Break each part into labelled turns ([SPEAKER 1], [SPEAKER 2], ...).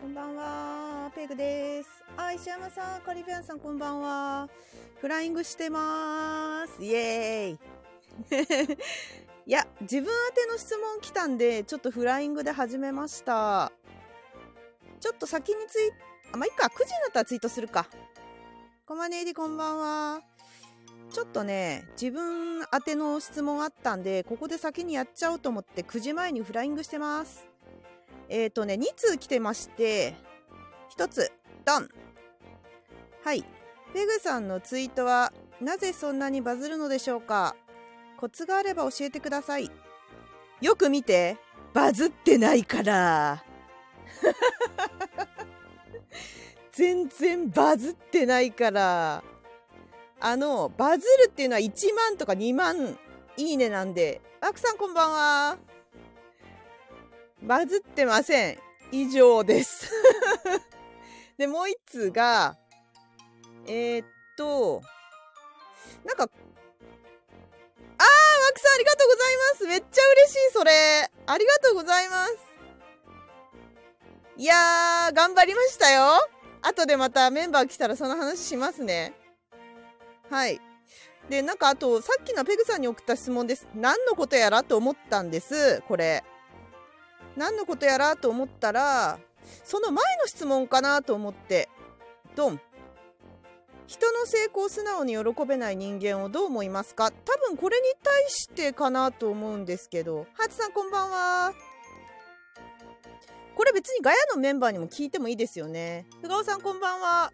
[SPEAKER 1] こんばんは。ペグです。あ、石山さん、カリビアンさん、こんばんは。フライングしてます。イエーイ。 いや、自分宛ての質問来たんで、ちょっとフライングで始めました。ちょっと先にツイあ、まあ、いっか。9時になったらツイートするか。こまねえり、こんばんは。ちょっとね、自分宛ての質問あったんで、ここで先にやっちゃおうと思って、9時前にフライングしてます。えっ、ー、とね、2通来てまして、1つ、ドンはい。ペグさんのツイートは、なぜそんなにバズるのでしょうかコツがあれば教えてください。よく見て、バズってないから。 全然バズってないから。あの、バズるっていうのは1万とか2万いいねなんで。アクさんこんばんは。バズってません。以上です。 で、もう一通が、えーっと、なんか、あー、マックさんありがとうございます。めっちゃ嬉しい、それ。ありがとうございます。いやー、頑張りましたよ。後でまたメンバー来たらその話しますね。はい。で、なんかあと、さっきのペグさんに送った質問です。何のことやらと思ったんです、これ。何のことやらと思ったら、その前の質問かなと思って。ドン。人の成功を素直に喜べない人間をどう思いますか多分これに対してかなと思うんですけど。ハーツさんこんばんは。これ別にガヤのメンバーにも聞いてもいいですよね。ふがおさんこんばんは。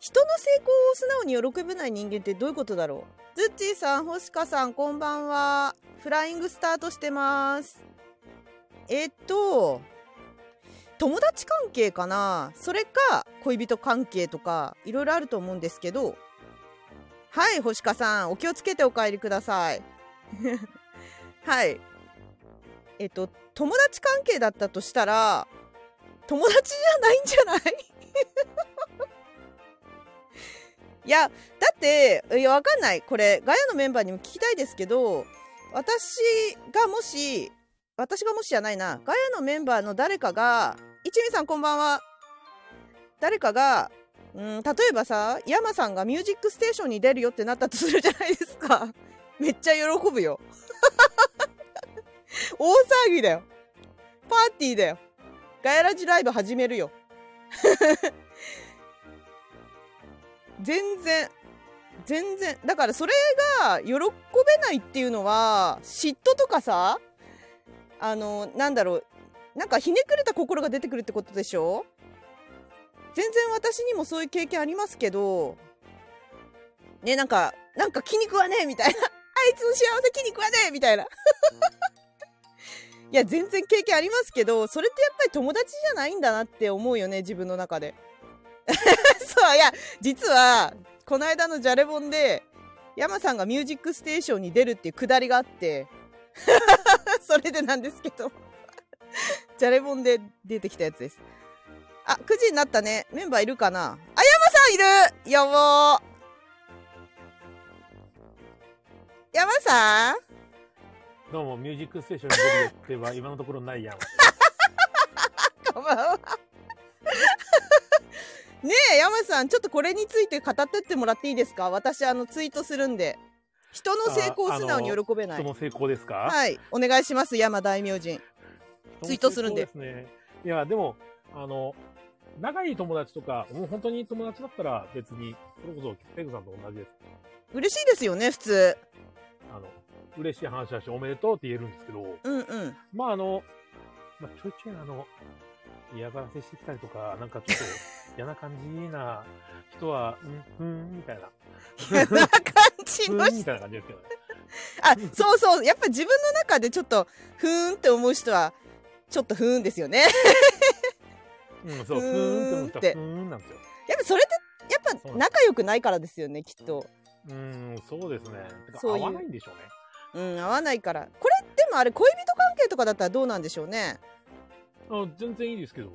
[SPEAKER 1] 人の成功を素直に喜べない人間ってどういうことだろうズッチーさん、星香さん、こんばんは。フライングスタートしてます。えっと、友達関係かなそれか恋人関係とかいろいろあると思うんですけどはい星香さんお気をつけてお帰りください はいえっと友達関係だったとしたら友達じゃないんじゃない いやだっていやわかんないこれガヤのメンバーにも聞きたいですけど私がもし私がもしじゃないなガヤのメンバーの誰かが一味さんこんばんは誰かがうん例えばさ山さんが「ミュージックステーション」に出るよってなったとするじゃないですか めっちゃ喜ぶよ 大騒ぎだよパーティーだよガヤラジライブ始めるよ 全然全然だからそれが喜べないっていうのは嫉妬とかさあのなんだろうなんかひねくれた心が出てくるってことでしょ全然私にもそういう経験ありますけどねなんかなんか気に食わねえみたいなあいつの幸せ気に食わねえみたいないや全然経験ありますけどそれってやっぱり友達じゃないんだなって思うよね自分の中で そういや実はこの間のジャレボンで山さんが「ミュージックステーション」に出るっていうくだりがあって それでなんですけど。 じゃれもんで出てきたやつです。あ、9時になったね。メンバーいるかなあ、山さんいるやばー。山さん
[SPEAKER 2] どうも、ミュージックステーションに出る予定は今のところないやん。
[SPEAKER 1] こんばんは。 ねえ、山さん、ちょっとこれについて語ってってもらっていいですか私、あの、ツイートするんで。人の成功を素直に喜べな
[SPEAKER 2] 人
[SPEAKER 1] い。
[SPEAKER 2] の成功ですか、
[SPEAKER 1] はい。お願いします、山大名人。
[SPEAKER 2] 人の成功
[SPEAKER 1] ツイートするんです
[SPEAKER 2] ね。いや、でも、あの、仲いい友達とか、もう本当に友達だったら別に、それこそ、ペグさんと同じです。
[SPEAKER 1] 嬉しいですよね、普通。
[SPEAKER 2] あの、嬉しい話だし、おめでとうって言えるんですけど、
[SPEAKER 1] うんうん。
[SPEAKER 2] まああの、まあ、ちょいちょいあの、嫌がらせしてきたりとか、なんかち ょっと嫌な感じな人は、うん、うん、みたいな。
[SPEAKER 1] な感じ
[SPEAKER 2] う
[SPEAKER 1] の
[SPEAKER 2] ん、み
[SPEAKER 1] 人
[SPEAKER 2] たいな感じですけどね。
[SPEAKER 1] あそうそうやっぱ自分の中でちょっとふーんって思う人はちょっとふーんですよね
[SPEAKER 2] うん、そう、
[SPEAKER 1] う
[SPEAKER 2] ふーん
[SPEAKER 1] ーんっ
[SPEAKER 2] って思った
[SPEAKER 1] て
[SPEAKER 2] ら、ふーんなんですよ。
[SPEAKER 1] やっぱそれってやっぱ仲良くないからですよねきっと
[SPEAKER 2] うーん、そうですね。てか
[SPEAKER 1] そういう
[SPEAKER 2] 合わないんでしょうね。
[SPEAKER 1] うん合わないからこれでもあれ恋人関係とかだったらどうなんでしょうね
[SPEAKER 2] あ全然いいですけど。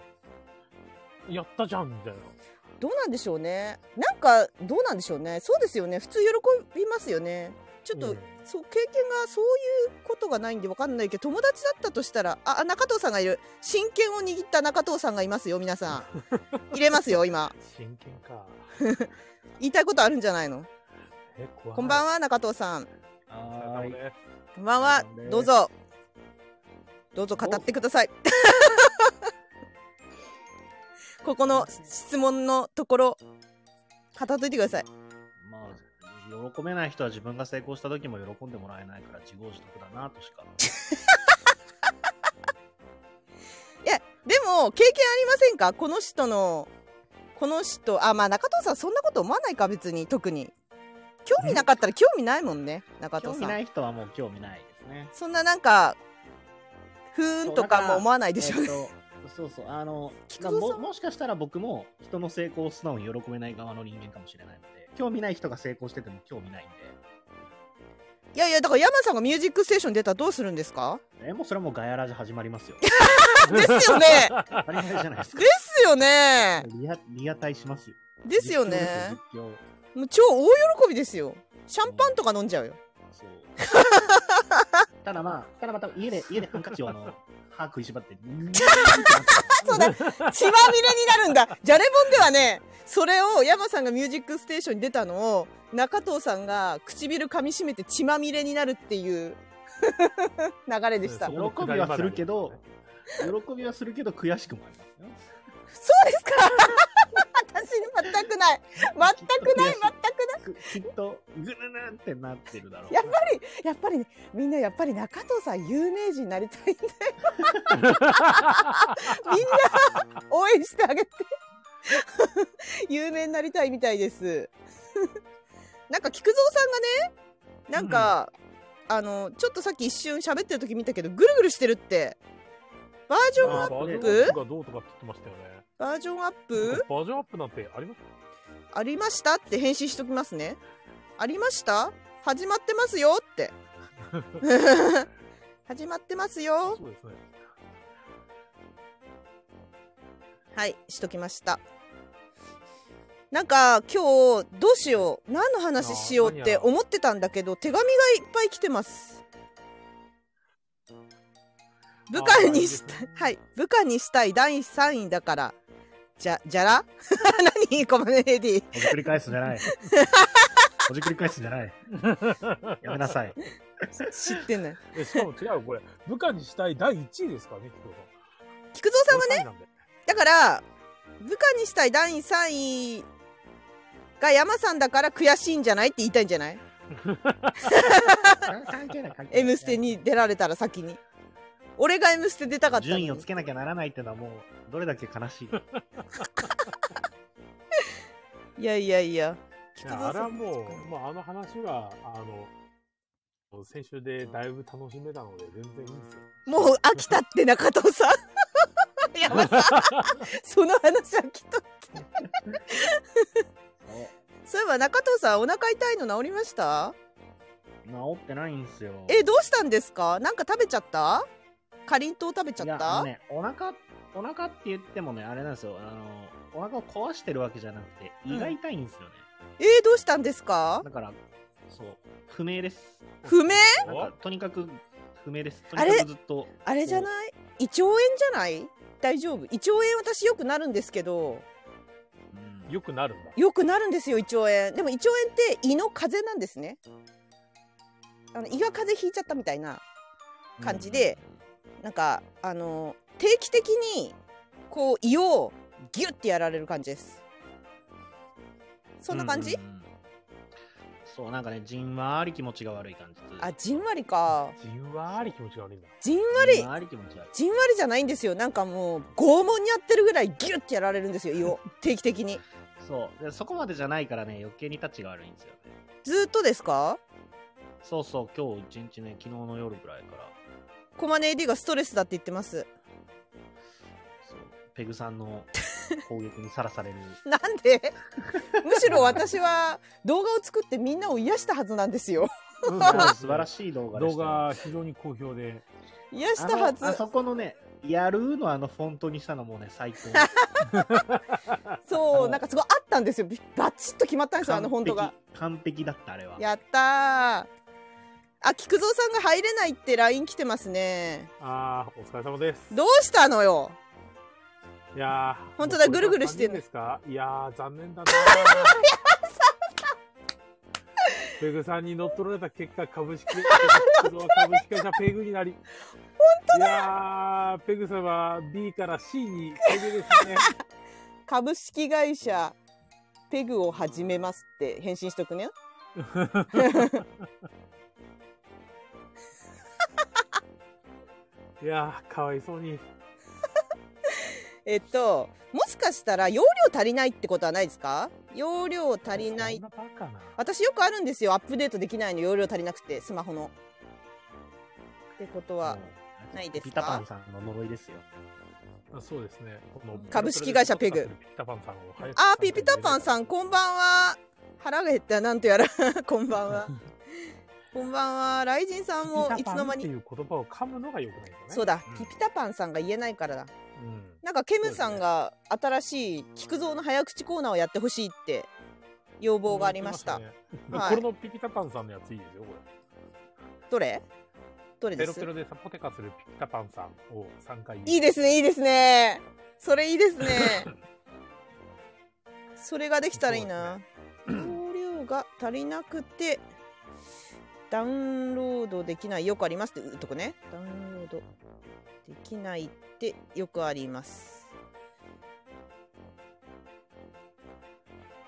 [SPEAKER 2] やったじゃんみたいな。
[SPEAKER 1] どうなんでしょうねなんかどうなんでしょうねそうですよね普通喜びますよねちょっと、
[SPEAKER 2] うん
[SPEAKER 1] そう経験がそういうことがないんでわかんないけど友達だったとしたらああ中藤さんがいる真剣を握った中藤さんがいますよ皆さん入れますよ今
[SPEAKER 2] 真剣か。
[SPEAKER 1] 言いたいことあるんじゃないの
[SPEAKER 2] え、怖い。
[SPEAKER 1] こんばん
[SPEAKER 2] は。
[SPEAKER 1] は中藤さん
[SPEAKER 2] お疲
[SPEAKER 3] は
[SPEAKER 2] れ様
[SPEAKER 3] ーい。
[SPEAKER 2] です
[SPEAKER 1] こんばんは
[SPEAKER 3] こんばんは
[SPEAKER 1] どうぞどうぞ語ってくださいここの質問のところ語っといてください
[SPEAKER 3] まあ、喜べない人は自分が成功した時も喜んでもらえないから自業自得だなとしか。
[SPEAKER 1] でも経験ありませんかこの人のこの人あまあ中藤さんそんなこと思わないか別に特に興味なかったら興味ないもんね中
[SPEAKER 3] 興
[SPEAKER 1] 藤
[SPEAKER 3] 味
[SPEAKER 1] さ
[SPEAKER 3] なんい人はもう興味ないですね。
[SPEAKER 1] そんななんかふーんとかも思わないでしょ
[SPEAKER 3] えっとそうそう、あの、
[SPEAKER 1] 菊
[SPEAKER 3] まあ
[SPEAKER 1] 蔵さ
[SPEAKER 3] も
[SPEAKER 1] ん
[SPEAKER 3] もしかしたら僕も人の成功を素直に喜べない側の人間かもしれないので、興味ない人が成功してても興味ないん
[SPEAKER 1] いやいやだから山さんが「ミュージックステーション」出たらどうするんです か
[SPEAKER 3] で、えもうそれはもうガヤラジ始まりますよ。
[SPEAKER 1] ですよね
[SPEAKER 3] 当たり前じゃないです
[SPEAKER 1] で
[SPEAKER 3] か。
[SPEAKER 1] すよね
[SPEAKER 3] リアリアタイしますよ。
[SPEAKER 1] ですよ
[SPEAKER 3] 実況
[SPEAKER 1] ね
[SPEAKER 3] ですよ
[SPEAKER 1] もう超大喜びですよシャンパンとか飲んじゃうよ
[SPEAKER 3] 実況そう。ただまあ、ただまた家で、家でハンカチを あの、歯食いしばって、
[SPEAKER 1] そうだ血まみれになるんだじゃれぼんではねそれを山さんが「ミュージックステーション」に出たのを中藤さんが唇噛みしめて血まみれになるっていう 流れでした
[SPEAKER 2] う
[SPEAKER 1] そ
[SPEAKER 2] ん
[SPEAKER 1] う
[SPEAKER 2] そこの
[SPEAKER 3] 喜びはするけど、喜びはするけど悔しくもありますよ。
[SPEAKER 1] ですか私に全くない全くない全くない
[SPEAKER 3] くきっとぐるるんってなってるだろう。
[SPEAKER 1] やっぱりやっぱりねみんなやっぱり中藤さん有名人になりたいん だよみんな応援してあげて有名になりたいみたいですなんか菊蔵さんがねなんか、あのちょっとさっき一瞬喋ってる時見たけどぐるぐるしてるってバージョンア
[SPEAKER 2] あ
[SPEAKER 1] ップ
[SPEAKER 2] バージョンアップがどうとかって言ってましたよね。
[SPEAKER 1] バージョンアップ
[SPEAKER 2] バージョンアップなんてあります
[SPEAKER 1] ありましたって返信しときますねありました始まってますよって 始まってますよ
[SPEAKER 2] そうですね。
[SPEAKER 1] はい、しときました。なんか今日どうしよう何の話しようって思ってたんだけど手紙がいっぱい来てます部下にしたいはい部下にしたい第3位だからじゃじゃら 何コマネレディ
[SPEAKER 3] ほじくり返すんじ ゃない。ほじくり返すんじゃない。やめなさい。
[SPEAKER 1] 知ってんのよ
[SPEAKER 2] えしかも違う、これ、部下にしたい第1位ですからね、菊
[SPEAKER 1] 菊
[SPEAKER 2] 蔵
[SPEAKER 1] 蔵さんはね
[SPEAKER 2] さん。これ三位なんで
[SPEAKER 1] だから部下にしたい第3位が山さんだから悔しいんじゃないって言いたいんじゃない
[SPEAKER 3] 関係ない関係ない
[SPEAKER 1] 「M ステ」に出られたら先に俺が「M ステ」出たかったの
[SPEAKER 3] 順
[SPEAKER 1] に
[SPEAKER 3] 位をつけなきゃならないってのはもうどれだけ 悲しい。
[SPEAKER 1] いやいやいや。
[SPEAKER 2] いやあれはもう、まあ、あの話は、あの、先週でだいぶ楽しめたので、全然いいです よ。
[SPEAKER 1] もう飽きたって中藤さん。 山さん。その話飽きた。そういえば中藤さんお腹痛いの治りました
[SPEAKER 3] 治ってないんですよ。
[SPEAKER 1] え、どうしたんですかなんか食べちゃったかりんとう食べちゃ
[SPEAKER 3] いや
[SPEAKER 1] った、
[SPEAKER 3] あのね、お腹、お腹って言ってもね、あれなんですよ。あの、お腹を壊してるわけじゃなくて、胃が痛いんですよね。
[SPEAKER 1] えーどうしたんですか
[SPEAKER 3] だから、そう、不明です。
[SPEAKER 1] 不明
[SPEAKER 3] なんか、とにかく不明です。と
[SPEAKER 1] あ
[SPEAKER 3] に
[SPEAKER 1] れ
[SPEAKER 3] かくずっと。
[SPEAKER 1] あれじゃない胃腸炎じゃない大丈夫胃腸炎私よくなるんですけど
[SPEAKER 3] うん
[SPEAKER 2] よくなるんだ。
[SPEAKER 1] よくなるんですよ胃腸炎でも胃腸炎って胃の風邪なんですねあの胃が風邪ひいちゃったみたいな感じでなんかあの定期的にこう胃をギュッてやられる感じですそんな感じ、
[SPEAKER 3] うううんそうなんかねじんわり気持ちが悪い感じ
[SPEAKER 1] あじんわりか
[SPEAKER 2] じんわり気持ちが悪いんだ。
[SPEAKER 1] じんわり
[SPEAKER 3] んわり気持ち悪い
[SPEAKER 1] じんわりじゃないんですよなんかもう拷問にやってるぐらいギュッてやられるんですよ胃 を定期的に
[SPEAKER 3] そうでそこまでじゃないからね余計にタッチが悪いんですよね
[SPEAKER 1] ずーっとですか
[SPEAKER 3] そうそう今日一日ね昨日の夜ぐらいから
[SPEAKER 1] コマネ AD がストレスだって言ってます
[SPEAKER 3] そうペグさんの攻撃にさらされる
[SPEAKER 1] なんでむしろ私は動画を作ってみんなを癒したはずなんですよ
[SPEAKER 3] 素晴らしい動画でし
[SPEAKER 2] 動
[SPEAKER 3] たよ
[SPEAKER 2] 画、非常に好評で。
[SPEAKER 1] 癒し
[SPEAKER 3] あ
[SPEAKER 1] たはず
[SPEAKER 3] のあそこのねやるのあのフォントにしたのもね最高あ
[SPEAKER 1] そう
[SPEAKER 3] の
[SPEAKER 1] なんかすごいあったんですよバチッと決まったんですよあの本当が
[SPEAKER 3] 完璧完璧だったあれは
[SPEAKER 1] やったーあ、菊蔵さんが入れないって LINE 来てますね。
[SPEAKER 2] あー、お疲れ様です。
[SPEAKER 1] どうしたのよ
[SPEAKER 2] いやー、
[SPEAKER 1] 本当だ
[SPEAKER 2] もうこ
[SPEAKER 1] ぐ
[SPEAKER 2] れ
[SPEAKER 1] るぐるしてん
[SPEAKER 2] 3
[SPEAKER 1] の
[SPEAKER 2] 人ですかいやー、残念だなー。ペグさんに乗っ取られた結果、株式、株式会社ペグになり。本当だいやー、ペグさんは B から C に改名ですね。
[SPEAKER 1] 株式会社ペグを始めますって返信しとくね。
[SPEAKER 2] いやー、かわいそうに。
[SPEAKER 1] えっと、もしかしたら容量足りないってことはないですか容量足りない
[SPEAKER 2] そん。なバカな。
[SPEAKER 1] 私よくあるんですよ。アップデートできないの容量足りなくて、スマホの。ってことは
[SPEAKER 3] も。う
[SPEAKER 1] ないですか
[SPEAKER 3] ピタパンさんの呪いですよ。
[SPEAKER 2] あそうですね。この
[SPEAKER 1] 株式会社ペグ。
[SPEAKER 2] ピピタパンさんを早く
[SPEAKER 1] あー、ピピタパンさん、こんばんは。腹が減ったなんとやら。 こんばんは。こんばんは。ライジンさんもいつの間
[SPEAKER 2] ピ
[SPEAKER 1] に。
[SPEAKER 2] ピタパンっていう言葉を噛むのが良くないよね。
[SPEAKER 1] そうだ、
[SPEAKER 2] ん
[SPEAKER 1] ピピタパンさんが言えないからだ。
[SPEAKER 2] うん。
[SPEAKER 1] なんかケムさんが新しい菊蔵の早口コーナーをやってほしいって要望がありました。
[SPEAKER 2] 言ってま
[SPEAKER 1] は
[SPEAKER 2] した
[SPEAKER 1] い
[SPEAKER 2] ねこれのピピタパンさんのやついいですよ、これ。
[SPEAKER 1] どれどれ
[SPEAKER 2] ペ
[SPEAKER 1] で
[SPEAKER 2] ロ
[SPEAKER 1] す
[SPEAKER 2] ペロでサポテカするピピタパンさんを3回
[SPEAKER 1] いいですね、いいですね。それいいですね。 それができたらいいな。容量が足りなくて、ダウンロードできないよくありますってうとこね。ダウンロードできないってよくあります。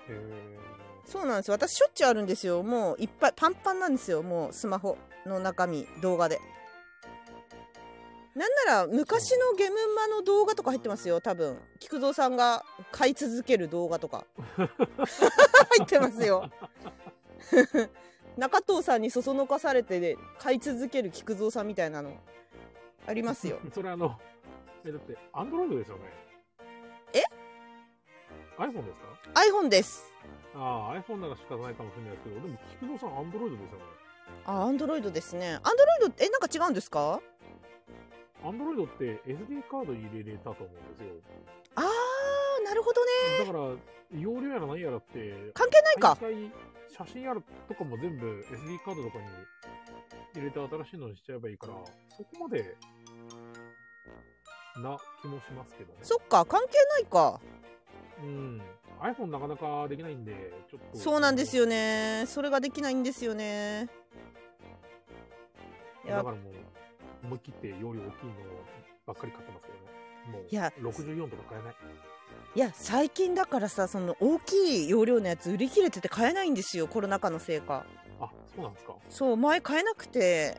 [SPEAKER 2] へ
[SPEAKER 1] そうなんですよ。私しょっちゅうあるんですよ。もういっぱいパンパンなんですよ。もうスマホの中身動画で。なんなら昔のゲムマの動画とか入ってますよ。多分菊蔵さんが買い続ける動画とか入ってますよ。中藤さんにそそのかされて、買い続ける菊蔵さんみたいなのありますよ。
[SPEAKER 2] ー それあの、え、だって、アンドロイドですよね。
[SPEAKER 1] え
[SPEAKER 2] ?iPhone ですか
[SPEAKER 1] iPhone です。
[SPEAKER 2] ああ、iPhone なら仕方ないかもしれないですけど、でも、菊蔵さん、アンドロイドですよね。
[SPEAKER 1] あ、アンドロイドですね。アンドロイドえなんか違うんですか？
[SPEAKER 2] アンドロイドって SD カード入れれたと思うんですよ。
[SPEAKER 1] ああ、なるほどね。
[SPEAKER 2] だから、容量やら何やらって、
[SPEAKER 1] 関係ないか。
[SPEAKER 2] 大体写真やらとかも全部 SD カードとかに入れて新しいのにしちゃえばいいから、そこまで、な気もしますけどね。
[SPEAKER 1] そっか関係ないか
[SPEAKER 2] うん。iPhone なかなかできないんで、ちょっと。
[SPEAKER 1] そうなんですよ。ねそれができないんですよねい
[SPEAKER 2] だから
[SPEAKER 1] や
[SPEAKER 2] もう、思い切って容量大きいのばっかり買ってますけどね。もう、
[SPEAKER 1] いや
[SPEAKER 2] 64とか買えない。
[SPEAKER 1] いや最近だからさその大きい容量のやつ売り切れてて買えないんですよコロナ禍のせいか
[SPEAKER 2] あ、そうなんです か。
[SPEAKER 1] そう前買えなくて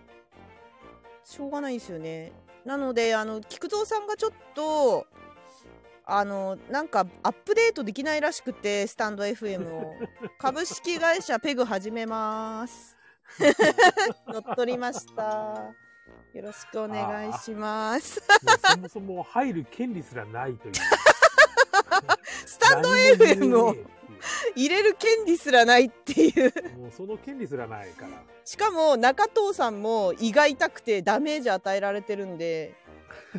[SPEAKER 1] しょうがないですよねなのであの菊蔵さんがちょっとあのなんかアップデートできないらしくてスタンド FM を株式会社ペグ始めます。乗っ取りました。よろしくお願いします。
[SPEAKER 2] もうそもそも入る権利すらない という。
[SPEAKER 1] スタンド FM
[SPEAKER 2] 何も
[SPEAKER 1] を
[SPEAKER 2] 言えねえっていう
[SPEAKER 1] 入れる権利すらないっていう。
[SPEAKER 2] もうその権利すらないから。
[SPEAKER 1] しかも中藤さんも胃が痛くてダメージ与えられてるんで、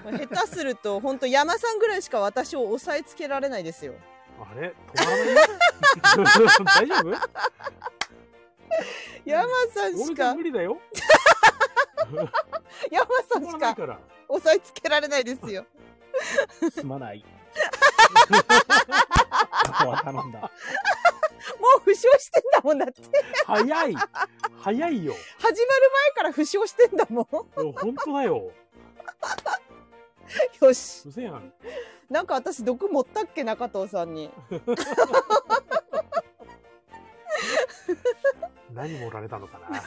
[SPEAKER 1] もう下手すると本当山さんぐらいしか私を抑えつけられないですよ。
[SPEAKER 2] あれ 止まらない大丈夫
[SPEAKER 1] 山さんし
[SPEAKER 2] 俺じゃ
[SPEAKER 1] か
[SPEAKER 2] 無、理だ よ。
[SPEAKER 1] 山さ
[SPEAKER 2] 止
[SPEAKER 1] ん
[SPEAKER 2] まら
[SPEAKER 1] し
[SPEAKER 2] ない
[SPEAKER 1] か
[SPEAKER 2] から。
[SPEAKER 1] 抑えつけられないですよ。
[SPEAKER 3] すまない。あとは頼んだ。
[SPEAKER 1] もう負傷してんだもんだって。
[SPEAKER 2] 早い早いよ。
[SPEAKER 1] 始まる前から負傷してんだもん。
[SPEAKER 2] もう本当だよ。
[SPEAKER 1] よし。
[SPEAKER 2] うせやん。
[SPEAKER 1] なんか私毒持ったっけ中藤さんに。
[SPEAKER 2] 何盛られたのかな。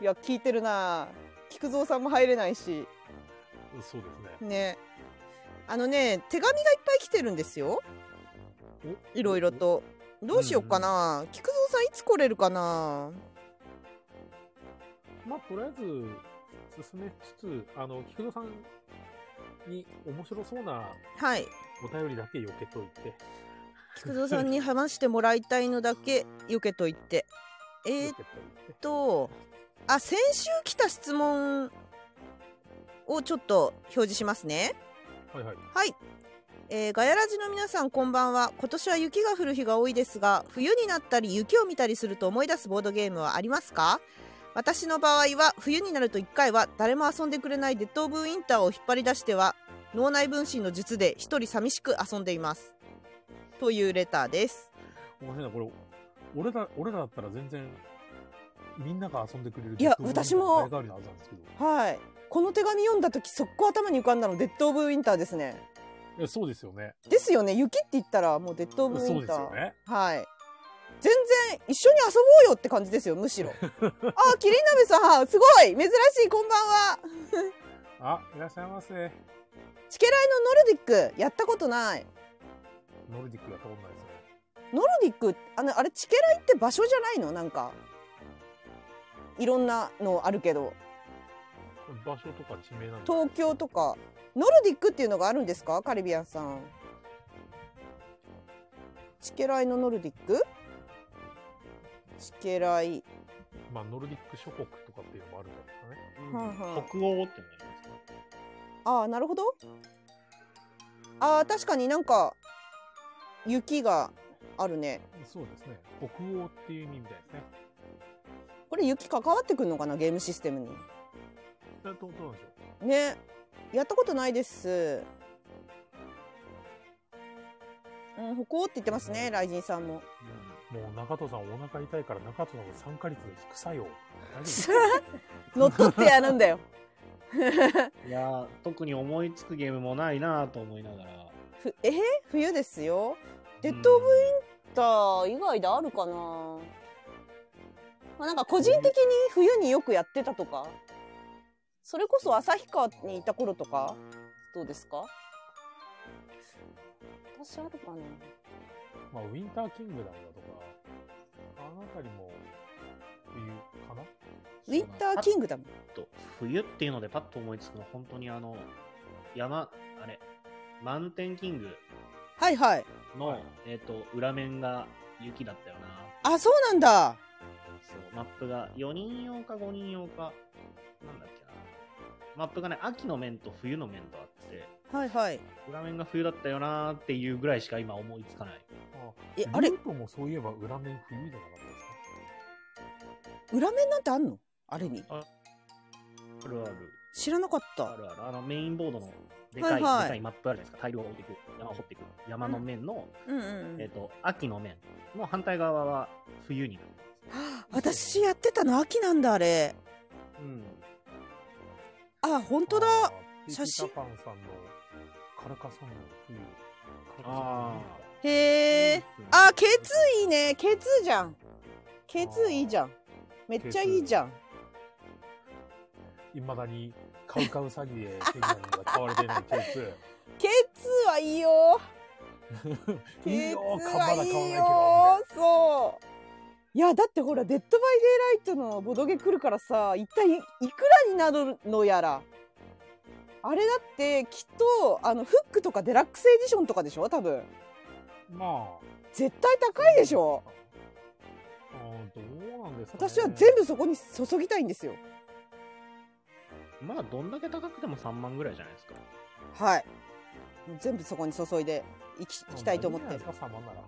[SPEAKER 1] いや聞いてるな。菊蔵さんも入れないし
[SPEAKER 2] そうです
[SPEAKER 1] ね。あのね手紙がいっぱい来てるんですよ。
[SPEAKER 2] ね。
[SPEAKER 1] いろいろ。と。どうしよっかな。菊蔵さんいつ来れるかな。
[SPEAKER 2] まあ、とりあえず、進めつつ、あの、菊野さんに面白そうな
[SPEAKER 1] はい。
[SPEAKER 2] お便りだけ避けといて。
[SPEAKER 1] 菊蔵さんに話してもらいたいのだけ避けといて。えー
[SPEAKER 2] 避
[SPEAKER 1] っ
[SPEAKER 2] けといて
[SPEAKER 1] とあ先週来た質問をちょっと表示しますね。
[SPEAKER 2] はいはい。
[SPEAKER 1] はい、えー、ガヤラジの皆さんこんばんは今年は雪が降る日が多いですが冬になったり雪を見たりすると思い出すボードゲームはありますか私の場合は冬になると1回は誰も遊んでくれないデッド・オブ・ウィンターを引っ張り出しては脳内分身の術で一人寂しく遊んでいますというレターです
[SPEAKER 2] おかしいな、これ、俺ら、俺らだったら全然、みんなが遊んでくれる。
[SPEAKER 1] いや私も
[SPEAKER 2] 代替わりのはずなんですけど。
[SPEAKER 1] はいこの手紙読んだ時速攻頭に浮かんだのデッド・オブ・ウィンターですね
[SPEAKER 2] いやそうですよね。
[SPEAKER 1] ですよね雪って言ったらもうデッド・オブ・ウ
[SPEAKER 2] そ
[SPEAKER 1] ィ
[SPEAKER 2] う
[SPEAKER 1] ン
[SPEAKER 2] です
[SPEAKER 1] ター、
[SPEAKER 2] よね。
[SPEAKER 1] はい全然一緒に遊ぼうよって感じですよむしろあーキリン鍋さんすごい珍しいこんばんは
[SPEAKER 2] あ、いらっしゃいませ。
[SPEAKER 1] チケライのノルディックやったことない
[SPEAKER 2] ノルディックやったことないですね。
[SPEAKER 1] ノルディックあのあれチケライって場所じゃないのなんかいろんなのあるけど
[SPEAKER 2] 場所とか地名なんで。
[SPEAKER 1] 東京とかノルディックっていうのがあるんですかカリビアンさんチケライのノルディックチケライ
[SPEAKER 2] まあ、ノルディック諸国とかっていうのもあるんじゃないですかね。
[SPEAKER 1] はいはい
[SPEAKER 3] 北欧ってね。
[SPEAKER 1] ああなるほどああ確かになんか雪があるね
[SPEAKER 2] そうですね。北欧っていう意味みたいですね。
[SPEAKER 1] これ雪関わってくるのかなゲームシステムに
[SPEAKER 2] だとどうなんでしょう。
[SPEAKER 1] ねやったことないですうん歩行って言ってますね雷神さんも
[SPEAKER 2] もう中藤さんお腹痛いから中藤さんの酸化率の低さよ。大丈夫 ですか
[SPEAKER 1] 乗っ取ってやるんだよ
[SPEAKER 3] いやー、特に思いつくゲームもないなぁと思いながら。
[SPEAKER 1] ふえー冬ですよデッド・オブ・ウィンター以外であるかな、まあ、なんか個人的に冬によくやってたとかそれこそ旭川にいた頃とかどうですか私あるかな
[SPEAKER 2] まあ、ウィンターキングダムだとか、あの辺りも、冬かな
[SPEAKER 1] ウィンターキングダム
[SPEAKER 3] と冬っていうのでパッと思いつくの本当にあの山あれマウンテンキング
[SPEAKER 1] はいはい
[SPEAKER 3] の、
[SPEAKER 2] はい
[SPEAKER 3] えっ、と裏面が雪だったよな
[SPEAKER 1] あそうなんだ
[SPEAKER 3] そうマップが4人用か5人用かなんだっけなマップがね秋の面と冬の面とあって
[SPEAKER 1] はいはい
[SPEAKER 3] 裏面が冬だったよなーっていうぐらいしか今思いつかない
[SPEAKER 2] あ
[SPEAKER 1] えあれ
[SPEAKER 2] ルートもそういえば裏面冬じゃなかったですか
[SPEAKER 1] 裏面なんてあんのあれに
[SPEAKER 3] あるある
[SPEAKER 1] 知らなかっ
[SPEAKER 3] あ
[SPEAKER 1] た
[SPEAKER 3] るあるあのメインボードのでかい、
[SPEAKER 1] はいはい
[SPEAKER 3] でかいマップあるじゃないですか大量置いてく山を掘ってく山の面の、
[SPEAKER 1] うんうん、う
[SPEAKER 3] えっ、
[SPEAKER 1] ん、
[SPEAKER 3] と秋の面の反対側は冬になるんです
[SPEAKER 1] はあ私やってたの秋なんだあれ
[SPEAKER 3] うん。
[SPEAKER 1] あ本当だ
[SPEAKER 2] あー
[SPEAKER 1] 写真
[SPEAKER 2] ピーターパンさんのカルカソンヌの冬。
[SPEAKER 3] あ
[SPEAKER 1] へえあ K2 いいね K2 じゃん K2 いいじゃんめっちゃいいじゃん
[SPEAKER 2] いまだにカウカウ詐欺で手になるのが買われてない K2。
[SPEAKER 1] K2 はいいよ
[SPEAKER 2] いい
[SPEAKER 1] K2
[SPEAKER 2] よ、
[SPEAKER 1] は
[SPEAKER 2] まだ買わないい
[SPEAKER 1] い
[SPEAKER 2] けどみたい
[SPEAKER 1] よそういやだってほら「デッド・バイ・デイ・ライト」のボドゲ来るからさ一体いいくらになるのやらあれだってきっとあのフックとかデラックスエディションとかでしょ多分
[SPEAKER 2] な。ま
[SPEAKER 1] 絶対
[SPEAKER 2] あ。
[SPEAKER 1] 高いでしょ
[SPEAKER 2] あーどうなんですか、ね、
[SPEAKER 1] 私は全部そこに注ぎたいんですよ
[SPEAKER 3] まあ、どんだけ高くても3万ぐらいじゃな いですか。
[SPEAKER 1] はい全部そこに注いでいきいきたいと思っ
[SPEAKER 2] まあい
[SPEAKER 1] て
[SPEAKER 2] いんじゃないですか様なら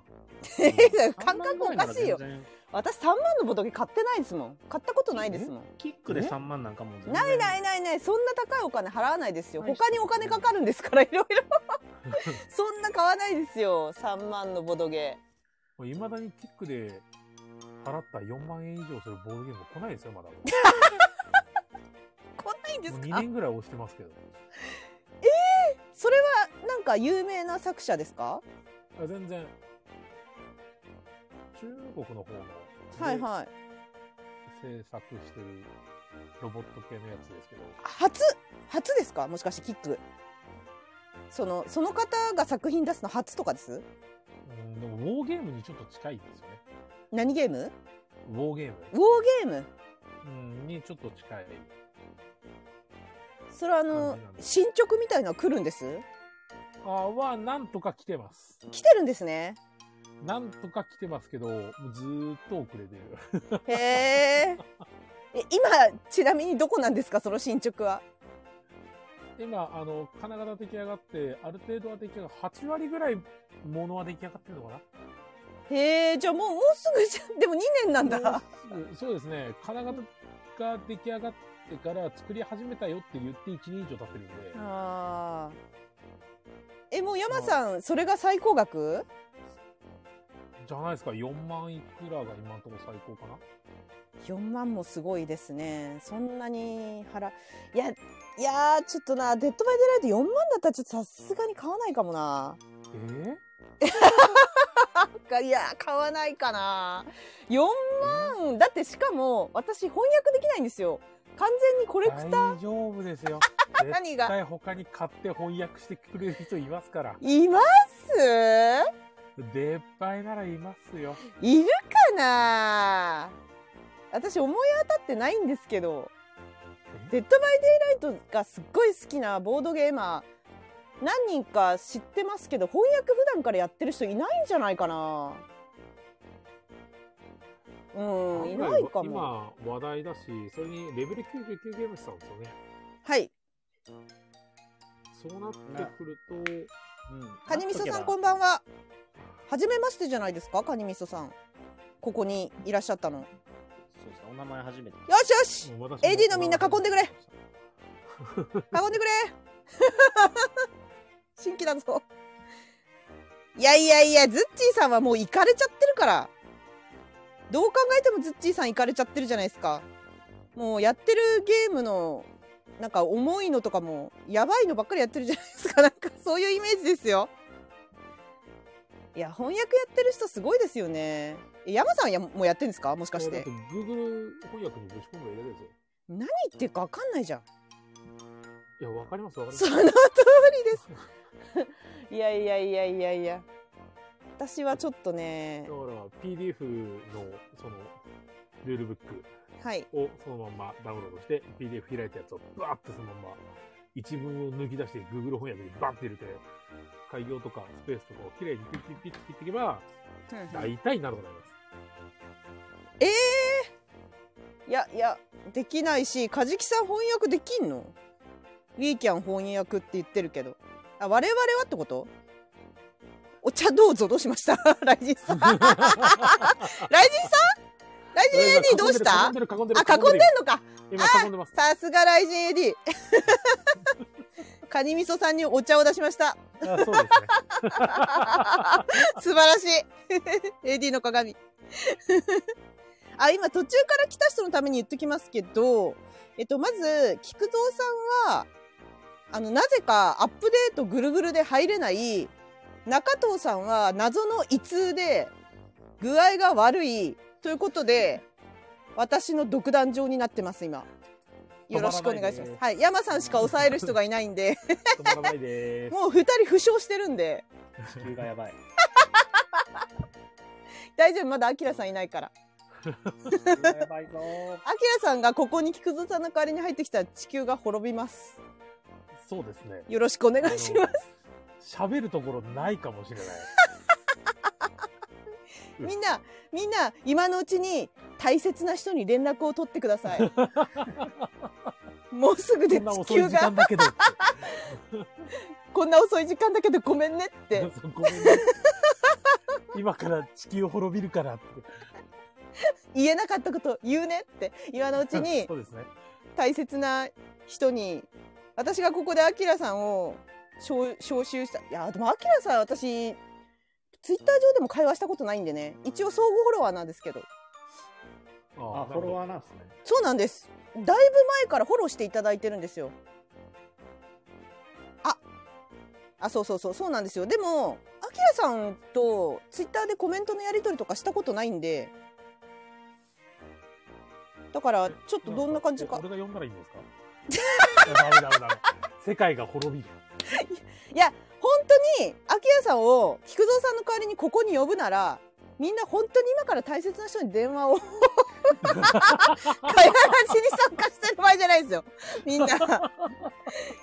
[SPEAKER 1] え
[SPEAKER 3] 3
[SPEAKER 1] 感覚
[SPEAKER 3] 万ぐら
[SPEAKER 1] お
[SPEAKER 3] な
[SPEAKER 1] からしいよ
[SPEAKER 3] 全然。
[SPEAKER 1] 私3万のボトゲ買ってないですもん買ったことないですもん
[SPEAKER 3] キックで3万なんかもう全然
[SPEAKER 1] ないないないないそんな高いお金払わないですよ
[SPEAKER 3] はい
[SPEAKER 1] 他にお金かかるんですからいろい ろそんな買わないですよ3万のボドゲ
[SPEAKER 2] もういまだにキックで払った4万円以上するボードゲーム来ないですよ、まだ。も
[SPEAKER 1] こんないんです
[SPEAKER 2] う2
[SPEAKER 1] か
[SPEAKER 2] 年ぐらい押してますけど。
[SPEAKER 1] それはなんか有名な作者ですか
[SPEAKER 2] あ全然。中国の方の
[SPEAKER 1] はいはい
[SPEAKER 2] 制作してるロボット系のやつですけど、
[SPEAKER 1] 初初ですかもしかしてキックそのその方が作品出すの初とかです
[SPEAKER 2] うん、でもウォーゲームにちょっと近いんですよね。
[SPEAKER 1] 何ゲーム
[SPEAKER 2] ウォーゲーム、
[SPEAKER 1] ウォーゲーム
[SPEAKER 2] うん、にちょっと近い。
[SPEAKER 1] それはあの
[SPEAKER 2] 感じなんです
[SPEAKER 1] 進捗みたいのは来るんです
[SPEAKER 2] あは、なんとか来てます。
[SPEAKER 1] 来てるんですね
[SPEAKER 2] なんとか来てますけど、もうずーっと遅れてる。
[SPEAKER 1] へええ今ちなみにどこなんですかその進捗は
[SPEAKER 2] 今、あの、金型出来上がって、ある程度は出来上が8割ぐらいものは出来上がってるのかな
[SPEAKER 1] へえじゃあもうもうすぐじゃんでも2年なんだ
[SPEAKER 2] もうすぐそうですね。金型、が出来上がってから作り始めたよって言って1年以上経ってるんで、
[SPEAKER 1] ああ。え、もう山さん、それが最高額
[SPEAKER 2] じゃないですか、4万いくらが今のところ最高かな。
[SPEAKER 1] ?4 万もすごいですね。そんなに払、いや、いやー、ちょっとな、デッドバイデイライト4万だったらちょっとさすがに買わないかもな。
[SPEAKER 2] え
[SPEAKER 1] いや、買わないかな。4万、だってしかも、私翻訳できないんですよ。完全にコレクター
[SPEAKER 2] ー、大丈夫です よ。
[SPEAKER 1] 何
[SPEAKER 2] 絶
[SPEAKER 1] が
[SPEAKER 2] 対他に買って翻訳してくれる人いますから。
[SPEAKER 1] います
[SPEAKER 2] 出っ歯いならいますよ。
[SPEAKER 1] いるかな私思い当たってないんですけど「デッド・バイ・デイ・ライト」がすっごい好きなボードゲーマー何人か知ってますけど翻訳普段からやってる人いないんじゃないかなうんいないかも
[SPEAKER 2] 今話題だし、それにレベル99ゲームしたんですよね。
[SPEAKER 1] はい
[SPEAKER 2] そうなってくると、
[SPEAKER 3] うん
[SPEAKER 1] カニみそさんこん
[SPEAKER 3] ん
[SPEAKER 1] ばんははじめましてじゃないですかカニみそさんここにいらっしゃったのよ
[SPEAKER 3] そうですねお名前初めて聞いた
[SPEAKER 1] しよし
[SPEAKER 2] もう私も
[SPEAKER 1] AD のみんな囲んでくれ囲んでくれ 新規だぞいやいやいやズッチーさんはもう行かれちゃってるからどう考えてもズッチーさん行かれちゃってるじゃないですかもうやってるゲームのなんか重いのとかもやばいのばっかりやってるじゃないですかなんかそういうイメージですよいや翻訳やってる人すごいですよねえ山さんやもうやってんですかもしかし
[SPEAKER 2] い
[SPEAKER 1] て
[SPEAKER 2] やだって Google 翻訳にぶち込んだらいいだけで
[SPEAKER 1] 何言ってるか分かんないじゃん
[SPEAKER 2] すよ。いや、わかりますわかります。
[SPEAKER 1] その通りです。いやいやいやいやいや。私はちょっと
[SPEAKER 2] だ
[SPEAKER 1] ね
[SPEAKER 2] か、ら PDF のそのルールブック
[SPEAKER 1] はい。
[SPEAKER 2] をそのまんまダウンロードして PDF 開いたやつをバーってそのまんま一文を抜き出して Google 翻訳にバッて入れて開業とかスペースとかをきれいにピッピッピッて切っていけば大体なるほどになります。
[SPEAKER 1] ええいやいや、できないし、カジキさん翻訳できんの ?We can 翻訳って言ってるけど。あ、我々はってことお茶どうぞ、どうしました ライジンさん。ライジンさんライジン AD どうしたあ、
[SPEAKER 2] 囲んでる囲んでる
[SPEAKER 1] 囲んでんのか
[SPEAKER 2] 今囲んでます。
[SPEAKER 1] さすがライジン AD。カニ味噌さんにお茶を出しました。
[SPEAKER 2] あそうですね。
[SPEAKER 1] 素晴らしい AD の鏡あ今途中から来た人のために言っときますけど、えっと、まず菊蔵さんはあのなぜかアップデートぐるぐるで入れない中藤さんは謎の胃痛で具合が悪いということで私の独壇場になってます今よろしくお願いします
[SPEAKER 2] 止まらないね
[SPEAKER 1] はい山さんしか抑える人がいないん で
[SPEAKER 2] 止まらないです。
[SPEAKER 1] もう2人負傷してるんで
[SPEAKER 3] 地球がやばい
[SPEAKER 1] 大丈夫まだアキラさんいないから
[SPEAKER 3] 地球がやばいぞー
[SPEAKER 1] アキラさんがここに菊蔵さんの代わりに入ってきたら地球が滅びます。
[SPEAKER 2] そうですね。
[SPEAKER 1] よろしくお願いします。
[SPEAKER 2] す。喋るところないかもしれない。あの
[SPEAKER 1] みんな、みんな、今のうちに大切な人に連絡を取ってくださ い。もうすぐ
[SPEAKER 2] そ
[SPEAKER 1] で
[SPEAKER 2] んな
[SPEAKER 1] 地
[SPEAKER 2] 遅い
[SPEAKER 1] 球
[SPEAKER 2] 時間
[SPEAKER 1] が、
[SPEAKER 2] だけどって。
[SPEAKER 1] こんな遅い時間だけどごめんねって。
[SPEAKER 2] そうごめんね今から地球滅びるからって。
[SPEAKER 1] 言えなかったこと言うねって。今のうちに
[SPEAKER 2] そうですね。
[SPEAKER 1] 大切な人に、私がここでアキラさんを招招集した。いや、でもアキラさん私、ツイッター上でも会話したことないんでね。一応相互フォロワーなんですけど。
[SPEAKER 3] あフォロワーなんですね
[SPEAKER 1] そうなんです。だいぶ前からフォローしていただいてるんですよ。あ、あ、そうそうそう、そうなんですよ。でも、アキラさんとツイッターでコメントのやり取りとかしたことないんで。だから、ちょっとどんな感じか
[SPEAKER 2] 俺。が呼んだらいいんで すかいやダメダメダメ。世界が滅びる。
[SPEAKER 1] 本当に、アキラさんを菊蔵さんの代わりにここに呼ぶなら、みんな本当に今から大切な人に電話を 。会話に参加してる場合じゃないですよ。みんな。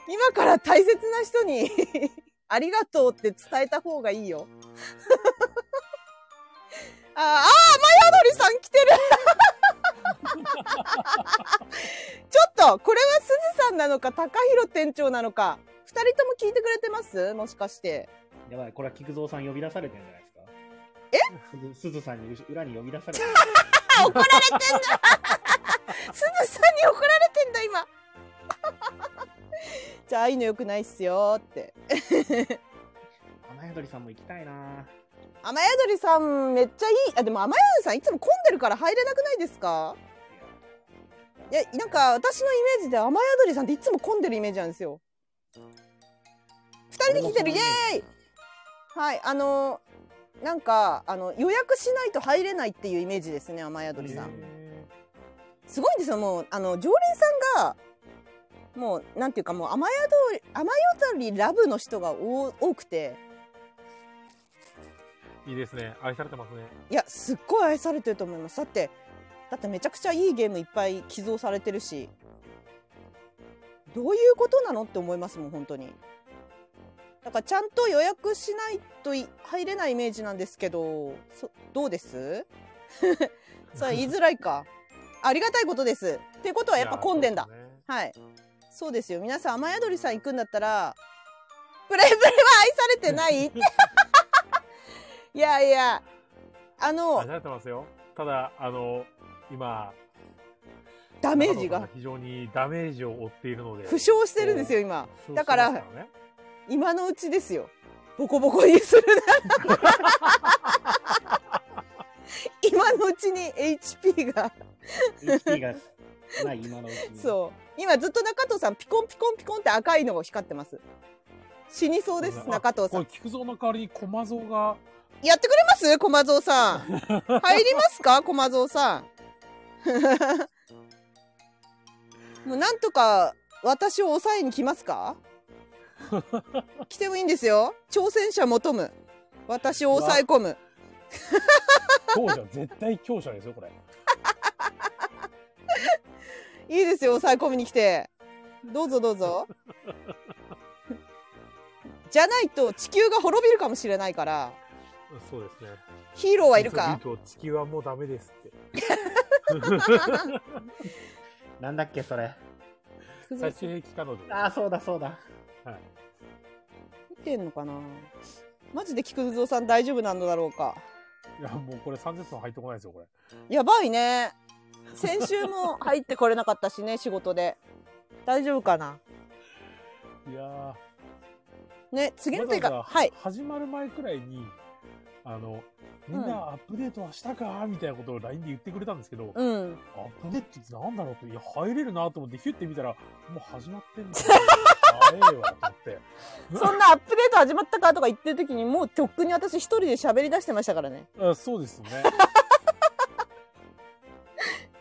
[SPEAKER 1] 今から大切な人に ありがとうって伝えた方がいいよ。 あーあー、雨宿りさん来てる ちょっと、これはすずさんなのか、高弘店長なのか、二人とも聞いてくれてますもしかして。
[SPEAKER 3] やばいこれは菊蔵さん呼び出されてんじゃないですか えすずすずさんに裏に呼び出されてる
[SPEAKER 1] あ、怒られてんすずさんに怒られてんだ今 じゃあああいうのよくないっすよって
[SPEAKER 3] 雨宿りさんも行きたいな
[SPEAKER 1] 雨宿りさんめっちゃいいあでも雨宿りさんいつも混んでるから入れなくないですかいやなんか私のイメージで雨宿りさんっていつも混んでるイメージなんですよ2人で来てるイエーイはいあのなんかあの予約しないと入れないっていうイメージですね雨宿りさん
[SPEAKER 2] へ
[SPEAKER 1] すごいんですよもうあの常連さんがもうなんていうかもう雨宿り雨宿りラブの人が多多くて
[SPEAKER 2] ーいいですね。愛されてますね。
[SPEAKER 1] いやすっごい愛されてると思いますだってだってめちゃくちゃいいゲームいっぱい寄贈されてるしどういうことなのって思いますもん本当にだからちゃんと予約しないとい入れないイメージなんですけどそどうです それ言いづらいかありがたいことですってことはやっぱ混んでんだ
[SPEAKER 2] いやー。そうすね
[SPEAKER 1] はい。そうですよ。皆さん、雨宿りさん行くんだったら、プレイプレは愛されてないいやいや、あ
[SPEAKER 2] 愛
[SPEAKER 1] の、
[SPEAKER 2] されてますよ。ただ、あの、今、
[SPEAKER 1] ダメージ
[SPEAKER 2] 長野さん
[SPEAKER 1] が、
[SPEAKER 2] 非常にダメージを負っているので。
[SPEAKER 1] 負傷してるんですよ、今。
[SPEAKER 2] 負傷してますね
[SPEAKER 1] だから今のうちですよ。ボコボコにするな。今のうちに HP が、
[SPEAKER 3] HP がない今のう ちに
[SPEAKER 1] そう。今ずっと中藤さん、ピコンピコンピコンって赤いのが光ってます。死にそうです、
[SPEAKER 2] あ
[SPEAKER 1] 中藤さ
[SPEAKER 2] こ
[SPEAKER 1] ん
[SPEAKER 2] れ、。菊蔵の代わりに駒蔵が、
[SPEAKER 1] やってくれます駒蔵 さん。入りますか駒蔵さ ん。もうなんとか私を抑えに来ますか来てもいいんですよ。挑戦者求む。私を抑え込む。
[SPEAKER 2] 強者、絶対強者ですよ、これ。
[SPEAKER 1] いいですよ、抑え込みに来て。どうぞどう ぞ。じゃないと地球が滅びるかもしれないから。
[SPEAKER 2] そうですね。
[SPEAKER 1] ヒーローはいる
[SPEAKER 2] 実
[SPEAKER 1] か
[SPEAKER 2] を言うと地球はもうダメですって。
[SPEAKER 3] なんだっけそれ
[SPEAKER 2] 最終兵器可能で。
[SPEAKER 3] ああそうだそうだ
[SPEAKER 2] はい。
[SPEAKER 1] 見てんのかなマジで菊蔵さん大丈夫なのだろうか。
[SPEAKER 2] いや、もうこれ30分入ってこないですよ、これ。
[SPEAKER 1] やばいね。先週も入ってこれなかったし ね、仕事で。大丈夫かない
[SPEAKER 2] やー
[SPEAKER 1] ね、次の手
[SPEAKER 2] わざわ
[SPEAKER 1] が、
[SPEAKER 2] ざ
[SPEAKER 1] はい。
[SPEAKER 2] 始まる前くらいに、あの、みん
[SPEAKER 1] うん
[SPEAKER 2] なアップデートはしたかみたいなことを LINE で言ってくれたんですけど、
[SPEAKER 1] うん。
[SPEAKER 2] アップデートってなんだろうと、いや、入れるなと思ってヒュッて見たら、もう始まってんの 早えわ、と思って。
[SPEAKER 1] そんなアップデート始まったかとか言ってる時に、もうとっくに私一人で喋り出してましたからね。
[SPEAKER 2] あそうですね。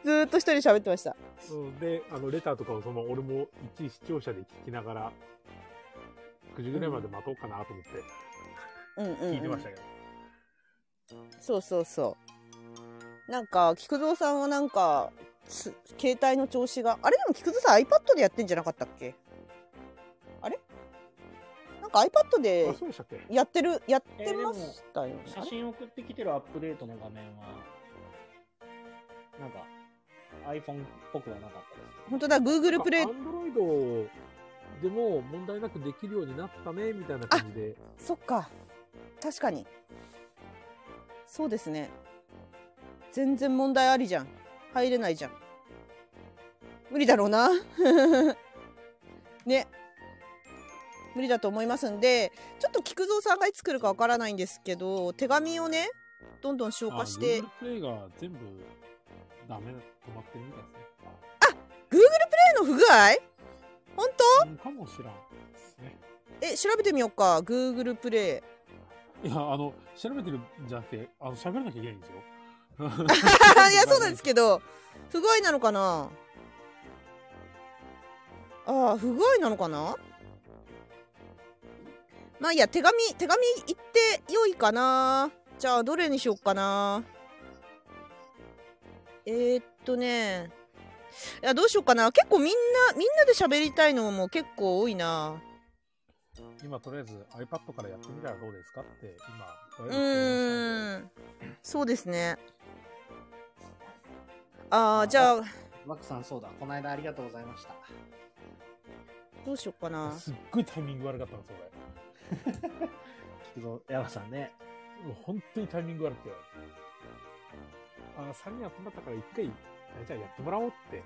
[SPEAKER 1] ずーっと一人で喋ってました。
[SPEAKER 2] うんで、あの、レターとかをその、俺も一視聴者で聞きながら、9時ぐらいまで待とうかなと思って
[SPEAKER 1] うんうん、うん。
[SPEAKER 2] 聞いてましたけど。
[SPEAKER 1] そうそうそう。なんか、菊蔵さんはなんか、す携帯の調子が、あれでも菊蔵さん iPad でやってんじゃなかったっけあれなんか iPad
[SPEAKER 2] あ、
[SPEAKER 1] で
[SPEAKER 2] そうでしたっけ
[SPEAKER 1] やってる、やっ
[SPEAKER 3] え
[SPEAKER 1] て
[SPEAKER 3] ーでも
[SPEAKER 1] ましたよね。あ
[SPEAKER 3] 写
[SPEAKER 1] れ
[SPEAKER 3] 真送ってきてるアップデートの画面はなんか iPhone っぽくはなかったです
[SPEAKER 1] 本当だ Google プレイ
[SPEAKER 2] アンドロイドでも問題なくできるようになったね、みたいな感じで。
[SPEAKER 1] そっか確かにそうですね全然問題ありじゃん入れないじゃん無理だろうな ね無理だと思いますんでちょっと菊蔵さんがいつ来るかわからないんですけど手紙をねどんどん消化して
[SPEAKER 2] Google プレイが全部ダメ、止まってるみたいですね。
[SPEAKER 1] 手の不具合本当
[SPEAKER 2] うんかもしらんですね。
[SPEAKER 1] え調べてみようか Google プレイ
[SPEAKER 2] いや、あの、調べてるんじゃなくて、あの、喋らなきゃいけないんですよ。
[SPEAKER 1] あ いやそうなんですけど不具合なのかなあー不具合なのかなまあいいや手紙手紙行って良いかなじゃあどれにしよっかなえー、っとねいやどうしようかな結構みんなみんなで喋りたいのも結構多いな
[SPEAKER 2] 今、とりあえず iPad からやってみたらどうですかって、今、と
[SPEAKER 1] う
[SPEAKER 2] りあえ
[SPEAKER 1] ーんそうですねああじゃあ
[SPEAKER 3] マックさんそうだこの間ありがとうございました
[SPEAKER 1] どうしようかな
[SPEAKER 2] ずすっごいタイミング悪かったんですよ、
[SPEAKER 3] 菊蔵山さんね
[SPEAKER 2] 俺。もう本当にタイミング悪くて。あ、3人集まったから一回じゃあやってもらおうって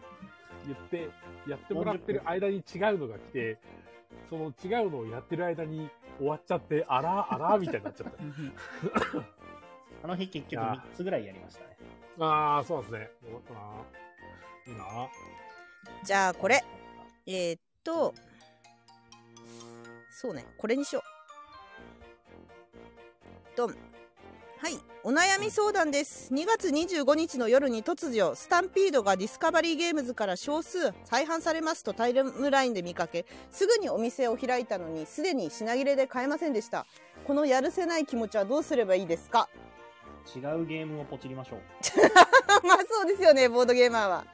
[SPEAKER 2] 言って、やってもらってる間に違うのが来て、その違うのをやってる間に終わっちゃって、あら、あら、みたい になっちゃっ
[SPEAKER 3] あの日結局
[SPEAKER 2] いやー
[SPEAKER 3] 3つぐらいやりましたね。
[SPEAKER 2] た。ああ、そうですね。終わったな。いいな。
[SPEAKER 1] じゃあこれえーっとそうねこれにしようドンはいお悩み相談です2月25日の夜に突如スタンピードがディスカバリーゲームズから少数再販されますとタイムラインで見かけすぐにお店を開いたのにすでに品切れで買えませんでしたこのやるせない気持ちはどうすればいいですか
[SPEAKER 3] 違うゲームをポチりましょう。
[SPEAKER 1] まあそうですよねボードゲーマーは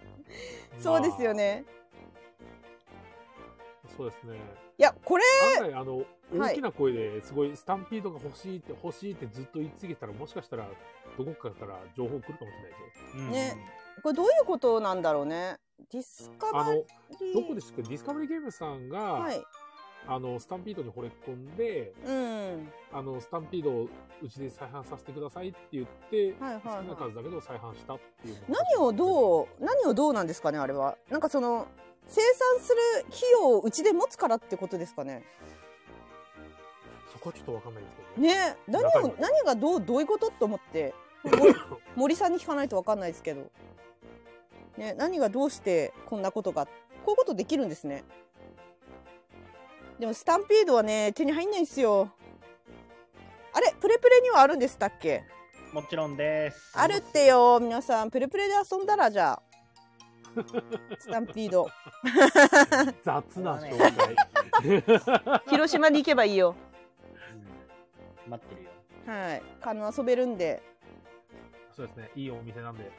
[SPEAKER 1] そうですよね
[SPEAKER 2] まあ。そうですね。
[SPEAKER 1] いやこれ
[SPEAKER 2] 案外あの、
[SPEAKER 1] はい
[SPEAKER 2] 大きな声ですごいスタンピードが欲しいって欲しいってずっと言い続けたらもしかしたらどこかから情報来るかもしれないですよ。
[SPEAKER 3] うん
[SPEAKER 1] ねこれどういうことなんだろうねディスカ
[SPEAKER 2] あ
[SPEAKER 1] バリ
[SPEAKER 2] の
[SPEAKER 1] ー
[SPEAKER 2] どこでしかディスカバリーゲームズさんが、
[SPEAKER 1] はい
[SPEAKER 2] あのスタンピードに惚れ込んで
[SPEAKER 1] うん
[SPEAKER 2] あのスタンピードをうちで再販させてくださいって言って、
[SPEAKER 1] はいはいはい
[SPEAKER 2] 好きな数だけど再販したっていう
[SPEAKER 1] 何をどう何をどうなんですかねあれはなんかその生産する費用をうちで持つからってことですかね
[SPEAKER 2] そこはちょっとわかんないんですけどね
[SPEAKER 1] ね何
[SPEAKER 2] 中身
[SPEAKER 1] を
[SPEAKER 2] は
[SPEAKER 1] 何がどうどういうことと思っ ても森さんに聞かないと分かんないですけど、ね、何がどうしてこんなことがこういうことできるんですねでもスタンピードはね手に入んないんですよあれプレプレにはあるんでしたっけ
[SPEAKER 3] もちろんです。
[SPEAKER 1] あるってよ皆さんプレプレで遊んだらじゃあスタンピード
[SPEAKER 2] 雑な紹
[SPEAKER 1] 広島に行けばいいよ
[SPEAKER 3] うん待ってるよ。
[SPEAKER 1] はい可能遊べるんで
[SPEAKER 2] そうですねいいお店なんで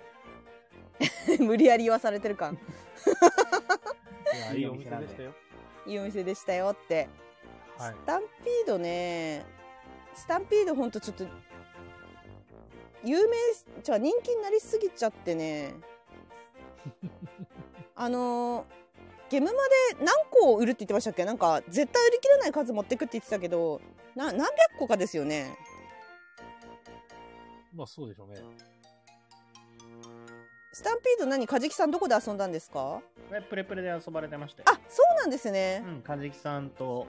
[SPEAKER 1] 無理やり言わされてる感
[SPEAKER 2] いやいいお店でしたよ
[SPEAKER 1] いいお店でしたよって、
[SPEAKER 2] はい
[SPEAKER 1] スタンピードねスタンピードほんとちょっと有名じゃあ人気になりすぎちゃってねあのーゲムマで何個売るって言ってましたっけなんか絶対売り切れない数持ってくって言ってたけどな何百個かですよね
[SPEAKER 2] まあそうでしょうね
[SPEAKER 1] スタンピード何カジキさんどこで遊んだんですか
[SPEAKER 3] これプレプレで遊ばれてましたよ。
[SPEAKER 1] あそうなんですね
[SPEAKER 3] う、ん、カジキさんと、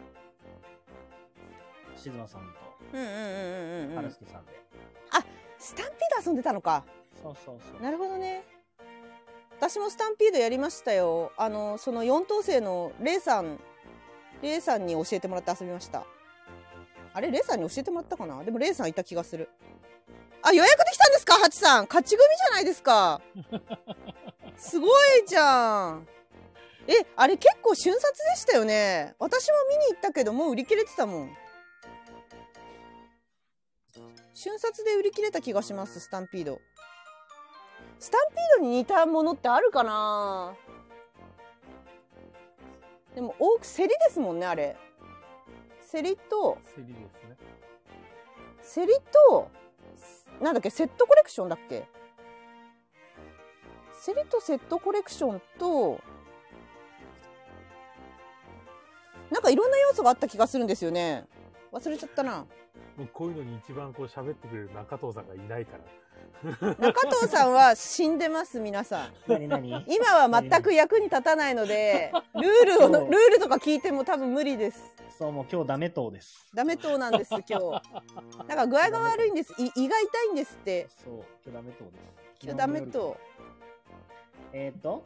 [SPEAKER 3] 静馬さん
[SPEAKER 1] うん、うんうんうん
[SPEAKER 3] と、
[SPEAKER 1] うんう
[SPEAKER 3] ハ
[SPEAKER 1] ん
[SPEAKER 3] ルスケさんで。
[SPEAKER 1] スタンピード遊んでたのか
[SPEAKER 3] そうそうそう。
[SPEAKER 1] なるほどね私もスタンピードやりましたよあのその4等生のレイさんレイさんに教えてもらって遊びましたあれレイさんに教えてもらったかなでもレイさんいた気がするあ予約できたんですかハチさん勝ち組じゃないですかすごいじゃんえあれ結構瞬殺でしたよね私も見に行ったけどもう売り切れてたもん瞬殺で売り切れた気がしますスタンピードスタンピードに似たものってあるかなでも多くセリですもんねあれセリと
[SPEAKER 2] セリですね
[SPEAKER 1] セリとなんだっけセットコレクションだっけセリとセットコレクションとなんかいろんな要素があった気がするんですよね忘れちゃったな
[SPEAKER 2] もうこういうのに一番こう喋ってくれる中藤さんがいないから
[SPEAKER 1] 中藤さんは死んでます皆さん
[SPEAKER 3] 何何
[SPEAKER 1] 今は全く役に立たないのでルールをルールとか聞いても多分無理です
[SPEAKER 3] そう、もう今日ダメ党です。
[SPEAKER 1] ダメ党なんです今日なんか具合が悪いんですい胃が痛いんですって
[SPEAKER 3] そう、今日ダメ党です。
[SPEAKER 1] 今日ダメ党
[SPEAKER 3] えっ、ー、と、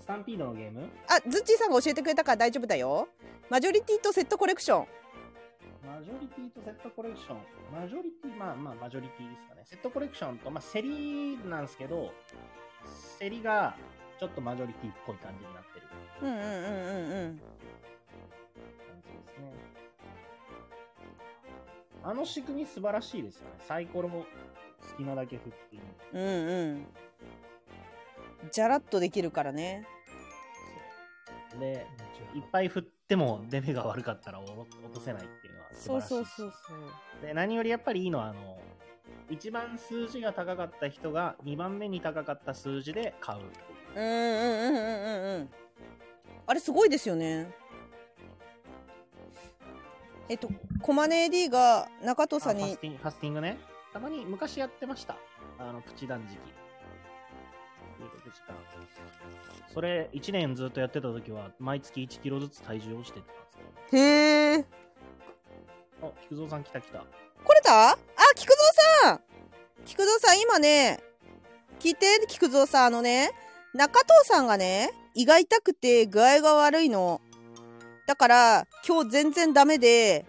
[SPEAKER 3] スタンピードのゲーム
[SPEAKER 1] あズッチーさんが教えてくれたから大丈夫だよマジョリティとセットコレクション
[SPEAKER 3] マジョリティとセットコレクション。マジョリティ、まあまあ、マジョリティですかね。セットコレクションと、まあ、セリなんですけど、セリがちょっとマジョリティっぽい感じになってる
[SPEAKER 1] うんうんうんうんうん
[SPEAKER 3] 感じですね。あの仕組み素晴らしいですよね。サイコロも好きなだけ振っていい。
[SPEAKER 1] うんうんじゃらっとできるからね
[SPEAKER 3] そうで、いっぱい振っても出目が悪かったら落とせないっていうのは素晴
[SPEAKER 1] そう
[SPEAKER 3] らしい。
[SPEAKER 1] そうそう
[SPEAKER 3] で何よりやっぱりいいのはあの一番数字が高かった人が2番目に高かった数字で買う
[SPEAKER 1] そううんうんうんうんうんうんあれすごいですよねえっとコマネ AD が中藤さん
[SPEAKER 3] あファ
[SPEAKER 1] に
[SPEAKER 3] スティンファスティングねたまに昔やってましたあのプチ断食時間。それ、1年ずっとやってた時は、毎月1キロずつ体重落ちてってたんですよ。
[SPEAKER 1] へえ。
[SPEAKER 3] あ、菊蔵さん来た来た。
[SPEAKER 1] 来れたあ、菊蔵さん菊蔵さん、今ね、聞いて、菊蔵さん、あのね、中藤さんがね、胃が痛くて具合が悪いの。だから、今日全然ダメで、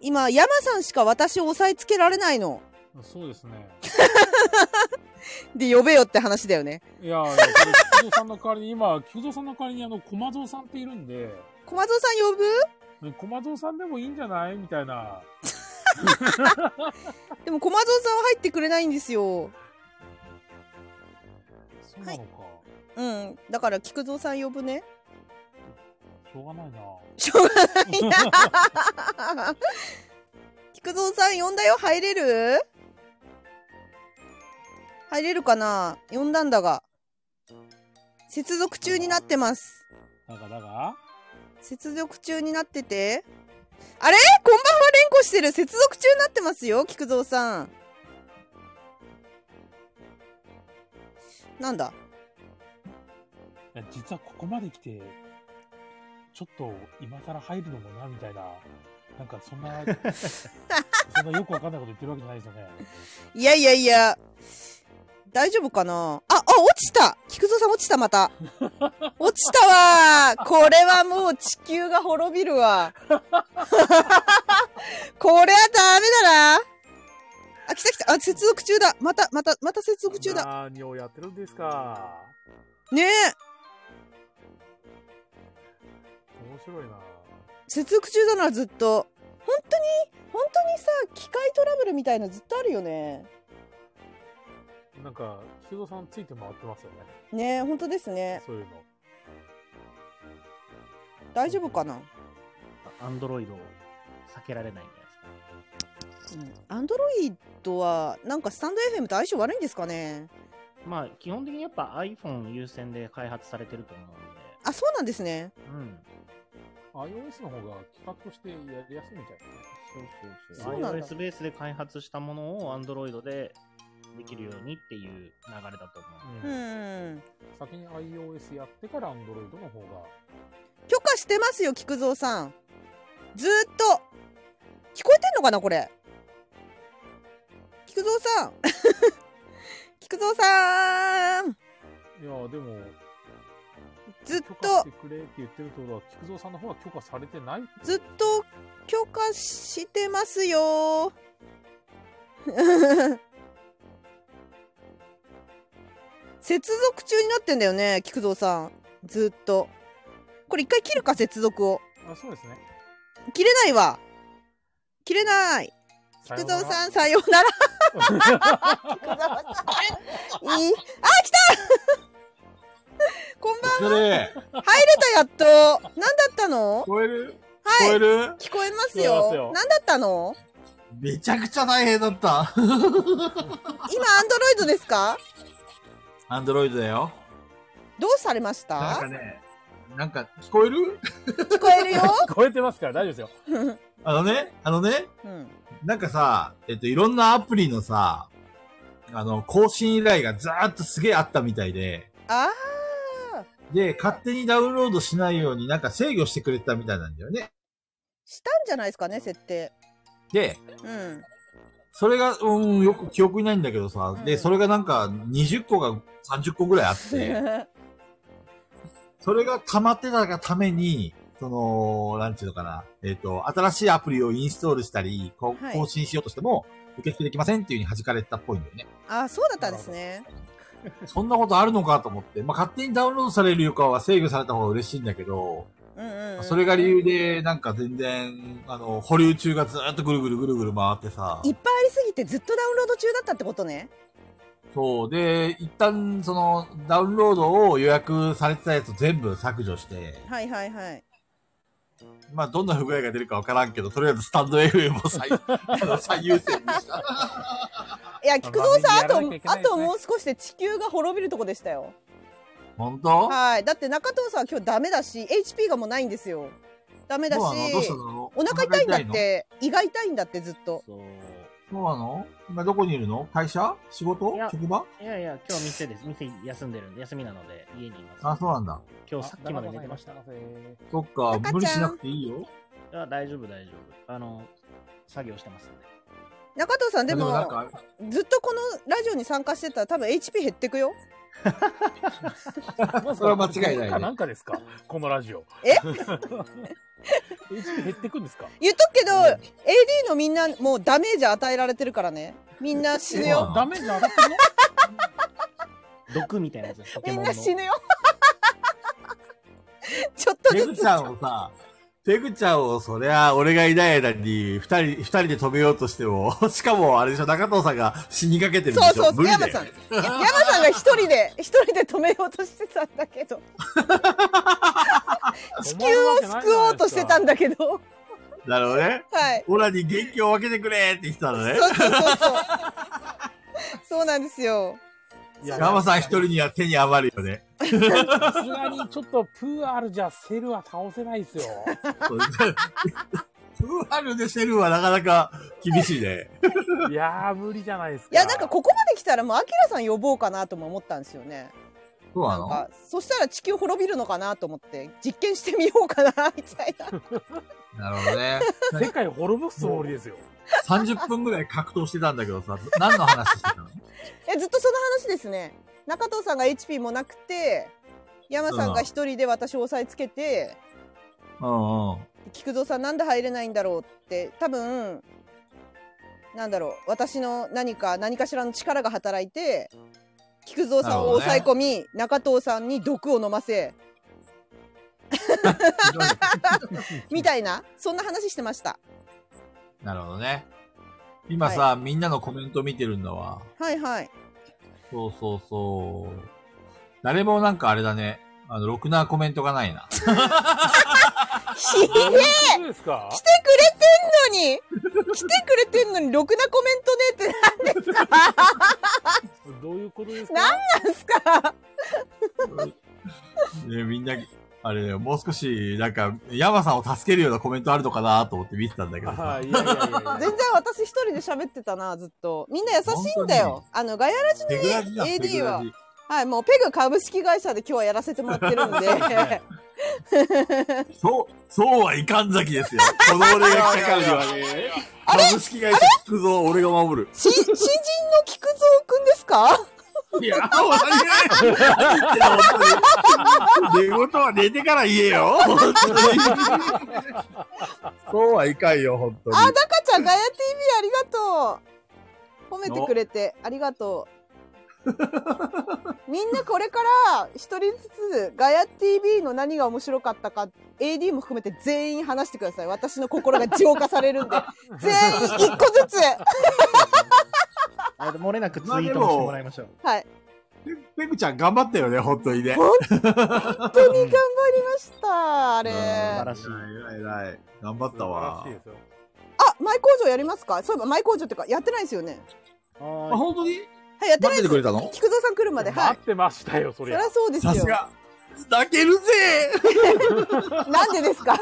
[SPEAKER 1] 今、山さんしか私を押さえつけられないの。
[SPEAKER 2] そうですね。
[SPEAKER 1] で、呼べよって話だよね。
[SPEAKER 2] いや、いやこれ菊蔵さんの代わりに、今、菊蔵さんの代わりに、あの、駒蔵さんっているんで、
[SPEAKER 1] 小松さん呼ぶ
[SPEAKER 2] 駒蔵さんでもいいんじゃないみたいな。
[SPEAKER 1] でも小松さんは入ってくれないんですよ。
[SPEAKER 2] そうなのか。
[SPEAKER 1] うん。だから、菊蔵さん呼ぶね。
[SPEAKER 2] しょうがないな。
[SPEAKER 1] しょうがないな。 菊蔵さん呼んだよ入れる入れるかな呼んだんだが接続中になってます
[SPEAKER 2] だがだが
[SPEAKER 1] 接続中になっててあれこんばんは連呼してる接続中になってますよ菊蔵さんなんだ
[SPEAKER 2] いや実はここまで来て、ちょっと今更入るのもな、みたいな。なんかそん な、そんなよくわかんないこと言ってるわけじゃないですよね。
[SPEAKER 1] いやいやいや大丈夫かなあ、あ、落ちた菊蔵さん落ちたまた。落ちたわーこれはもう地球が滅びるわ。 これはダメだなあ、来た来たあ、接続中だまた、また、また接続中だ
[SPEAKER 2] 何をやってるんですか。
[SPEAKER 1] ねえ
[SPEAKER 2] 面白いな。
[SPEAKER 1] 接続中だな、ずっと。本当に、本当にさ、機械トラブルみたいのずっとあるよね。
[SPEAKER 2] なんか、菊蔵さんついて回ってますよね。
[SPEAKER 1] ねえ、本当ですね。
[SPEAKER 2] そういうの。
[SPEAKER 1] 大丈夫かな
[SPEAKER 3] アンドロイドを避けられないんじゃないですか。
[SPEAKER 1] アンドロイドは、なんかスタンド FM と相性悪いんですかね
[SPEAKER 3] まあ、基本的にやっぱ iPhone 優先で開発されてると思う
[SPEAKER 1] あ、そうなんですね。
[SPEAKER 3] んで。うん。
[SPEAKER 2] iOS の方が企画としてやりやすいみたいなね。
[SPEAKER 3] そ
[SPEAKER 1] そ
[SPEAKER 3] う
[SPEAKER 1] うなんだ
[SPEAKER 3] iOS ベースで開発したものを Android でできるようにっていう流れだと思う。
[SPEAKER 1] う
[SPEAKER 2] うん
[SPEAKER 1] ん。
[SPEAKER 2] 先に iOS やってから Android の方が。
[SPEAKER 1] 許可してますよ、菊蔵さん。ずーっと。聞こえてんのかな、これ。菊蔵さん。 菊蔵さん。
[SPEAKER 2] いや、でも、
[SPEAKER 1] ずっ
[SPEAKER 2] 許可し
[SPEAKER 1] と
[SPEAKER 2] て、くれって言ってるってことは、菊蔵さんの方は許可されてない
[SPEAKER 1] ずっと許可してますよ。 接続中になってんだよね、菊蔵さん。ずっと。これ一回切るか、接続を。
[SPEAKER 2] あ、そうですね。
[SPEAKER 1] 切れないわ。切れない。
[SPEAKER 2] 菊
[SPEAKER 1] 菊蔵さん、さようなら。菊蔵さん。いい。あ、来た こんばんは。
[SPEAKER 4] それ、聞
[SPEAKER 1] 入れた、やっと。何だったの
[SPEAKER 4] こえる聞こ
[SPEAKER 1] は
[SPEAKER 4] え
[SPEAKER 1] い。
[SPEAKER 4] る
[SPEAKER 1] 聞こえます
[SPEAKER 2] 聞こえます
[SPEAKER 1] よ
[SPEAKER 2] よ。
[SPEAKER 1] 何だったの
[SPEAKER 4] めちゃくちゃ大変だった。
[SPEAKER 1] 今、アンドロイドですか
[SPEAKER 4] アンドロイドだよ。
[SPEAKER 1] どうされまし
[SPEAKER 4] なんか
[SPEAKER 1] た
[SPEAKER 4] ね、なんか聞こえる
[SPEAKER 1] 聞こ えるよ。
[SPEAKER 2] 聞こえてますから大丈夫ですよ。
[SPEAKER 4] あのね、あのね、
[SPEAKER 1] うん。
[SPEAKER 4] なんかさ、えっと、いろんなアプリのさ、あの、更新依頼がずーっとすげえあったみたいで、
[SPEAKER 1] ああ。
[SPEAKER 4] で、勝手にダウンロードしないようになんか制御してくれてたみたいなんだよね。
[SPEAKER 1] したんじゃないですかね、設定。
[SPEAKER 4] で、
[SPEAKER 1] うん。
[SPEAKER 4] それが、うん、よく記憶にないんだけどさ、
[SPEAKER 1] うん
[SPEAKER 4] で、それがなんか20個が30個ぐらいあって、それが溜まってたがために、その、なんていうのかな、えっ、と、新しいアプリをインストールしたり、こ
[SPEAKER 1] はい
[SPEAKER 4] 更新しようとしても、受付できませんっていうふうに弾かれてたっぽいんだよね。
[SPEAKER 1] ああ、そうだったんですね。
[SPEAKER 4] そんなことあるのかと思って、まあ、勝手にダウンロードされるよりかは制御された方が嬉しいんだけど、
[SPEAKER 1] うんうんうん。
[SPEAKER 4] それが理由で、なんか全然、あの、保留中がずーっとぐるぐるぐるぐる回ってさ、
[SPEAKER 1] いっぱいありすぎてずっとダウンロード中だったってことね。
[SPEAKER 4] そう、で、一旦その、ダウンロードを予約されてたやつを全部削除して、
[SPEAKER 1] はいはいはい。
[SPEAKER 4] まあ、どんな不具合が出るかわからんけど、とりあえずスタンド FM を 最あの最優先にした。
[SPEAKER 1] いや、菊蔵さん、あと、
[SPEAKER 2] まあまあみんなやらなきゃいけ
[SPEAKER 1] あ
[SPEAKER 2] ないですね
[SPEAKER 1] ともう少しで地球が滅びるとこでしたよ。
[SPEAKER 4] 本当
[SPEAKER 1] はい。だって中藤さんは今日ダメだし、HP がもうないんですよ。ダメだし
[SPEAKER 4] どうなのどうした、の
[SPEAKER 1] お腹痛いんだっ。て、胃が痛いんだってずっと。
[SPEAKER 3] そう。
[SPEAKER 4] そうなの今どこにいるの会社仕事
[SPEAKER 3] いや
[SPEAKER 4] 職場
[SPEAKER 3] いやいや、今日店です。店休んでるんで、休みなので、家にいます。
[SPEAKER 4] あ、そうなんだ。
[SPEAKER 3] 今日さっきまで寝てました。い
[SPEAKER 4] そっか、
[SPEAKER 1] 赤ちゃん
[SPEAKER 4] 無理しなくていいよ。
[SPEAKER 3] や、大丈夫、大丈夫。あの、作業してますんで。
[SPEAKER 1] 中藤さんでも
[SPEAKER 4] なんか、
[SPEAKER 1] ずっとこのラジオに参加してたら多分 HP 減ってくよ
[SPEAKER 2] まず
[SPEAKER 4] それは間違いないね
[SPEAKER 2] かなんかですかこのラジオ。
[SPEAKER 1] え
[SPEAKER 2] HP 減ってくんですか
[SPEAKER 1] 言っとくけど AD のみんなもうダメージ与えられてるからねみんな死ぬよ
[SPEAKER 4] あ
[SPEAKER 2] ダメージ上がってるね。
[SPEAKER 3] 毒みたいなやつです。ポケ
[SPEAKER 1] み
[SPEAKER 3] モ
[SPEAKER 1] ん
[SPEAKER 3] ンの
[SPEAKER 1] な死ぬよ ちょっと
[SPEAKER 4] ペ
[SPEAKER 1] ず
[SPEAKER 4] グ
[SPEAKER 1] つ
[SPEAKER 4] ちゃんをさ、ペグちゃんをそりゃ、俺がいない間に、二人、二人で止めようとしても、 しかもあれでしょ、中藤さんが死にかけてるんでし
[SPEAKER 1] そう
[SPEAKER 4] ょ
[SPEAKER 1] そう
[SPEAKER 4] 無理
[SPEAKER 1] 山
[SPEAKER 4] だ よ
[SPEAKER 1] さん。や山さんが一人で一人で止めようとしてたんだけど地球を救おうとしてたんだけど
[SPEAKER 4] なるほどね。
[SPEAKER 1] はい
[SPEAKER 4] オラに元気を分けてくれって言ってたのね。
[SPEAKER 1] そうそう そうそうそうなんですよ
[SPEAKER 2] いや
[SPEAKER 4] ガマさん一人には手に余るよね。
[SPEAKER 2] さすがにちょっとプーアルじゃセルは倒せな いですよ。
[SPEAKER 4] そう プーアルでセルはなかなか厳しいね。
[SPEAKER 2] いやー無理じゃないですか。
[SPEAKER 1] いやなんかここまで来たらもうアキラさん呼ぼうかなとも思ったんですよね
[SPEAKER 4] そうな
[SPEAKER 1] なん
[SPEAKER 4] の
[SPEAKER 1] かそしたら地球滅びるのかなと思って実験してみようかなみたいな
[SPEAKER 4] なるほどね。
[SPEAKER 2] 世界滅ぼすつもりですよ。
[SPEAKER 4] 30分ぐらい格闘してたんだけどさ、何の話してたの
[SPEAKER 1] えずっとその話ですね中藤さんが HP もなくて山さんが一人で私を押さえつけて
[SPEAKER 4] うんうん。
[SPEAKER 1] 菊蔵さんなんで入れないんだろうって多分なんだろう私の何か何かしらの力が働いて菊蔵さんを抑え込み、中藤さんに毒を飲ませ
[SPEAKER 4] ひどい
[SPEAKER 1] みたいなそんな話してました
[SPEAKER 4] なるほどね。今さ、みんなのコメント見てるんだわ。
[SPEAKER 1] はいはい
[SPEAKER 4] そうそうそう。誰もなんかあれだね。あの、ろくなコメントがないな。
[SPEAKER 1] ひ
[SPEAKER 2] どういうことですか
[SPEAKER 1] 来てくれてんのに来てくれてんのにろくなコメントねえって
[SPEAKER 2] どういうことですか
[SPEAKER 1] ななんですか
[SPEAKER 4] ね、みんな、あれだよ、もう少し、なんか、ヤマさんを助けるようなコメントあるのかなと思って見てたんだけど
[SPEAKER 2] あ
[SPEAKER 4] さ。
[SPEAKER 2] ーいやいやいやいや
[SPEAKER 1] 全然私一人で喋ってたなずっとみんな優しいんだよあのガヤラ
[SPEAKER 4] ペグラジだ、
[SPEAKER 1] AD
[SPEAKER 4] ペグラジ。
[SPEAKER 1] はいもうペグ株式会社で今日はやらせてもらって るんで
[SPEAKER 4] そう、そうはいかんざきですよ。この俺が来たからに はね。株式会社聞くぞ、俺が守る。
[SPEAKER 1] し新人の菊蔵くんですか
[SPEAKER 4] いや、もう何が何言ってんの、本当に。寝言は寝てから言えよ、本当に。そうはいかんよ、本当に。
[SPEAKER 1] あ中ちゃんガヤ TV ありがとう褒めてくれてありがとう みんなこれから一人ずつガヤ TV の何が面白かったか AD も含めて全員話してください私の心が浄化され るんで全員一個ずつ
[SPEAKER 3] あ漏れなくツイートもしてもらいましょう。
[SPEAKER 1] はい
[SPEAKER 4] ペグちゃん頑張ったよね、本当にね。
[SPEAKER 1] 本当に頑張りましたあれ
[SPEAKER 4] うん
[SPEAKER 1] あ
[SPEAKER 3] 素
[SPEAKER 4] 偉い偉い。頑張ったわ
[SPEAKER 2] 素晴らしい。ですよ
[SPEAKER 1] マイ工場やりますかそういえばマイ工場っていうかやってないですよね
[SPEAKER 4] あ、
[SPEAKER 3] は
[SPEAKER 4] 本当に
[SPEAKER 1] はいやってない
[SPEAKER 4] 待って
[SPEAKER 1] で
[SPEAKER 4] てく
[SPEAKER 1] す
[SPEAKER 4] れたの
[SPEAKER 1] 菊蔵さん来るまではい
[SPEAKER 2] 待ってましたよ、そ
[SPEAKER 1] そ
[SPEAKER 2] り
[SPEAKER 1] り
[SPEAKER 2] ゃ
[SPEAKER 1] ゃ。そうですよ
[SPEAKER 4] さすが。泣けるぜ
[SPEAKER 1] なんでですか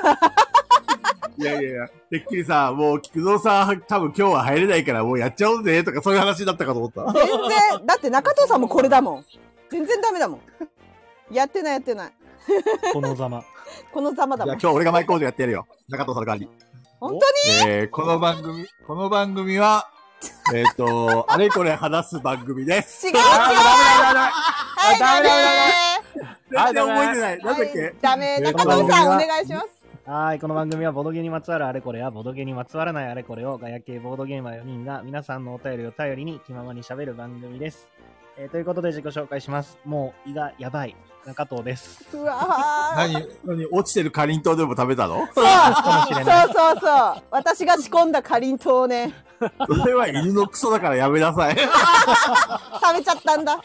[SPEAKER 4] いやいやいや、てっきりさ、もう菊蔵さん、多分今日は入れないからもうやっちゃおうぜとかそういう話だったかと思った。
[SPEAKER 1] 全然だって中藤さんもこれだもん全然ダメだもんやってないやってない
[SPEAKER 3] い。このざま。
[SPEAKER 1] このざまだ
[SPEAKER 4] じ
[SPEAKER 1] も
[SPEAKER 4] ゃあ
[SPEAKER 1] ん
[SPEAKER 4] 今日俺がマイ工場やってやるよ。中藤さんの代わり。
[SPEAKER 1] 本
[SPEAKER 4] えーこの番組、この番組は、え っ、と、あれこれ話す番組です。
[SPEAKER 1] 当に違う
[SPEAKER 2] あ
[SPEAKER 1] はい
[SPEAKER 2] ダ
[SPEAKER 1] ダ
[SPEAKER 2] メ
[SPEAKER 1] メ
[SPEAKER 2] だあ
[SPEAKER 4] 全然覚えてない。なんだっ
[SPEAKER 1] はい
[SPEAKER 4] け
[SPEAKER 1] ダメ中藤さんお願いします
[SPEAKER 3] はい、この番組はボドゲにまつわるあれこれやボドゲにまつわらないあれこれをガヤ系ボードゲーマー4人が皆さんのお便りを頼りに気ままに喋る番組です。えーということで自己紹介します。もう胃がやばい。中藤です。
[SPEAKER 1] うわー
[SPEAKER 4] 何、何、落ちてるかりんとうでも食べたの
[SPEAKER 1] そう
[SPEAKER 3] かもしれない
[SPEAKER 1] そうそうそう私が仕込んだかりんとうをね
[SPEAKER 4] それは犬のクソだからやめなさい。
[SPEAKER 1] 食べちゃったんだ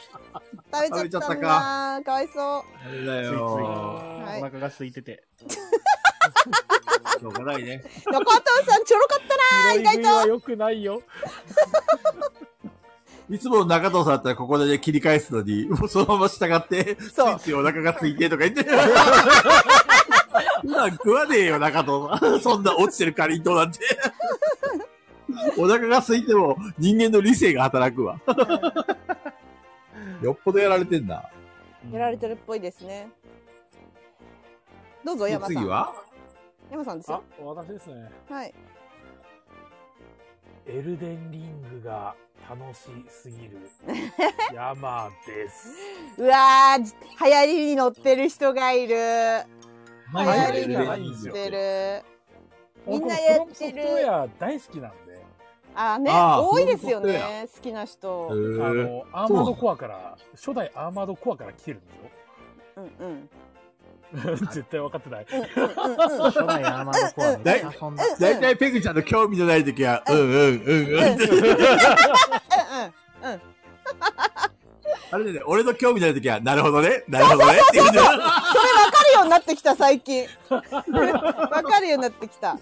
[SPEAKER 1] 食べちゃったんだ
[SPEAKER 4] 食べち
[SPEAKER 1] かわいそ
[SPEAKER 4] あれだ
[SPEAKER 3] ついつい。お
[SPEAKER 4] よ。
[SPEAKER 1] はい
[SPEAKER 3] 腹が空いてて。
[SPEAKER 4] しょうがないね。
[SPEAKER 1] う中藤さんちょろかったな
[SPEAKER 2] 拾
[SPEAKER 1] 意
[SPEAKER 2] い
[SPEAKER 1] 外
[SPEAKER 2] 食いは
[SPEAKER 1] と
[SPEAKER 2] 良くないよ。
[SPEAKER 4] いつもの中藤さんだったらここで、ね、切り返すのに、もうそのまま従って、つ
[SPEAKER 1] そう
[SPEAKER 4] いついお腹がついてとか言って。 普段食わねえよ、中藤さん。そんな落ちてるかりんとうなんて。 お腹が空いても人間の理性が働くわ。よっぽどやられてんな。
[SPEAKER 1] やられてるっぽいですね。どうぞ山さん。
[SPEAKER 4] 次は
[SPEAKER 1] 山さんです
[SPEAKER 2] あ
[SPEAKER 1] よ。、
[SPEAKER 2] 私ですね。
[SPEAKER 1] はい。
[SPEAKER 2] エルデンリングが楽しすぎ る山です。
[SPEAKER 1] うわー、流行りに乗ってる人がいる。流
[SPEAKER 2] 流
[SPEAKER 1] 行
[SPEAKER 2] 行
[SPEAKER 1] りに
[SPEAKER 2] りに
[SPEAKER 1] 乗
[SPEAKER 2] は
[SPEAKER 1] ってる。みんな
[SPEAKER 2] 俺
[SPEAKER 1] や
[SPEAKER 2] こ
[SPEAKER 1] っ
[SPEAKER 2] の
[SPEAKER 1] て
[SPEAKER 2] プロソフト
[SPEAKER 1] る。
[SPEAKER 2] ウェア大好きなんで、
[SPEAKER 1] あーね、
[SPEAKER 4] あー
[SPEAKER 1] 多いですよ
[SPEAKER 4] フロムソ
[SPEAKER 1] ね。好きな人。
[SPEAKER 4] へ
[SPEAKER 1] うん
[SPEAKER 2] あ
[SPEAKER 4] ー
[SPEAKER 2] の、アーマードコアから、初代アーマードコアから来てるん
[SPEAKER 1] うん。うん
[SPEAKER 2] ですよ。絶 対分かってな
[SPEAKER 1] う
[SPEAKER 2] い。
[SPEAKER 1] ん
[SPEAKER 3] 初代アーマードコアめっちゃ遊んだ。
[SPEAKER 4] だいたいペグちゃんの興味のない時は、うんうんうんうんって。あれだよね、俺の興味のない時は、なるほどね、なるほどねって言うんだ
[SPEAKER 1] わ
[SPEAKER 4] よ
[SPEAKER 1] かるようになってきた最近。 わかるようになってきた。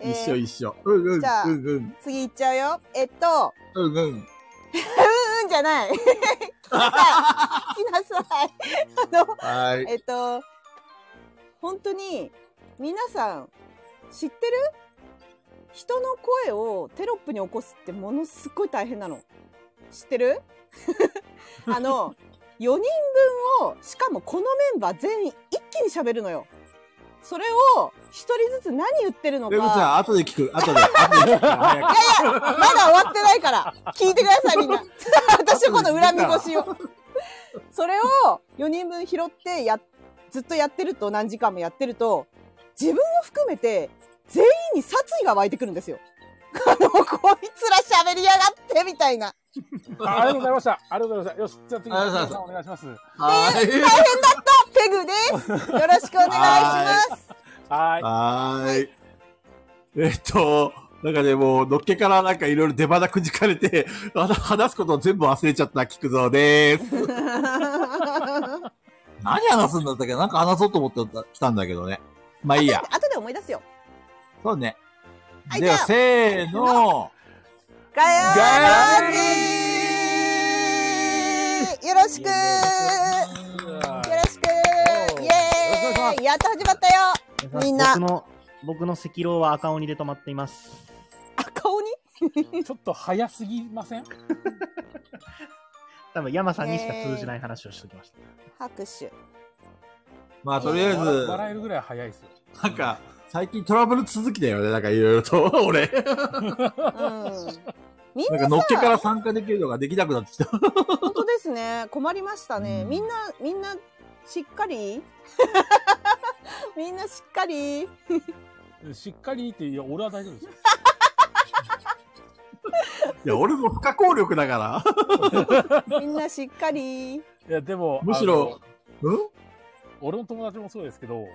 [SPEAKER 1] えー
[SPEAKER 4] 一緒一緒。うんうん、
[SPEAKER 1] じゃあ
[SPEAKER 4] うんうん、
[SPEAKER 1] 次いっちゃうよ。えっと、
[SPEAKER 4] うんうん。
[SPEAKER 1] うんうんじゃない。聞きなさい。聞きなさい。あの、
[SPEAKER 4] はーい。
[SPEAKER 1] えっと、本当に皆さん知ってる人の声をテロップに起こすってものすっごい大変なの。知って るあの、4人分を、しかもこのメンバー全員一気に喋るのよ。それを一人ずつ何言ってるの
[SPEAKER 4] ペグちゃ
[SPEAKER 1] か、
[SPEAKER 4] ん、後で聞く、後で、後で聞く早
[SPEAKER 1] ま
[SPEAKER 4] く。
[SPEAKER 1] だ終わってないから、聞いてくださいみん な。私のこの恨み腰を。それを4人分拾ってや、ずっとやってると、何時間もやってると、自分を含めて、全員に殺意が湧いてくるんですよ。あの、こいつら喋りやがって、みたいな。
[SPEAKER 2] あありがとうございました。ありがとうございました。よし、じゃ
[SPEAKER 4] あ
[SPEAKER 2] あ
[SPEAKER 4] り
[SPEAKER 2] 次、
[SPEAKER 4] がとうござ
[SPEAKER 2] 皆さ
[SPEAKER 4] いました
[SPEAKER 2] んお願いします。
[SPEAKER 4] はーい。
[SPEAKER 1] ペグです。よろしくお願いします。
[SPEAKER 2] はーい。
[SPEAKER 4] はーい。えっと、なんかね、もう、のっけからなんかいろいろ出花くじかれて、 あの話すことを全部忘れちゃった菊蔵でー す。何話すんだったっけなんか話そうと思ってた来たんだけどね。まあいい や。
[SPEAKER 1] 後で思い出すよ。
[SPEAKER 4] そうね。
[SPEAKER 1] はい
[SPEAKER 4] では、
[SPEAKER 1] じゃあ
[SPEAKER 4] せーの。
[SPEAKER 1] ガヤ
[SPEAKER 4] ガ
[SPEAKER 1] ージーよろしくよろしくイエーイやっと始まったよみんな
[SPEAKER 3] 僕の、僕の赤狼は赤鬼で止まっています。
[SPEAKER 1] 赤鬼
[SPEAKER 2] ちょっと早すぎません
[SPEAKER 3] 多分山さんにしか通じない話をしてきました。
[SPEAKER 1] 拍手。
[SPEAKER 4] まあ、とりあえず、
[SPEAKER 2] 笑えるぐらい早いですよ。
[SPEAKER 4] なんか、最近トラブル続きだよね。なんかいろいろと、 俺。
[SPEAKER 1] うん。みんなさ、
[SPEAKER 4] なんか、のっけから参加できるのができなくなってきた。
[SPEAKER 1] 本当ですね。困りましたね。
[SPEAKER 4] うん
[SPEAKER 1] みんな、みんな、しっかり みんなしっかり
[SPEAKER 2] しっかりって、いや、俺は大丈夫ですよ。
[SPEAKER 4] いや、俺も不可抗力だか
[SPEAKER 1] みんなしっかり
[SPEAKER 2] いや、でも、
[SPEAKER 4] むしろら。 うん
[SPEAKER 2] あの、俺の友達もそうですけど、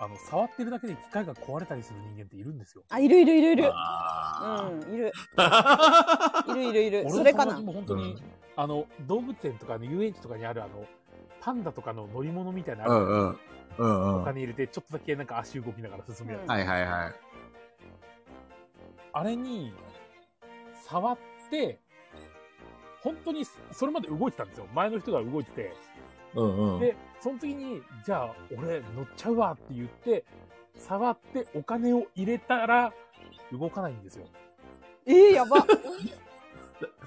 [SPEAKER 2] あの、触ってるだけで機械が壊れたりする人間っているんですよ。
[SPEAKER 1] あ、いるいるいるいる。
[SPEAKER 4] あ
[SPEAKER 1] うん、いる。
[SPEAKER 4] ー
[SPEAKER 1] いるいるいる。
[SPEAKER 2] 俺
[SPEAKER 1] そ
[SPEAKER 2] の
[SPEAKER 1] れ
[SPEAKER 2] 友
[SPEAKER 1] かな
[SPEAKER 2] 達。も本当に、あの、動物園とかの遊園地とかにあるあの、パンダとかの乗り物みたいなの
[SPEAKER 4] う
[SPEAKER 2] ある
[SPEAKER 4] んうん。うん
[SPEAKER 2] お
[SPEAKER 4] うん。はい
[SPEAKER 2] 金入れて、ちょっとだけなんか足動きながら進むやつ。
[SPEAKER 1] うん
[SPEAKER 4] はいはい。
[SPEAKER 2] あれに、触って、本当にそれまで動いてたんですよ。前の人が動いてて。
[SPEAKER 4] うんうん。
[SPEAKER 2] で、その次に、じゃあ、俺乗っちゃうわって言って、触ってお金を入れたら、動かないんですよ。
[SPEAKER 1] えー、やば。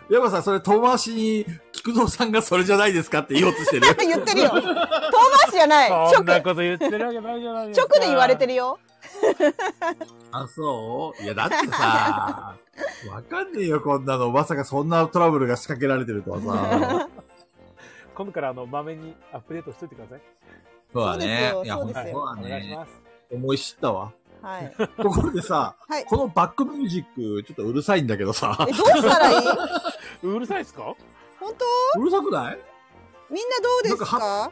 [SPEAKER 4] ヤマさん、それ遠回しに、菊蔵さんがそれじゃないですかって言おうとしてる。
[SPEAKER 1] 言ってるよ。遠回しじゃない。直
[SPEAKER 2] そん、なこと言ってるわけないじゃないです
[SPEAKER 1] 直
[SPEAKER 2] か。
[SPEAKER 1] で言われてるよ。
[SPEAKER 4] あ、そうい や、だってさ、わかんねえよ、こんなの。まさかそんなトラブルが仕掛けられてるとはさ。
[SPEAKER 2] 今度から、あの、まめにアップデートしといてください。
[SPEAKER 4] そうだね。
[SPEAKER 1] そうですよ
[SPEAKER 4] いや、
[SPEAKER 1] そう
[SPEAKER 4] ほ
[SPEAKER 1] です
[SPEAKER 4] んと
[SPEAKER 1] よ
[SPEAKER 2] はい。
[SPEAKER 4] そうだ
[SPEAKER 2] お願いし
[SPEAKER 4] ね。
[SPEAKER 2] ます。
[SPEAKER 4] 思い知ったわ。
[SPEAKER 1] はい。
[SPEAKER 4] ところでさ、
[SPEAKER 1] はい
[SPEAKER 4] このバックミュージック、ちょっとうるさいんだけどさ
[SPEAKER 1] え、、どうしたらいい
[SPEAKER 2] うるさいですか
[SPEAKER 1] 本当
[SPEAKER 4] うるさくない
[SPEAKER 1] みんなどうですか
[SPEAKER 4] なんか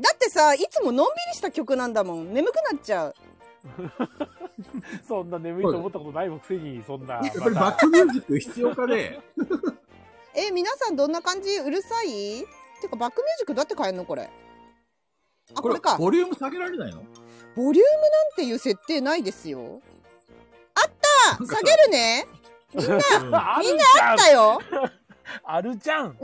[SPEAKER 1] だってさ、いつものんびりした曲なんだもん。眠くなっちゃう。
[SPEAKER 2] そんな眠いと思ったことないくせに、そんな。
[SPEAKER 4] やっぱりバックミュージック必要かね
[SPEAKER 1] え、皆さんどんな感じうるさいてか、バックミュージックどうやって変えんのこれ。あ、これか。
[SPEAKER 4] ボリューム下げられないの
[SPEAKER 1] ボリュームなんていう設定ないですよ。あった下げるね
[SPEAKER 2] みんな、あるじゃ
[SPEAKER 1] あ
[SPEAKER 2] ん
[SPEAKER 1] ったよあっ
[SPEAKER 2] あるじゃん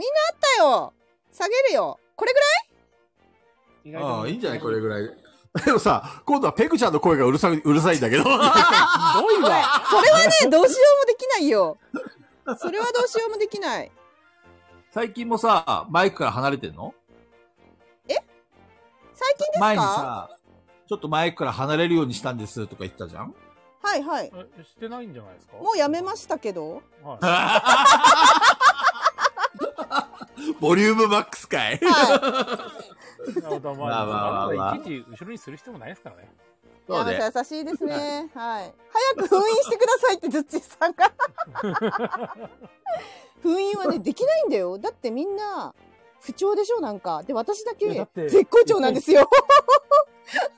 [SPEAKER 1] たよ下げるよこれぐらい
[SPEAKER 4] ああ、いいんじゃないこれぐらい。 でもさ、今度はペグちゃんの声がうるさい、 うるさいんだけど。
[SPEAKER 2] ひどいわ。
[SPEAKER 1] それは ね、どうしようもできないよ。それはどうしようもできない。
[SPEAKER 4] 最近もさ、マイクから離れてんの
[SPEAKER 1] 最近ですか
[SPEAKER 4] 前にさ、ちょっとマイクから離れるようにしたんですとか言ってたじゃん
[SPEAKER 1] はいはい。
[SPEAKER 2] えしてないんじゃないですか
[SPEAKER 1] もうやめましたけ ど。
[SPEAKER 2] た。はい
[SPEAKER 4] ボリュームマックスかい
[SPEAKER 1] は
[SPEAKER 2] なるほどま
[SPEAKER 4] まあ
[SPEAKER 2] あ、
[SPEAKER 4] まあまあまあ
[SPEAKER 2] まあいちいち後ろにする必要もないですからね。
[SPEAKER 1] い。山
[SPEAKER 4] ね。
[SPEAKER 1] 田さん優しいですね。はい。早く封印してくださいって、ズッチーさんが。 封印はね、できないんだよ。だってみんな、不調でしょなんか。で、私だけ、
[SPEAKER 2] いやだって
[SPEAKER 1] 絶好調なんですよ。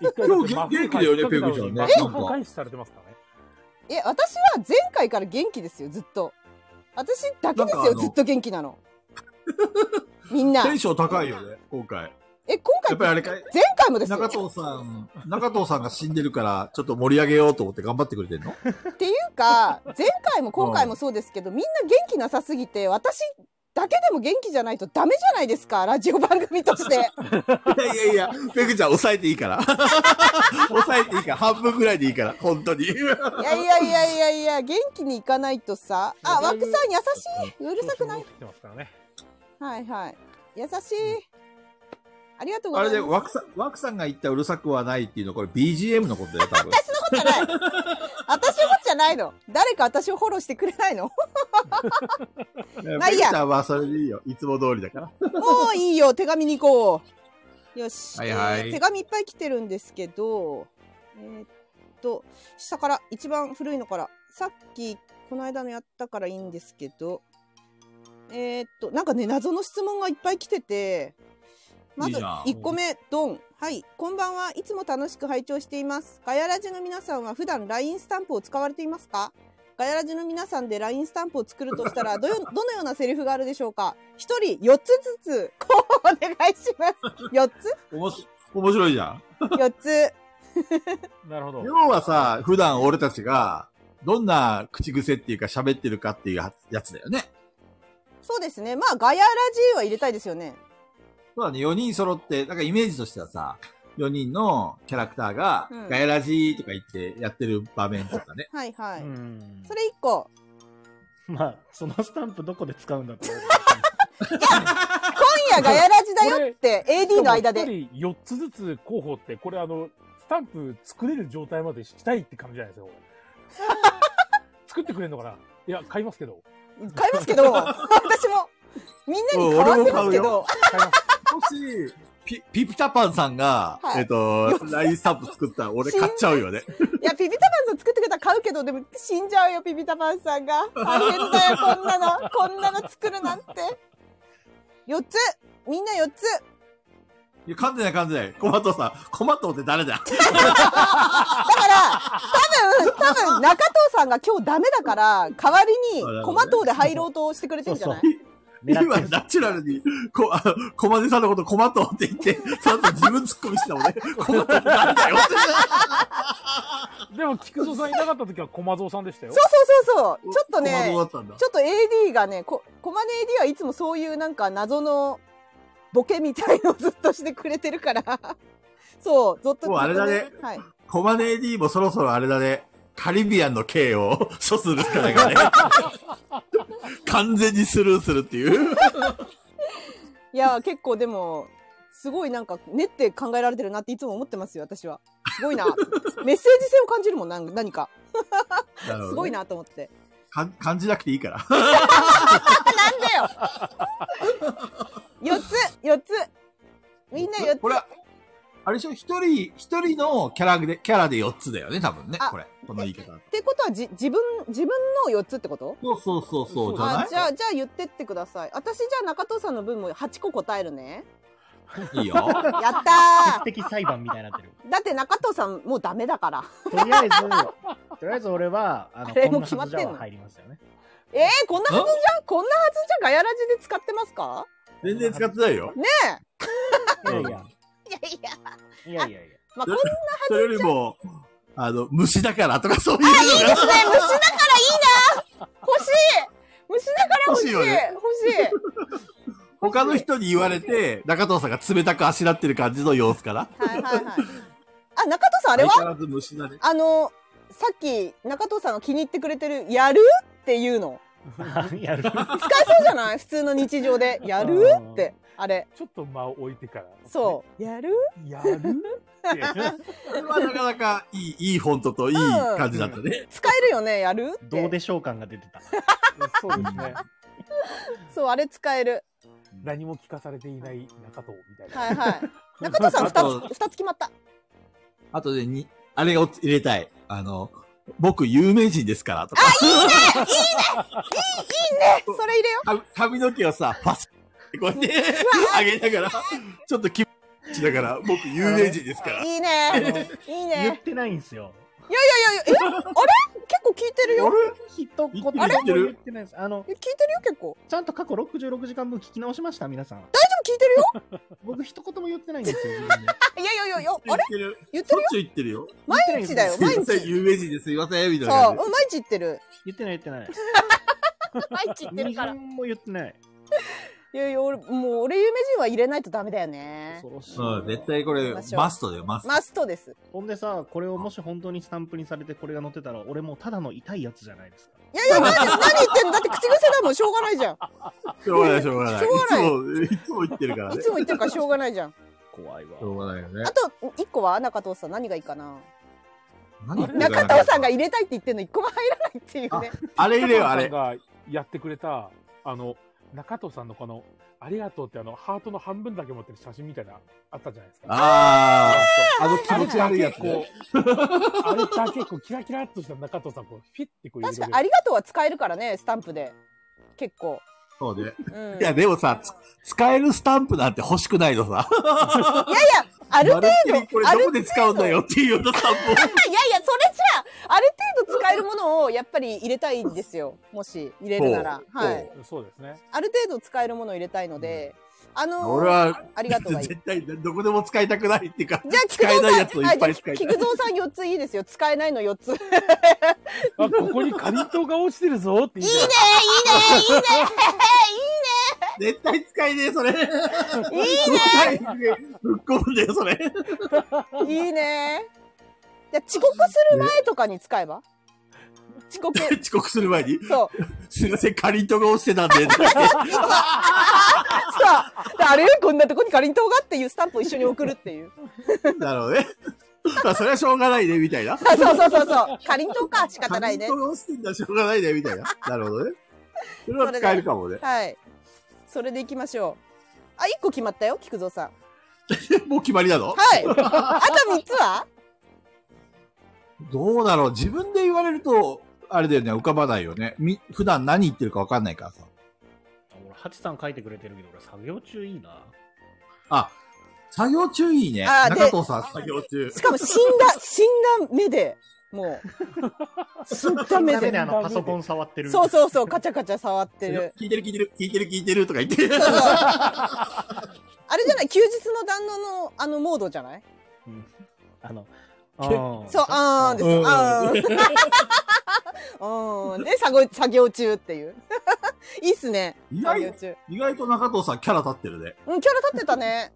[SPEAKER 2] 一回
[SPEAKER 4] 今日元気だよねペグちゃんね
[SPEAKER 2] え
[SPEAKER 4] なんか
[SPEAKER 2] 開始されてますからね。
[SPEAKER 1] え、私は前回から元気ですよ、ずっと。私だけです
[SPEAKER 4] なんかあ
[SPEAKER 1] よ、
[SPEAKER 4] の
[SPEAKER 1] ずっと元気な の。みんな。
[SPEAKER 4] テンション高いよね、今回。
[SPEAKER 1] え、今
[SPEAKER 4] や
[SPEAKER 1] 回
[SPEAKER 4] っぱりあれかい
[SPEAKER 1] 前回 もですよ。
[SPEAKER 4] 中
[SPEAKER 1] っ
[SPEAKER 4] 藤さん、中藤さんが死んでるから、ちょっと盛り上げようと思って頑張ってくれてんの
[SPEAKER 1] ていうか、前回も今回もそうですけど、みんな元気なさすぎて、私だけでも元気じゃないとダメじゃないですか、ラジオ番組として。
[SPEAKER 4] いやいやいや、ペグちゃん抑えていいから。 抑えていいから、半分ぐらいでいいから、本当に。
[SPEAKER 1] いやいやいやいやいや、元気にいかないとさ。あ、
[SPEAKER 2] だ
[SPEAKER 1] 枠
[SPEAKER 2] いぶ
[SPEAKER 1] さん優しい。うるさくない
[SPEAKER 2] 調子。も乗ってきてますからね。
[SPEAKER 1] はいはい。優しい。ありがとうご
[SPEAKER 4] あ
[SPEAKER 1] ざ
[SPEAKER 4] れ
[SPEAKER 1] い
[SPEAKER 4] で、
[SPEAKER 1] ます。
[SPEAKER 4] ワクさん、ワクさんが言ったうるさくはないっていうの、これ BGM のことだよ、 多分。
[SPEAKER 1] 私の ことじゃない。私のことじゃないの。誰か私をフォローしてくれないの。まあいい
[SPEAKER 4] ペグ
[SPEAKER 1] や
[SPEAKER 4] ちゃんはそれでいいよ。いつも通りだから。
[SPEAKER 1] もういいよ、手紙に行こう。よし、
[SPEAKER 4] はいはい
[SPEAKER 1] えー手紙いっぱい来てるんですけど、えーっと、下から、一番古いのから、さっき、この間のやったからいいんですけど、えーっと、なんかね、謎の質問がいっぱい来てて、ま
[SPEAKER 4] いい
[SPEAKER 1] ず
[SPEAKER 4] じゃん
[SPEAKER 1] 1個目、ドン。はい。こんばんはいつも楽しく拝聴しています。ガヤラジの皆さんは普段 LINE スタンプを使われていますかガヤラジの皆さんで LINE スタンプを作るとしたらどよ、 どのようなセリフがあるでしょうか一人4つずつ、こうお願いします。4つ
[SPEAKER 4] おもし面白いじゃん。
[SPEAKER 1] ?4 つ。
[SPEAKER 2] なるほど。
[SPEAKER 4] 要はさ、普段俺たちが、どんな口癖っていうか喋ってるかっていうやつだよね。
[SPEAKER 1] そうですね。まあ、ガヤラジは入れたいですよね。
[SPEAKER 4] そうだね、4人揃って、なんかイメージとしてはさ、4人のキャラクターが
[SPEAKER 1] うん、
[SPEAKER 4] ガヤラジーとか言ってやってる場面と かね。
[SPEAKER 1] はいはい。
[SPEAKER 2] うん
[SPEAKER 1] それ1個。
[SPEAKER 3] まあ、そのスタンプどこで使うんだって。
[SPEAKER 1] 今夜ガヤラジだよって、AD の間で。
[SPEAKER 2] 一人4つずつ候補って、これあの、スタンプ作れる状態までしたいって感じじゃないですか、こ れ作ってくれるのかないや、買いますけど。
[SPEAKER 1] 買いますけど、私も。みんなに買わせますけど。
[SPEAKER 2] 買います。
[SPEAKER 4] もし、ピ、ピピタパンさんが、
[SPEAKER 1] はい
[SPEAKER 4] えっと、ラインスタンプ作ったら俺買っちゃうよね。
[SPEAKER 1] いや、ピピタパンさん作ってくれたら買うけど、でも死んじゃうよ、ピピタパンさんが。大変だよ、こんなの。こんなの作るなんて。4つみんな4つ
[SPEAKER 4] いや、噛んでない噛んでない。コマトさん、コマトって誰だ
[SPEAKER 1] だから、多分、多分、中藤さんが今日ダメだから、代わりに、コマ島で入ろうとしてくれてるんじゃない
[SPEAKER 3] そう 狙
[SPEAKER 4] 今
[SPEAKER 3] ってる
[SPEAKER 4] ナチュラルに、こ、あコマネさんのことコマトって言って、その後自分突っ込みしてた もんね。コマトって誰だよ
[SPEAKER 2] でも、菊蔵さんいなかった時は駒蔵さんで したよ。
[SPEAKER 1] そうそうそうそう。ちょっと ね
[SPEAKER 4] コマ、トだったんだ
[SPEAKER 1] ち。ょっと AD がね、こコマネ AD はいつもそういうなんか謎のボケみたいのをずっとしてくれてるから。 そう、ずっと。
[SPEAKER 4] もうあれだね
[SPEAKER 1] はい。
[SPEAKER 4] コマネ AD もそろそろあれだね。カリビアンの刑を 処するしかないからね。完全にスルーするっていう。
[SPEAKER 1] いや結構でもすごいなんか練って考えられてるなっていつも思ってますよ私はすごいな メッセージ性を感じるもんなん何かすごいなと思って
[SPEAKER 4] かん。感じなくていいから。
[SPEAKER 1] あなんだよ4つ4つみんな4つ
[SPEAKER 4] これ、あれでしょ一人、一人のキャラで、キャラで4つだよね、多分ね。
[SPEAKER 1] あ
[SPEAKER 4] これ。この言い方。
[SPEAKER 1] ってことはじ自分自分の4つってこと
[SPEAKER 4] そうそうそうそう、じゃ
[SPEAKER 1] あ
[SPEAKER 4] な
[SPEAKER 1] じゃあじゃあ言ってってください私じゃあ中藤さんの分も8個答える ね
[SPEAKER 4] いいいよ。
[SPEAKER 1] やったー
[SPEAKER 3] 鉄的裁判みたいになってる。
[SPEAKER 1] だって中藤さんもうダメだ から
[SPEAKER 3] とりあえず、とりあえず俺は、あの、
[SPEAKER 1] あれ
[SPEAKER 3] こ
[SPEAKER 1] もう
[SPEAKER 3] んな
[SPEAKER 1] 決ま
[SPEAKER 3] は
[SPEAKER 1] っ
[SPEAKER 3] ず
[SPEAKER 1] て
[SPEAKER 3] じ
[SPEAKER 1] んの
[SPEAKER 3] ゃは入りましたよね。
[SPEAKER 1] えー、こんなはずじゃんこんなはずじゃガヤラジで使ってますか
[SPEAKER 4] 全然使ってないよ。
[SPEAKER 1] ねえ
[SPEAKER 3] いやいや、
[SPEAKER 1] いやいや
[SPEAKER 3] いやいやいや。
[SPEAKER 1] まあこん
[SPEAKER 4] それよりも、あの、虫だからとかそういうの が
[SPEAKER 1] ね、虫だからいいな欲しい虫だから欲しい
[SPEAKER 4] 欲しいよね
[SPEAKER 1] 欲
[SPEAKER 4] 他の人に言われて、中藤さんが冷たくあしらってる感じの様子から。
[SPEAKER 1] しいはいはいはいあ、中藤さん、あれは
[SPEAKER 4] 相変わらず虫だね。
[SPEAKER 1] あの、さっき中藤さんが気に入ってくれてる、やるっていうの。
[SPEAKER 3] やる。
[SPEAKER 1] 使えそうじゃない普通の日常で。やる
[SPEAKER 2] うん
[SPEAKER 1] って、あれ。
[SPEAKER 2] ちょっと間を置いてから。
[SPEAKER 1] そう。やる
[SPEAKER 2] う。や るって。
[SPEAKER 4] これはなかなかいい、いいフォントといい感じだったね。
[SPEAKER 1] 使えるよね、やるって。
[SPEAKER 3] どうでしょう感が出てた。
[SPEAKER 2] そうですね。
[SPEAKER 1] そう、あれ使える。
[SPEAKER 2] 何も聞かされていない中藤みたいな。
[SPEAKER 1] はいはい。中藤さん、
[SPEAKER 4] あ
[SPEAKER 1] 二
[SPEAKER 4] と
[SPEAKER 1] つ、二つ決まった。
[SPEAKER 4] あとでに、あれを入れたい。あの、僕有名人ですから、とか。
[SPEAKER 1] それ入れよ
[SPEAKER 4] 髪髪の毛をさ、パスってこうやって上げながら、ちょっと気持ちだから、僕有名人ですから。
[SPEAKER 1] う。
[SPEAKER 4] あ
[SPEAKER 1] いいね。
[SPEAKER 3] あの
[SPEAKER 1] いい
[SPEAKER 3] 言っ
[SPEAKER 1] ね。
[SPEAKER 3] てないんですよ。
[SPEAKER 1] いやいや、え、あれ結構聞いてるよ。
[SPEAKER 4] れ
[SPEAKER 3] 一言も
[SPEAKER 4] あれ
[SPEAKER 3] 言ってないです。あの
[SPEAKER 1] え、聞いてるよ、結構。
[SPEAKER 3] ちゃんと過去66時間分聞き直しました皆さん。
[SPEAKER 1] でも聞いてるよ。
[SPEAKER 3] 僕一言も言ってないんですよ。自分で
[SPEAKER 1] あいやいやいやいや、
[SPEAKER 4] 言
[SPEAKER 1] あ
[SPEAKER 4] っ
[SPEAKER 1] れ
[SPEAKER 4] てる
[SPEAKER 1] 言って
[SPEAKER 4] しょ
[SPEAKER 1] る
[SPEAKER 4] っちゅう言ってるよ。
[SPEAKER 1] 毎日だよ、
[SPEAKER 4] す
[SPEAKER 1] 毎
[SPEAKER 4] いま
[SPEAKER 1] 日。そ
[SPEAKER 4] せん、有名人ですいません、みたいな
[SPEAKER 1] う、うん
[SPEAKER 4] 感
[SPEAKER 1] 毎日言ってる。
[SPEAKER 3] 言ってない言ってない。
[SPEAKER 1] 毎日言ってる
[SPEAKER 3] 二
[SPEAKER 1] から。い
[SPEAKER 3] 分も言ってない。
[SPEAKER 1] やいや、俺、もう俺有名人は入れないとダメだよね。
[SPEAKER 3] 恐ろし
[SPEAKER 4] じ。
[SPEAKER 3] い。
[SPEAKER 4] うん、絶対これ、マストだよ、マスト。
[SPEAKER 1] マストです。
[SPEAKER 3] ほんでさ、これをもし本当にスタンプにされてこれが載ってたら、俺もうただの痛いやつじゃないですか。
[SPEAKER 1] い やいや、何、何言ってんのだって口癖だもん、しょうがないじゃん。
[SPEAKER 4] しょうがない、しょうがない。
[SPEAKER 1] しょ
[SPEAKER 4] いつも、いつも言ってるから
[SPEAKER 1] い
[SPEAKER 4] ね。
[SPEAKER 1] つも言ってるからしょうがないじゃん。
[SPEAKER 3] 怖いわ
[SPEAKER 4] し。ょうがないよね
[SPEAKER 1] あ。と、一個は中藤さん、何がいいかな。
[SPEAKER 4] 何言ってるか
[SPEAKER 1] 中
[SPEAKER 4] な
[SPEAKER 1] 藤さんが入れたいって言ってんの、一個も入らないっていうね。
[SPEAKER 4] あれ入れよ、あ
[SPEAKER 2] 中
[SPEAKER 4] れ
[SPEAKER 2] 藤。さんがやってくれた、あの、中藤さんのこの、ありがとうってあの、ハートの半分だけ持ってる写真みたいな、あったじゃないですか。
[SPEAKER 4] あ
[SPEAKER 2] あ
[SPEAKER 4] あ、あの気持ち悪いやつ。
[SPEAKER 2] こう、あれだけこう、キラキラっとした中藤さん、こう、フィッてこう入
[SPEAKER 1] 確
[SPEAKER 2] れて
[SPEAKER 1] か
[SPEAKER 2] くれる
[SPEAKER 1] に、ありがとうは使えるからね、スタンプで。結構。
[SPEAKER 4] そうね。
[SPEAKER 1] うん。
[SPEAKER 4] いや、でもさ、つ使えるスタンプなんて欲しくないのさ。
[SPEAKER 1] ある程度、
[SPEAKER 4] まるっきりこれ
[SPEAKER 1] あ
[SPEAKER 4] ど
[SPEAKER 1] る
[SPEAKER 4] こで使うんだよっていうようなスタンプを。
[SPEAKER 1] いやいや、それじゃあ、ある程度使えるものをやっぱり入れたいんですよ。もし入れるなら。
[SPEAKER 4] ほう
[SPEAKER 1] はい。
[SPEAKER 2] そうですね。
[SPEAKER 1] ある程度使えるものを入れたいので、あのー
[SPEAKER 4] 俺は、
[SPEAKER 1] ありがとうがいい。じ
[SPEAKER 4] 絶対どこでも使いたくないっていうか、
[SPEAKER 1] ゃあ、菊
[SPEAKER 4] 使えない
[SPEAKER 1] 蔵
[SPEAKER 4] やつ
[SPEAKER 1] さ
[SPEAKER 4] を
[SPEAKER 1] ん、
[SPEAKER 4] いっぱ
[SPEAKER 1] あ
[SPEAKER 4] い
[SPEAKER 1] じゃ
[SPEAKER 4] 使
[SPEAKER 1] あ
[SPEAKER 4] いた
[SPEAKER 1] 菊
[SPEAKER 4] い。
[SPEAKER 1] 蔵さん4ついいですよ。使えないの4つ。いいね
[SPEAKER 2] あ、ここにかりんとうが落ちてるぞって言いたい
[SPEAKER 4] 絶対使えねえ、それ。
[SPEAKER 1] いいねいいね
[SPEAKER 4] ぶっ込むんだよ、それ。
[SPEAKER 1] いいね。じゃあ遅刻する前とかに使えば遅刻。
[SPEAKER 4] 遅刻する前に、
[SPEAKER 1] そう。
[SPEAKER 4] すいません、かりんとうが落ちてたんで、って
[SPEAKER 1] さあ、あれこんなとこにかりんとうがっていうスタンプを一緒に送るっていう。
[SPEAKER 4] だろうね。 まあ、それはしょうがないね、みたいな。
[SPEAKER 1] あそうそうそうそう。かりんとうか仕方
[SPEAKER 4] か
[SPEAKER 1] な
[SPEAKER 4] り
[SPEAKER 1] い
[SPEAKER 4] ん
[SPEAKER 1] ね
[SPEAKER 4] と。うが落ちてんだ、しょうがないね、みたいな。なるほどね。それは使えるかもね。
[SPEAKER 1] はい。それでいきましょう。あ、一個決まったよ、菊蔵さん。
[SPEAKER 4] もう決まりなの
[SPEAKER 1] はい。あと三つは。
[SPEAKER 4] どうだろう自分で言われると、あれだよね、浮かばないよね。み、普段何言ってるかわかんないからさ。
[SPEAKER 3] 俺、ハチさん書いてくれてるけど、俺、作業中いいな。
[SPEAKER 4] あ、作業中いいね。
[SPEAKER 1] あで
[SPEAKER 4] 中藤さん、作業中。
[SPEAKER 1] しかも死んだ、死んだ目で。もう。死んだ目
[SPEAKER 3] ダメで
[SPEAKER 1] で。
[SPEAKER 3] あの、パソコン触ってる。
[SPEAKER 1] そうそうそう、カチャカチャ触ってる。
[SPEAKER 4] 聞いてる聞いてる、聞いてる聞いてるとか言って。
[SPEAKER 1] そうそう。あれじゃない、休日の旦那の、あのモードじゃない。
[SPEAKER 3] うん。あの、あー
[SPEAKER 1] そう、あーんです。
[SPEAKER 4] うん
[SPEAKER 1] あーん。うん、 で、作業、作業中っていう。 いいっすね。
[SPEAKER 4] 意
[SPEAKER 1] 作業
[SPEAKER 4] 外、
[SPEAKER 1] 中。
[SPEAKER 4] 意外と中藤さんキャラ立ってるね。
[SPEAKER 1] うん、キャラ立ってたね。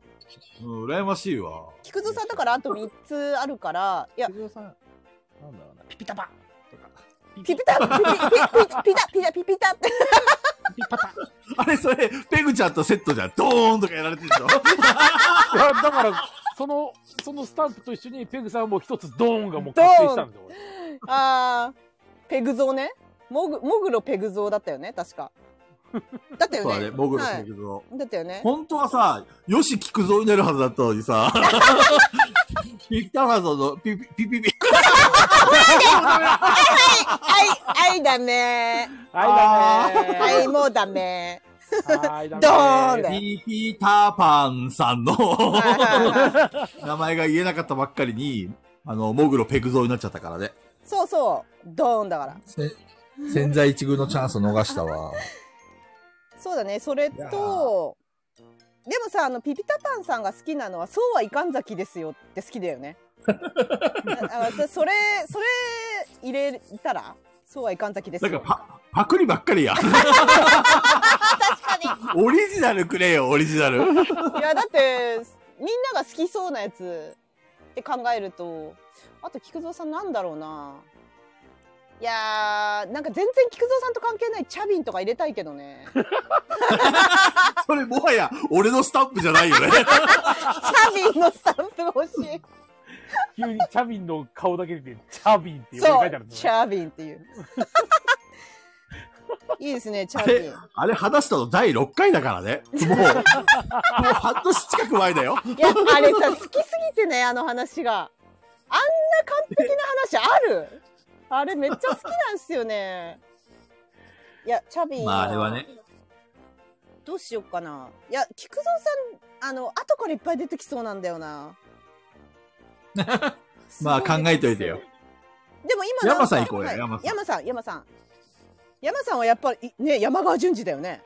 [SPEAKER 4] うん、羨ましいわ。
[SPEAKER 1] 菊蔵さんだから、あと三つあるから、いや、
[SPEAKER 3] 菊蔵さん、なんだろうな、ピピタパとか、ピ
[SPEAKER 1] ピピタ、ピピ、ピピタ、ピタ、ピピタって。
[SPEAKER 3] ピパタ。
[SPEAKER 4] あれ、それ、ペグちゃんとセットじゃん。ドーンとかやられてるでしょ
[SPEAKER 2] いや、だから、その、そのスタンプと一緒に、ペグさんも一つドーンがもう確定したんですよ。
[SPEAKER 1] あー、ペグゾーね。モグ、モグロペグゾーだったよね、確か。だったよ
[SPEAKER 4] そうだ
[SPEAKER 1] ね。
[SPEAKER 4] ね、僕の
[SPEAKER 1] は
[SPEAKER 4] ペ
[SPEAKER 1] い
[SPEAKER 4] グの。
[SPEAKER 1] だったよね。
[SPEAKER 4] 本当はさ、よし聞くぞになるはずだったの にさ、ピピタファゾのピピピピピ、
[SPEAKER 1] はい、はい、だ め。
[SPEAKER 2] はい、だね
[SPEAKER 1] はい、もうだめ。
[SPEAKER 2] はい、ダメ
[SPEAKER 1] ドーンだよ
[SPEAKER 4] ピピタパンさんの
[SPEAKER 1] はいはいはい
[SPEAKER 4] 名前が言えなかったばっかりに、あの、モグロペグゾになっちゃったからね。
[SPEAKER 1] そうそう、ドーンだから。
[SPEAKER 4] せ千載一遇のチャンスを逃したわ。
[SPEAKER 1] そうだね、それ
[SPEAKER 4] いやー
[SPEAKER 1] と、でもさ、あの、ピピタパンさんが好きなのは、そうはいかんざきですよって好きだよ ね。ああそそれ、それ入れたら、そうはいかんざきです
[SPEAKER 4] なんか
[SPEAKER 1] よ。
[SPEAKER 4] パ、パクリばっかりや。
[SPEAKER 1] 確か
[SPEAKER 4] オリジナルくれよ、オリジナル。
[SPEAKER 1] に。いや、だって、みんなが好きそうなやつって考えるとあと菊蔵さんなんだろうないやーなんか全然菊蔵さんと関係ないチャビンとか入れたいけどねチャ
[SPEAKER 4] それもはや、俺のスタンプじゃないよね。
[SPEAKER 1] ビンのスタンプ欲しい
[SPEAKER 2] 急にチャビンの顔だけで、チャビンって
[SPEAKER 1] そ
[SPEAKER 2] 書いてある
[SPEAKER 1] うん
[SPEAKER 2] です
[SPEAKER 1] チ
[SPEAKER 2] よね
[SPEAKER 1] ャビンっていう いいですねチャ
[SPEAKER 4] あ
[SPEAKER 1] ビ
[SPEAKER 4] れ
[SPEAKER 1] ン、
[SPEAKER 4] あれ話したの第6回だからね。もう、もう半年近く前だよ。
[SPEAKER 1] いやあれさ好きすぎてねあの話があんな完璧な話あるあれめっちゃ好きなんですよねいやチャビン
[SPEAKER 4] まあ、あれはね。
[SPEAKER 1] どうしよっかないや菊蔵さんあの後からいっぱい出てきそうなんだよな
[SPEAKER 4] まあ考えといてよ
[SPEAKER 1] でも今なんか
[SPEAKER 4] 山さん行こうよ
[SPEAKER 1] はい
[SPEAKER 4] 山さ
[SPEAKER 1] 山さん
[SPEAKER 4] ん
[SPEAKER 1] 山さん山さんはやっぱりね山川淳二だよね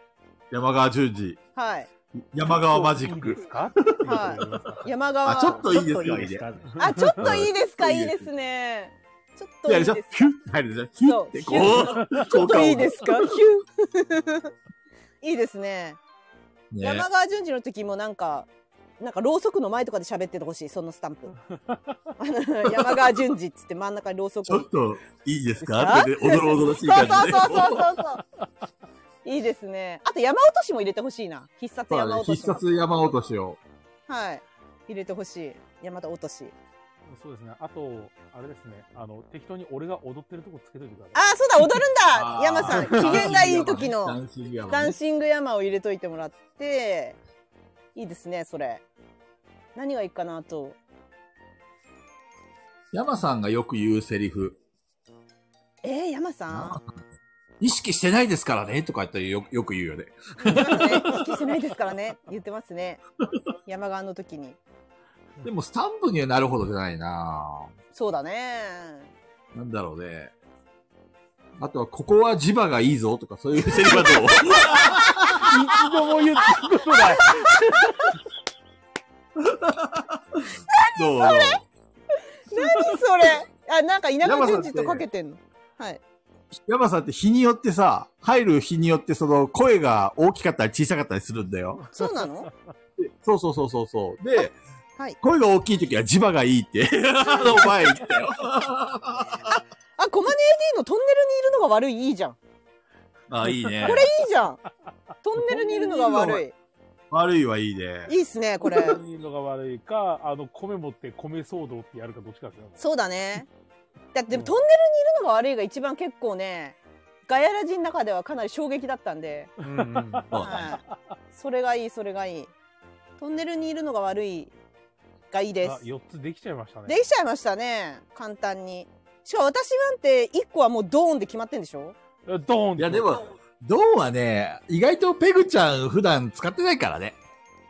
[SPEAKER 4] 山川十字、
[SPEAKER 1] はい
[SPEAKER 4] 山川マジッ
[SPEAKER 2] いいで
[SPEAKER 4] ク
[SPEAKER 2] す。か
[SPEAKER 1] はい山川
[SPEAKER 4] あ、ちょっといいです
[SPEAKER 3] ちょ
[SPEAKER 4] よ、
[SPEAKER 3] っといい
[SPEAKER 4] いい
[SPEAKER 3] です
[SPEAKER 4] ね。
[SPEAKER 3] か
[SPEAKER 1] あちょっといいですか
[SPEAKER 4] うん
[SPEAKER 1] いいですねちょっ
[SPEAKER 4] い
[SPEAKER 1] とい
[SPEAKER 4] や、
[SPEAKER 1] いで
[SPEAKER 4] じゃ
[SPEAKER 1] すか
[SPEAKER 4] ヒュッて入るじゃん。ヒュッてこう、
[SPEAKER 1] ちょ
[SPEAKER 4] 効
[SPEAKER 1] っと
[SPEAKER 4] 果
[SPEAKER 1] いい
[SPEAKER 4] 音。
[SPEAKER 1] で
[SPEAKER 4] ね
[SPEAKER 1] すかヒュー いいですね山川淳二の時もなんかなんかろうそくの前とかで喋っててほしいそのスタンプあの山川淳二っつって真ん中にろうそく
[SPEAKER 4] ちょっといいです
[SPEAKER 1] いいですか
[SPEAKER 4] かってね、おどろおどろしい
[SPEAKER 1] そうそう
[SPEAKER 4] 感じ
[SPEAKER 1] そ
[SPEAKER 4] で。
[SPEAKER 1] うそうそうそういいですねあと山落としも入れてほしいな必殺
[SPEAKER 4] そう
[SPEAKER 1] 山
[SPEAKER 4] だね、
[SPEAKER 1] 落と
[SPEAKER 4] 必
[SPEAKER 1] しも、
[SPEAKER 4] 殺山落としを。
[SPEAKER 1] はい入れてほしい山田落とし
[SPEAKER 2] そうですね。あと、あれですね。あの、適当に俺が踊ってるとこつけといてくだ
[SPEAKER 1] あ
[SPEAKER 2] さい。
[SPEAKER 1] ーそうだ踊るんだ
[SPEAKER 4] あー
[SPEAKER 1] 山さん機嫌がいい時の
[SPEAKER 4] ダンシング山ね
[SPEAKER 1] ダンシング山を入れといてもらって、いいですね、それ。何がいいかなと。
[SPEAKER 4] 山さんがよく言うセリフ。
[SPEAKER 1] えー、山さ
[SPEAKER 4] 意識してないですからねとかってよよく言うよね。
[SPEAKER 1] ん。言ってますね。意識してないですからね。言ってますね。山側の時に。
[SPEAKER 4] でもスタンプにはなるほどじゃないな
[SPEAKER 1] そうだね。
[SPEAKER 4] なんだろうね。あとは、ここは磁場がいいぞとか、そういうセリフはどう
[SPEAKER 2] 一度も言ったことない。
[SPEAKER 4] どうどう
[SPEAKER 1] 何それあ、なんか田舎
[SPEAKER 4] 山さん
[SPEAKER 1] 順
[SPEAKER 4] っ
[SPEAKER 1] 次
[SPEAKER 4] て
[SPEAKER 1] とかけてんの。はい。
[SPEAKER 4] 山さんって日によってさ、入る日によってその声が大きかったり小さかったりするんだよ。
[SPEAKER 1] そうなの
[SPEAKER 4] でそうそうそうそうそう。で、
[SPEAKER 1] はい。
[SPEAKER 4] 声が大きい時は磁場がいいって、 あの前言ったよ。
[SPEAKER 1] あ、コマネ AD のトンネルにいるのが悪い、いいじゃん。い
[SPEAKER 4] あ、いいね。
[SPEAKER 1] いじゃん。トンネルにいるのが悪
[SPEAKER 4] 悪いはいいね
[SPEAKER 1] い。。いいっす ね、これ。
[SPEAKER 2] いいのが悪いか、あの、米持って米騒動ってやるかどっちかですよ。
[SPEAKER 1] そうだね。だってでもトンネルにいるのが悪いが一番結構ね、ガヤラジの中ではかなり衝撃だったんで、
[SPEAKER 2] うんうん。
[SPEAKER 4] そうだね
[SPEAKER 1] はい、それがいい、それがいい。トンネルにいるのが悪いがいいで
[SPEAKER 2] あ、
[SPEAKER 1] す。
[SPEAKER 2] 4つできちゃいましたね。
[SPEAKER 1] できちゃいましたね、簡単に。しかも私なんて1個はもうドーンで決まってんでしょ
[SPEAKER 2] ドーンって
[SPEAKER 4] いや、でも、ドンはね、意外とペグちゃん普段使ってないからね。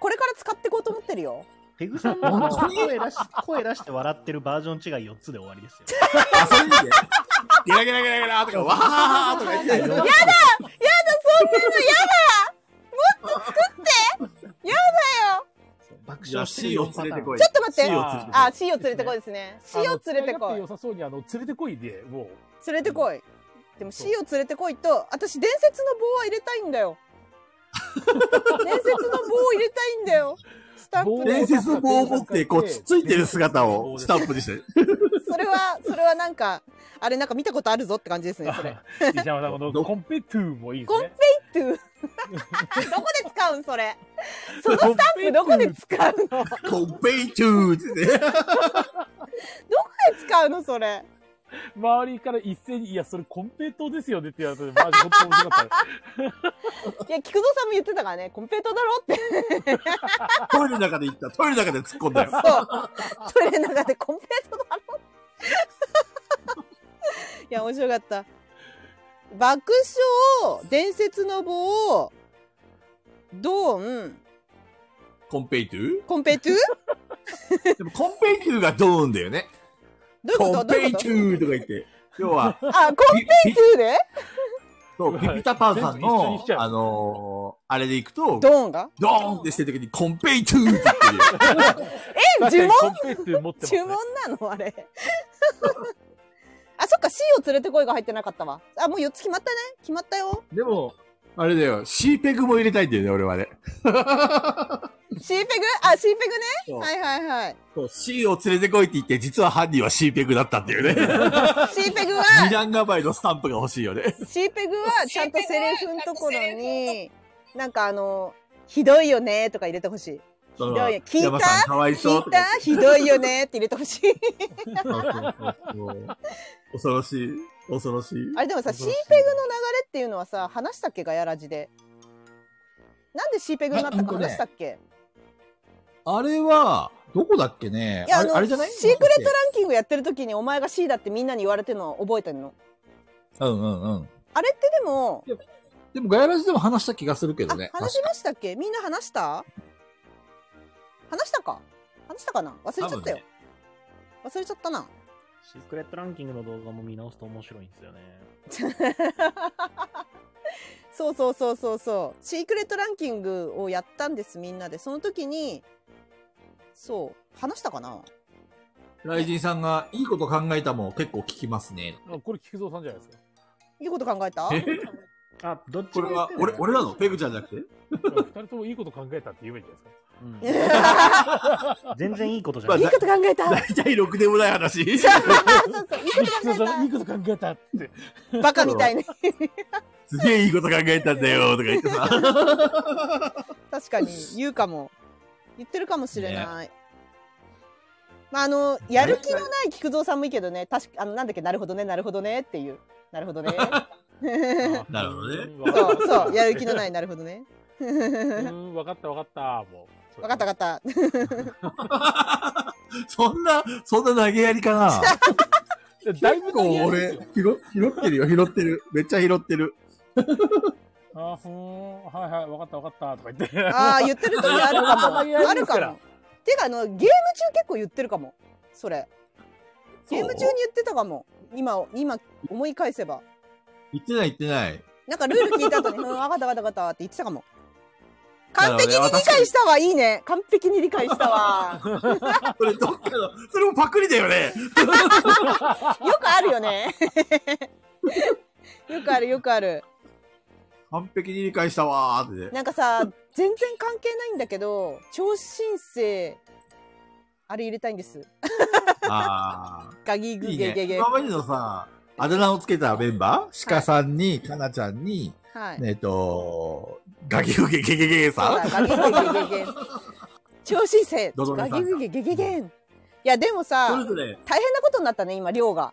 [SPEAKER 1] これから使っていこうと思ってる よ。
[SPEAKER 3] ペグさんの声出し 声出して笑ってるバージョン違い4つで終わりですよ。
[SPEAKER 4] あ、そういう意味で。ゲラゲラゲラゲラとか、わーとか言って
[SPEAKER 3] や
[SPEAKER 4] た
[SPEAKER 3] だ
[SPEAKER 4] よ。
[SPEAKER 3] 爆
[SPEAKER 4] いや
[SPEAKER 3] 笑して
[SPEAKER 4] C
[SPEAKER 3] る
[SPEAKER 4] を
[SPEAKER 3] 4パ
[SPEAKER 4] 連
[SPEAKER 3] タ
[SPEAKER 4] れ
[SPEAKER 3] ー
[SPEAKER 4] てこ
[SPEAKER 3] ン
[SPEAKER 4] い。
[SPEAKER 1] ちょっと待って
[SPEAKER 4] C を連れてこい。
[SPEAKER 1] あ、C を連れてこいですね。C を連れて
[SPEAKER 2] あの使
[SPEAKER 1] こ
[SPEAKER 2] い勝手
[SPEAKER 1] い
[SPEAKER 2] 良。さそうに、あの、連れてこいで、もう。
[SPEAKER 1] 連れてこい。でも
[SPEAKER 2] そ
[SPEAKER 1] C
[SPEAKER 2] う
[SPEAKER 1] を連れてこいと、私伝説の棒は入れたいんだよ。伝説の棒を入れたいんだよ。スタンプ
[SPEAKER 4] 伝
[SPEAKER 1] で。
[SPEAKER 4] 説の棒を持って、こう、つっついてる姿をスタンプにして。
[SPEAKER 1] それは、それはなんか、あれなんか見たことあるぞって感じですね、それ。
[SPEAKER 2] 石山さん、この
[SPEAKER 4] ど
[SPEAKER 2] コンペトゥーもいいですね。
[SPEAKER 1] ト ゥどこで使うんそれ。そのスタンプどこで使うのどこ
[SPEAKER 4] コンペイトゥーってね。
[SPEAKER 1] で使うのそれ。
[SPEAKER 2] 周りから一斉に、いや、それコンペイトーですよねって言われたら、マジ本当面白かった。
[SPEAKER 1] いや、菊蔵さんも言ってたからね、コンペイトーだろって。
[SPEAKER 4] トイレの中で行った。トイレの中で突っ込んだよ。
[SPEAKER 1] そう。トイレの中でコンペイトーだろ って。いや、面白かった。爆笑、伝説の棒、ドーン、
[SPEAKER 4] コンペイトゥ
[SPEAKER 1] コンペイトゥー
[SPEAKER 4] ーでもコンペイトゥーがドーンだよね。
[SPEAKER 1] どういうこ
[SPEAKER 4] コ
[SPEAKER 1] と
[SPEAKER 4] ン
[SPEAKER 1] どうい
[SPEAKER 4] ペ
[SPEAKER 1] う
[SPEAKER 4] イ
[SPEAKER 1] こ
[SPEAKER 4] ト
[SPEAKER 1] と
[SPEAKER 4] ゥーとか言って。要は、
[SPEAKER 1] あ、コン
[SPEAKER 4] ピ
[SPEAKER 1] ペイ
[SPEAKER 4] ピ
[SPEAKER 1] トゥーで
[SPEAKER 4] そうピピタパンさん
[SPEAKER 2] 全部一緒にし
[SPEAKER 4] の
[SPEAKER 2] ちゃ、う
[SPEAKER 4] あのー、あれで行くと、
[SPEAKER 1] ドーンが
[SPEAKER 4] ドーンってしてるときにコンペイトゥーって言ってるよ。
[SPEAKER 1] え、呪文
[SPEAKER 2] 確かにコンペイトゥー持ってます、ね。
[SPEAKER 1] 注文なのあれ あそっか C を連れてこいが入ってなかったわあもう4つ決まったね決まったよ
[SPEAKER 4] でも、あれだよ、CPEG も入れたいんだよね、俺はね。
[SPEAKER 1] シーペグあ、シーペグ
[SPEAKER 4] そう
[SPEAKER 1] ね。はいはいはい。
[SPEAKER 4] そう C を連れてこいって言って、実は犯人は CPEG だったってい うね。
[SPEAKER 1] シーペグ
[SPEAKER 4] 二
[SPEAKER 1] は、
[SPEAKER 4] 段構えのスタンプが欲しいよね。
[SPEAKER 1] シーペグはちゃんとセリフのところに、なんかあの、ひどいよねとか入れてほしい。
[SPEAKER 4] その
[SPEAKER 1] ひどい聞いた
[SPEAKER 4] 山さんかわいそ
[SPEAKER 1] 聞
[SPEAKER 4] う
[SPEAKER 1] い
[SPEAKER 4] とか
[SPEAKER 1] たひどいよねって入れてほしい。
[SPEAKER 4] そうそうそうそう恐ろしい。恐ろしい。
[SPEAKER 1] あれでもさ、シーペ
[SPEAKER 2] 恐ろしい
[SPEAKER 1] グの流れっていうのはさ、話したっけガヤラジで。なんでシーペグになった
[SPEAKER 4] あ
[SPEAKER 1] か
[SPEAKER 4] ほんとね
[SPEAKER 1] 話したっけ、
[SPEAKER 4] あれは、どこだっけね
[SPEAKER 1] いや
[SPEAKER 4] あれ
[SPEAKER 1] あの
[SPEAKER 4] あれじゃない
[SPEAKER 1] シークレットランキングやってる時にお前が C だってみんなに言われてるの覚えてんの
[SPEAKER 4] ラうんうんうん。
[SPEAKER 1] あれってでも、
[SPEAKER 4] でも、ガヤラジでも話した気がするけ
[SPEAKER 1] あ
[SPEAKER 4] どね。、
[SPEAKER 1] 話しましたっけみんな話した話したか話したかな忘れちゃったよ。忘れちゃったな。
[SPEAKER 3] シークレットランキングの動画も見直すと面白いんですよね。
[SPEAKER 1] そうそうそうそうそう。シークレットランキングをやったんですみんなで。その時に、そう、話したかな
[SPEAKER 4] ライジンさんが、いいこと考えたもん結構聞きますね。
[SPEAKER 2] あこれ、菊蔵さんじゃないですか。
[SPEAKER 1] いいこと考えた
[SPEAKER 4] え
[SPEAKER 3] あ、どっちも
[SPEAKER 4] これ
[SPEAKER 3] 言っ
[SPEAKER 4] は
[SPEAKER 3] て、る
[SPEAKER 4] 俺、俺らのペグちゃんじゃなくて
[SPEAKER 2] 二人ともいいこと考えたって言えばいいんじゃないですか。
[SPEAKER 3] うん
[SPEAKER 1] い
[SPEAKER 3] 全然いいことじゃない。
[SPEAKER 1] いこと考えた。
[SPEAKER 4] 大体ろくでもない話。
[SPEAKER 1] そうそう、いいこと考
[SPEAKER 2] 菊蔵さん、い
[SPEAKER 1] え
[SPEAKER 2] いこと考えたって。
[SPEAKER 1] た。バカみたいね。
[SPEAKER 4] すげえいいこと考えたんだよ、とか言ってさ。
[SPEAKER 1] 確かに言うかも。言ってるかもしれない。まああのやる気のない菊蔵さんもいいけどね。確かあのなんだっけなるほどねなるほどねっていうなるほどね。
[SPEAKER 4] なるほどね
[SPEAKER 2] うん。
[SPEAKER 1] そう
[SPEAKER 2] わかった
[SPEAKER 1] そうやる気のないなるほどね。
[SPEAKER 2] うん、分かった分かった。もう。
[SPEAKER 1] わかったわかった。
[SPEAKER 4] そんな、そんな投げやり かな。
[SPEAKER 2] だいぶ
[SPEAKER 4] こう
[SPEAKER 2] の
[SPEAKER 4] 俺、拾拾ってるよ、拾ってる。めっちゃ拾ってる。
[SPEAKER 2] あふーん、はいはい、分かった分かった。とか言って。
[SPEAKER 1] ああ言ってる時あるかも。
[SPEAKER 2] いやいや
[SPEAKER 1] あるか
[SPEAKER 2] いやい
[SPEAKER 1] も。てかあのゲーム中結構言ってるかも。それゲーム中に言ってたかも。今今思い返せば。
[SPEAKER 4] 言ってない言ってない。
[SPEAKER 1] なんかルール聞いた 後に、うん、わかったわかったわかったって言ってたかも。完璧に
[SPEAKER 4] なるほどね
[SPEAKER 1] 理解したわ、いいね。完璧に理解した わ。よ
[SPEAKER 4] それどっかの、それもパクリだよね。
[SPEAKER 1] くあるよね。 よくあるよくある。
[SPEAKER 4] 完璧に理解したわーって。
[SPEAKER 1] なんかさ、全然関係ないんだけど、超新星、あれ入れたいんです。
[SPEAKER 4] あ
[SPEAKER 1] ガギ
[SPEAKER 4] あ。
[SPEAKER 1] グ
[SPEAKER 4] いい
[SPEAKER 1] ゲ
[SPEAKER 4] ね
[SPEAKER 1] ゲ。ゲ。
[SPEAKER 4] 今までのさ、あだ名をつけたメンバー鹿さんに、かなちゃんに、
[SPEAKER 1] はい。
[SPEAKER 4] えっと、ガキウケゲゲゲゲ
[SPEAKER 1] そう
[SPEAKER 4] さん
[SPEAKER 1] だ、ガギグゲゲゲ。超新星、
[SPEAKER 4] どぞど
[SPEAKER 1] ガ
[SPEAKER 4] ぞ
[SPEAKER 1] ギグゲゲゲゲ。いや、でも
[SPEAKER 4] そ
[SPEAKER 1] さ
[SPEAKER 4] れ、ぞれ、
[SPEAKER 1] 大変なことになったね、今、量が。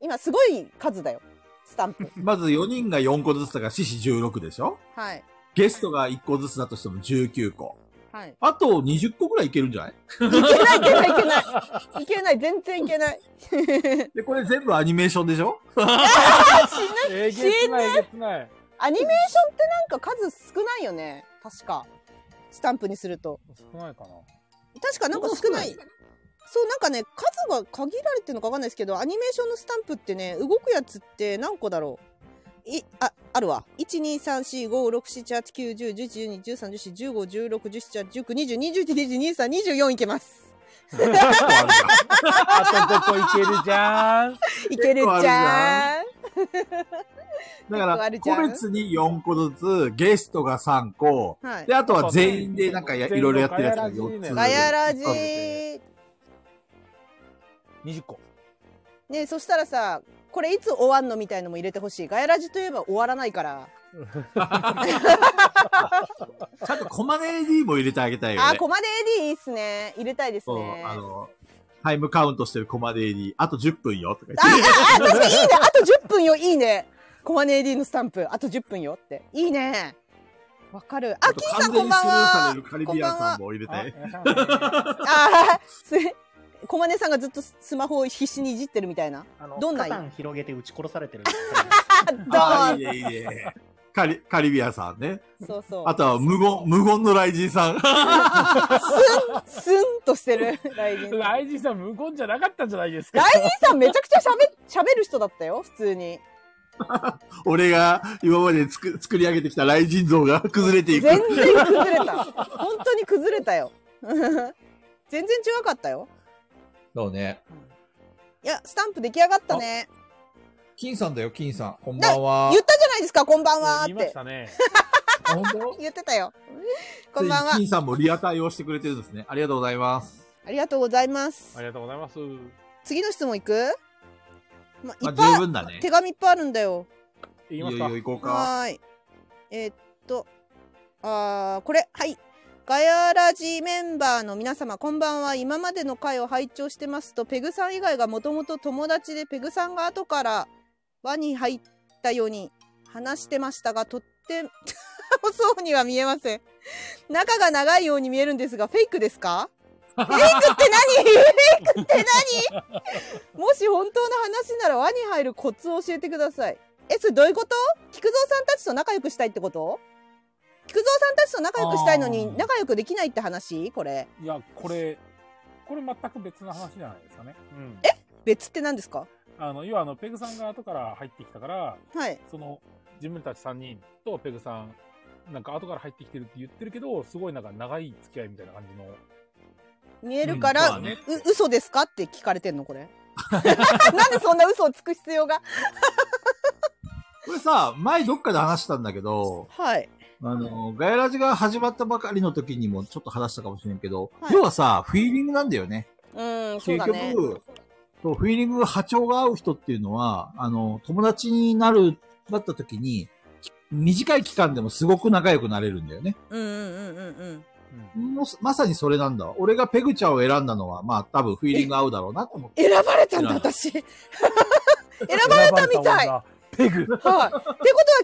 [SPEAKER 1] 今、すごい数だよ。スタンプ。
[SPEAKER 4] まず4人が4個ずつだから、獅子16でしょ
[SPEAKER 1] はい。
[SPEAKER 4] ゲストが1個ずつだとしても19個。
[SPEAKER 1] はい。
[SPEAKER 4] あと20個ぐらいいけるんじゃな
[SPEAKER 1] い
[SPEAKER 4] い
[SPEAKER 1] けないいけないいけないいけない全然いけない
[SPEAKER 4] で、これ全部アニメーションでしょ
[SPEAKER 2] えげつない、えげつない。
[SPEAKER 1] アニメーションってなんか数少ないよね確かスタンプにすると
[SPEAKER 2] 少ないかな。
[SPEAKER 1] 確かなんか少ないそうなんかね数が限られてるのかわかんないですけどアニメーションのスタンプってね動くやつって何個だろういああるわ123456789101112131415161718192021222324いけます
[SPEAKER 2] あとここいけるじゃん。
[SPEAKER 1] いけるじ
[SPEAKER 4] 結構あるじ
[SPEAKER 1] ゃん
[SPEAKER 4] ゃ
[SPEAKER 1] 結構あ
[SPEAKER 4] だか
[SPEAKER 1] る
[SPEAKER 4] ら、
[SPEAKER 1] じゃん
[SPEAKER 4] 個別に4個ずつ、ゲストが3個、
[SPEAKER 1] はい
[SPEAKER 4] で、あとは全員でなんかやい
[SPEAKER 2] 全員
[SPEAKER 4] ろいろやってるやつが
[SPEAKER 2] ガヤラ
[SPEAKER 1] ガヤラジ
[SPEAKER 2] ジね
[SPEAKER 4] 4つ。
[SPEAKER 2] そう
[SPEAKER 1] ー
[SPEAKER 2] で20個。
[SPEAKER 1] ねえそしたらさこれいつ終わんのみたいのも入れてほしいガヤラジといえば終わらないから、
[SPEAKER 4] ちゃんとコマネ AD も入れてあげたいよ
[SPEAKER 1] あ
[SPEAKER 4] ね。
[SPEAKER 1] コマで AD いいっすね入れたいです
[SPEAKER 4] そう
[SPEAKER 1] ね、
[SPEAKER 4] あ
[SPEAKER 1] あ
[SPEAKER 4] の、タイムカウントしてるコマネ AD、あと10分よとか
[SPEAKER 1] あ
[SPEAKER 4] 言って。
[SPEAKER 1] あ 確かにいいねあと10分よいいねコマネ AD のスタンプあと10分よっていいねわかるあ
[SPEAKER 4] と
[SPEAKER 1] キーさん
[SPEAKER 4] 完全
[SPEAKER 1] こん
[SPEAKER 4] に
[SPEAKER 1] ばんは
[SPEAKER 4] スルーされるカリビアンさんも入れ
[SPEAKER 2] あい
[SPEAKER 4] て。
[SPEAKER 2] らっしゃいま
[SPEAKER 1] あーすコマネさんがずっとスマホを必死にいじってるみたいな
[SPEAKER 3] あの
[SPEAKER 1] どんな
[SPEAKER 3] カタン広げて撃ち殺されてるんで
[SPEAKER 1] あド
[SPEAKER 4] あ
[SPEAKER 1] ー
[SPEAKER 4] ーいいね、いいね。カリ、カリビアンさんね。
[SPEAKER 1] ンそうそう
[SPEAKER 4] あとは無言、無言の雷神さん。
[SPEAKER 1] スンとしてるライジン
[SPEAKER 2] せんライジンさん、無言じゃなかったんじゃないですか
[SPEAKER 1] ラ。イジンさんめちゃくちゃしゃべる人だったよ普通に
[SPEAKER 4] 俺が今までつく作り上げてきた雷神像が 崩れていく。
[SPEAKER 1] 全然崩れた本当に崩れたよ 全然違かったよ
[SPEAKER 4] そうね。
[SPEAKER 1] いやスタンプ出来上がったね
[SPEAKER 4] 金さんだよ、金さん。こんばんは。
[SPEAKER 1] 言ったじゃないですか、こんばんはっ
[SPEAKER 2] 言いま
[SPEAKER 1] て
[SPEAKER 2] し。たね。
[SPEAKER 4] あ本当
[SPEAKER 1] 言ってたよ。こんばんは
[SPEAKER 4] ついに。金さんもリア対応してくれてるんですね。ありがとうございます。
[SPEAKER 1] ありがとうございます
[SPEAKER 2] あ。りがとうございます。
[SPEAKER 1] 次の質問いくまあ、
[SPEAKER 4] ま
[SPEAKER 1] い
[SPEAKER 4] あ、
[SPEAKER 1] っぱい、
[SPEAKER 4] 十分だね。
[SPEAKER 1] 手紙いっぱいあるんだよ。
[SPEAKER 2] 言
[SPEAKER 4] い
[SPEAKER 2] い
[SPEAKER 4] よ
[SPEAKER 2] ま
[SPEAKER 4] い
[SPEAKER 2] すか
[SPEAKER 4] よ行こうか。
[SPEAKER 1] はーい。えーっと、あーこれ、はい。ガヤラジメンバーの皆様、こんばんは。今までの回を拝聴してますと、ペグさん以外がもともと友達で、ペグさんが後から輪に入ったように話してましたが、とっても そうには見えません。仲が長いように見えるんですが、フェイクですかフェイクって何フェイクって 何もし本当の話なら輪に入るコツを教えてください。え、それどういうこと菊蔵さんたちと仲良くしたいってこと菊蔵さんたちと仲良くしたいのに
[SPEAKER 4] あー
[SPEAKER 1] 仲良くできないって話これ
[SPEAKER 2] いや、これ、これ全く別の話じゃないですかね。うん、
[SPEAKER 1] 別って何ですか
[SPEAKER 2] あの、要はあの、ペグさんが後から入ってきたから、
[SPEAKER 1] はい
[SPEAKER 2] その、自分たち3人とペグさん、なんか後から入ってきてるって言ってるけど、すごいなんか長い付き合いみたいな感じの。
[SPEAKER 1] 見えるから、
[SPEAKER 4] うんそうだね
[SPEAKER 1] う嘘ですかって聞かれてんのこれ なんでそんな嘘をつく必要が
[SPEAKER 4] これさ、前どっかで話したんだけど、
[SPEAKER 1] はい
[SPEAKER 4] あの、ガヤラジが始まったばかりの時にもちょっと話したかもしれんけど、
[SPEAKER 1] はい
[SPEAKER 4] 要はさ、フィーリングなんだよね。
[SPEAKER 1] うんそう
[SPEAKER 4] 結
[SPEAKER 1] だ
[SPEAKER 4] 局、
[SPEAKER 1] ね
[SPEAKER 4] そうフィーリング波長が合う人っていうのは、あの、友達になる、だった時に、短い期間でもすごく仲良くなれるんだよね。
[SPEAKER 1] うんうんうんうんうん
[SPEAKER 2] うん
[SPEAKER 4] もうまさにそれなんだわ。俺がペグちゃんを選んだのは、まあ多分フィーリング合うだろうなと思って。
[SPEAKER 1] 選ばれたんだ
[SPEAKER 4] 選ばれ
[SPEAKER 1] 私 選ばれたみたいはい
[SPEAKER 2] 選ばれた女。ペグ。
[SPEAKER 1] ってことは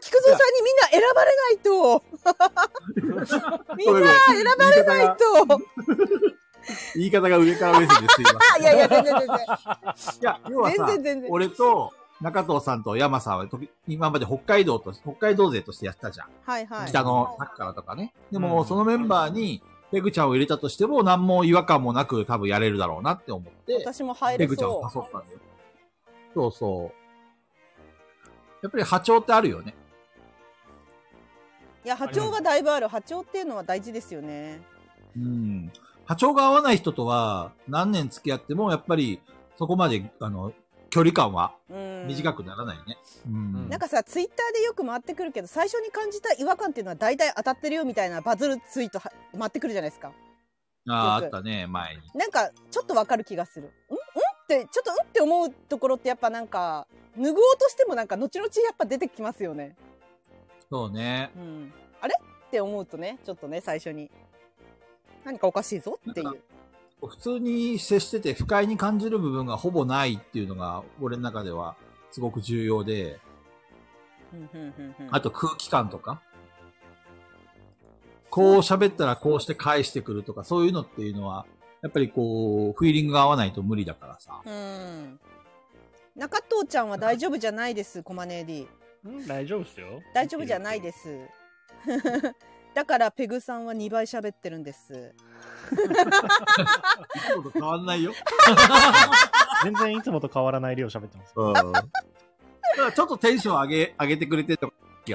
[SPEAKER 1] 菊蔵さんにみんな選ばれないと みんな選ば
[SPEAKER 4] れ
[SPEAKER 1] れないと
[SPEAKER 4] 言い方が上から目線ですいません。
[SPEAKER 1] あいやいや全 然全然
[SPEAKER 4] いや、要は
[SPEAKER 1] 全
[SPEAKER 4] さ
[SPEAKER 1] 然、全然
[SPEAKER 4] 俺と中藤さんと山さんはとき今まで北海道と、北海道勢としてやってたじゃん。
[SPEAKER 1] はいはい
[SPEAKER 4] 北のサッカーとかね。で
[SPEAKER 2] う
[SPEAKER 4] も、
[SPEAKER 2] ん
[SPEAKER 4] そのメンバーに、ペグちゃんを入れたとしても、何も違和感もなく多分やれるだろうなって思って、
[SPEAKER 1] 私も入
[SPEAKER 4] ペ
[SPEAKER 1] れ
[SPEAKER 4] グちゃんを
[SPEAKER 1] そ
[SPEAKER 4] 誘ったんだよ。そうそう。やっぱり波長ってあるよね。
[SPEAKER 1] ういや波長がだいぶある波長っていうのは大事ですよね
[SPEAKER 4] うん。波長が合わない人とは、何年付き合っても、やっぱり、そこまで、あの、距離感は
[SPEAKER 1] うん
[SPEAKER 4] 短くならないね。うん。
[SPEAKER 1] なんかさツイッターでよく回ってくるけど最初に感じた違和感っていうのは大体当たってるよみたいなバズるツイートは回ってくるじゃないですか
[SPEAKER 4] ああー、あ
[SPEAKER 1] よく
[SPEAKER 4] ったね、前に。
[SPEAKER 1] なんかちょっとわかる気がするんんってちょっとうんって思うところってやっぱなんか脱ごうとしてもなんか後々やっぱ出てきますよね
[SPEAKER 4] そうね。
[SPEAKER 1] うんあれって思うとねちょっとね最初に何かおかしいぞっていう
[SPEAKER 4] なん普通に接してて不快に感じる部分がほぼないっていうのが俺の中ではすごく重要で、
[SPEAKER 1] うんうんうんうん
[SPEAKER 4] あと空気感とか、こう喋ったらこうして返してくるとか、そういうのっていうのは、やっぱりこう、フィーリングが合わないと無理だから さ。
[SPEAKER 1] うん中藤ちゃんは大丈夫じゃないです、コマネーディ。
[SPEAKER 3] うん、大丈夫っすよ。。
[SPEAKER 1] 大丈夫じゃないですす。 だからペグさんは2倍喋ってるんです。
[SPEAKER 4] いつもと変わんないよ。
[SPEAKER 3] 全然いつもと変わらない量喋ってます。
[SPEAKER 4] うん。だからちょっとテンション上げ、上げてくれてとか、
[SPEAKER 1] い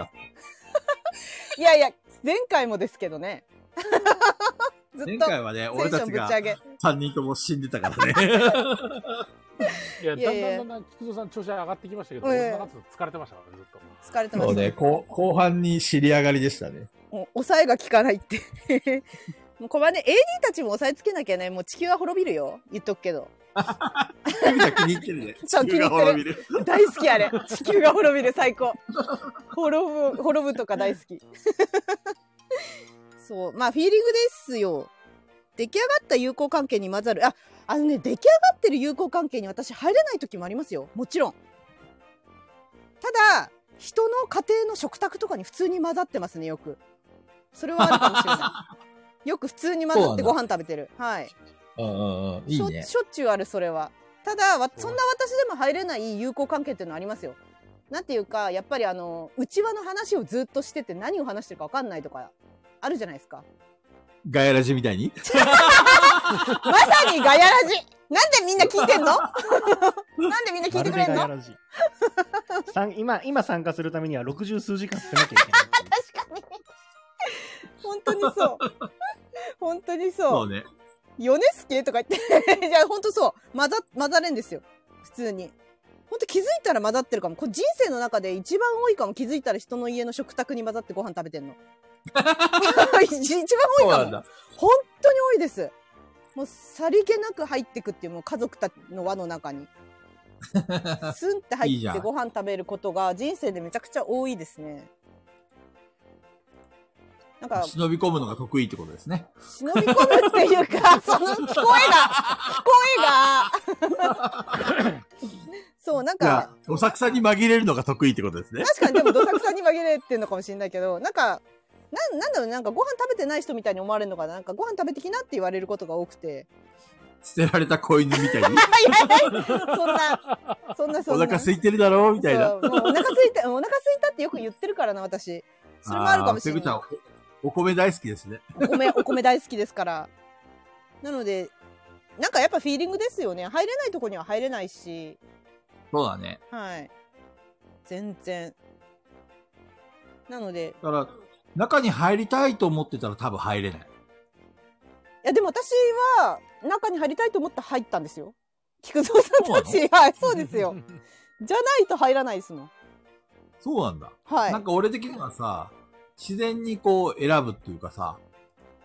[SPEAKER 1] やいや、前回もですけど ね。ずっと
[SPEAKER 4] 前
[SPEAKER 1] テ
[SPEAKER 4] 回はね、
[SPEAKER 1] ン
[SPEAKER 4] 俺
[SPEAKER 1] シ
[SPEAKER 4] た
[SPEAKER 1] ョン
[SPEAKER 4] ち
[SPEAKER 1] ぶ
[SPEAKER 4] が
[SPEAKER 1] ち上げ。
[SPEAKER 4] 3人とも死んでたか らね。
[SPEAKER 2] いや、
[SPEAKER 1] い
[SPEAKER 2] だ
[SPEAKER 1] や
[SPEAKER 2] ん
[SPEAKER 1] い
[SPEAKER 2] だ
[SPEAKER 1] や
[SPEAKER 2] んだんだん、菊蔵さん調子上がってきましたけど、
[SPEAKER 1] ええ
[SPEAKER 2] 俺の中で疲れてましたからね、ずっと。
[SPEAKER 1] 疲れてました。
[SPEAKER 4] 後後半に知り上がり でしたね。
[SPEAKER 1] もう抑えが効かないって。 もうコマネ、AD たちも抑えつけなきゃね、もう地球は滅びるよ。言っとくけど。
[SPEAKER 4] ペグちゃん気に入ってるね。
[SPEAKER 1] そう気に入ってる
[SPEAKER 4] 地球が滅びる。
[SPEAKER 1] 大好きあれ。地球が滅びる最高。滅ぶ、滅ぶとか大好き。 そう。まあ、フィーリングですよ。出来上がった友好関係に混ざる。あ、あのね、出来上がってる友好関係に私入れない時もありますよ。もちろん。ただ、人の家庭の食卓とかに普通に混ざってますね、よく。それはあるかもしれない。よく普通に混ざってご飯食べてる。はい。
[SPEAKER 4] うんうんうん。
[SPEAKER 1] しょしょっちゅうあるそれはただわそんな私でも入れない友好関係っていうのはありますよなんていうかやっぱりあの内輪の話をずっとしてて何を話してるか分かんないとかあるじゃないです か
[SPEAKER 4] ガヤラジみたいに
[SPEAKER 1] まさにガヤラジなんでみんな聞いて んのなんでみんな聞いてくれんの
[SPEAKER 3] ガヤ
[SPEAKER 1] 確か
[SPEAKER 3] ラジさん今、今参加するためには60数時間捨てなきゃいけない。
[SPEAKER 1] に本当にそう本当に
[SPEAKER 4] そ
[SPEAKER 1] そう
[SPEAKER 4] うね。
[SPEAKER 1] 「ヨネスケ?」とか言ってじゃあ本当そう混ざ混ざれんですよ普通にほんと気づいたら混ざってるかも。これ人生の中で一番多いかも。気づいたら人の家の食卓に混ざってご飯食べてんの。 一番多い
[SPEAKER 4] そう
[SPEAKER 1] か
[SPEAKER 4] なん
[SPEAKER 1] も。
[SPEAKER 4] だ。
[SPEAKER 1] 本当に多いです。もうさりげなく入ってくっていうもう家族たちの輪の中 に。スンって
[SPEAKER 4] いい
[SPEAKER 1] 入
[SPEAKER 4] じ
[SPEAKER 1] っ
[SPEAKER 4] ゃ
[SPEAKER 1] て
[SPEAKER 4] ん
[SPEAKER 1] ご飯食べることが人生でめちゃくちゃ多いですね。なんか
[SPEAKER 4] 忍び込むのが得意ってことですね。
[SPEAKER 1] 忍び込むっていう か、その聞こえが、聞こえが。 そう、なん
[SPEAKER 4] じゃあ
[SPEAKER 1] か、、
[SPEAKER 4] おさくさに紛れるのが得意ってことですね。
[SPEAKER 1] 確かにでもどさくさに紛れてるのかもしれないけど、なんか、なんなんだろうねなんかご飯食べてない人みたいに思われるのかななんかご飯食べてきなって言われることが多くて。
[SPEAKER 4] 捨てられた子犬みたいに、
[SPEAKER 1] そんな、そんな、 そ
[SPEAKER 4] お
[SPEAKER 1] んな。
[SPEAKER 4] 腹空いてるだろうみたいな。
[SPEAKER 1] そうもうお腹空いた、お腹空いたってよく言ってるからな、私。それもあるかもしれない。
[SPEAKER 4] あーペグちゃん、おお米大好きですね。
[SPEAKER 1] お米、お米大好きですから。なので、なんかやっぱフィーリングですよね。入れないとこには入れないし、
[SPEAKER 4] そうだね。
[SPEAKER 1] はい。全然。なので、
[SPEAKER 4] だから、中に入りたいと思ってたら多分入れない。
[SPEAKER 1] いやでも私は中に入りたいと思って入ったんですよ。菊蔵さんた
[SPEAKER 4] そ
[SPEAKER 1] ち、はい、そうです よ。。じゃないと入らないですもん。
[SPEAKER 4] そうなんだ。
[SPEAKER 1] はい。
[SPEAKER 4] なんか俺的にはさ、自然にこう選ぶっていうかさ、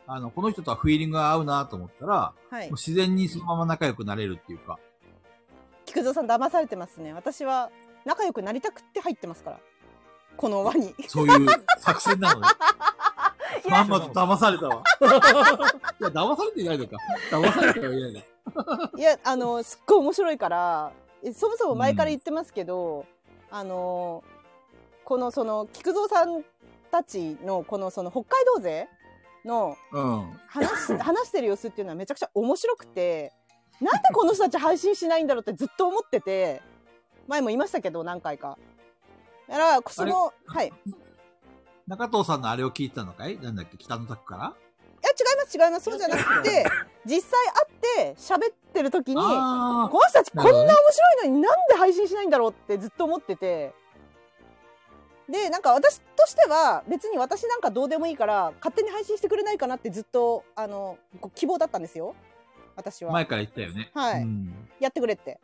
[SPEAKER 4] あの、この人とはフィーリングが合うなと思ったら、
[SPEAKER 1] はい
[SPEAKER 4] もう。自然にそのまま仲良くなれるっていうか、
[SPEAKER 1] 菊蔵さん騙されてますね。私は仲良くなりたくって入ってますから。この輪に。
[SPEAKER 4] そういう作戦な のね。まんまと騙されたわ。いや、騙されていないのか。騙されてはいないのか。
[SPEAKER 1] いや、あの、すっごい面白いから、えそもそも前から言ってますけど、あの、このその、菊蔵さんたちの、このその、北海道勢の
[SPEAKER 4] うん。
[SPEAKER 1] 話し 話してる様子っていうのはめちゃくちゃ面白くて、なんでこの人たち配信しないんだろうってずっと思ってて、前も言いましたけど、何回か。だから、その、はい。い
[SPEAKER 4] 中藤さんのあれを聞いてたのかいなんだっけ北の宅から
[SPEAKER 1] や、違います、違います。そうじゃなく て、実際会って喋ってる時に、
[SPEAKER 4] あ
[SPEAKER 1] この人たちこんな
[SPEAKER 4] なるほ
[SPEAKER 1] 面
[SPEAKER 4] どね
[SPEAKER 1] 白いのになんで配信しないんだろうってずっと思ってて。で、なんか私としては別に私なんかどうでもいいから勝手に配信してくれないかなってずっと、あの、こう希望だったんですよ。私
[SPEAKER 4] あ、
[SPEAKER 1] は。
[SPEAKER 4] 前から言ったよね。
[SPEAKER 1] はい
[SPEAKER 4] うん
[SPEAKER 1] やってくれって。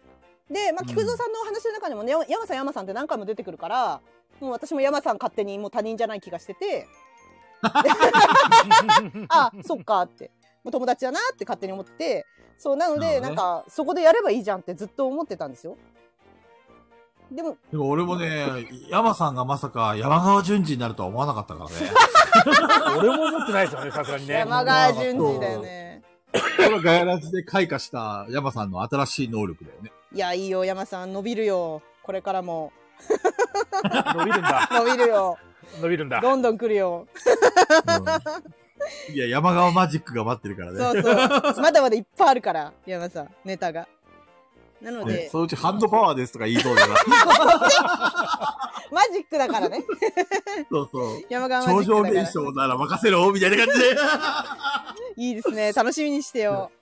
[SPEAKER 1] で、まあ、
[SPEAKER 4] うん
[SPEAKER 1] 菊蔵さんのお話の中にもね、や山さん山さんって何回も出てくるから、もう私も山さん勝手にもう他人じゃない気がしてて、 あ、そっかって。もう友達だなって勝手に思ってて、そう、なので、なん
[SPEAKER 4] なるほどね
[SPEAKER 1] か、そこでやればいいじゃんってずっと思ってたんですよ。でも、
[SPEAKER 4] でも俺もね、山さんがまさか山川淳二になるとは思わなかっ たからね。
[SPEAKER 2] 俺も思ってないですよね、さすがにね。
[SPEAKER 1] 山川淳二だよね。
[SPEAKER 4] これはガヤラジで開花した山さんの新しい能力だよね。
[SPEAKER 1] いや、いいよ、山さん、伸びるよ。これからも。
[SPEAKER 2] 伸びるんだ。
[SPEAKER 1] 伸びる よ。
[SPEAKER 2] 伸びるんだ。
[SPEAKER 1] どんどん来るよ。
[SPEAKER 4] うんいや、山川マジックが待ってるからね。
[SPEAKER 1] そうそう。まだまだいっぱいあるから、山さん、ネタが。なの
[SPEAKER 4] ね
[SPEAKER 1] で
[SPEAKER 4] そ、のうちハンドパワーですとか言いそ うだな。
[SPEAKER 1] マジックだからね。
[SPEAKER 4] そうそう。
[SPEAKER 1] 山川マ
[SPEAKER 4] 超
[SPEAKER 1] ジッ
[SPEAKER 4] 常
[SPEAKER 1] クだ
[SPEAKER 4] 現
[SPEAKER 1] から。
[SPEAKER 4] 象なら任せろみたいな感じ で。
[SPEAKER 1] いいです ね。楽しみにしてよ。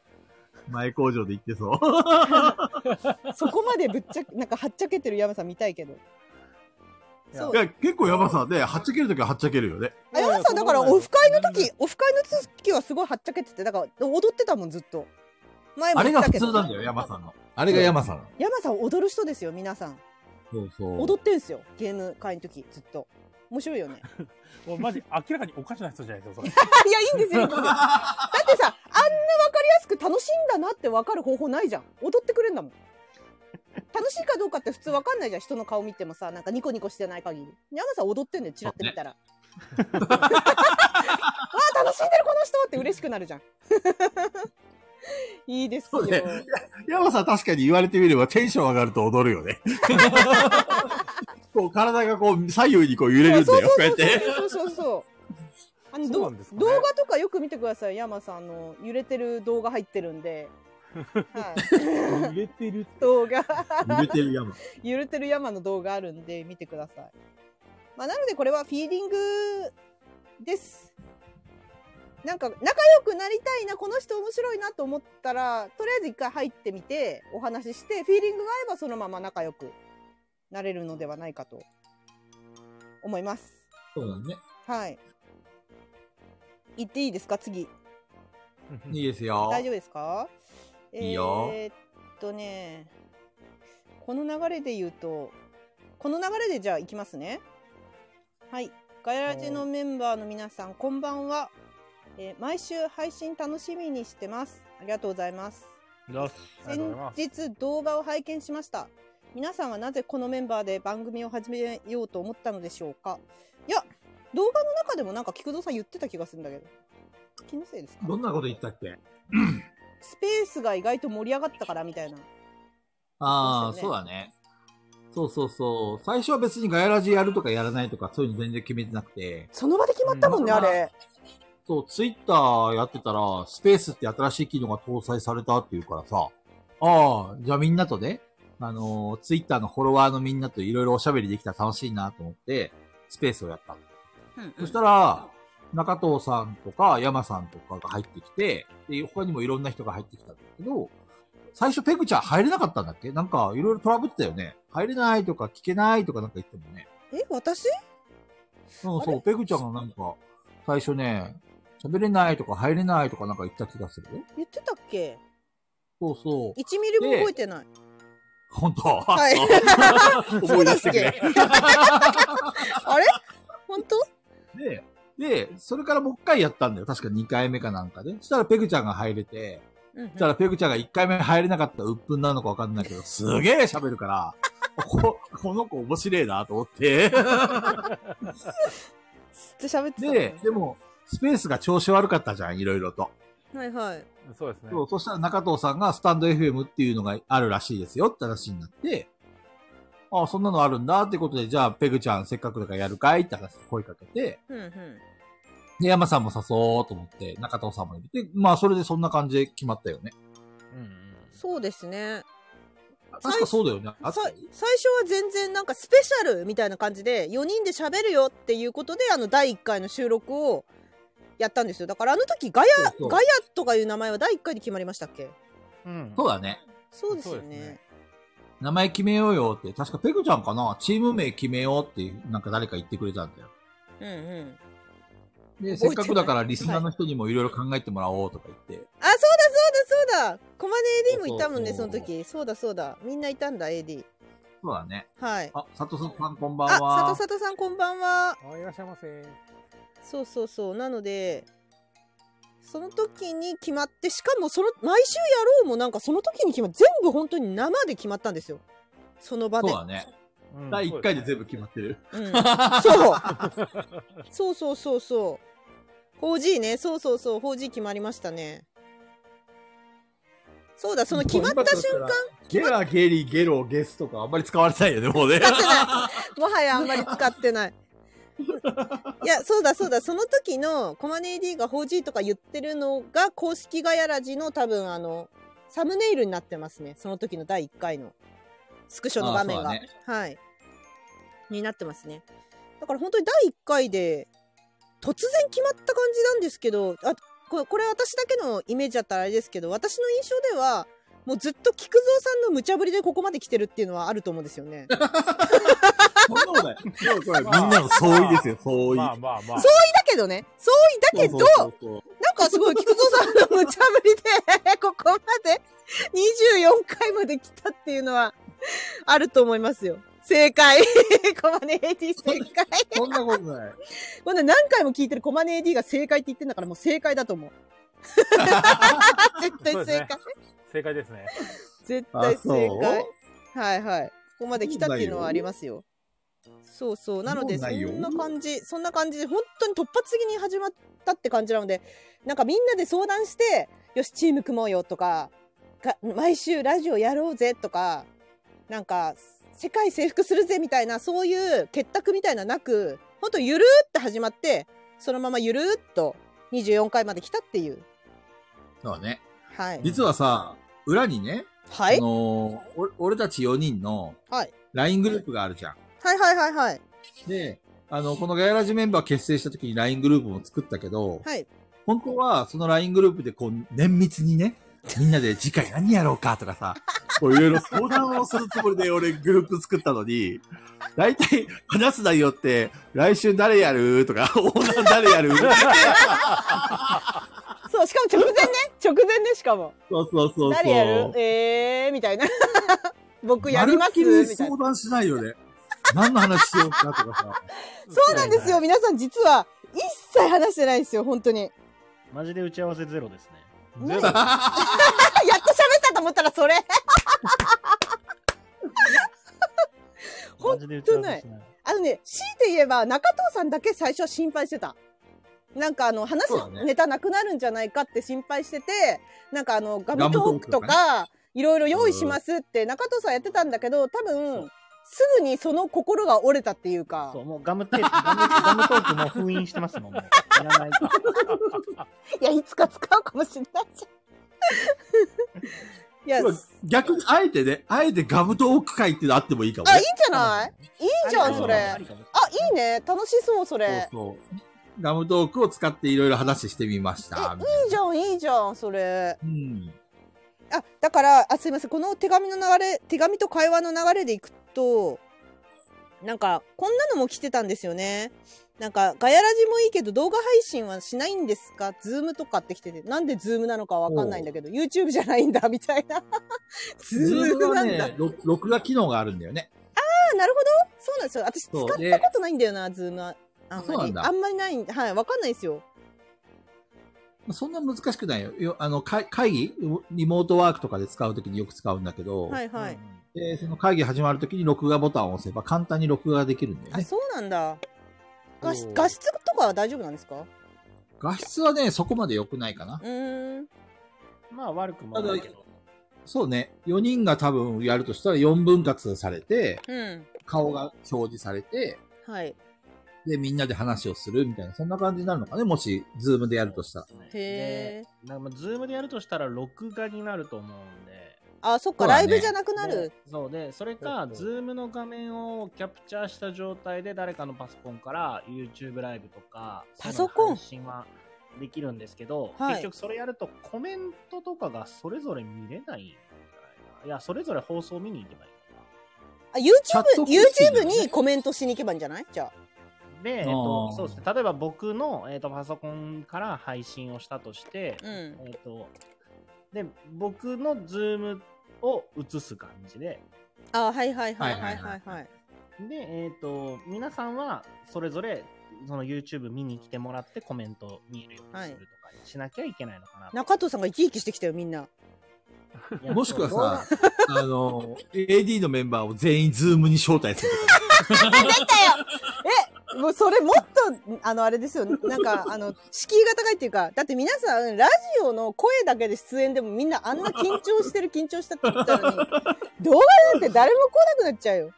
[SPEAKER 4] 前工場で言ってそう。
[SPEAKER 1] そこまでぶっちゃけ、なんかはっちゃけてる山さん見たいけど。そう
[SPEAKER 4] い。や、結構山さんね、はっちゃけるときははっちゃけるよね。
[SPEAKER 1] あ山さん、だからオフ会の時、オフ会の時はすごいはっちゃけてて、だから踊ってたもん、ずっと。前も
[SPEAKER 4] あれ
[SPEAKER 1] 言
[SPEAKER 4] が
[SPEAKER 1] った
[SPEAKER 4] 普
[SPEAKER 1] けど。
[SPEAKER 4] 通なんだよ、山さんの。あれが山さん。
[SPEAKER 1] 山さん踊る人ですよ、皆さん。
[SPEAKER 4] そうそう。
[SPEAKER 1] 踊ってんすよ、ゲーム会の時、ずっと。面白いよね。
[SPEAKER 2] もうマジ明らかにおかしな人じゃないですか、それ。
[SPEAKER 1] いや、いいんですよ、いいんですよ。だってさ、あんなわかりやすく楽しいんだなってわかる方法ないじゃん。踊ってくれんだもん。楽しいかどうかって普通わかんないじゃん。人の顔見てもさ、なんかニコニコしてない限り。山さん踊ってんねん、チラって見たら。わ あ、楽しんでるこの人って嬉しくなるじゃん。 いいですよ。
[SPEAKER 4] そうね山さん確かに言われてみればテンション上がると踊るよ ね。こう体がこう左右にこう揺れるんだよ、こうやって。
[SPEAKER 1] そうそうそうそうそうそう。あの
[SPEAKER 2] そう
[SPEAKER 1] ど
[SPEAKER 2] な
[SPEAKER 1] うん
[SPEAKER 2] ですかね
[SPEAKER 1] 動画とかよく見てください。山さんあの揺れてる動画入ってるんで。 はい、
[SPEAKER 2] 揺れてる。
[SPEAKER 1] 動画
[SPEAKER 4] 揺れてる山。
[SPEAKER 1] 揺れてる山の動画あるんで見てください。まあ、なのでこれはフィーリングです。なんか仲良くなりたいな、この人面白いなと思ったら、とりあえず一回入ってみて、お話しして、フィーリングが合えばそのまま仲良くなれるのではないかと思います。
[SPEAKER 4] そうだね。
[SPEAKER 1] はい。行っていいですか次。
[SPEAKER 4] いいですよ。
[SPEAKER 1] 大丈夫ですか
[SPEAKER 4] いいよ
[SPEAKER 1] えーっとね、この流れで言うと、この流れでじゃあ行きますね。はい。ガヤラジのメンバーの皆さん、こんばんは。えー毎週配信楽しみにしてます。ありがとうございます。
[SPEAKER 2] ありがとうございま
[SPEAKER 1] 先日動画を拝見しました。皆さんはなぜこのメンバーで番組を始めようと思ったのでしょうかいや、動画の中でもなんか菊蔵さん言ってた気がするんだけど。気のせいですか
[SPEAKER 4] どんなこと言ったっけ
[SPEAKER 1] スペースが意外と盛り上がったからみたいな。
[SPEAKER 4] ああ、
[SPEAKER 1] そ
[SPEAKER 4] そうう
[SPEAKER 1] だ
[SPEAKER 4] だね。そうそうそう。最初は別にガヤラジやるとかやらないとか、そういうの全然決めてなくて、
[SPEAKER 1] その場で決まったもんね、
[SPEAKER 4] うん
[SPEAKER 1] あれ。
[SPEAKER 4] そう、ツイッターやってたら、スペースって新しい機能が搭載されたっていうからさ、ああ、じゃあみんなとね、あのーツイッターのフォロワーのみんなといろいろおしゃべりできたら楽しいなと思って、スペースをやった。そしたら、中藤さんとか山さんとかが入ってきて、で、他にもいろんな人が入ってきたんだけど、最初ペグちゃん入れなかったんだっけなんかいろいろトラブってたよね。入れないとか聞けないとかなんか言ってもね。
[SPEAKER 1] え、私
[SPEAKER 4] うん、そう、ペグちゃんがなんか、最初ね、喋れないとか入れないとかなんか言った気がするよ。
[SPEAKER 1] 言ってたっけ
[SPEAKER 4] そうそう。
[SPEAKER 1] ?1 ミリも覚えてない。
[SPEAKER 4] 本当
[SPEAKER 1] はい
[SPEAKER 4] 思い出してくれ。
[SPEAKER 1] あれ本当
[SPEAKER 4] で、で、それからもう一回やったんだよ。確か2回目かなんかで、そしたらペグちゃんが入れて、
[SPEAKER 1] うんうん
[SPEAKER 4] そしたらペグちゃんが1回目入れなかった鬱憤なのかわかんないけど、すげえ喋るから、 こ、この子面白いなと思 って。
[SPEAKER 1] ずっと喋ってたもん
[SPEAKER 4] で、でも、スペースが調子悪かったじゃん、いろいろと。
[SPEAKER 1] はいはい。
[SPEAKER 2] す。そうですね。
[SPEAKER 4] そうそしたら中藤さんがスタンド FM っていうのがあるらしいですよって話になって、ああ、そんなのあるんだってことで、じゃあ、ペグちゃんせっかくだからやるかいって話で声かけて、
[SPEAKER 1] うんうん。
[SPEAKER 4] で、山さんも誘おうと思って、中藤さんも入れて、まあ、それでそんな感じで決まったよね。
[SPEAKER 3] うん
[SPEAKER 1] そうですね。
[SPEAKER 4] 確かそうだよね。あ
[SPEAKER 1] さ
[SPEAKER 4] った
[SPEAKER 1] 最初は全然なんかスペシャルみたいな感じで4人で喋るよっていうことであの第1回の収録をやったんですよだからあの時ガヤ
[SPEAKER 4] そうそう
[SPEAKER 1] ガヤとかいう名前は第1回で決まりましたっけ
[SPEAKER 3] うん。
[SPEAKER 4] そうだね。
[SPEAKER 1] そうですよね
[SPEAKER 2] そうですね
[SPEAKER 4] 名前決めようよって、確かペグちゃんかなチーム名決めようっていう、なんか誰か言ってくれたんだよ。
[SPEAKER 1] うんうん
[SPEAKER 4] で、
[SPEAKER 1] 覚えてな
[SPEAKER 4] せ
[SPEAKER 1] い
[SPEAKER 4] っかくだからリスナーの人にもいろいろ考えてもらおうとか言って。
[SPEAKER 1] あそうだそうだそうだコマネ AD もいたもんねそ
[SPEAKER 4] そう
[SPEAKER 1] の
[SPEAKER 4] そうそう
[SPEAKER 1] 時そうだそうだみんないたんだ AD
[SPEAKER 4] そうだね。
[SPEAKER 1] はい
[SPEAKER 4] あ、佐藤さんこんばん
[SPEAKER 1] あ
[SPEAKER 4] は。
[SPEAKER 1] 佐藤佐藤さんこんばんは
[SPEAKER 2] あいらっしゃいませ。
[SPEAKER 1] そうそうそうなのでその時に決まってしかもその毎週やろうもなんかその時に決まって全部本当に生で決まったんですよその場で
[SPEAKER 4] そうだね。
[SPEAKER 3] うん
[SPEAKER 4] 第1回で全部決まってる。
[SPEAKER 1] うん、そうそうそうそうそう 4G ねそうそうそう 4G 決まりましたねそうだその決まった瞬間
[SPEAKER 4] ゲラ、ゲリ、ゲロ、ゲスとかあんまり使われてないよね、もうね。
[SPEAKER 1] もはやあんまり使ってない。いや、そうだそうだ、その時のコマネ AD が 4G とか言ってるのが公式ガヤラジの多分あの、サムネイルになってますね。その時の第1回のスクショの場面が。
[SPEAKER 4] あそうだね
[SPEAKER 1] はい。になってますね。だから本当に第1回で突然決まった感じなんですけど、あ、これこれ私だけのイメージだったらあれですけど、私の印象では、もうずっと菊蔵さんの無茶ぶりでここまで来てるっていうのはあると思うんですよね。
[SPEAKER 4] そんなことない。そうこれみん
[SPEAKER 2] まあ
[SPEAKER 4] なの相違ですよ、相違。
[SPEAKER 2] まあまあまあ。
[SPEAKER 1] だけどね、相違だけど、
[SPEAKER 4] そうそうそう
[SPEAKER 1] なんかすごい、菊蔵さんの無茶ぶりで、 ここまで24回まで来たっていうのは、あると思いますよ。正解。 コマネ AD 正解。
[SPEAKER 4] そんなことない。
[SPEAKER 1] こんな何回も聞いてるコマネ AD が正解って言ってんだからもう正解だと 思う。絶対
[SPEAKER 2] そ
[SPEAKER 1] 正
[SPEAKER 2] うで
[SPEAKER 1] 解。
[SPEAKER 2] すね正解ですね。
[SPEAKER 1] 絶対正
[SPEAKER 4] あ
[SPEAKER 1] 解。はいはい。ここまで来たっていうのはありますよ。そうそう。なので、
[SPEAKER 4] そ
[SPEAKER 1] そ
[SPEAKER 4] んなのないよ
[SPEAKER 1] んな感じ、そんな感じで、本当に突発的に始まったって感じなので、なんかみんなで相談して、よし、チーム組もうよとか、か毎週ラジオやろうぜとか、なんか、世界征服するぜみたいな、そういう結託みたいななく、本当ゆるーって始まって、そのままゆるーっと24回まで来たっていう。
[SPEAKER 4] そうだね。
[SPEAKER 1] はい。
[SPEAKER 4] 実はさ、裏にね、
[SPEAKER 1] は
[SPEAKER 4] あ
[SPEAKER 1] い
[SPEAKER 4] のーお俺たち4人の
[SPEAKER 1] はい
[SPEAKER 4] LINE グループがあるじゃん。
[SPEAKER 1] はいはいはいはい。
[SPEAKER 4] で、あの、このガヤラジメンバー結成した時に LINE グループも作ったけど、
[SPEAKER 1] はい。
[SPEAKER 4] 本当はその LINE グループでこう、綿密にね、みんなで次回何やろうかとかさ、こういろいろ相談をするつもりで俺グループ作ったのに、大体話す内容って、来週誰やるとか、 オーナー誰やる
[SPEAKER 1] そう、しかも直前ね。直前ね、しかも。
[SPEAKER 4] そうそうそうそう。
[SPEAKER 1] 誰やるえー、みたいな。 僕やります
[SPEAKER 4] まるっきり
[SPEAKER 1] みたい
[SPEAKER 4] 相
[SPEAKER 1] な。
[SPEAKER 4] 談しないよね。何の話しようかとか さ。
[SPEAKER 1] そうなんですよ、皆さん実は一切話してないんですよ、本当に。
[SPEAKER 3] マジで打ち合わせゼロですね。
[SPEAKER 2] ゼロ。
[SPEAKER 1] あやっと喋ったと思ったらそれ。 ほんとない
[SPEAKER 3] マジで打ち合わせしない。
[SPEAKER 1] あのね、強いて言えば中藤さんだけ最初は心配してた。なんかあの話
[SPEAKER 4] そうだ
[SPEAKER 1] の
[SPEAKER 4] ね
[SPEAKER 1] ネタなくなるんじゃないかって心配してて、なんかあのガムトークと
[SPEAKER 4] ガムトークとか
[SPEAKER 1] か、いろいろ用意しますって中藤さんやってたんだけど、多
[SPEAKER 3] そ
[SPEAKER 1] 分
[SPEAKER 3] う、
[SPEAKER 1] すぐにその心が折れたっていうか
[SPEAKER 3] そ、う、もうガムテープ、ガムガムトークも封印してますもん、もう。いらない。
[SPEAKER 1] いや、いつか使うかもしれないじ ゃん。いや、
[SPEAKER 4] 逆に、あえてね、あえてガムトーク会っていうのあってもいいかも、
[SPEAKER 1] あ、いい
[SPEAKER 4] ね
[SPEAKER 1] ん。じゃないいいじゃん、それ。
[SPEAKER 3] あ
[SPEAKER 1] あ、いいね。楽しそう、それ。
[SPEAKER 4] そうそう。ガムトークを使っていろいろ話してみました。みた
[SPEAKER 1] いいじゃん、いいじゃん、それ。
[SPEAKER 4] いな
[SPEAKER 1] あだからあすいませんこの手紙の流れ手紙と会話の流れでいくとなんかこんなのも来てたんですよねなんかガヤラジもいいけど動画配信はしないんですかズームとかって来ててなんでズームなのかわかんないんだけど YouTube じゃないんだみ たいな
[SPEAKER 4] うん。ズ
[SPEAKER 1] ズー
[SPEAKER 4] ー
[SPEAKER 1] ム
[SPEAKER 4] ム
[SPEAKER 1] な
[SPEAKER 4] は
[SPEAKER 1] んだ、
[SPEAKER 4] ね、ろ録画機能があるんだよね。
[SPEAKER 1] あなるほどそうなんですよ私使っ
[SPEAKER 4] そう
[SPEAKER 1] たことないんだよなズームはあん
[SPEAKER 4] そう
[SPEAKER 1] ま
[SPEAKER 4] なん
[SPEAKER 1] り
[SPEAKER 4] だ
[SPEAKER 1] あんまりないんはいわかんないですよ
[SPEAKER 4] そんな難しくないよ。よあの、会会議リモートワークとかで使うときによく使うんだけど、
[SPEAKER 1] はいはい、
[SPEAKER 4] でその会議始まるときに録画ボタンを押せば簡単に録画できるんだよ
[SPEAKER 1] あ
[SPEAKER 4] ね。
[SPEAKER 1] そうなんだ画質
[SPEAKER 2] おー
[SPEAKER 1] 画質とかは大丈夫なんですか
[SPEAKER 4] 画質はね、そこまで良くないかな
[SPEAKER 1] う。ーん
[SPEAKER 3] まあ悪くもないけど。
[SPEAKER 4] そうね。4人が多分やるとしたら4分割されて、
[SPEAKER 1] うん
[SPEAKER 4] 顔が表示されて、
[SPEAKER 1] はい
[SPEAKER 4] で、みんなで話をするみたいな、そんな感じになるのかねもし、ズームでやるとしたら。
[SPEAKER 1] へ
[SPEAKER 3] でなんかまあズームでやるとしたら録画になると思うんで。
[SPEAKER 1] あ、そっか、
[SPEAKER 4] そうだ
[SPEAKER 1] ラ
[SPEAKER 4] ね
[SPEAKER 1] イブじゃなくなる
[SPEAKER 3] で。そうで、それ
[SPEAKER 2] そう
[SPEAKER 3] か、
[SPEAKER 2] そう
[SPEAKER 3] ズームの画面をキャプチャーした状態で、誰かのパソコンから YouTube ライブとか、
[SPEAKER 1] パソコン
[SPEAKER 3] そういうの配信はできるんですけど、
[SPEAKER 1] はい
[SPEAKER 3] 結局それやるとコメントとかがそれぞれ見れないんじゃないかな。いや、それぞれ放送見に行けばいいのか
[SPEAKER 1] あ、
[SPEAKER 4] ャット
[SPEAKER 1] YouTube、
[SPEAKER 4] 方式だ
[SPEAKER 1] YouTube
[SPEAKER 4] よね
[SPEAKER 1] にコメントしに行けばいいんじゃないじゃあ。
[SPEAKER 3] な。で、えっ
[SPEAKER 4] あ
[SPEAKER 3] と
[SPEAKER 4] ー、
[SPEAKER 3] そうですね。例えば僕の、えっと、パソコンから配信をしたとして、
[SPEAKER 1] うん。
[SPEAKER 3] えっ、と、で、僕のズームを映す感じで、
[SPEAKER 1] あ、はいはいはいは
[SPEAKER 4] はいい
[SPEAKER 1] は
[SPEAKER 4] はいい
[SPEAKER 1] はい。
[SPEAKER 3] で、えっ、と、皆さんはそれぞれ、その YouTube 見に来てもらってコメント見えるようにするとかしなきゃいけないのかなと、
[SPEAKER 1] 中藤さんが生き生きしてきたよ、みんな。
[SPEAKER 3] いや
[SPEAKER 4] もしくはさ、あの、AD のメンバーを全員ズームに招待するとか。
[SPEAKER 1] もうそれもっと、あの、あれですよ。なんか、あの、敷居が高いっていうか、だって皆さん、ラジオの声だけで出演でもみんなあんな緊張してる緊張したって言ったのに、動画なんて誰も来なくなっちゃうよ。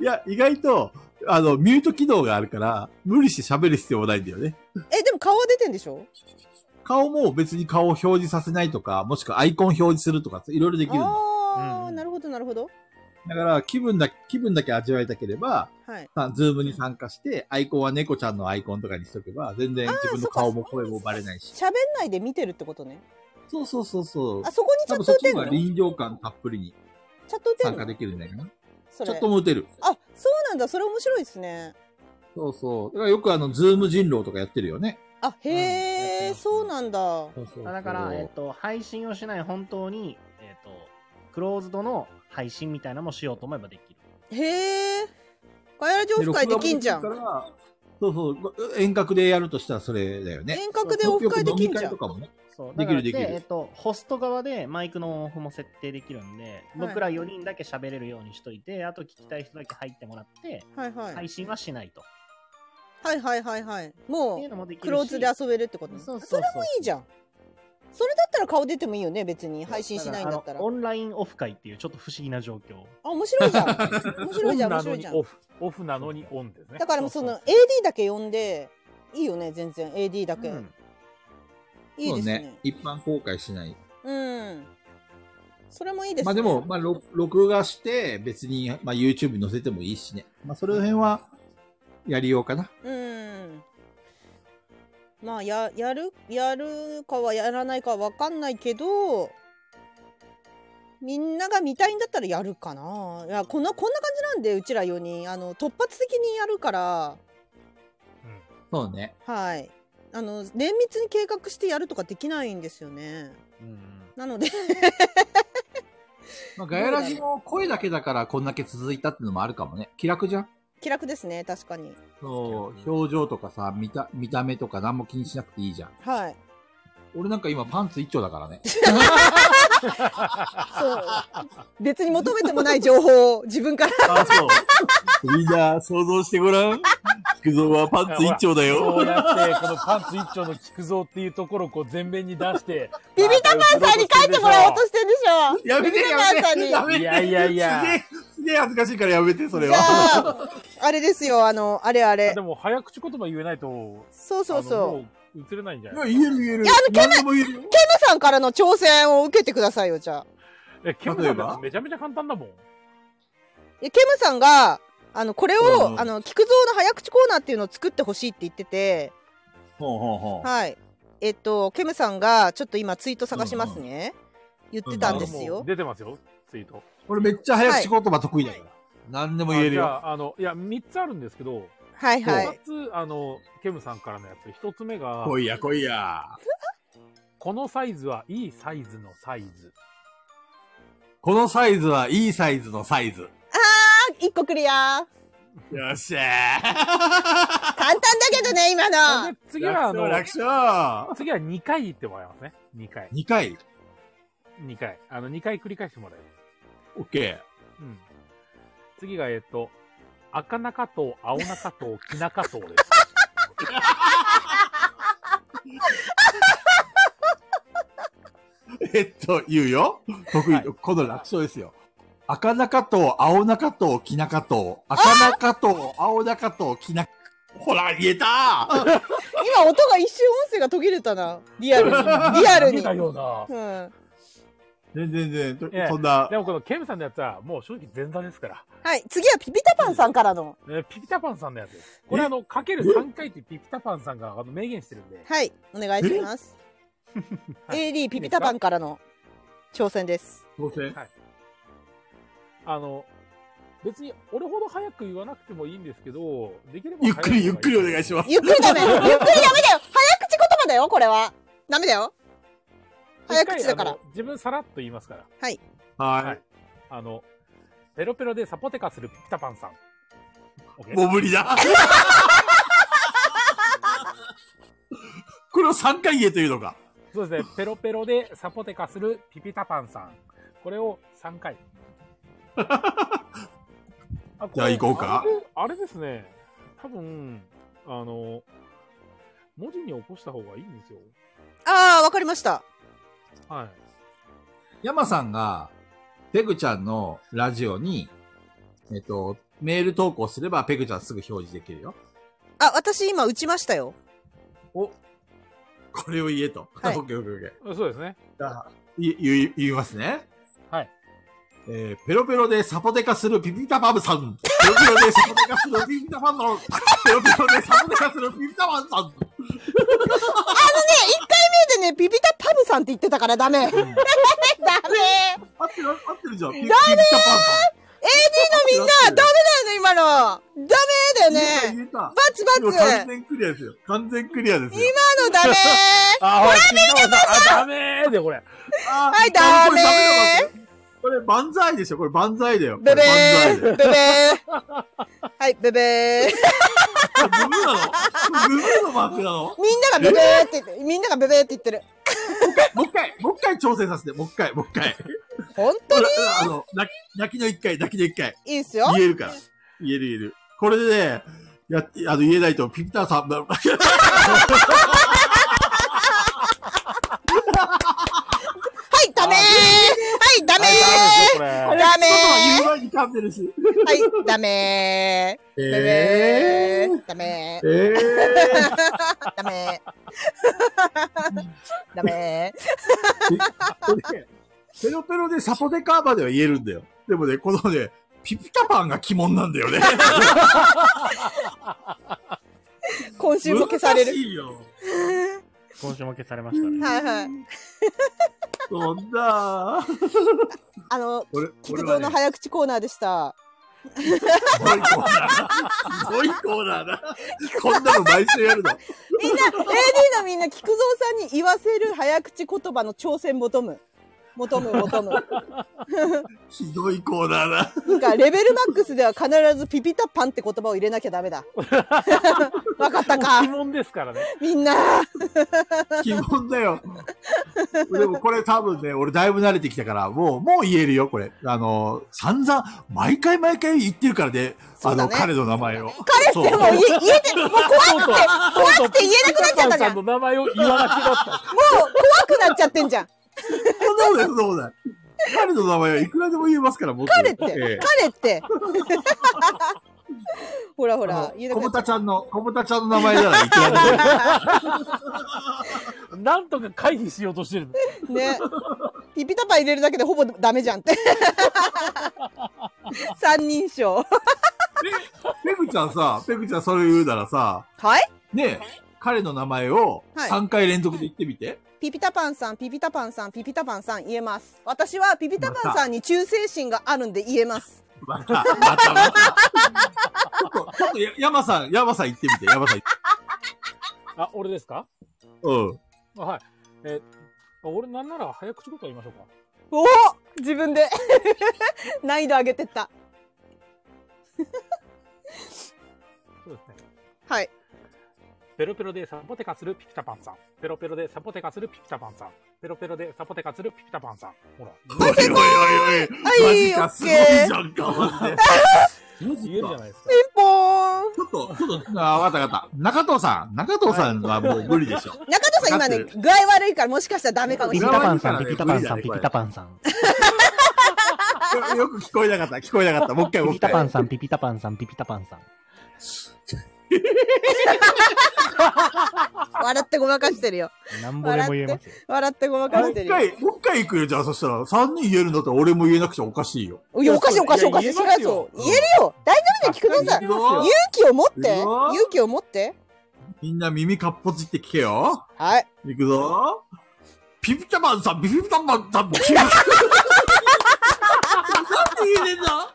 [SPEAKER 4] いや、意外と、あの、ミュート機能があるから、無理して喋る必要はないんだよね。
[SPEAKER 1] え、でも顔は出てんでしょ
[SPEAKER 4] 顔も別に顔を表示させないとか、もしくはアイコン表示するとか、いろいろできるんだ。
[SPEAKER 1] あ
[SPEAKER 3] う
[SPEAKER 1] ー、
[SPEAKER 3] ん
[SPEAKER 1] なるほどなるほど。
[SPEAKER 4] だから、気分だ、気分だけ味わいたければ、
[SPEAKER 1] はい。
[SPEAKER 4] さズームに参加して、アイコンは猫ちゃんのアイコンとかにしとけば、全然自分の顔も声もバレないし。
[SPEAKER 1] 喋んないで見てるってことね。
[SPEAKER 4] そうそうそうそう
[SPEAKER 1] あ、。そこにチャ
[SPEAKER 4] 多
[SPEAKER 1] ッ
[SPEAKER 4] 分
[SPEAKER 1] ト
[SPEAKER 4] そ
[SPEAKER 1] 打
[SPEAKER 4] っち
[SPEAKER 1] てん
[SPEAKER 4] の方
[SPEAKER 1] の
[SPEAKER 4] が
[SPEAKER 1] チ
[SPEAKER 4] 臨場感たっぷりに
[SPEAKER 1] ャット打てん
[SPEAKER 4] 参
[SPEAKER 1] の
[SPEAKER 4] 加できるんだよな。
[SPEAKER 1] そ
[SPEAKER 4] ちょ
[SPEAKER 1] れ
[SPEAKER 4] っとも打てる。
[SPEAKER 1] あ、そうなんだ。それ面白いですね。
[SPEAKER 4] そうそう。だからよくあの、ズーム人狼とかやってるよね。
[SPEAKER 1] あ、へえ、
[SPEAKER 3] うん
[SPEAKER 1] そうなんだ。は
[SPEAKER 4] そうそう
[SPEAKER 3] あだから、えっ、と、配信をしない本当に、えっ、と、クローズドの配信みたいなのもしようと思えばできる。
[SPEAKER 1] へえ。ガヤラジオフ会できんじゃ
[SPEAKER 4] で
[SPEAKER 1] ん。
[SPEAKER 4] 録画もできるからそうそう。遠隔でやるとしたらそれだよね。
[SPEAKER 1] 遠隔でオフ会できんじゃ
[SPEAKER 4] よく飲み会と
[SPEAKER 1] ん。
[SPEAKER 4] かもね。
[SPEAKER 3] そうだ
[SPEAKER 4] できる
[SPEAKER 3] から
[SPEAKER 4] できる
[SPEAKER 3] えっ、と、ホスト側でマイクのオンオフも設定できるんで、
[SPEAKER 1] はい
[SPEAKER 3] 僕ら4人だけ喋れるようにしといて、あと聞きたい人だけ入ってもらって、
[SPEAKER 1] はいはい。は
[SPEAKER 3] 配
[SPEAKER 1] い
[SPEAKER 3] 信はしないと。
[SPEAKER 1] はいはいはい。
[SPEAKER 3] ってい
[SPEAKER 1] も
[SPEAKER 3] うのもできる
[SPEAKER 1] う、
[SPEAKER 3] し。
[SPEAKER 1] クローズで遊べるってことね
[SPEAKER 3] そうそう
[SPEAKER 1] そ
[SPEAKER 3] そう
[SPEAKER 1] れもいいじゃん。それだったら顔出てもいいよね、別に。配信しないんだったら。
[SPEAKER 3] あ
[SPEAKER 1] あ
[SPEAKER 3] のオ、ンラインオフ会っていうちょっと不思議な状況。
[SPEAKER 1] 面白いじゃん。面白いじゃん、面
[SPEAKER 2] オンなの
[SPEAKER 1] 白いじ
[SPEAKER 2] に
[SPEAKER 1] ゃん
[SPEAKER 2] オ。フ。オフなのにオンですね
[SPEAKER 1] だ。からもうその
[SPEAKER 3] そ
[SPEAKER 1] AD だけ呼んで、いいよね、全然。AD だけ。
[SPEAKER 3] うん
[SPEAKER 1] いいです
[SPEAKER 4] そう
[SPEAKER 1] ね
[SPEAKER 4] ね。。一般公開しない。
[SPEAKER 1] うん。それもいいですね。
[SPEAKER 4] まあでも、まあ、録録画して、別に、まあ YouTube に載せてもいいしね。まあそれ辺は、やりようかな。
[SPEAKER 1] うん。まあややるやるかはやらないかわかんないけどみんなが見たいんだったらやるかないやこんなこんな感じなんでうちら4人あの突発的にやるから
[SPEAKER 4] そうね。
[SPEAKER 1] はいあの綿密に計画してやるとかできないんですよね
[SPEAKER 3] うん
[SPEAKER 1] なので
[SPEAKER 4] まあ、ガヤラジも声だけだからこんだけ続いたってのもあるかもね。気楽じゃん
[SPEAKER 1] 気楽ですね、確かに。
[SPEAKER 4] そう、表情とかさ、見た、見た目とか何も気にしなくていいじゃん。
[SPEAKER 1] はい。
[SPEAKER 4] 俺なんか今パンツ一丁だからね。
[SPEAKER 1] そう。別に求めてもない情報を自分から。
[SPEAKER 4] あ、そう。みんな想像してごらん。菊蔵はパンツ一丁だよ。
[SPEAKER 2] そうやって、このパンツ一丁の菊蔵っていうところをこう前面に出 して、
[SPEAKER 5] ビビタパンさんに書いてもらおうとしてるでしょ
[SPEAKER 4] やめて
[SPEAKER 5] ビビ
[SPEAKER 4] や
[SPEAKER 5] タパンさん
[SPEAKER 4] めて
[SPEAKER 5] に
[SPEAKER 4] やめて
[SPEAKER 2] いやいやいや
[SPEAKER 4] すげえ、すげえ恥ずかしいからやめて、それ
[SPEAKER 1] じゃ
[SPEAKER 4] は。
[SPEAKER 1] あ、あれですよ、あの、あれあれ
[SPEAKER 2] で。も早口言葉言えないと、
[SPEAKER 1] そうそうそう。
[SPEAKER 2] う。もう映れないんじゃ
[SPEAKER 4] い
[SPEAKER 2] な
[SPEAKER 4] や、
[SPEAKER 2] い
[SPEAKER 4] 言える言える。
[SPEAKER 1] いやあの
[SPEAKER 4] 何でも言えるよ。
[SPEAKER 1] ケムさんからの挑戦を受けてくださいよ、じゃあ。
[SPEAKER 2] え、ケム
[SPEAKER 4] 例
[SPEAKER 2] さ
[SPEAKER 4] え
[SPEAKER 2] んだ
[SPEAKER 4] ば
[SPEAKER 2] ってめちゃめちゃ簡単だもん。
[SPEAKER 1] いやケムさんが、あの、これを、
[SPEAKER 4] うん
[SPEAKER 1] あの、菊蔵の早口コーナーっていうのを作ってほしいって言ってて、
[SPEAKER 4] ほうほうほう。
[SPEAKER 1] はい。えっと、ケムさんが、ちょっと今ツイート探しますね。言ってたんです
[SPEAKER 2] あのも
[SPEAKER 1] よ
[SPEAKER 2] う。出てますよ、ツイート。
[SPEAKER 4] 俺めっちゃ早口言葉得意だから。何でも言え
[SPEAKER 2] あ
[SPEAKER 4] る
[SPEAKER 2] じゃ
[SPEAKER 4] よ。
[SPEAKER 2] あ、あの、いや、3つあるんですけど、
[SPEAKER 1] はいは
[SPEAKER 2] 2
[SPEAKER 1] い。
[SPEAKER 2] つ、あの、ケムさんからのやつ、1つ目が、
[SPEAKER 4] 来いや来いや。
[SPEAKER 2] このサイズはいいサイズのサイズ。
[SPEAKER 4] このサイズはいいサイズのサイズ。
[SPEAKER 5] あ一個クリア
[SPEAKER 4] よっしゃ
[SPEAKER 5] 簡単だけどね、今の。
[SPEAKER 2] で次は、あ
[SPEAKER 4] ー
[SPEAKER 2] の、
[SPEAKER 4] 楽勝
[SPEAKER 2] 次は2回言ってもらいますね。2回。
[SPEAKER 4] !2 回。
[SPEAKER 2] 2回。あの、2回繰り返してもらえる。
[SPEAKER 4] オッケ
[SPEAKER 2] うん。次が、えっと、赤中島、青中島、木中島です。
[SPEAKER 4] ー。 えっと、言うよ。得意、
[SPEAKER 2] はい
[SPEAKER 4] この楽勝ですよ。赤中と青中と木中と赤中と青中と木中ほら、言えたー
[SPEAKER 1] 今、音が一瞬音声が途切れたな。リアルに。リアルに。
[SPEAKER 2] たような。
[SPEAKER 1] うん。
[SPEAKER 4] 全然全然、
[SPEAKER 2] ええ
[SPEAKER 4] そんな
[SPEAKER 2] で、もこのケムさんのやつは、もう正直前座ですから。
[SPEAKER 1] はい。次はピピタパンさんからの。
[SPEAKER 2] えーピピタパンさんのやつです。これあの、かける3回ってピピタパンさんがあの明言してるんで。
[SPEAKER 1] はい。お願いします。AD ピピタパンからの挑戦です。
[SPEAKER 4] 当然。
[SPEAKER 2] あの、別に俺ほど早く言わなくてもいいんですけど、できれば
[SPEAKER 4] ゆっくりゆっくりお願いします。
[SPEAKER 5] ゆっくりダメ。ゆ っくりダメだよ。早口言葉だよ、これは。
[SPEAKER 1] ダメだよ。早口だか。
[SPEAKER 2] 一
[SPEAKER 1] ら
[SPEAKER 2] 回。あの自分さらっと言いますから。は
[SPEAKER 4] はい
[SPEAKER 2] あの、ペロペロでサポテカするピピタパンさん。
[SPEAKER 4] い。もう無理だ。 これを3回言えというのか。
[SPEAKER 2] そうですね。ペロペロでサポテカするピピタパンさん。これを3回。 あ
[SPEAKER 4] じゃあ行こうか。
[SPEAKER 2] これあれあれですね。多分、あの、文字に起こした方がいいんですよ。
[SPEAKER 1] ああ、わかりました。
[SPEAKER 2] はい。
[SPEAKER 4] 山さんが、ペグちゃんのラジオに、えっと、メール投稿すればペグちゃんすぐ表示できるよ。
[SPEAKER 1] あ、私今打ちましたよ。
[SPEAKER 4] これを言えと。
[SPEAKER 1] はい
[SPEAKER 4] オッケーオッケーオッケー
[SPEAKER 2] そうですね。
[SPEAKER 4] い言い、言いますね。
[SPEAKER 2] はい。
[SPEAKER 4] えー、ペロペロでサポテカするピピタパブさん。ペロペロでサポテカするピピタパンの、ペロペロでサポテカするピピタパンさん。
[SPEAKER 1] でね、ピピタパブさんって言ってたから ダ
[SPEAKER 5] ダ
[SPEAKER 1] メ。
[SPEAKER 5] メ。
[SPEAKER 4] 合ってる、合ってるじゃん。ピピタパンさん。AD のみんな、ダ
[SPEAKER 1] 今の。ダメだよ
[SPEAKER 4] メ
[SPEAKER 1] ね。
[SPEAKER 4] 言えた
[SPEAKER 1] バツバ
[SPEAKER 4] 言え
[SPEAKER 1] ツ。
[SPEAKER 4] た。
[SPEAKER 1] 今
[SPEAKER 4] 今完全クリアですよ。完全クリアですよ。
[SPEAKER 1] のダメ。
[SPEAKER 2] あ、ほら、ピピタパンさんあ、ダメーで、これ。
[SPEAKER 4] はい
[SPEAKER 1] ダメ
[SPEAKER 4] これ、万歳でしょこれ、万歳だよ。
[SPEAKER 1] ベベ
[SPEAKER 4] これ
[SPEAKER 1] ー。ベベー。はい、ベベー。
[SPEAKER 4] 万歳だよ。これブブーなのこれブブーのマークなの
[SPEAKER 1] みんながベベーって言って、みんながベベーって言ってる。
[SPEAKER 4] もう一回、もう一回挑戦させて、もう一回、もう一回。
[SPEAKER 1] 本当
[SPEAKER 4] ほ
[SPEAKER 1] に
[SPEAKER 4] ら、あの、泣き、泣きの一回、泣きの一回。
[SPEAKER 1] いいっすよ。
[SPEAKER 4] 言えるから。言える言える。これでね、やっ、あの、言えないと、ピピターさん、
[SPEAKER 1] はい、ダメー。はい、ダメー。
[SPEAKER 2] はいダメー
[SPEAKER 1] ダメ
[SPEAKER 2] で、これ。
[SPEAKER 4] 言う前に噛んでるし。
[SPEAKER 1] ー。はい、ダメー。
[SPEAKER 4] え
[SPEAKER 1] ダメー。ダメ
[SPEAKER 4] えー、
[SPEAKER 1] ー。ダメー。ダメー。
[SPEAKER 4] これねペロペロでサポテカーまでは言えるんだよ。でもね、このね、ピピタパンが鬼門なんだよね。
[SPEAKER 1] 今週も消される
[SPEAKER 4] 難。しいよ。
[SPEAKER 3] 今週も消されましたね。
[SPEAKER 1] はいはい。
[SPEAKER 4] そんな。
[SPEAKER 1] あの、
[SPEAKER 4] 俺、
[SPEAKER 1] 菊蔵の
[SPEAKER 4] 俺はね
[SPEAKER 1] 早口コーナーでした。
[SPEAKER 4] すごいコーナー。すごいコーナーだ。こんなの毎週やるの。
[SPEAKER 1] みんな、AD のみんな、菊蔵さんに言わせる早口言葉の挑戦求む。求む求む。
[SPEAKER 4] ひどいコーナーだ。
[SPEAKER 1] なんか、レベルマックスでは必ずピピタパンって言葉を入れなきゃダメ だ。わかった
[SPEAKER 2] 鬼
[SPEAKER 1] か
[SPEAKER 2] 門ですからね。
[SPEAKER 1] みんな。
[SPEAKER 4] 基本だよ。でもこれ多分ね、俺だいぶ慣れてきたから、もう、もう言えるよ、これ。あの、散々、毎回毎回言ってるからね、
[SPEAKER 1] そ
[SPEAKER 4] あ
[SPEAKER 1] うだ
[SPEAKER 4] の、
[SPEAKER 1] ね
[SPEAKER 4] 彼の名前を。そう
[SPEAKER 1] でも、言え、言えて、もう怖くて、怖くて言えなくなっちゃったじゃん。
[SPEAKER 2] ピピタパンさん
[SPEAKER 1] も
[SPEAKER 2] の名前を言わなくなった。
[SPEAKER 1] う怖くなっちゃってんじゃん。
[SPEAKER 4] そうだよ、そうだよ。彼の名前はいくらでも言えますから、僕。
[SPEAKER 1] 彼って、
[SPEAKER 4] ええ
[SPEAKER 1] 彼って。 ほらほ
[SPEAKER 4] あ
[SPEAKER 1] ら
[SPEAKER 4] の、
[SPEAKER 1] 言えな
[SPEAKER 4] 小
[SPEAKER 1] くなっちゃっ
[SPEAKER 4] 豚ちゃんの、小豚ちゃんの名前ならいくらでも。
[SPEAKER 2] なんとか回避しようとしてる。
[SPEAKER 1] た。ね。ピピタパン入れるだけでほぼダメじゃん って。三人称。
[SPEAKER 4] ペグちゃんさ、ペグちゃんそれ言うならさ、
[SPEAKER 1] はい
[SPEAKER 4] ねえ、彼の名前を
[SPEAKER 1] はい
[SPEAKER 4] 3回連続で言ってみて。
[SPEAKER 1] ピピタパンさん、ピピタパンさん、ピピタパンさん言えます。私はピピタパンさんに忠誠心があるんで言えます。
[SPEAKER 4] また、また、また。ちょっと、ちょっとや、山さん、山さん行ってみて、山さん行って。
[SPEAKER 2] あ、俺ですか
[SPEAKER 4] うん。
[SPEAKER 2] あはい。えー、俺なんなら早口言葉言いましょうか。
[SPEAKER 1] おお自分で難易度上げてった。
[SPEAKER 2] そうですね。
[SPEAKER 1] はい。
[SPEAKER 2] ペロペロでサポテカするピピタパンさん。ペロペロでサポテカするピピタパンさん。ペロペロでサポテカするピピタパンさん。ほら。
[SPEAKER 4] おいおいおいおい。マジか、すごいじゃんか、マジで。マ
[SPEAKER 2] 言える
[SPEAKER 4] ジ
[SPEAKER 2] じゃな
[SPEAKER 4] か。
[SPEAKER 2] いですか。
[SPEAKER 1] ピンポーン
[SPEAKER 4] ちょっと、ちょっと、あ、わかったわかった。中藤さん、中藤さんはもう無理でしょ。
[SPEAKER 1] 中田さん今ね、具合悪いからもしかしたらダメかも
[SPEAKER 3] ピ
[SPEAKER 1] し
[SPEAKER 3] ピ
[SPEAKER 1] れ
[SPEAKER 3] タ
[SPEAKER 1] ない。
[SPEAKER 3] パンさん、
[SPEAKER 4] 裏
[SPEAKER 3] ピ
[SPEAKER 4] 側に
[SPEAKER 3] ピ
[SPEAKER 4] 行く
[SPEAKER 3] タ
[SPEAKER 4] から
[SPEAKER 3] パ
[SPEAKER 4] ね
[SPEAKER 3] ンさん、ピピタパンさん。
[SPEAKER 4] よよく聞こえなかった、聞こえなかった。もう一回、もう
[SPEAKER 3] ピピ
[SPEAKER 4] 一
[SPEAKER 3] タパ
[SPEAKER 4] 回。
[SPEAKER 3] ンさん、ピピタパンさん、ピピタパンさん。
[SPEAKER 1] 笑ってごまかしてるよ。
[SPEAKER 3] なんぼでも言えますよ。
[SPEAKER 1] 笑ってごまか
[SPEAKER 4] もう
[SPEAKER 1] して
[SPEAKER 4] 一
[SPEAKER 1] るよ。
[SPEAKER 4] 回、もう一回行くよ、じゃあ、そしたら。三人言えるんだったら俺も言えなくちゃおかしいよ。
[SPEAKER 1] いや、おかしいおかしいおかしい。違
[SPEAKER 2] いや
[SPEAKER 1] う
[SPEAKER 2] 言えますよ
[SPEAKER 1] ぞ。言えるよ。大丈夫だよ、菊蔵さん。
[SPEAKER 4] 言え
[SPEAKER 1] 勇
[SPEAKER 4] ますよ
[SPEAKER 1] 気を持って。
[SPEAKER 4] うわ
[SPEAKER 1] 勇気を持って。
[SPEAKER 4] みんな耳かっぽじって聞けよ。
[SPEAKER 1] はい。
[SPEAKER 4] 行くぞ。ピピタマンさん、ピピタマンさん、ピ ピタマンなんて言えねえんだ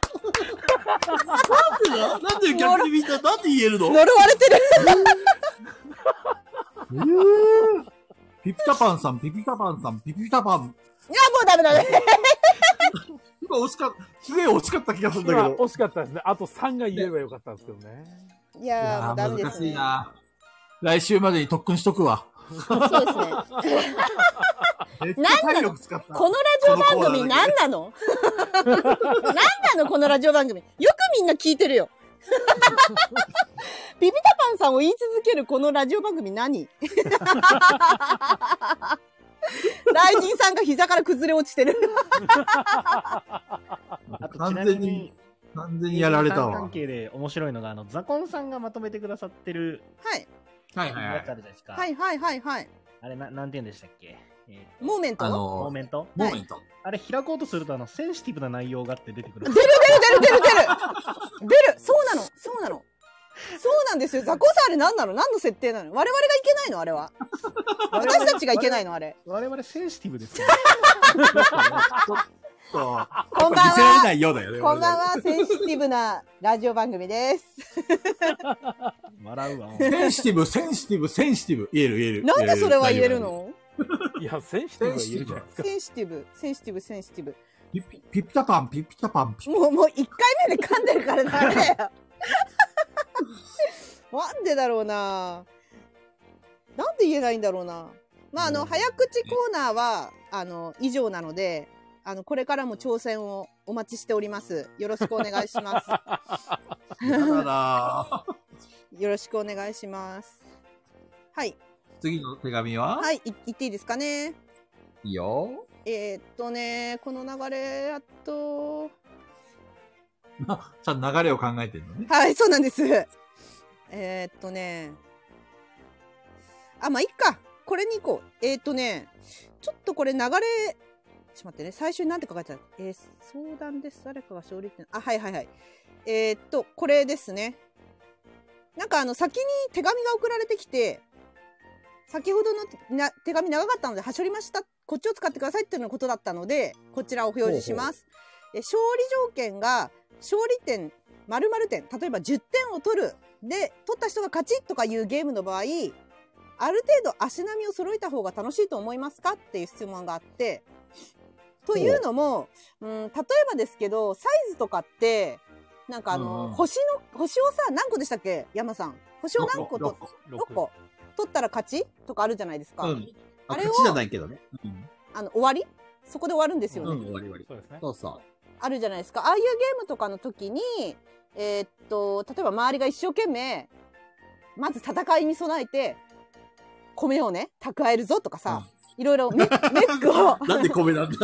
[SPEAKER 4] なんてだなんで逆にみんな、なんて言えるの
[SPEAKER 1] 呪われてる。
[SPEAKER 4] ピピタパンさん、ピピタパンさん、ピピタ
[SPEAKER 1] い
[SPEAKER 4] パン。
[SPEAKER 1] や、もうダメだね。
[SPEAKER 4] 今惜しかった、すげえ惜しかった気がするんだけ
[SPEAKER 2] 今
[SPEAKER 4] ど。
[SPEAKER 2] 惜しかったですね。あと3が言えばよかったんですけどね。
[SPEAKER 1] いやー、もうダメですね。
[SPEAKER 4] な。来週までに特訓しとくわ。
[SPEAKER 1] そうですね。
[SPEAKER 4] めっちゃ
[SPEAKER 1] なんだ
[SPEAKER 4] 体力使った。
[SPEAKER 1] このラジオ番組何なの 何なのこのラジオ番組。よくみんな聞いてるよ。 ビビタパンさんを言い続けるこのラジオ番組何 ライジンさんが膝から崩れ落ちてる。
[SPEAKER 3] あと、ちな
[SPEAKER 4] 完
[SPEAKER 3] み
[SPEAKER 4] 全に
[SPEAKER 3] に、、
[SPEAKER 4] 完全にやられた
[SPEAKER 3] 芸人さん
[SPEAKER 4] わ
[SPEAKER 3] 関。係で面白いのが、あの、ザコンさんがまとめてくださってる
[SPEAKER 1] はい。
[SPEAKER 4] はい
[SPEAKER 3] やつあるじゃないですか。
[SPEAKER 1] はいはいはいはい。
[SPEAKER 3] あれ、ななんて言うんでしたっけえーと
[SPEAKER 1] モーメント
[SPEAKER 4] あ
[SPEAKER 3] モー
[SPEAKER 4] の、
[SPEAKER 3] メント
[SPEAKER 4] モーメント。
[SPEAKER 3] あれ、開こうとすると、あの、センシティブな内容があって出てくる
[SPEAKER 1] 出。る出る出る出る出る出るそうなのそうなのそうなんですよ。ザコさんあれ何なの何の設定なの我々がいけないのあれは。私たちがいけないのあれ。
[SPEAKER 3] 我々センシティブですよ。
[SPEAKER 4] そう。
[SPEAKER 1] こんばん
[SPEAKER 4] 見せられ
[SPEAKER 1] は
[SPEAKER 4] な。いようだよね。
[SPEAKER 1] こんばんは、センシティブなラジオ番組 です。
[SPEAKER 3] 笑うわ。もう
[SPEAKER 4] センシティブ、センシティブ、センシティブ。言える、言える。
[SPEAKER 1] なんでそれは言えるの
[SPEAKER 2] いや、センシティブは言えるじゃないですか。
[SPEAKER 1] センシティブ、センシティブ、センシティブ。
[SPEAKER 4] ピピピピタパン、ピピタパン、ピ
[SPEAKER 1] もう、もう一回目で噛んでるからダメだよ。 なんでだろうな。なんで言えないんだろうな。まあ、あの、早口コーナーは、あの、以上なので、あの、これからも挑戦をお待ちしております。よろしくお願いし ます。
[SPEAKER 4] だから、
[SPEAKER 1] よろしくお願いします。はい。
[SPEAKER 4] 次の手紙は、
[SPEAKER 1] はい、い言っていいですかね。
[SPEAKER 4] い、いよ。
[SPEAKER 1] えーっとね、この流れ、あと、
[SPEAKER 4] なちゃんと流れを考えてるのね。
[SPEAKER 1] はい、そうなんです。えーっとね、あ、まあ、いっか。これに行こう。えーっとね、ちょっとこれ流れ、ちょっと待ってね、最初に何て書かれてあるえー相談です。誰かが勝利って、あ、はいはいはい。えーっと、これですね。なんかあの、先に手紙が送られてきて、先ほどのな手紙長かったので、はしょりました。こっちを使ってくださいっていうのことだったので、こちらを表示します。え勝利条件が、勝利点、〇〇点、例えば10点を取る。で、取った人が勝ちとかいうゲームの場合、ある程度足並みを揃えた方が楽しいと思いますかっていう質問があって、というのも、うん、例えばですけど、サイズとかって、なんかあの、
[SPEAKER 4] うんうん
[SPEAKER 1] 星の、星をさ、何個でしたっけ山さん。星を何個と、
[SPEAKER 2] 六
[SPEAKER 1] 6個取ったら勝ちとかあるじゃないですか。
[SPEAKER 4] うん。あ、
[SPEAKER 1] あれを
[SPEAKER 4] 口じゃないけどね。うん。
[SPEAKER 1] あの、終わりそこで終わるんですよね。
[SPEAKER 4] うん、終わり終わり。
[SPEAKER 2] そうですね。
[SPEAKER 4] そうそ
[SPEAKER 1] あるじゃないですか。ああいうゲームとかの時に、えーっと、例えば周りが一生懸命、まず戦いに備えて、米をね、蓄えるぞとかさ、いろいろメメ ックを、
[SPEAKER 4] う。なんで米なんだ
[SPEAKER 1] メック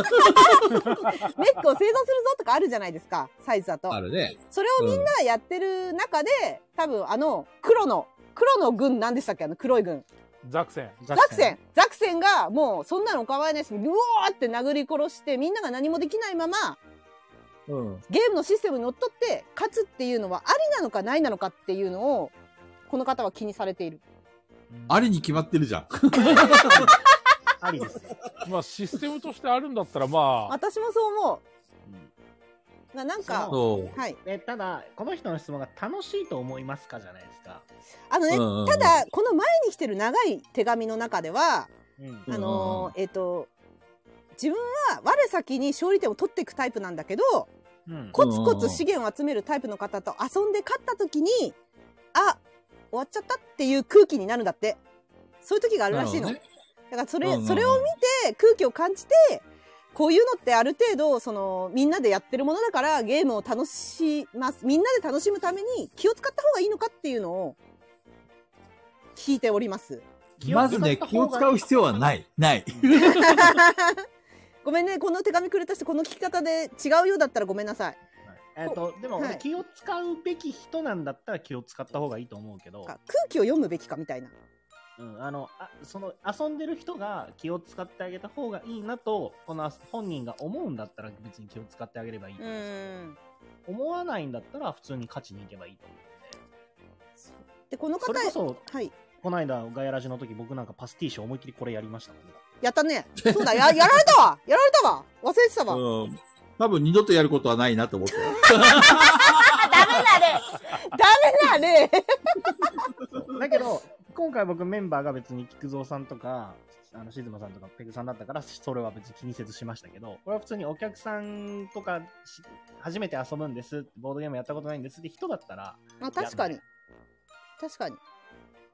[SPEAKER 1] を製造するぞとかあるじゃないですか、サイズだと
[SPEAKER 4] あ。るね。
[SPEAKER 1] それをみんなやってる中で、多分あの、黒の、黒の軍なんでしたっけあの黒い軍。
[SPEAKER 2] ザクセン。
[SPEAKER 3] ザ
[SPEAKER 1] ザクセンザクセンがもうそんなのお構いないし、うおーって殴り殺して、みんなが何もできないまま、
[SPEAKER 4] うん。
[SPEAKER 1] ゲームのシステムにのっとって勝つっていうのはありなのかないなのかっていうのをこの方は気にされている。
[SPEAKER 4] ありに決まってるじゃん。
[SPEAKER 3] ありです。
[SPEAKER 2] まあシステムとしてあるんだったらまあ、
[SPEAKER 1] 私もそう思う。ななんか、
[SPEAKER 4] そう。
[SPEAKER 1] はい。
[SPEAKER 3] でただ、この人の質問が楽しいと思いますかじゃないですか。
[SPEAKER 1] あのね、
[SPEAKER 4] うんうんうん
[SPEAKER 1] ただ、この前に来てる長い手紙の中では、
[SPEAKER 3] うん。
[SPEAKER 1] あのーえっ、と、自分は我先に勝利点を取っていくタイプなんだけど、
[SPEAKER 3] うん。
[SPEAKER 1] コツコツ資源を集めるタイプの方と遊んで勝った時に、あ、終わっちゃったっていう空気になるんだって。そういう時があるらしいの。
[SPEAKER 4] なる
[SPEAKER 1] だからそれ、
[SPEAKER 4] うんうんうん
[SPEAKER 1] それを見て空気を感じて、こういうのってある程度、その、みんなでやってるものだからゲームを楽します。みんなで楽しむために気を使った方がいいのかっていうのを聞いており ます。
[SPEAKER 4] まずね、気を使う必要はない。ない。
[SPEAKER 1] ごめんね、この手紙くれた人、この聞き方で違うようだったらごめんなさい。
[SPEAKER 3] えっと、でも、
[SPEAKER 1] はい
[SPEAKER 3] 気を使うべき人なんだったら気を使った方がいいと思うけど、
[SPEAKER 1] あ空気を読むべきかみたいな。
[SPEAKER 3] うん、あのあその遊んでる人が気を使ってあげた方がいいなとこの本人が思うんだったら別に気を使ってあげればいいと
[SPEAKER 1] う
[SPEAKER 3] 思うんです
[SPEAKER 1] ーん。
[SPEAKER 3] けど思わないんだったら普通に勝ちに行けばいいと思
[SPEAKER 1] で、この
[SPEAKER 3] う
[SPEAKER 1] 方
[SPEAKER 3] んで、それこ
[SPEAKER 1] はい。
[SPEAKER 3] そこの間ガヤラジの時僕なんかパスティッシュ思いっきりこれやりましたもんね
[SPEAKER 1] やったね。そうだ、や、やられたわやられたわ忘れてたわ、
[SPEAKER 4] うん。多分二度とやることはないなと思って。
[SPEAKER 1] ダメだね
[SPEAKER 3] だけど今回僕メンバーが別に菊蔵さんとかあの静馬さんとかペグさんだったからそれは別に気にせずしましたけどこれは普通にお客さんとかし初めて遊ぶんですボードゲームやったことないんですって人だったら
[SPEAKER 1] あ、確かに。確かに。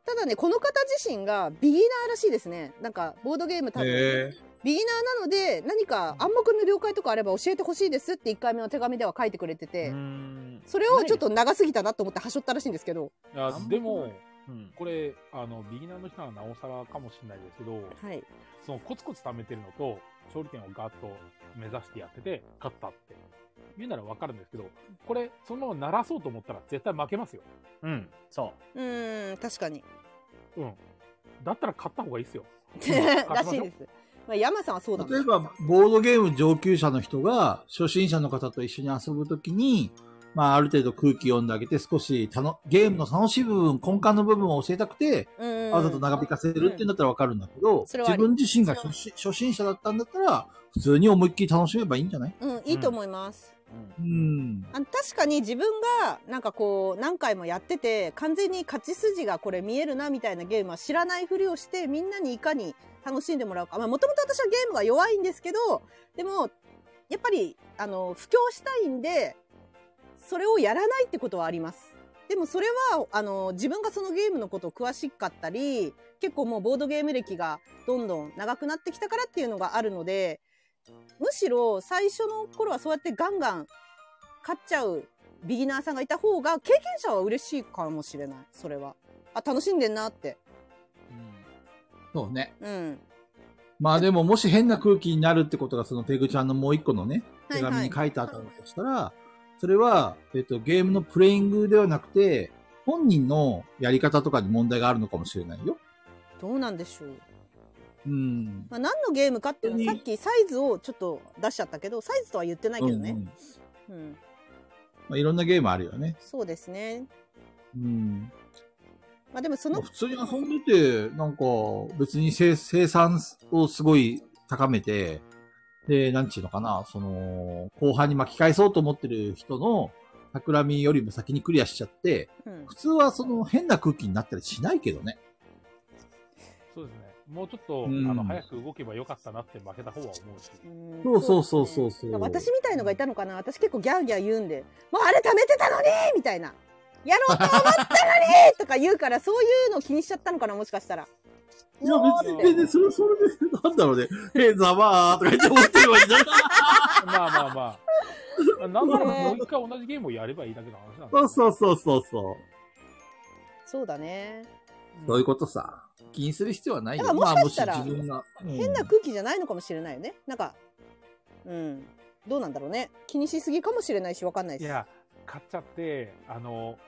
[SPEAKER 1] ただね、この方自身がビギナーらしいですね。なんか、ボードゲーム 多分、
[SPEAKER 4] へ
[SPEAKER 1] ビギナーなので、何か暗黙の了解とかあれば教えてほしいですって1回目の手紙では書いてくれて
[SPEAKER 3] う
[SPEAKER 1] て、
[SPEAKER 3] ーん
[SPEAKER 1] それをちょっと長すぎたなと思ってはしょったらしいんですけど。
[SPEAKER 2] あでも、
[SPEAKER 3] うん
[SPEAKER 2] これ、あの、ビギナーの人はなおさらかもしれないですけど、
[SPEAKER 1] はい。
[SPEAKER 2] そのコツコツ貯めてるのと、勝利点をガーッと目指してやってて、勝ったって。言うならわかるんですけど、これ、そのまま鳴らそうと思ったら絶対負けますよ。
[SPEAKER 3] うんそう
[SPEAKER 1] うーん、確かに。
[SPEAKER 2] うん。だったら勝った方がいいです よ。
[SPEAKER 1] らしいです。まあ、山さんはそうだ
[SPEAKER 4] 例え
[SPEAKER 1] ね。
[SPEAKER 4] ば、ボードゲーム上級者の人が、初心者の方と一緒に遊ぶときに、まあ、ある程度空気読んであげて、少し楽、ゲームの楽しい部分、根幹の部分を教えたくて、
[SPEAKER 1] うん。
[SPEAKER 4] わざと長引かせるっていうんだったらわかるんだけど、
[SPEAKER 1] それはあり
[SPEAKER 4] 自分自身が初心初心者だったんだったら、普通に思いっきり楽しめばいいんじゃない
[SPEAKER 1] うん、いいと思います。
[SPEAKER 3] うん
[SPEAKER 4] うん。
[SPEAKER 1] あの確かに自分がなんかこう何回もやってて完全に勝ち筋がこれ見えるなみたいなゲームは知らないふりをしてみんなにいかに楽しんでもらうかまあもともと私はゲームが弱いんですけどでもやっぱりあの布教したいんでそれをやらないってことはあります。でもそれはあの自分がそのゲームのことを詳しかったり結構もうボードゲーム歴がどんどん長くなってきたからっていうのがあるのでむしろ最初の頃はそうやってガンガン勝っちゃうビギナーさんがいた方が経験者は嬉しいかもしれないそれはあ楽しんでんなって
[SPEAKER 4] そうね。
[SPEAKER 1] うん
[SPEAKER 4] まあでも、もし変な空気になるってことが、そのペグちゃんのもう一個のね、
[SPEAKER 1] はい
[SPEAKER 4] 手
[SPEAKER 1] は
[SPEAKER 4] 紙
[SPEAKER 1] い
[SPEAKER 4] に書いてあったんだとしたら、それは、えっと、ゲームのプレイングではなくて、本人のやり方とかに問題があるのかもしれないよ。
[SPEAKER 1] どうなんでしょう、
[SPEAKER 4] うん。
[SPEAKER 1] まあ、何のゲームかっていうのは
[SPEAKER 4] 本
[SPEAKER 1] さっきサイズをちょっと出しちゃったけどサイズとは言ってないけど
[SPEAKER 4] うんう
[SPEAKER 1] ね
[SPEAKER 4] ん
[SPEAKER 1] うん、
[SPEAKER 4] まあ、いろんなゲームあるよね。
[SPEAKER 1] そうですね
[SPEAKER 4] うん。
[SPEAKER 1] まあでもそ
[SPEAKER 4] ま
[SPEAKER 1] の
[SPEAKER 4] あ普通に遊んでて、なんか、別に生生産をすごい高めて、で、なんちゅうのかな、その、後半に巻き返そうと思ってる人の、企みよりも先にクリアしちゃって、
[SPEAKER 1] うん
[SPEAKER 4] 普通はその変な空気になったりしないけどね。
[SPEAKER 2] そうですね。もうちょっと、
[SPEAKER 4] うん
[SPEAKER 2] あの、早く動けばよかったなって負けた方は思うし。
[SPEAKER 1] うん
[SPEAKER 4] そうそうそうそうそう
[SPEAKER 1] だから私みたいのがいたのかな私結構ギャーギャー言うんで「もうあれ貯めてたのに!」みたいな「やろうと思ったのに!」とか言うからそういうのを気にしちゃったのかなもしかしたら。
[SPEAKER 4] いや、別に全然、それ、それで、なんだろうね。えー、ざまーとか言って思ってるわけじゃない。
[SPEAKER 2] まあまあまあ。なんならもう一回同じゲームをやればいいだけの話なん
[SPEAKER 4] そう
[SPEAKER 2] う。
[SPEAKER 4] そうそうそうそう。
[SPEAKER 1] そうだね。
[SPEAKER 4] そういうことさ。気にする必要はないよ。
[SPEAKER 1] だからもしかしたら
[SPEAKER 4] まあ、もし自分が。
[SPEAKER 1] 変な空気じゃないのかもしれないよね。なんか、うん。どうなんだろうね。気にしすぎかもしれないし、わかんない
[SPEAKER 2] い
[SPEAKER 1] し。
[SPEAKER 2] や、買っちゃって、あの、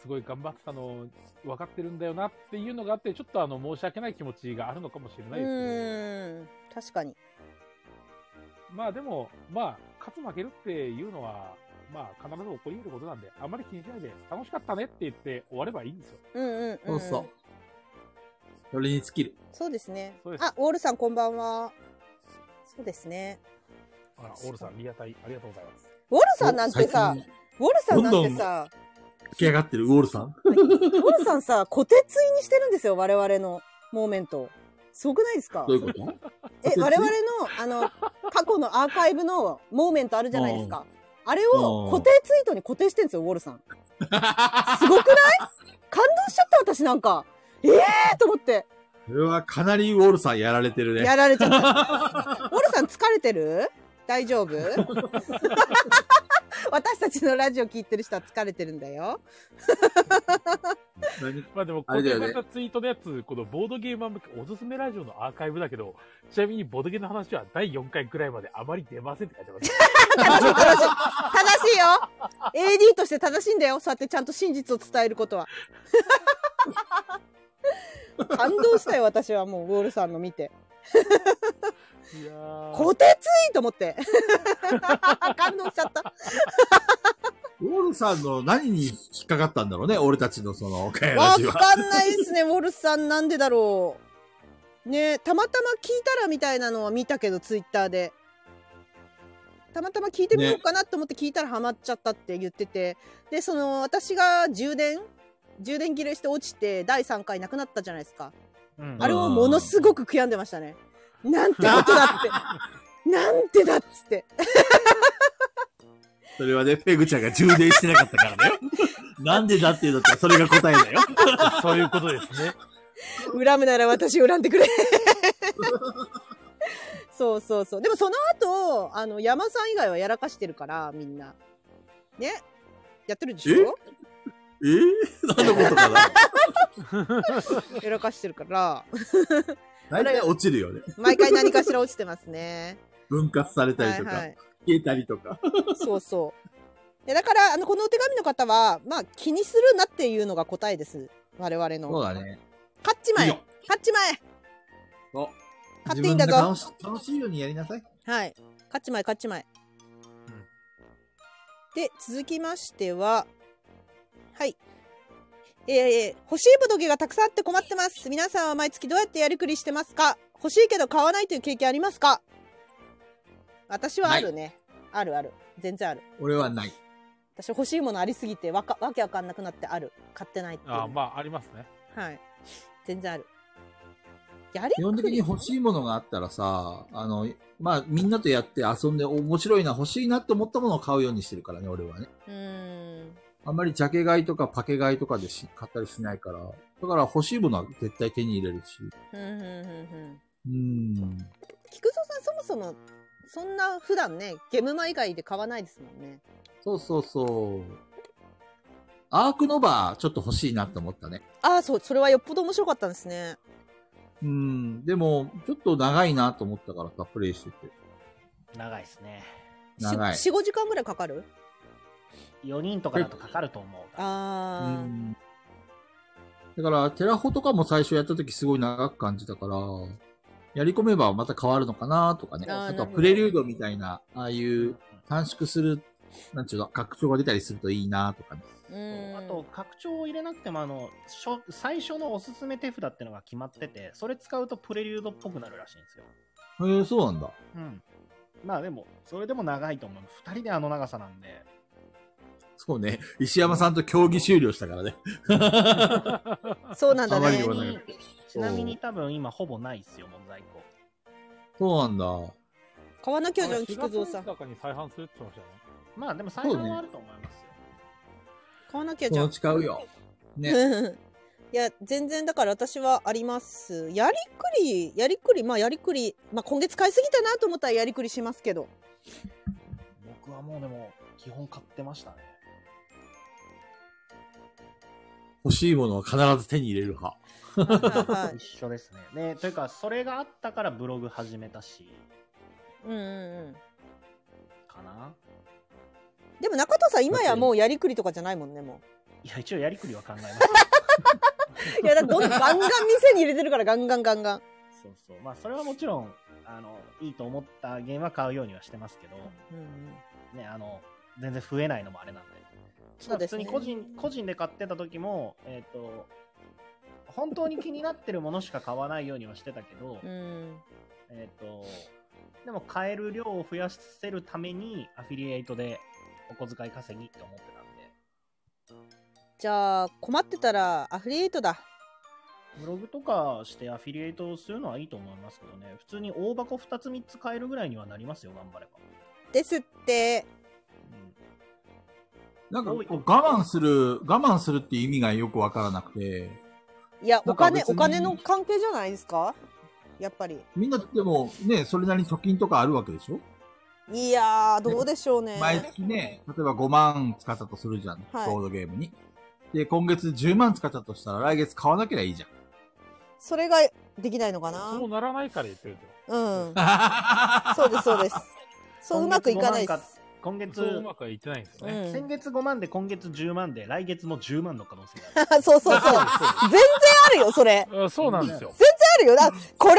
[SPEAKER 2] すごい頑張ってたの、分かってるんだよなっていうのがあって、ちょっとあの、申し訳ない気持ちがあるのかもしれ
[SPEAKER 1] う
[SPEAKER 2] ないですけ
[SPEAKER 1] ーん。確かに。
[SPEAKER 2] ど、まあでも、まあ、勝つ負けるっていうのは、まあ、必ず起こり得ることなんで、あんまり気にしないで、楽しかったねって言って終わればいいんですよ。
[SPEAKER 1] うんうん、うん。
[SPEAKER 4] そうそう。それに尽きる。
[SPEAKER 1] そうですね
[SPEAKER 2] そう。です
[SPEAKER 1] あ、ウォールさんこんばんは。そうですね。
[SPEAKER 2] あら、オールさん、リアタイ、ありがとうございます。
[SPEAKER 1] ウォールさんなんてさ、
[SPEAKER 4] 最近、
[SPEAKER 1] ウォールさんなんてさ、
[SPEAKER 4] 吹き上がってるウォールさん。
[SPEAKER 1] ウォールさんさ、小鉄追にしてるんですよ、我々のモーメントを。すごくないですか
[SPEAKER 4] どういうこと
[SPEAKER 1] え、我々の、あの、過去のアーカイブのモーメントあるじゃないですか。あれを固定ツイートに固定してんですよ、ウォールさん。すごくない感動しちゃった、私なんか。ええー、と思って。
[SPEAKER 4] それはかなりウォールさんやられてるね。
[SPEAKER 1] やられちゃった。ウォルさん疲れてる大丈夫私たちのラジオ聞いてる人は疲れてるんだよ。
[SPEAKER 4] 何
[SPEAKER 2] まあでも、
[SPEAKER 4] あ
[SPEAKER 2] こ
[SPEAKER 4] れだよね
[SPEAKER 2] れたツイートのやつ、このボードゲームアンおすすめラジオのアーカイブだけど、ちなみにボードゲームの話は第4回くらいまであまり出ませんって書いてます。
[SPEAKER 1] 正しい、正しい。正しいよ !AD として正しいんだよ。そうやってちゃんと真実を伝えることは。感動したよ、私はもう、ウォールさんの見て。
[SPEAKER 2] いやー
[SPEAKER 1] コテツイと思って。 感動しちゃった。
[SPEAKER 4] ウォールさんの何に引っかかったんだろうね、俺たちのその、会
[SPEAKER 1] わ
[SPEAKER 4] 話は。
[SPEAKER 1] かんないですね、ウォルさん、なんでだろう。ねたまたま聞いたらみたいなのは見たけど、ツイッターで。たまたま聞いてみようかなと思って聞いたらハマっちゃったって言ってて、で、その、私が充電充電切れして落ちて、第3回なくなったじゃないですか。
[SPEAKER 3] うん
[SPEAKER 1] あれをものすごく悔やんでましたね。なんてことだ って。なんてだっつって。
[SPEAKER 4] それはね、ペグちゃんが充電してなかったから だよ。なんでだっていうのって、それが答えだよ。
[SPEAKER 2] そういうことですね。
[SPEAKER 1] 恨むなら私を恨んでくれ そうそうそうでもその後あの山さん以外はやらかしてるからみんなねやってるでしょ
[SPEAKER 4] えー、何のことかな
[SPEAKER 1] やらかしてるから
[SPEAKER 4] 大体落ちるよね。
[SPEAKER 1] 毎回何かしら落ちてますね
[SPEAKER 4] 分割されたり
[SPEAKER 1] はい
[SPEAKER 4] とか、
[SPEAKER 1] はい
[SPEAKER 4] 消えたりとか。
[SPEAKER 1] そうそういやだからあのこのお手紙の方はまあ気にするなっていうのが答えです我々
[SPEAKER 4] そう
[SPEAKER 1] の
[SPEAKER 4] だね。
[SPEAKER 1] 勝っちま
[SPEAKER 4] いい
[SPEAKER 1] え
[SPEAKER 4] よ
[SPEAKER 1] 勝っちまえ
[SPEAKER 4] そう。
[SPEAKER 1] 勝っていいんだぞ
[SPEAKER 4] 自分で楽し楽しいようにやりなさい。
[SPEAKER 1] はい。勝ちまえ、勝ちまえ。
[SPEAKER 2] ん
[SPEAKER 1] で、続きましては、はい。えー、欲しいボドゲがたくさんあって困ってます。皆さんは毎月どうやってやりくりしてますか欲しいけど買わないという経験ありますか私はあるね。あるある。全然ある。
[SPEAKER 4] 俺はない。
[SPEAKER 1] 私欲しいものありすぎてわかわけわかんなくなってある。買ってないっていう。
[SPEAKER 2] あーまあ、あります ね。
[SPEAKER 1] はい。全然ある。やり
[SPEAKER 4] 基本的に欲しいものがあったらさ、あの、まあ、みんなとやって遊んで面白いな、欲しいなって思ったものを買うようにしてるからね、俺はね。
[SPEAKER 1] うーん。
[SPEAKER 4] あんまりジャケ買いとかパケ買いとかでし買ったりしないから、だから欲しいものは絶対手に入れるし。
[SPEAKER 1] ふんふんふんふん。
[SPEAKER 4] うーん。
[SPEAKER 1] 菊蔵さんそもそもそんな普段ねゲムマ以外で買わないですもんね
[SPEAKER 4] そうそうそう。アークノバちょっと欲しいなって思ったね。
[SPEAKER 1] ああそうそれはよっぽど面白かったんですね
[SPEAKER 4] うん。でも、ちょっと長いなと思ったからさ、プレイしてて。
[SPEAKER 3] 長いですね。
[SPEAKER 4] 長い。
[SPEAKER 1] 45時間ぐらいかかる
[SPEAKER 3] 4人とかだとかかると思う。
[SPEAKER 4] う
[SPEAKER 1] ああ、
[SPEAKER 4] ん。だから、テラホとかも最初やった時すごい長く感じたから、やり込めばまた変わるのかなとかね。
[SPEAKER 1] あー
[SPEAKER 4] あ
[SPEAKER 1] なる
[SPEAKER 4] と
[SPEAKER 1] ほど
[SPEAKER 4] はプレリュードみたいな、ああいう短縮する、なんちゅうの、拡張が出たりするといいなとかね。
[SPEAKER 1] うん
[SPEAKER 3] あと、拡張を入れなくても、あの、初最初のおすすめ手札ってのが決まってて、それ使うとプレリュードっぽくなるらしいんですよ。
[SPEAKER 4] へえ、そうなんだ。
[SPEAKER 3] うん。まあでも、それでも長いと思う。二人であの長さなんで。
[SPEAKER 4] そう ね。石山さんと競技終了したからね。
[SPEAKER 1] そうなんだ
[SPEAKER 4] あまり
[SPEAKER 1] ね
[SPEAKER 4] 言わない
[SPEAKER 3] ちなみに多分今ほぼないっすよ、もう在庫。
[SPEAKER 4] そうなんだ。
[SPEAKER 1] 買わなきゃじゃん、
[SPEAKER 2] あれ
[SPEAKER 1] 菊蔵さ
[SPEAKER 2] 4
[SPEAKER 1] ん。
[SPEAKER 2] 月中に再販するって言ってましたよね。
[SPEAKER 3] まあでも再販はあると思いますよ。
[SPEAKER 1] 買わなきゃ
[SPEAKER 4] そ
[SPEAKER 1] じゃ
[SPEAKER 4] の
[SPEAKER 1] ん
[SPEAKER 4] う。ち買うよ。ね。
[SPEAKER 1] うんいや全然だから私はありますやりくりやりくりまあやりくり、まあ、今月買いすぎたなと思ったらやりくりしますけ ど
[SPEAKER 3] 僕はもうでも、基本買ってましたね。
[SPEAKER 4] 欲しいものは必ず手に入れる派。
[SPEAKER 1] はいはいはい
[SPEAKER 3] 一緒ですね。ね、というか、それがあったからブログ始めたし、
[SPEAKER 1] うんうんうん
[SPEAKER 3] かな。
[SPEAKER 1] でも中田さん今やもうやりくりとかじゃないもんねも
[SPEAKER 3] いや、一応やりくりは考え ます。
[SPEAKER 1] ういやだってどんガンガン店に入れてるからガンガンガンガン、
[SPEAKER 3] そうそう。まあ、それはもちろん、あの、いいと思ったゲームは買うようにはしてますけど、
[SPEAKER 1] うんうん、
[SPEAKER 3] ね、あの、全然増えないのもあれなんで。
[SPEAKER 1] そうですね
[SPEAKER 3] まあ普通に個人、個人で買ってた時も、えっ、と、本当に気になってるものしか買わないようにはしてたけど、
[SPEAKER 1] うん
[SPEAKER 3] えっ、と、でも買える量を増やせるためにアフィリエイトでお小遣い稼ぎって思ってたんで、
[SPEAKER 1] じゃあ困ってたらアフィリエイトだ
[SPEAKER 3] ブログとかしてアフィリエイトをするのはいいと思いますけどね、普通に大箱2つ3つ買えるぐらいにはなりますよ、頑張れば。
[SPEAKER 1] ですって
[SPEAKER 3] うん
[SPEAKER 4] なんか、こう我慢する、我慢するっていう意味がよくわからなくて、
[SPEAKER 1] いや
[SPEAKER 4] な
[SPEAKER 1] お
[SPEAKER 4] んか
[SPEAKER 1] 金
[SPEAKER 4] 別に
[SPEAKER 1] お金の関係じゃないですかやっぱり
[SPEAKER 4] みんなでもね、それなりに貯金とかあるわけでしょ
[SPEAKER 1] いやーどうでしょうね
[SPEAKER 4] 毎月ね、例えば5万使ったとするじゃん、
[SPEAKER 1] はい
[SPEAKER 4] ボードゲームに。で、今月10万使ったとしたら来月買わなきゃいいじゃん。
[SPEAKER 1] それができないのかな
[SPEAKER 2] そうならないから言ってるんですよ。
[SPEAKER 1] うん
[SPEAKER 4] そ
[SPEAKER 1] そうです、そうです。そう、うまくいかないです。
[SPEAKER 3] 今月
[SPEAKER 2] そううまくはいってないんですよ
[SPEAKER 1] う
[SPEAKER 2] ね。
[SPEAKER 1] ん、
[SPEAKER 3] 先月5万で今月10万で来月も10万の可能性があ る
[SPEAKER 1] そうそうそう。全然あるよ、それ。
[SPEAKER 2] あそうなんですよ。
[SPEAKER 1] あるよ。あ、これは聞いてなか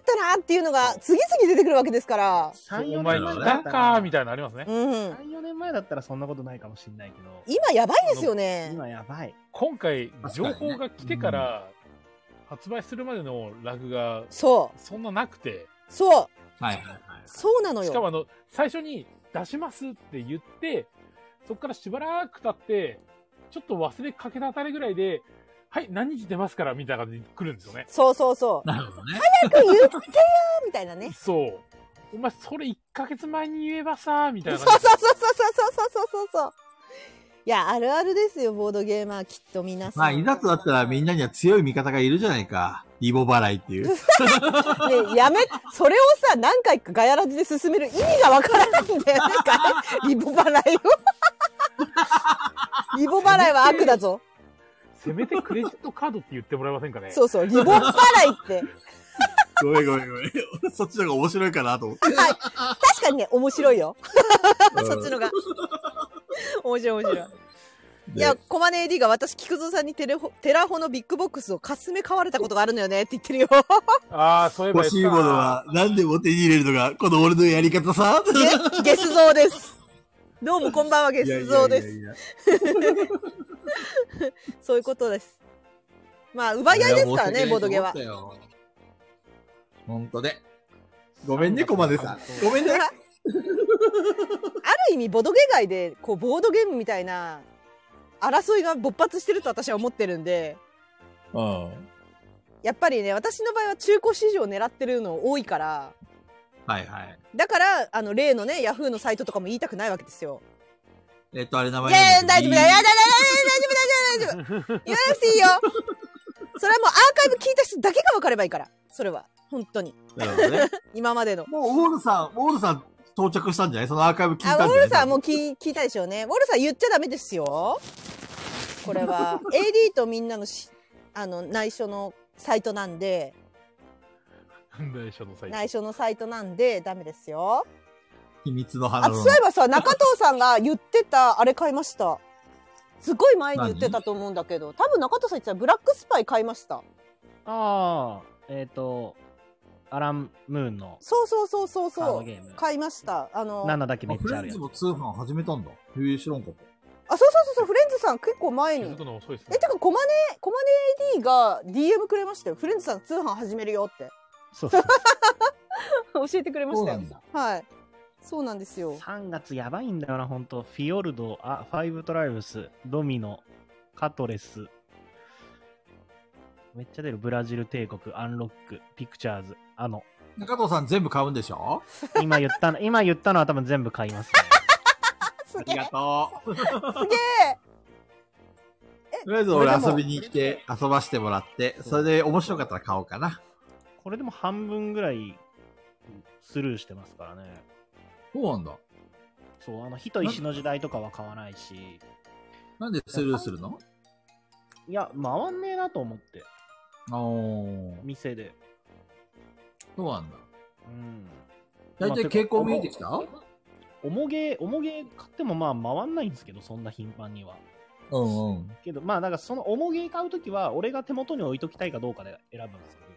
[SPEAKER 1] ったなっていうのが次々出てくるわけですから。
[SPEAKER 3] 3
[SPEAKER 2] お前、
[SPEAKER 4] 四年前
[SPEAKER 2] だかーみたいなのありますね
[SPEAKER 1] う。ん。
[SPEAKER 3] 3、4年前だったらそんなことないかもしれないけど、
[SPEAKER 1] 今やばいですよね。
[SPEAKER 3] 今やばい。
[SPEAKER 2] 今回、
[SPEAKER 4] 確か
[SPEAKER 2] 情
[SPEAKER 4] にね
[SPEAKER 2] 報が来てから、発売するまでのラグが、
[SPEAKER 1] そ
[SPEAKER 2] そんななくて、
[SPEAKER 1] う、そう、
[SPEAKER 4] はいはいはい。
[SPEAKER 1] そうなの
[SPEAKER 2] しか
[SPEAKER 1] よ。
[SPEAKER 2] もあの、最初に出しますって言って、そこからしばらく経って、ちょっと忘れかけたあたりぐらいで、はい、何日出ますから、みたいな感じで来るんですよね。
[SPEAKER 1] そうそうそう。
[SPEAKER 4] なるほどね。
[SPEAKER 1] 早く言ってよみたいなね。
[SPEAKER 2] そう。お前、それ1ヶ月前に言えばさ、みたい
[SPEAKER 1] そう
[SPEAKER 2] な
[SPEAKER 1] そう
[SPEAKER 2] 感
[SPEAKER 1] そう
[SPEAKER 2] じで。
[SPEAKER 1] そうそうそうそうそうそう。いや、あるあるですよ、ボードゲーマー、きっと皆さん。
[SPEAKER 4] まあ、いざとなったらみん
[SPEAKER 1] な。
[SPEAKER 4] なには強い味方がいるじゃないか。リボ払いっていう。
[SPEAKER 1] ね、やめ、それをさ、何回かガヤラジで進める意味がわからないんだよね、ガヤリボ払いを。リボ払いは悪だぞ。
[SPEAKER 2] せめてクレジットカードって言ってもらえませんかね。
[SPEAKER 1] そうそう、リボ払いって。
[SPEAKER 4] ごめんごめんごめん。 俺そっちの方が面白いかなと思って。
[SPEAKER 1] 確かにね、面白いよ。そっちのが。面白い面白い。いや、コマネ AD が私、菊蔵さんにテレホテラホのビッグボックスをかすめ買われたことがあるのよねって言ってるよ。
[SPEAKER 2] ああ、そういえば
[SPEAKER 4] 欲
[SPEAKER 2] 言って
[SPEAKER 4] したいものは何でも手に入れるのが、この俺のやり方さ。
[SPEAKER 1] ゲゲス像です。どうもこんばんは、ゲ
[SPEAKER 4] いや
[SPEAKER 1] ス
[SPEAKER 4] いや
[SPEAKER 1] 像
[SPEAKER 4] いや
[SPEAKER 1] で
[SPEAKER 4] い
[SPEAKER 1] す。
[SPEAKER 4] や
[SPEAKER 1] そういうことです。まあ、奪い合いですからね、ボードゲは。
[SPEAKER 4] いや申し訳ないと思ったよ本当で。ごめんね、コマネさん。ごめんね。
[SPEAKER 1] ある意味ボドゲ界でこうボードゲームみたいな争いが勃発してると私は思ってるんで
[SPEAKER 4] うん。
[SPEAKER 1] やっぱりね私の場合は中古市場を狙ってるの多いから
[SPEAKER 4] はいはい。
[SPEAKER 1] だからあの例のねヤフーのサイトとかも言いたくないわけですよ。
[SPEAKER 4] えっと、あれ名
[SPEAKER 1] い
[SPEAKER 4] 前
[SPEAKER 1] やいや
[SPEAKER 4] なんだ
[SPEAKER 1] 大
[SPEAKER 4] っけ
[SPEAKER 1] 丈夫だいや大丈夫大丈夫大丈夫大丈夫大丈夫言わなくていいよそれはもうアーカイブ聞いた人だけが分かればいいからそれは本当に
[SPEAKER 4] なるほどね。
[SPEAKER 1] 今までの。
[SPEAKER 4] もう、ウォールさん、ウォールさん到着したんじゃないそのアーカイブ聞いた
[SPEAKER 1] あ、
[SPEAKER 4] ん
[SPEAKER 1] ウ
[SPEAKER 4] じゃない
[SPEAKER 1] ォルさんもう聞い聞いたでしょうね。ウォルさん言っちゃダメですよ。これは AD とみんなのしあの内緒のサイトなんで、
[SPEAKER 2] 内緒のサイト
[SPEAKER 1] 内緒のサイトなんでダメですよ。
[SPEAKER 4] 秘密の花
[SPEAKER 1] あ、
[SPEAKER 4] の
[SPEAKER 1] そういえばさ、中藤さんが言ってたあれ買いました。すごい前に言ってたと思うんだけど、多分中藤さん言ってたブラックスパイ買いました。
[SPEAKER 3] ああ、えっ、と、アラン・ムーンの
[SPEAKER 1] そうそうそうそう
[SPEAKER 3] カー
[SPEAKER 1] そ
[SPEAKER 3] ド
[SPEAKER 1] う
[SPEAKER 3] ゲ。ーム。
[SPEAKER 1] 買いました。あの、あ、
[SPEAKER 3] 7だけめ
[SPEAKER 4] あ
[SPEAKER 3] っ
[SPEAKER 4] フ
[SPEAKER 3] ちゃあ
[SPEAKER 4] レン
[SPEAKER 3] るや
[SPEAKER 4] ズ
[SPEAKER 3] つ。
[SPEAKER 4] も通販始めたんだ。へえ、知らんかっ
[SPEAKER 1] そ
[SPEAKER 4] た。
[SPEAKER 1] うそうそうそう、フレンズさん結構前
[SPEAKER 2] 気
[SPEAKER 1] に
[SPEAKER 2] づ。くの遅いです
[SPEAKER 1] え、
[SPEAKER 2] ね
[SPEAKER 1] て。か、コマネ、コマネ AD が DM くれましたよ。フレンズさん通販始めるよって。
[SPEAKER 3] そうそう
[SPEAKER 1] 教えてくれま
[SPEAKER 4] そ
[SPEAKER 1] し
[SPEAKER 4] う
[SPEAKER 1] た
[SPEAKER 4] な
[SPEAKER 1] よ
[SPEAKER 4] ん。だ。
[SPEAKER 1] はい。そうなんですよ。
[SPEAKER 3] 3月やばいんだよな、本当フィヨルド、あ、ファイブトライブス、ドミノ、カトレス、めっちゃ出る。ブラジル帝国、アンロック、ピクチャーズ、あの。
[SPEAKER 4] 中藤さん全部買うんでしょ
[SPEAKER 3] 今言ったの、今言ったのは多分全部買います、ね。
[SPEAKER 1] す
[SPEAKER 4] あ
[SPEAKER 1] げ
[SPEAKER 4] り
[SPEAKER 1] え
[SPEAKER 4] がとう。
[SPEAKER 1] すげえ
[SPEAKER 4] とりあえず俺遊びに行って遊ばしてもらって、それで面白かったら買おうかな。
[SPEAKER 3] これでも半分ぐらいスルーしてますからね。
[SPEAKER 4] そうなんだ。
[SPEAKER 3] そう、あの、火と石の時代とかは買わないし、
[SPEAKER 4] なんでスルーするの
[SPEAKER 3] いや、回んねえなと思って、
[SPEAKER 4] あー、
[SPEAKER 3] 店で。
[SPEAKER 4] そうなんだ。
[SPEAKER 3] うん。
[SPEAKER 4] 大体傾向見えてきた
[SPEAKER 3] まあてかおもげ、おもげ買ってもまあ回んないんですけど、そんな頻繁には。
[SPEAKER 4] うんうん。
[SPEAKER 3] けど、まあなんかそのおもげ買うときは、俺が手元に置いときたいかどうかで選ぶんですけど、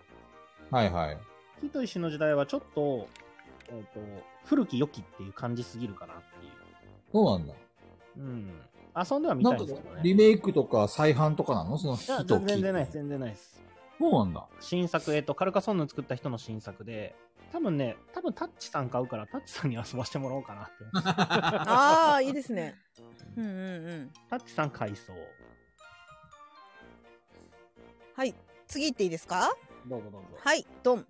[SPEAKER 4] はいはい。
[SPEAKER 3] 火と石の時代はちょっと、えっ、と、古き良きっていう感じすぎるかなっていう。
[SPEAKER 4] そうなんだ。
[SPEAKER 3] うん。遊んでは見
[SPEAKER 4] な
[SPEAKER 3] たい
[SPEAKER 4] ん
[SPEAKER 3] ん
[SPEAKER 4] か
[SPEAKER 3] ですけどね。
[SPEAKER 4] リメイクとか再販とかなのその
[SPEAKER 3] いや
[SPEAKER 4] 人
[SPEAKER 3] 全然ないです、全然ないです。
[SPEAKER 4] そうなんだ。
[SPEAKER 3] 新作、えっと、カルカソンヌ作った人の新作で、多分ね、多分タッチさん買うから、タッチさんに遊ばしてもらおうかなって。
[SPEAKER 1] ああいいですねうんうんうん
[SPEAKER 3] タッチさん買いそう。
[SPEAKER 1] はい次行っていいですか
[SPEAKER 3] どうぞどうぞ。
[SPEAKER 1] はいドン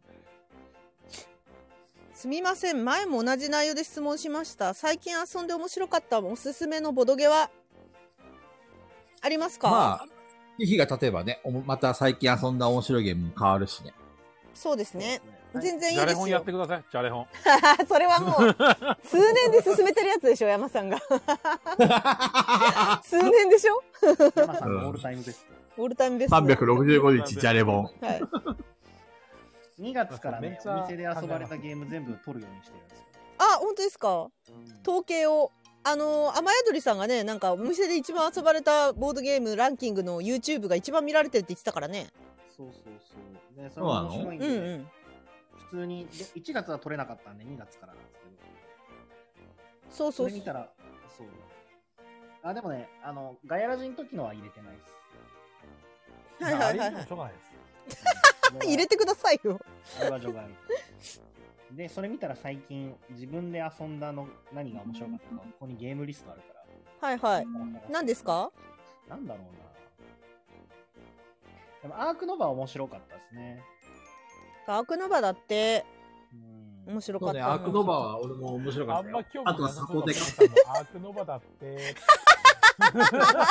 [SPEAKER 1] すみません前も同じ内容で質問しました最近遊んで面白かったおすすめのボドゲはありますか、
[SPEAKER 4] まあ、日が経てばね、おもまた最近遊んだ面白いゲームも変わるしね。
[SPEAKER 1] そうですね
[SPEAKER 3] はい
[SPEAKER 1] 全然い
[SPEAKER 2] じゃ
[SPEAKER 1] いで
[SPEAKER 2] れ本
[SPEAKER 1] す
[SPEAKER 2] や
[SPEAKER 1] よ
[SPEAKER 2] ってください。じゃれ本。
[SPEAKER 1] それはもう通年で進めてるやつでしょ山さんが通年でしょ
[SPEAKER 3] 山さんのオールタイム です。
[SPEAKER 1] オールタイムベストで
[SPEAKER 4] 365日、じゃれぼん。
[SPEAKER 1] はい、
[SPEAKER 3] 2月からね、
[SPEAKER 2] そうめ
[SPEAKER 3] お
[SPEAKER 2] っちゃ
[SPEAKER 3] 店で遊ばれたゲーム全部取るようにしてるんですよ。
[SPEAKER 1] あ本当ですか統計をあのー雨宿りさんがねなんかお店で一番遊ばれたボードゲームランキングの YouTube が一番見られてるって言ってたからね
[SPEAKER 3] そうそうそう。ね、それも面白いん
[SPEAKER 1] う
[SPEAKER 3] で
[SPEAKER 1] んう
[SPEAKER 3] ね、
[SPEAKER 1] ん
[SPEAKER 3] 普通に、で1月は取れなかったんで、2月からなんですけど。
[SPEAKER 1] そう
[SPEAKER 3] そ
[SPEAKER 1] そう
[SPEAKER 3] れ見たら、そう。あ、でもね、あの、ガヤラジの時のは入れてないです。
[SPEAKER 1] はいはいはいは
[SPEAKER 2] まああれ以上し
[SPEAKER 1] い
[SPEAKER 2] ょうがないです。
[SPEAKER 1] 入れてくださいよ
[SPEAKER 3] あれは除外。で、それ見たら最近、自分で遊んだの、何が面白かったか、ここにゲームリストあるから。
[SPEAKER 1] はいはい何ですか
[SPEAKER 3] なんだろうな。でも、アークノバは面白かったですね。
[SPEAKER 1] アークノバだって
[SPEAKER 3] うん。
[SPEAKER 1] 面白
[SPEAKER 4] そ
[SPEAKER 1] か
[SPEAKER 4] う
[SPEAKER 1] った
[SPEAKER 4] ね、
[SPEAKER 1] な
[SPEAKER 4] アークノバは俺も面白か
[SPEAKER 2] あ
[SPEAKER 4] っ
[SPEAKER 2] ん
[SPEAKER 4] た
[SPEAKER 2] ま
[SPEAKER 4] よ
[SPEAKER 2] 興。味
[SPEAKER 4] あとはサポーテカ。
[SPEAKER 2] アークノバだって。
[SPEAKER 1] アークノバ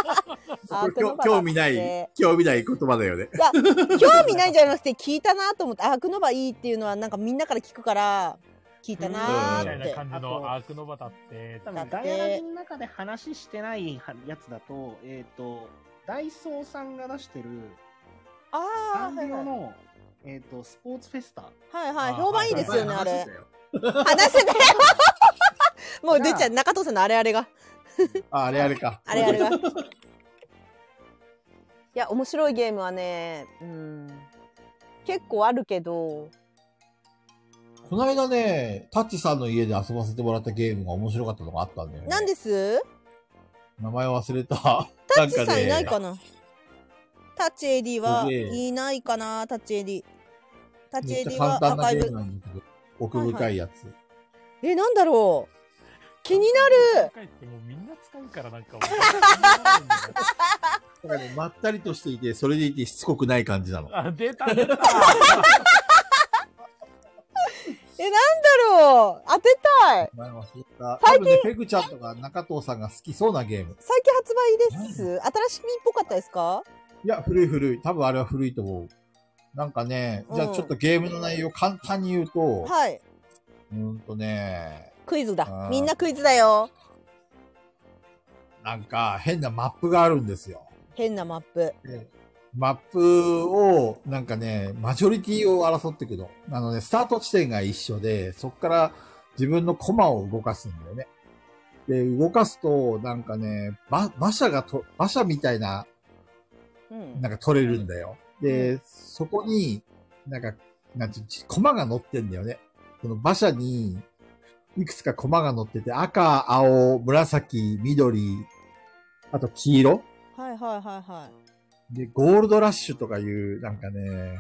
[SPEAKER 1] だって
[SPEAKER 4] 興味ない、興味ない言葉だよね。
[SPEAKER 1] いや興味ないんじゃなくて聞いたなと思ってアークノバいいっていうのはなんかみんなから聞くから聞いたな
[SPEAKER 2] みた
[SPEAKER 1] ー
[SPEAKER 2] い
[SPEAKER 1] っ
[SPEAKER 2] な
[SPEAKER 1] て
[SPEAKER 2] 感じのアークノバだって。
[SPEAKER 3] 多
[SPEAKER 1] だっ
[SPEAKER 3] 分
[SPEAKER 1] て
[SPEAKER 3] ガヤラジの中で話してないはやつだと、えっ、と、ダイソーさんが出してる、
[SPEAKER 1] あ
[SPEAKER 3] サ
[SPEAKER 1] あ
[SPEAKER 3] ン
[SPEAKER 1] は
[SPEAKER 3] リ
[SPEAKER 1] いは
[SPEAKER 3] オ
[SPEAKER 1] い
[SPEAKER 3] の、えっ、と、スポーツフェス タ。
[SPEAKER 1] はいはい
[SPEAKER 2] あー
[SPEAKER 1] 評判いいですよね
[SPEAKER 4] は
[SPEAKER 1] あ
[SPEAKER 4] い
[SPEAKER 1] れ。
[SPEAKER 4] 話
[SPEAKER 1] 話せてよもう出ちゃう中藤さんのあれあれが
[SPEAKER 4] ああれあれか。
[SPEAKER 1] あれあれ がいや面白いゲームはねうん結構あるけど
[SPEAKER 4] この間ね、タッチさんの家で遊ばせてもらったゲームが面白かったのがあったんだよね。
[SPEAKER 1] なんです
[SPEAKER 4] 名前忘れた。
[SPEAKER 1] タッチさんいない
[SPEAKER 4] な
[SPEAKER 1] か
[SPEAKER 4] んかね
[SPEAKER 1] なタッチ AD は
[SPEAKER 4] すげえ
[SPEAKER 1] いないかなタッチ AD タッチ
[SPEAKER 4] めっち
[SPEAKER 1] AD
[SPEAKER 4] ゃ
[SPEAKER 1] は
[SPEAKER 4] 簡
[SPEAKER 1] ア
[SPEAKER 4] 単
[SPEAKER 1] ーカ
[SPEAKER 4] な
[SPEAKER 1] イ
[SPEAKER 4] ゲー
[SPEAKER 1] ブ
[SPEAKER 4] ムなんだけど、奥深いやつ。
[SPEAKER 1] えなんだろう気になる
[SPEAKER 2] 世界ってもうみんな使うからなん かもう。
[SPEAKER 4] だからねまったりとしていて、それでいてしつこくない感じなの。
[SPEAKER 2] あ、出た出た。
[SPEAKER 1] なんだろう当てたい
[SPEAKER 4] 前忘れた。
[SPEAKER 1] 最
[SPEAKER 4] 最
[SPEAKER 1] 近
[SPEAKER 4] 近、ね、ペグちゃんとか中藤さんが好きそうなゲーム。
[SPEAKER 1] 最近発売です新しみっぽかったですか
[SPEAKER 4] いや、古い古い。多分あれは古いと思う。なんかね、じゃ
[SPEAKER 1] う
[SPEAKER 4] あ
[SPEAKER 1] ん
[SPEAKER 4] ちょっとゲームの内容簡単に言うと、
[SPEAKER 1] はい
[SPEAKER 4] うん、んとね、
[SPEAKER 1] クイズだ
[SPEAKER 4] あー
[SPEAKER 1] みんなクイズだよ
[SPEAKER 4] なんか変なマップがあるんですよ。
[SPEAKER 1] 変なマップ
[SPEAKER 4] でマップを、なんかね、マジョリティを争っていくの。あのね、スタート地点が一緒で、そこから自分のコマを動かすんだよね。で、動かすと、なんかね、ば馬車がと、馬車みたいな
[SPEAKER 1] うん
[SPEAKER 4] なんか取れるんだよ。で、そこに、なんか、なんていうの、駒が乗ってんだよね。その馬車に、いくつか駒が乗ってて、赤、青、紫、緑、あと黄色
[SPEAKER 1] はいはい はいはい
[SPEAKER 4] で、ゴールドラッシュとかいう、なんかね、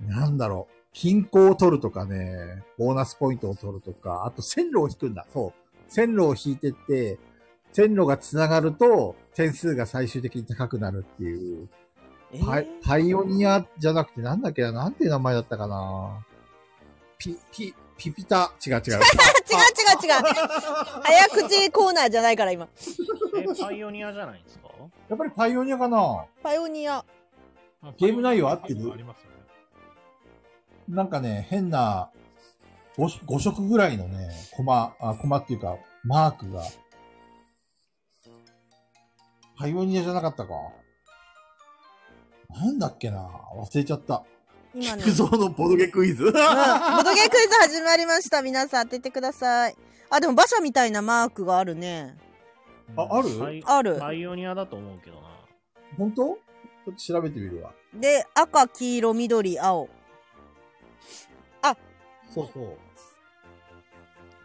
[SPEAKER 4] なんだろう、金庫を取るとかね、ボーナスポイントを取るとか、あと線路を引くんだ。そう。線路を引いてって、線路が繋がると、点数が最終的に高くなるっていう、
[SPEAKER 6] え
[SPEAKER 4] パイパイオニアじゃなくて、なんだっけな、なんていう名前だったかな。ピ、ピ、ピピタ、違う違う。
[SPEAKER 1] 違う違う違う。 早口コーナーじゃないから今。
[SPEAKER 3] え、パイオニアじゃないですか
[SPEAKER 4] やっぱりパイオニアかな
[SPEAKER 1] パイオニア。
[SPEAKER 4] ゲーム内容合ってる
[SPEAKER 2] ありますよね。
[SPEAKER 4] なんかね、変な5、5色ぐらいのね、コマ、あ、コマっていうか、マークが。パイオニアじゃなかったか。なんだっけな忘れちゃった。
[SPEAKER 1] 今ね。
[SPEAKER 4] ゾーのボドゲクイズ。
[SPEAKER 1] うんボドゲクイズ始まりました。皆さん当ててください。あ、でも馬車みたいなマークがあるね。
[SPEAKER 4] あある
[SPEAKER 3] パイ
[SPEAKER 1] ある
[SPEAKER 3] パイオニアだと思うけどな。
[SPEAKER 4] 本当ちょっと調べてみるわ。
[SPEAKER 1] で、赤、黄色、緑、青。
[SPEAKER 4] そうそう。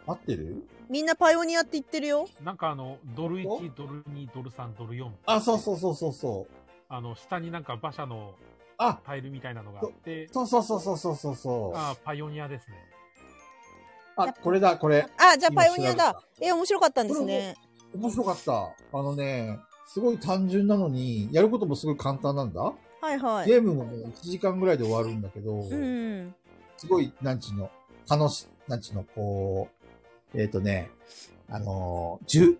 [SPEAKER 4] 合ってる
[SPEAKER 1] みんなパイオニアって言ってるよ。
[SPEAKER 2] なんかあの、ドル
[SPEAKER 4] お
[SPEAKER 2] 1、ドル2、ドル3、ドル4。
[SPEAKER 4] あ、そうそうそうそうそう。
[SPEAKER 2] あの、下になんか馬車の
[SPEAKER 4] あ、
[SPEAKER 2] タイルみたいなのがあって、
[SPEAKER 4] そうそうそうそうそうそうそう。
[SPEAKER 2] あーパイオニアですね。
[SPEAKER 4] あ、これだ、これ。
[SPEAKER 1] あ、じゃあ
[SPEAKER 4] 今
[SPEAKER 1] パイオニア
[SPEAKER 4] 調
[SPEAKER 1] だ
[SPEAKER 4] べ。
[SPEAKER 1] え、面白かったんですね。
[SPEAKER 4] 面白かった。あのね、すごい単純なのに、やることもすごい簡単なんだ。
[SPEAKER 1] はいはい。
[SPEAKER 4] ゲームもね、1時間ぐらいで終わるんだけ
[SPEAKER 1] う
[SPEAKER 4] ど、
[SPEAKER 1] ん。
[SPEAKER 4] すごい、なんちゅうの、楽し、なんちゅうの、こう、えっ、とね、あのー、じゅ、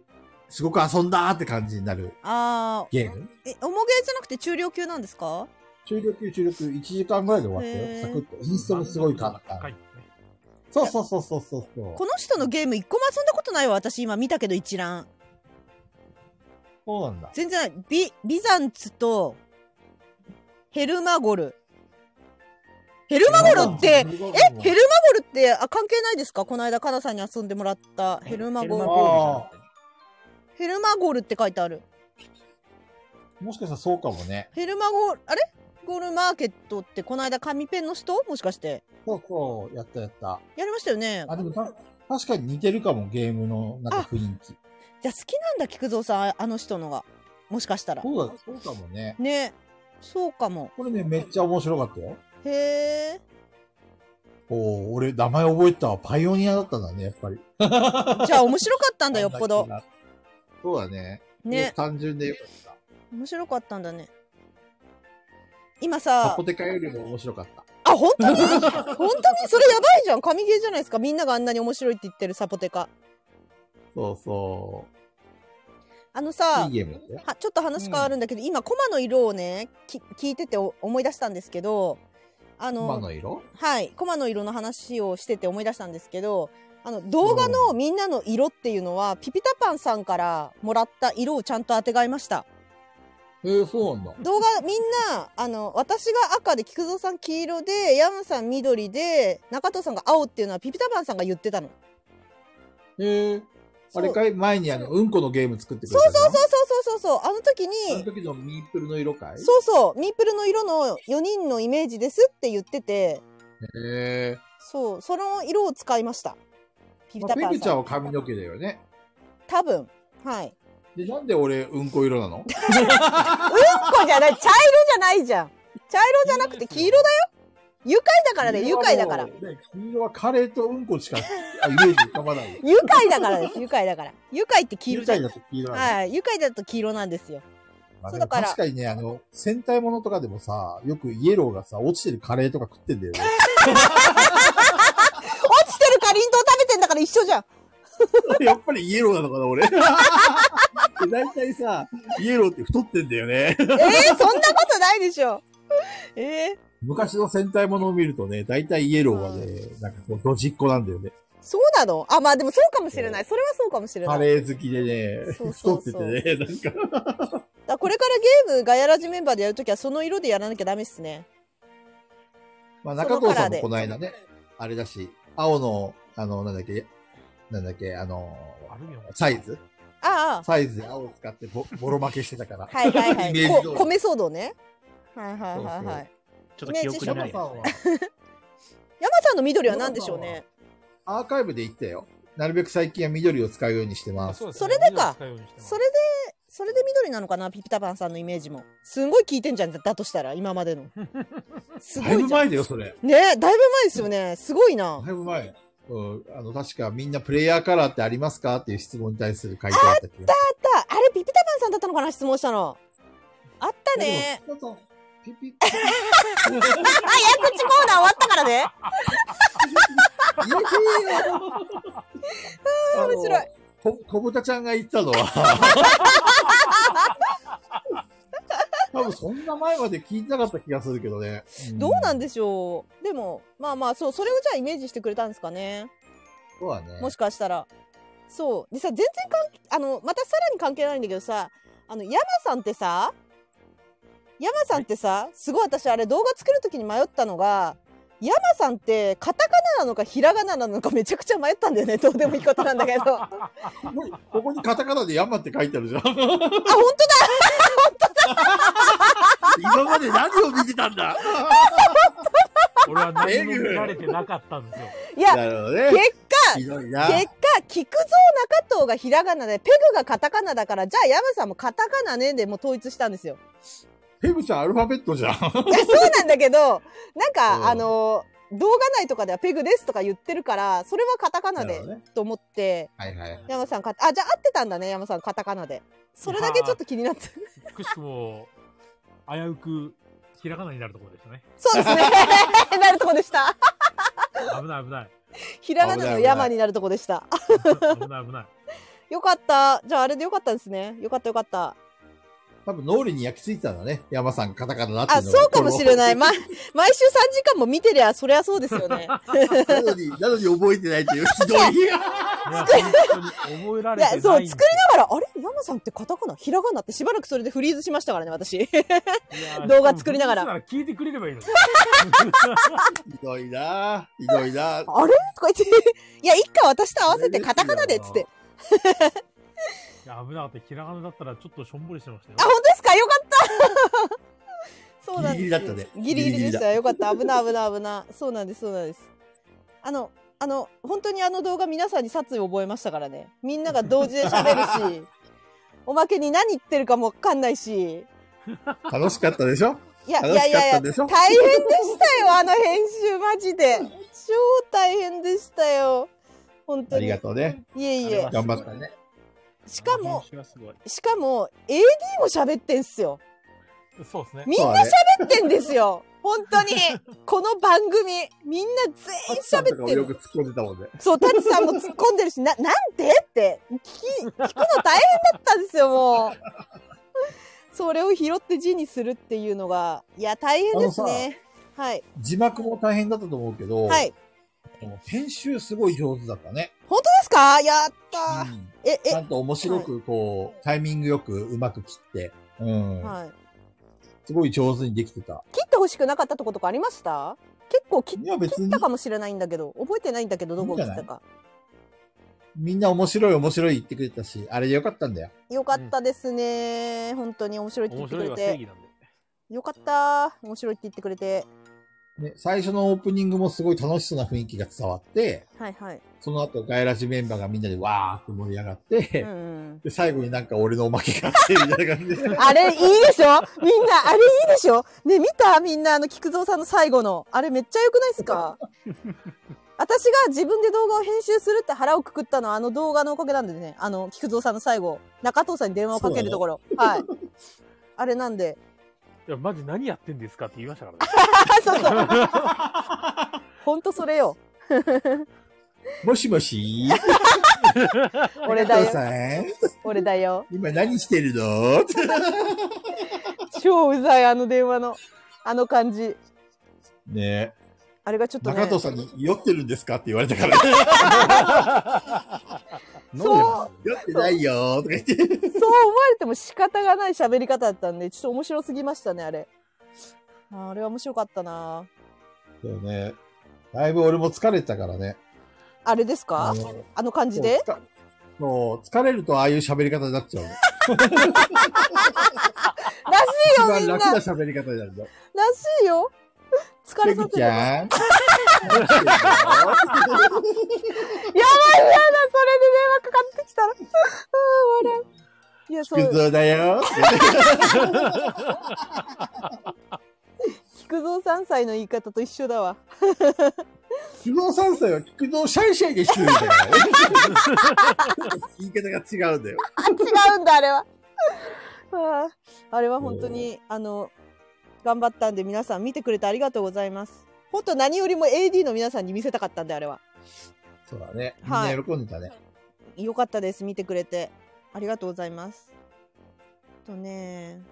[SPEAKER 4] すごく遊んだーって感じになる
[SPEAKER 1] あー。
[SPEAKER 4] ゲーム。
[SPEAKER 1] え、重ゲーじゃなくて中量級なんですか
[SPEAKER 4] 中力級中力級1時間ぐらいで終わった
[SPEAKER 1] へー
[SPEAKER 4] よ。サクッと。インストもすごい簡
[SPEAKER 2] 高い
[SPEAKER 4] 単。
[SPEAKER 2] ね。
[SPEAKER 4] そうそうそうそうそうそう。
[SPEAKER 1] この人のゲーム一個も遊んだことないわ。私今見たけど一覧。
[SPEAKER 4] そうなんだ。
[SPEAKER 1] 全然ないビビザンツとヘルマゴルヘルマゴルってヘルマ
[SPEAKER 4] え
[SPEAKER 1] ヘルゴルってあ関係ないですかこの間かなさんに遊んでもらったヘルマ
[SPEAKER 3] ヘル
[SPEAKER 1] ゴ
[SPEAKER 3] マ
[SPEAKER 1] ル
[SPEAKER 3] ゴール
[SPEAKER 1] ヘルマゴルって書いてある
[SPEAKER 4] もしかしたらそうかもね。
[SPEAKER 1] ヘルマゴルあれゴルマーケットってこの間紙ペンの人もしかして
[SPEAKER 4] そうそう、やったやった。
[SPEAKER 1] やりましたよね
[SPEAKER 4] あ、でもた確かに似てるかも、ゲームのなんか雰囲気。
[SPEAKER 1] じゃあ好きなんだ菊蔵さんああの人のがもしかしたら
[SPEAKER 4] そうだ、そうかもね。
[SPEAKER 1] ねそうかも
[SPEAKER 4] これね、めっちゃ面白かったよ。
[SPEAKER 1] へえ
[SPEAKER 4] おお俺、名前覚えたわ。パイオニアだったんだね、やっぱり。
[SPEAKER 1] じゃあ面白か ったんだよっぽど。
[SPEAKER 4] そうだね。
[SPEAKER 1] ね
[SPEAKER 4] 単純でよかった。
[SPEAKER 1] 面白かったんだね今
[SPEAKER 4] サ
[SPEAKER 1] さ
[SPEAKER 4] ポテカよりも面白かった。
[SPEAKER 1] あ、本当 に本当にそれやばいじゃん。神ゲーじゃないですか。みんながあんなに面白いって言ってるサポテカ。
[SPEAKER 4] そうそ
[SPEAKER 1] あの
[SPEAKER 4] う。
[SPEAKER 1] さ
[SPEAKER 4] いい、ゲームだったよ。
[SPEAKER 1] はちょっと話変わるんだけど、今、コマの色をね、き聞いててお思い出したんですけど、あの、
[SPEAKER 4] 今の色
[SPEAKER 1] はい、コマの色の話をしてて思い出したんですけど、あの、動画のみんなの色っていうのは、ピピタパンさんからもらった色をちゃんと当てがいました。
[SPEAKER 4] えー、そうなんだ。
[SPEAKER 1] 動画みんなあの私が赤で菊蔵さん黄色でヤムさん緑で中藤さんが青っていうのはピピタパンさんが言ってたの
[SPEAKER 4] えー、あれかい前にあの、うんこのゲーム作ってくれ
[SPEAKER 1] そ
[SPEAKER 4] た
[SPEAKER 1] う
[SPEAKER 4] じゃ
[SPEAKER 1] そ
[SPEAKER 4] ん
[SPEAKER 1] うそうそうそうそうそうあの時
[SPEAKER 4] あの
[SPEAKER 1] に
[SPEAKER 4] 時のミープルの色かい
[SPEAKER 1] そうそうミープルの色の4人のイメージですって言ってて
[SPEAKER 4] へ
[SPEAKER 1] そうその色を使いましたピ
[SPEAKER 4] え
[SPEAKER 1] ピ
[SPEAKER 4] まあ
[SPEAKER 1] タ
[SPEAKER 4] ペ
[SPEAKER 1] パン
[SPEAKER 4] グちゃ
[SPEAKER 1] さ
[SPEAKER 4] ん
[SPEAKER 1] ん
[SPEAKER 4] は髪の毛だよね。
[SPEAKER 1] 多分はい
[SPEAKER 4] で、なんで俺、うんこ色なの
[SPEAKER 1] これじゃない茶色じゃないじゃん茶色じゃなくて黄色だよ愉快だからね愉快だから
[SPEAKER 4] 黄色はもうね黄色はカレーとうんこしか、あイメージ浮かば ない。
[SPEAKER 1] 愉快だからです愉快だから愉快って黄
[SPEAKER 4] 黄
[SPEAKER 1] 色
[SPEAKER 4] 色
[SPEAKER 1] じゃ
[SPEAKER 4] だ
[SPEAKER 1] ん
[SPEAKER 4] と黄色なの
[SPEAKER 1] はい愉快だと黄色なんですよ
[SPEAKER 4] まあ
[SPEAKER 1] そうだ
[SPEAKER 4] でも
[SPEAKER 1] から
[SPEAKER 4] 確かにね、あの、戦隊ものとかでもさ、よくイエローがさ、落ちてるカレーとか食って んだよね。
[SPEAKER 1] 落ちてるかりんとう食べてんだから一緒じゃん。
[SPEAKER 4] やっぱりイエローなのかな、俺。 大体さ、イエローって太ってんだよね。
[SPEAKER 1] えー、そんなことないでしょ。えー、
[SPEAKER 4] 昔の戦隊ものを見るとね、大体イエローはね、なんかこう、ドジっ子なんだよ ね。
[SPEAKER 1] そうなのあ、まあでもそうかもしれない。それはそうかもしれな
[SPEAKER 4] カ
[SPEAKER 1] い。だか
[SPEAKER 4] レー好きでね、
[SPEAKER 1] そうそ
[SPEAKER 4] 太
[SPEAKER 1] う
[SPEAKER 4] って
[SPEAKER 1] そう
[SPEAKER 4] てね、なんか。
[SPEAKER 1] らこれからゲームガヤラジメンバーでやるときはその色でやらなきゃダメっすね。
[SPEAKER 4] まあ、
[SPEAKER 1] その
[SPEAKER 4] 中藤
[SPEAKER 1] カラ
[SPEAKER 4] さ
[SPEAKER 1] ー
[SPEAKER 4] ん
[SPEAKER 1] で
[SPEAKER 4] もこの間ね、あれだし、青の、あの、なんだっけ、なんだっけ、あの、
[SPEAKER 2] アルミオン。
[SPEAKER 4] サイズ
[SPEAKER 1] ああ。
[SPEAKER 4] サイズで青を使ってボボロ負けしてたから。
[SPEAKER 1] はいはいは
[SPEAKER 4] イメージ
[SPEAKER 1] い。
[SPEAKER 4] 通
[SPEAKER 1] こ
[SPEAKER 4] り
[SPEAKER 1] 米騒動ね。はいはいはいはい。
[SPEAKER 3] ちょっと記憶に
[SPEAKER 4] 山
[SPEAKER 3] な
[SPEAKER 4] さ
[SPEAKER 3] い
[SPEAKER 4] ん
[SPEAKER 3] です
[SPEAKER 4] は
[SPEAKER 3] ね。
[SPEAKER 1] 山さんの緑は何でしょうね。
[SPEAKER 4] アーカイブで言ったよ。なるべく最近は緑を使うようにしてま
[SPEAKER 2] あ
[SPEAKER 4] す。
[SPEAKER 2] う
[SPEAKER 1] それでか。
[SPEAKER 2] 緑を使うようにしてます
[SPEAKER 1] それで、それで緑なのかなピピタパンさんのイメージも。すんごい効いてんじゃん。だとしたら、今ま での。す
[SPEAKER 4] だい
[SPEAKER 1] ごい
[SPEAKER 4] ぶ
[SPEAKER 1] じゃん。
[SPEAKER 4] 前だよ、それ。
[SPEAKER 1] ねだいぶ前ですよね。すごいな。
[SPEAKER 4] だいぶ前。うん、あの、確かみんなプレイヤーカラーってありますかっていう質問に対する回答だった気が
[SPEAKER 1] あったあれピピタパンさんだったのかな質問したのあったね
[SPEAKER 4] でも。
[SPEAKER 2] ピッピッ。
[SPEAKER 1] 早口コーナー終わったからね。
[SPEAKER 4] あの
[SPEAKER 1] 面白い。
[SPEAKER 4] こ、こぶたちゃんが言ったのは。多分そんな前まで聞いてなかった気がするけどね。
[SPEAKER 1] どうなん
[SPEAKER 4] で
[SPEAKER 1] でしょう。でも、まあまあ、そう、それをじゃあイメージしてくれたんですかね。
[SPEAKER 4] そうだね。
[SPEAKER 1] もしかしたら。そう。でさ、全然関係、あの、またさらに関係ないんだけどさ、あの、山さんってさ、山さんってさ、すごい私あれ動画作るときに迷ったのが、山さんってカタカナなのかひらがななのか めちゃくちゃ迷ったんだよね。どうでもいいことなんだけど。あ、本
[SPEAKER 4] ここにカタカナで山って書いてあるじゃん。
[SPEAKER 1] 当だ
[SPEAKER 4] 今まで何を見てたんだ
[SPEAKER 2] 俺は何も見られてなかったんですよ。
[SPEAKER 1] いや、
[SPEAKER 4] なるほど
[SPEAKER 1] 結
[SPEAKER 4] ね。
[SPEAKER 1] 果、
[SPEAKER 4] ひどいな。
[SPEAKER 1] 結果、菊蔵中藤がひらがなで、ペグがカタカナだから、じゃあ山さんもカタカナねでもう統一したんですよ。
[SPEAKER 4] ペグちゃんアルファベットじゃん。
[SPEAKER 1] いや、そうなんだけど、なんか、
[SPEAKER 4] うん
[SPEAKER 1] あの、動画内とかではペグですとか言ってるから、それはカタカナ
[SPEAKER 4] なる
[SPEAKER 1] で
[SPEAKER 4] ほどね
[SPEAKER 1] と思って、
[SPEAKER 4] はいはい。
[SPEAKER 1] 山さんか、あ、じゃあ合ってたんだね、山さんカタカナで。それだけちょっと気になって。
[SPEAKER 2] くしくも、危うく、ひらがなになるところでしたね。
[SPEAKER 1] そうですね。 なるとこで した。
[SPEAKER 2] 危ない危ない。
[SPEAKER 1] ひらがなの山になるとこでした。あ
[SPEAKER 2] 危ない危ない。
[SPEAKER 1] よかった。じゃああれでよかったんですね。よかったよかった。
[SPEAKER 4] 多分脳裏に焼き付いてたんだね。山さんカタカナだってい
[SPEAKER 1] あ、
[SPEAKER 4] うのが
[SPEAKER 1] そうかもしれない。
[SPEAKER 4] この
[SPEAKER 1] ま、毎週3時間も見てりゃ、そりゃそうですよ ね。
[SPEAKER 4] なのに、なのに覚えてないと いうひどい。
[SPEAKER 2] いや、本当に覚えら
[SPEAKER 1] い
[SPEAKER 2] れ
[SPEAKER 1] や、
[SPEAKER 2] てないんです
[SPEAKER 1] そ
[SPEAKER 2] よ。
[SPEAKER 1] う、作りながら、あれ山さんってカタカナひらがなってしばらくそれでフリーズしましたからね、私。
[SPEAKER 2] いや
[SPEAKER 1] 動画作りながら
[SPEAKER 2] そした聞いてくれればいいのに。
[SPEAKER 4] ひどいなひどいな
[SPEAKER 1] あれとか言って、 いや、一家私と合わせてカタカナでっつって。
[SPEAKER 2] いや、危なかった。ひらがなだったらちょっとしょんぼりしてましたよ
[SPEAKER 1] あ、。本当ですかよかった そうなんです。
[SPEAKER 4] ギリギリだったね
[SPEAKER 1] ギリギリでした。よかった。危ない危ない危ない。そうなんです、そうなんです。あの、あの、本当にあの動画皆さんに殺意を覚えましたからね。みんなが同時で喋 るし、おまけに何言ってるかもわかんないし。
[SPEAKER 4] 楽しかったでしょ
[SPEAKER 1] いや、い
[SPEAKER 4] 楽
[SPEAKER 1] や
[SPEAKER 4] し
[SPEAKER 1] い
[SPEAKER 4] かっ
[SPEAKER 1] やい
[SPEAKER 4] た
[SPEAKER 1] や、大変
[SPEAKER 4] で
[SPEAKER 1] で
[SPEAKER 4] し
[SPEAKER 1] し
[SPEAKER 4] ょ
[SPEAKER 1] たよ、あの編集、マジで。超大変でしたよ。本当
[SPEAKER 4] あ
[SPEAKER 1] に。
[SPEAKER 4] りがとうね。
[SPEAKER 1] いえい
[SPEAKER 3] あれ
[SPEAKER 1] え
[SPEAKER 3] は。
[SPEAKER 4] 頑張ったね。
[SPEAKER 1] しかも
[SPEAKER 3] 編、集はすごい
[SPEAKER 1] しかも、AD も喋ってんすよ。
[SPEAKER 2] そうですね。
[SPEAKER 1] みんな喋ってんですよ。本当に。この番組、みんな
[SPEAKER 4] ハチ
[SPEAKER 1] 全
[SPEAKER 4] さん
[SPEAKER 1] 員喋
[SPEAKER 4] とか
[SPEAKER 1] っ
[SPEAKER 4] も
[SPEAKER 1] て
[SPEAKER 4] よ
[SPEAKER 1] る
[SPEAKER 4] く。突っ込んでたもんね。
[SPEAKER 1] そう、タチさんも突っ込んでるし、な、なんてって聞き、聞くの大変だったんですよ、もう。それを拾って字にするっていうのが、いや、大変ですね。はい。
[SPEAKER 4] 字幕も大変だったと思うけど、
[SPEAKER 1] はい。
[SPEAKER 4] 編集すごい上手だったね。
[SPEAKER 1] 本当ですかやったー。
[SPEAKER 4] うん
[SPEAKER 1] え、え
[SPEAKER 4] ちゃ、んと面白く、こう、タイミングよくうまく切って、うん。
[SPEAKER 1] はい。
[SPEAKER 4] すごい上手にできてた。
[SPEAKER 1] 切ってほしくなかったとことかありました結構切っ
[SPEAKER 4] いや別
[SPEAKER 1] 切っ
[SPEAKER 4] に
[SPEAKER 1] たかもしれないんだけど、覚えてないんだけど、どこを切ったか。
[SPEAKER 4] みんな面白い面白い言ってくれたし、あれでよかったんだよ。
[SPEAKER 1] よかったですね、本当に面白いって言
[SPEAKER 2] 面
[SPEAKER 1] って
[SPEAKER 2] 白
[SPEAKER 1] く
[SPEAKER 2] い
[SPEAKER 1] れ
[SPEAKER 2] が正
[SPEAKER 1] て
[SPEAKER 2] 義なんで。
[SPEAKER 1] よかった面白いって言ってくれて
[SPEAKER 4] ね、最初のオープニングもすごい楽しそうな雰囲気が伝わって、
[SPEAKER 1] はいはい、
[SPEAKER 4] その後ガイラジメンバーがみんなでわーって盛り上がって、
[SPEAKER 1] うんうん、
[SPEAKER 4] で、最後になんか俺のおまけがあって、みたいな感じ で。
[SPEAKER 1] あれいいでしょみんなあれいいでしょね見たみんなあの菊蔵さんの最後のあれめっちゃ良くないです か私が自分で動画を編集するって腹をくくったのはあの動画のおかげなんでねあの菊蔵さんの最後中藤さんに電話をかけるとこ ろ、はいあれなんで
[SPEAKER 2] いや、マジ何やってんですかって言いました からね。
[SPEAKER 1] あそうそう ほんとそれよ
[SPEAKER 4] もしもし
[SPEAKER 1] 俺だ
[SPEAKER 4] お父
[SPEAKER 1] よ
[SPEAKER 4] さん
[SPEAKER 1] 俺だよ
[SPEAKER 4] 今何してるのって
[SPEAKER 1] 超うざいあの電話のあの感じ
[SPEAKER 4] ね
[SPEAKER 1] あれがちょっとね
[SPEAKER 4] 中藤さんに酔ってるんですかって言われたからね。
[SPEAKER 1] そう
[SPEAKER 2] 飲んで
[SPEAKER 4] 酔ってないよーとか言って。
[SPEAKER 1] そう思われても仕方がない喋り方だったんで、ちょっと面白すぎましたね、あれ。あーあれは面白かったな。
[SPEAKER 4] そうね。だいぶ俺も疲れてたからね。
[SPEAKER 1] あれですかあ
[SPEAKER 4] あ
[SPEAKER 1] の
[SPEAKER 4] の
[SPEAKER 1] 感じで
[SPEAKER 4] もう疲もう疲れるとああいう喋り方にな っちゃうの。
[SPEAKER 1] らしい
[SPEAKER 4] 一
[SPEAKER 1] よ、みん
[SPEAKER 4] 番
[SPEAKER 1] な
[SPEAKER 4] 楽な喋り方になる
[SPEAKER 1] ら
[SPEAKER 4] の。
[SPEAKER 1] しいよ疲れ
[SPEAKER 4] ペ
[SPEAKER 1] さ
[SPEAKER 4] グ
[SPEAKER 1] せ
[SPEAKER 4] ち
[SPEAKER 1] る。やばい
[SPEAKER 4] ゃん
[SPEAKER 1] やだ、それで電話かかってきたら。あー笑う。いや、そ
[SPEAKER 4] 菊
[SPEAKER 1] う、
[SPEAKER 4] 蔵だよー
[SPEAKER 1] 菊蔵3歳の言い方と一緒だわ。
[SPEAKER 4] 菊蔵3歳は菊蔵シャイシャイでしてる みたいな。言い方が違うんだよ。
[SPEAKER 1] あ、違うんだ、あれは。あーあれは本当に、あの、頑張ったんで皆さん見てくれてありがとうございます。本当何よりも AD の皆さんに見せたかったんであれは。
[SPEAKER 4] そうだね。みん
[SPEAKER 1] はい
[SPEAKER 4] な喜んでたね。
[SPEAKER 1] よかったです見てくれてありがとうございますとね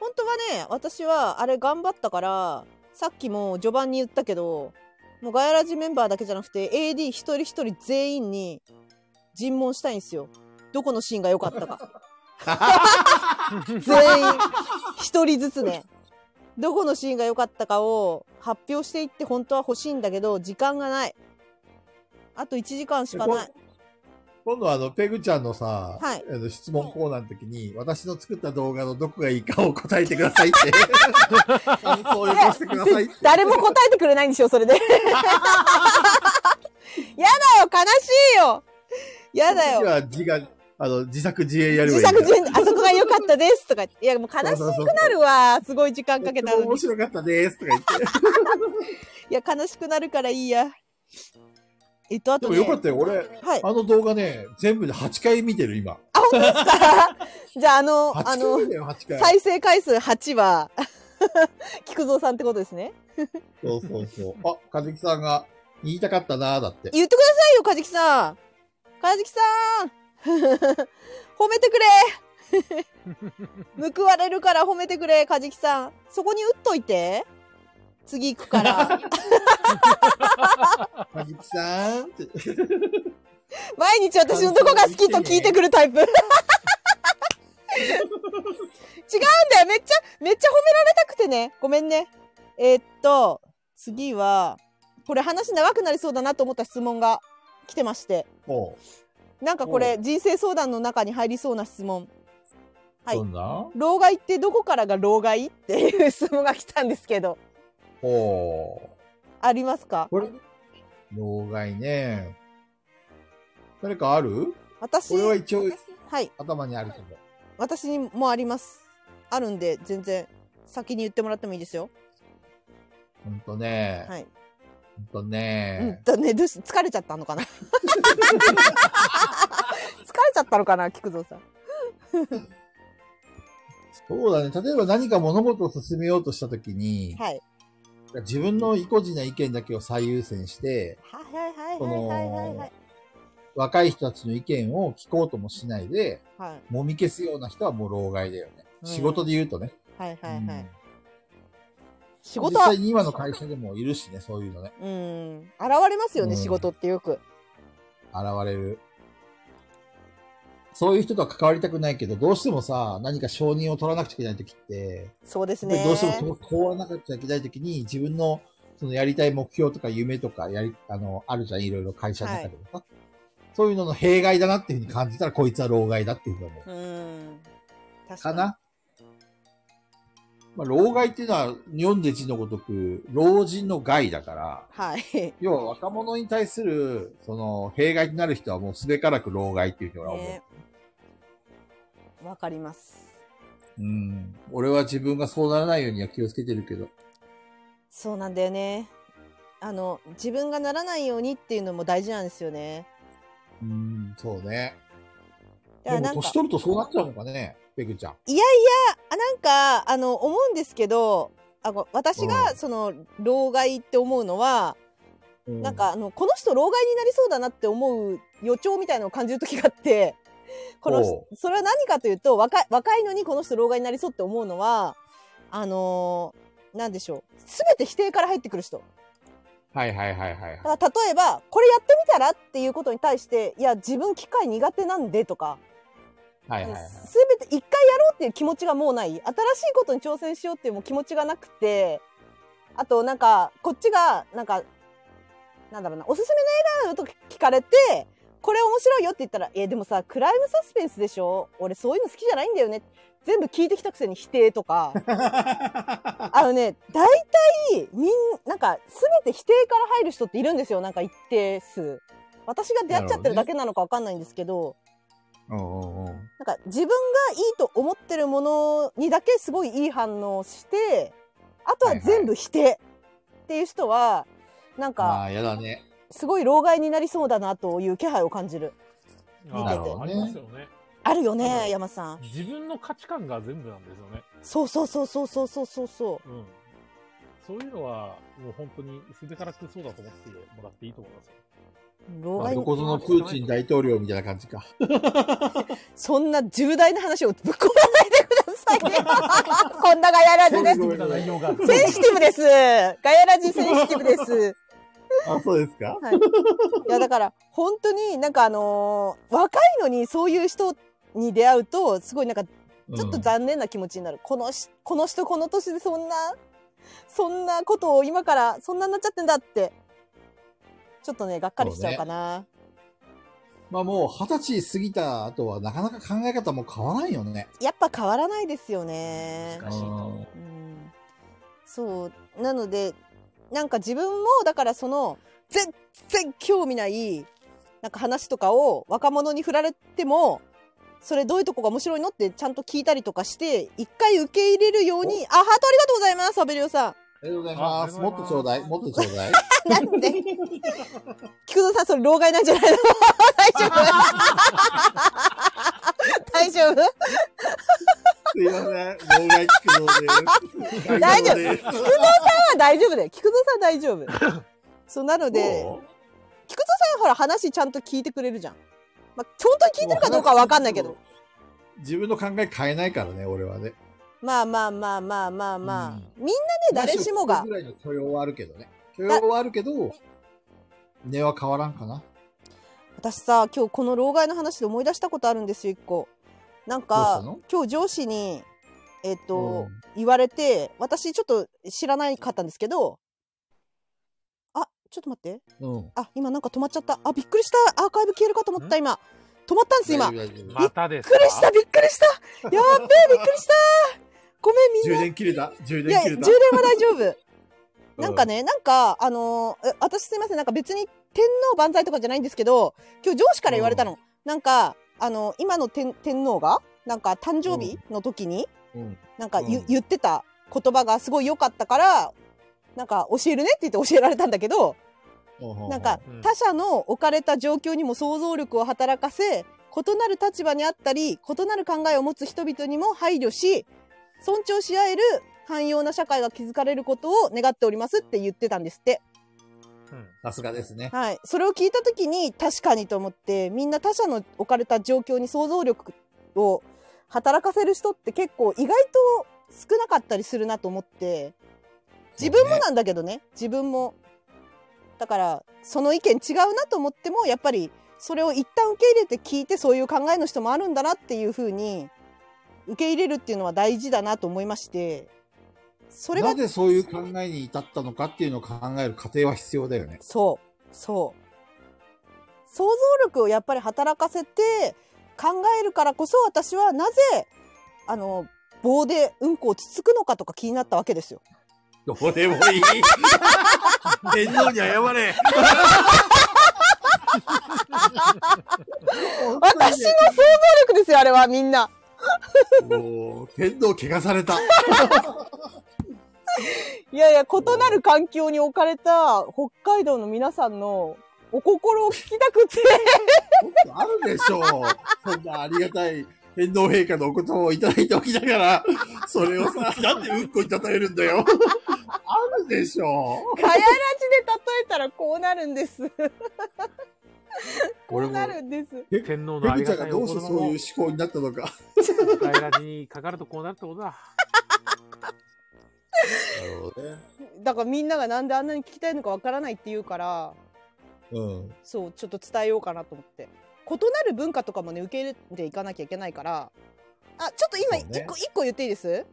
[SPEAKER 1] 本当はね私はあれ頑張ったからさっきも序盤に言ったけどもうガヤラジメンバーだけじゃなくて AD 一人一人全員に尋問したいんですよどこのシーンが良かったか全員一人ずつねどこのシーンが良かったかを発表していって本当は欲しいんだけど時間がないあと1時間しかない
[SPEAKER 4] 今度あの、ペグちゃんのさ、
[SPEAKER 1] はい
[SPEAKER 4] あの質問コーナーの時に、私の作った動画のどこがいいかを答えてくださ いって。感想をよこしてくださいって。
[SPEAKER 1] 誰も答えてくれないんですよそれで やだよ悲しいよやだよ
[SPEAKER 4] よ。自が、あの、自作自演やる
[SPEAKER 1] 自作自演あそこが良かったですとか言っていやもう悲しく
[SPEAKER 4] く
[SPEAKER 1] なるわすごい時間かけたのに
[SPEAKER 4] 面白かったですとか言って。
[SPEAKER 1] いや悲しくなるからいいやえっとあ
[SPEAKER 4] で
[SPEAKER 1] と、
[SPEAKER 4] も
[SPEAKER 1] ね、
[SPEAKER 4] よかったよ。俺、
[SPEAKER 1] はい
[SPEAKER 4] あの動画ね、全部で8回見てる、今。
[SPEAKER 1] あ本当ですか じゃああの
[SPEAKER 4] 8
[SPEAKER 1] あ
[SPEAKER 4] 回
[SPEAKER 1] の
[SPEAKER 4] だよ、8回。
[SPEAKER 1] 再生回数8は 菊蔵さんってことですね
[SPEAKER 4] そうそうそう。あ、かずきさんが言いたかったなーだって。
[SPEAKER 1] 言ってくださいよかじきさんかじきさん 褒めてくれ報われ るから褒めてくれカジキさんそこに打っといて次行くから
[SPEAKER 4] かずきさんって。
[SPEAKER 1] 毎日私のどこが好きと聞いてくるタイプ違うんだよめっちゃめっちゃ褒められたくてねごめんねえーっと次はこれ話長くなりそうだなと思った質問が来てまして
[SPEAKER 4] おう
[SPEAKER 1] なんかこれ人生相談の中に入りそうな質問はい
[SPEAKER 4] どんな
[SPEAKER 1] 老害ってどこからが老害っていう質問が来たんですけど
[SPEAKER 4] おう
[SPEAKER 1] ありますか
[SPEAKER 4] これ、老害ね。誰かある
[SPEAKER 1] 私
[SPEAKER 4] これは一応
[SPEAKER 1] はい
[SPEAKER 4] 頭にあるけど。
[SPEAKER 1] 私にもありますあるんで全然先に言ってもらってもいいですよ
[SPEAKER 4] ほんとね。
[SPEAKER 1] はい、
[SPEAKER 4] ほんと
[SPEAKER 1] うん
[SPEAKER 4] ね。
[SPEAKER 1] だねどうし疲れちゃったのかな 疲れちゃったのかな菊蔵さん
[SPEAKER 4] そうだね。例えば何か物事を進めようとしたときに、
[SPEAKER 1] はい
[SPEAKER 4] 自分の意固地な意見だけを最優先して、
[SPEAKER 1] はいはいはいはいはいはいはい
[SPEAKER 4] 若い人たちの意見を聞こうともしないで、
[SPEAKER 1] はい
[SPEAKER 4] もみ消すような人はもう老害だよね。
[SPEAKER 1] うん
[SPEAKER 4] 仕事で言うとね。
[SPEAKER 1] はいはいはい
[SPEAKER 4] うん
[SPEAKER 1] 仕事
[SPEAKER 4] 実
[SPEAKER 1] は
[SPEAKER 4] 際に今の会社でもいるしね、そういうのね。
[SPEAKER 1] うん現れますよね、
[SPEAKER 4] うん
[SPEAKER 1] 仕事ってよく
[SPEAKER 4] 現れる。そういう人とは関わりたくないけど、どうしてもさ、何か承認を取らなくちゃいけない時って、
[SPEAKER 1] そうです
[SPEAKER 4] やっぱ
[SPEAKER 1] ね
[SPEAKER 4] りどうしてもこうわなくちゃいけない時に、自分のそのやりたい目標とか夢とかやり、あの、あるじゃん、いろいろ会社の中でもさ。そういうのの弊害だなっていうふうに感じたら、こいつは老害だっていうふうに思う。
[SPEAKER 1] うん確
[SPEAKER 4] か
[SPEAKER 1] かに
[SPEAKER 4] な。まあ、老害っていうのは、読んで字のごとく、老人の害だから、
[SPEAKER 1] はい
[SPEAKER 4] 要は若者に対する、その、弊害になる人はもうすべからく老害っていう人が思う。
[SPEAKER 1] ねわかります
[SPEAKER 4] うん。俺は自分がそうならないようには気をつけてるけど。
[SPEAKER 1] そうなんだよねあの自分がならないようにっていうのも大事なんですよね
[SPEAKER 4] うん、そうね。
[SPEAKER 1] だか
[SPEAKER 4] で
[SPEAKER 1] らな
[SPEAKER 4] も
[SPEAKER 1] んか
[SPEAKER 4] 年取るとそうなっちゃうのかね、ペグちゃん。
[SPEAKER 1] いやいやあなんかあの思うんですけどあご私
[SPEAKER 4] う
[SPEAKER 1] が
[SPEAKER 4] ん
[SPEAKER 1] その老害って思うのは、
[SPEAKER 4] う
[SPEAKER 1] なんかあのこの人老害になりそうだなって思う予兆みたいなのを感じる時があって この
[SPEAKER 4] お
[SPEAKER 1] それは何かというと若い若いのにこの人老害になりそうって思うのはあのーなんでしょう全て否定から入ってくる人。
[SPEAKER 4] はいはいはいはいはい。
[SPEAKER 1] だから例えばこれやってみたらっていうことに対していや自分機械苦手なんでとか
[SPEAKER 4] はい
[SPEAKER 1] す
[SPEAKER 4] はいはい。
[SPEAKER 1] べて一回やろうっていう気持ちがもうない新しいことに挑戦しようっていうもう気持ちがなくてあとなんかこっちがなんかなんだろうなおすすめの映画あると聞かれてこれ面白いよって言ったら「えでもさクライムサスペンスでしょ俺そういうの好きじゃないんだよね」全部聞いてきたくせに否定と かあのね大体みんなんか全て否定から入る人っているんですよなんか一定数。私が出会っちゃってるだけなのかわかんないんですけど
[SPEAKER 4] うんうんうん。
[SPEAKER 1] なんか自分がいいと思ってるものにだけすごいいい反応をしてあとは全部否定っていう人はなん
[SPEAKER 4] あ
[SPEAKER 1] か
[SPEAKER 4] あ、やだね。
[SPEAKER 1] すごい老害になりそうだなという気配を感じ
[SPEAKER 2] あー
[SPEAKER 4] なるほどね
[SPEAKER 2] ありますよね。
[SPEAKER 1] ああるよね、
[SPEAKER 2] ある
[SPEAKER 1] 山さん。
[SPEAKER 2] 自分の価値観が全部なんですよね。
[SPEAKER 1] そうそうそうそうそうそうそうそ
[SPEAKER 2] うん。そういうのは、もう本当に、すべからくそうだと思ってもらっていいと思いますよ。
[SPEAKER 1] う。老
[SPEAKER 4] まあ
[SPEAKER 1] 害
[SPEAKER 4] ど
[SPEAKER 1] の、
[SPEAKER 4] こぞのプーチン大統領みたいな感じか。
[SPEAKER 1] そんな重大な話をぶっ込まないでください ね。こんなガヤラジです。
[SPEAKER 4] ごめんなさい
[SPEAKER 2] 容が。
[SPEAKER 1] センシティブです。ガヤラジセンシティブです。
[SPEAKER 4] あ、そうですか
[SPEAKER 1] はい。いや、だから、本当になんかあのー若いのにそういう人に出会うと、すごいなんかちょっと残念な気持ちになる。このし、この人この年でそんな、そんなことを今から、そんなになっちゃってんだって。ちょっとね、がっかりしちゃうかな。
[SPEAKER 4] まあもう二十歳過ぎた後はなかなか考え方も変わらんよね。
[SPEAKER 1] やっぱ変わらないですよね。
[SPEAKER 3] 難しいと思う。
[SPEAKER 1] うん、そう。なので、なんか自分も、だからその、全然興味ない、なんか話とかを若者に振られても、それどういうとこが面白いのってちゃんと聞いたりとかして、一回受け入れるように、あ、ハートありがとうございます、アベリオさん。
[SPEAKER 4] ありがとうございます。
[SPEAKER 2] あ
[SPEAKER 4] もっとちょうだい。もっとちょうだい。
[SPEAKER 1] なんで菊蔵さん、それ、老害なんじゃないの 大丈夫大丈
[SPEAKER 4] すいません。老害菊蔵で す
[SPEAKER 1] 大丈夫
[SPEAKER 4] 菊蔵です
[SPEAKER 1] 夫大丈夫だよ。菊蔵さん大丈夫。そう、なので、
[SPEAKER 4] も
[SPEAKER 1] 菊蔵さん、ほら、話ちゃんと聞いてくれるじゃん。まあ、本当に聞いてるかどうかはわかんないけど。。
[SPEAKER 4] 自分の考え変えないからね、俺はね。
[SPEAKER 1] まあまあまあまあまあまあ。
[SPEAKER 4] うん
[SPEAKER 1] みんなね、誰しもが
[SPEAKER 4] ぐ。らいの許容はあるけどね。許容はあるけど、根は変わらんかな。
[SPEAKER 1] 私さ今日この老害の話で思い出したことあるんですよ一個なん
[SPEAKER 4] どうした
[SPEAKER 1] か
[SPEAKER 4] の
[SPEAKER 1] 今日上司にえっ、と、
[SPEAKER 4] うん
[SPEAKER 1] 言われて私ちょっと知らないかったんですけどあちょっと待って
[SPEAKER 4] うん。
[SPEAKER 1] あ今なんか止まっちゃったあびっくりしたアーカイブ消えるかと思った今止まったんです今
[SPEAKER 4] 大
[SPEAKER 1] びっ
[SPEAKER 4] 丈夫大丈夫
[SPEAKER 2] またですか。
[SPEAKER 1] くりしたびっくりしたやっべえびっくりしたごめんみん
[SPEAKER 4] 充
[SPEAKER 1] な
[SPEAKER 4] 電切れた。充
[SPEAKER 1] いや
[SPEAKER 4] 電切
[SPEAKER 1] 充
[SPEAKER 4] れ
[SPEAKER 1] 電
[SPEAKER 4] た。
[SPEAKER 1] は大丈夫なんかね、なんか、あのーえ私すいません、なんか別に天皇万歳とかじゃないんですけど、今日上司から言われたの。なんか、あのー今の天天皇が、なんか誕生日の時に、
[SPEAKER 4] うん。
[SPEAKER 1] なんかゆ、
[SPEAKER 4] うん
[SPEAKER 1] 言ってた言葉がすごい良かったから、なんか教えるねって言って教えられたんだけど、
[SPEAKER 4] うん。
[SPEAKER 1] なんか
[SPEAKER 2] うん
[SPEAKER 1] 他者の置かれた状況にも想像力を働かせ、異なる立場にあったり、異なる考えを持つ人々にも配慮し、尊重し合える寛容な社会が築かれることを願っておりますって言ってたんですって。
[SPEAKER 2] うん
[SPEAKER 4] さすがですね。
[SPEAKER 1] はい。それを聞いたときに確かにと思って、みんな他者の置かれた状況に想像力を働かせる人って結構意外と少なかったりするなと思って、自分もなんだけどね自分もだからその意見違うなと思ってもやっぱりそれを一旦受け入れて聞いてそういう考えの人もあるんだなっていうふうに受け入れるっていうのは大事だなと思いましてそれが
[SPEAKER 4] なぜそういう考えに至ったのかっていうのを考える過程は必要だよね。
[SPEAKER 1] そうそう想像力をやっぱり働かせて考えるからこそ私はなぜあの棒でうんこをつつくのかとか気になったわけですよ。
[SPEAKER 4] どうでもいい。天皇に謝れ。
[SPEAKER 1] 私の想像力ですよあれはみんな。
[SPEAKER 4] もう、天皇怪我された。
[SPEAKER 1] いやいや、異なる環境に置かれた北海道の皆さんのお心を聞きた くて、
[SPEAKER 4] もっとあるでしょう。そんなありがたい天皇陛下のお言葉をいただいておきながら、それをさ、なんでうんこに叩えるんだよ。あるでしょう。
[SPEAKER 1] ガヤラジで例えたらこうなるんです。こ
[SPEAKER 4] 俺
[SPEAKER 1] う
[SPEAKER 4] も
[SPEAKER 1] なるんです。
[SPEAKER 2] 天皇のあ
[SPEAKER 4] ペ
[SPEAKER 2] り
[SPEAKER 4] グちゃ
[SPEAKER 2] がた
[SPEAKER 4] んが
[SPEAKER 2] い
[SPEAKER 4] ど
[SPEAKER 2] お
[SPEAKER 4] うして
[SPEAKER 2] 言
[SPEAKER 4] そういう
[SPEAKER 2] 葉
[SPEAKER 4] 思考になったのか。
[SPEAKER 2] をガイラジにかかる とこうなるってことだ。
[SPEAKER 4] なるほどね。
[SPEAKER 1] だからみんながなんであんなに聞きたいのかわからないって言うから、
[SPEAKER 4] うん。
[SPEAKER 1] そう、ちょっと伝えようかなと思って。異なる文化とかもね、受け入れていかなきゃいけないから。あ、ちょっと今、
[SPEAKER 4] そ
[SPEAKER 1] 一
[SPEAKER 4] うね
[SPEAKER 1] 個、一個言っていいです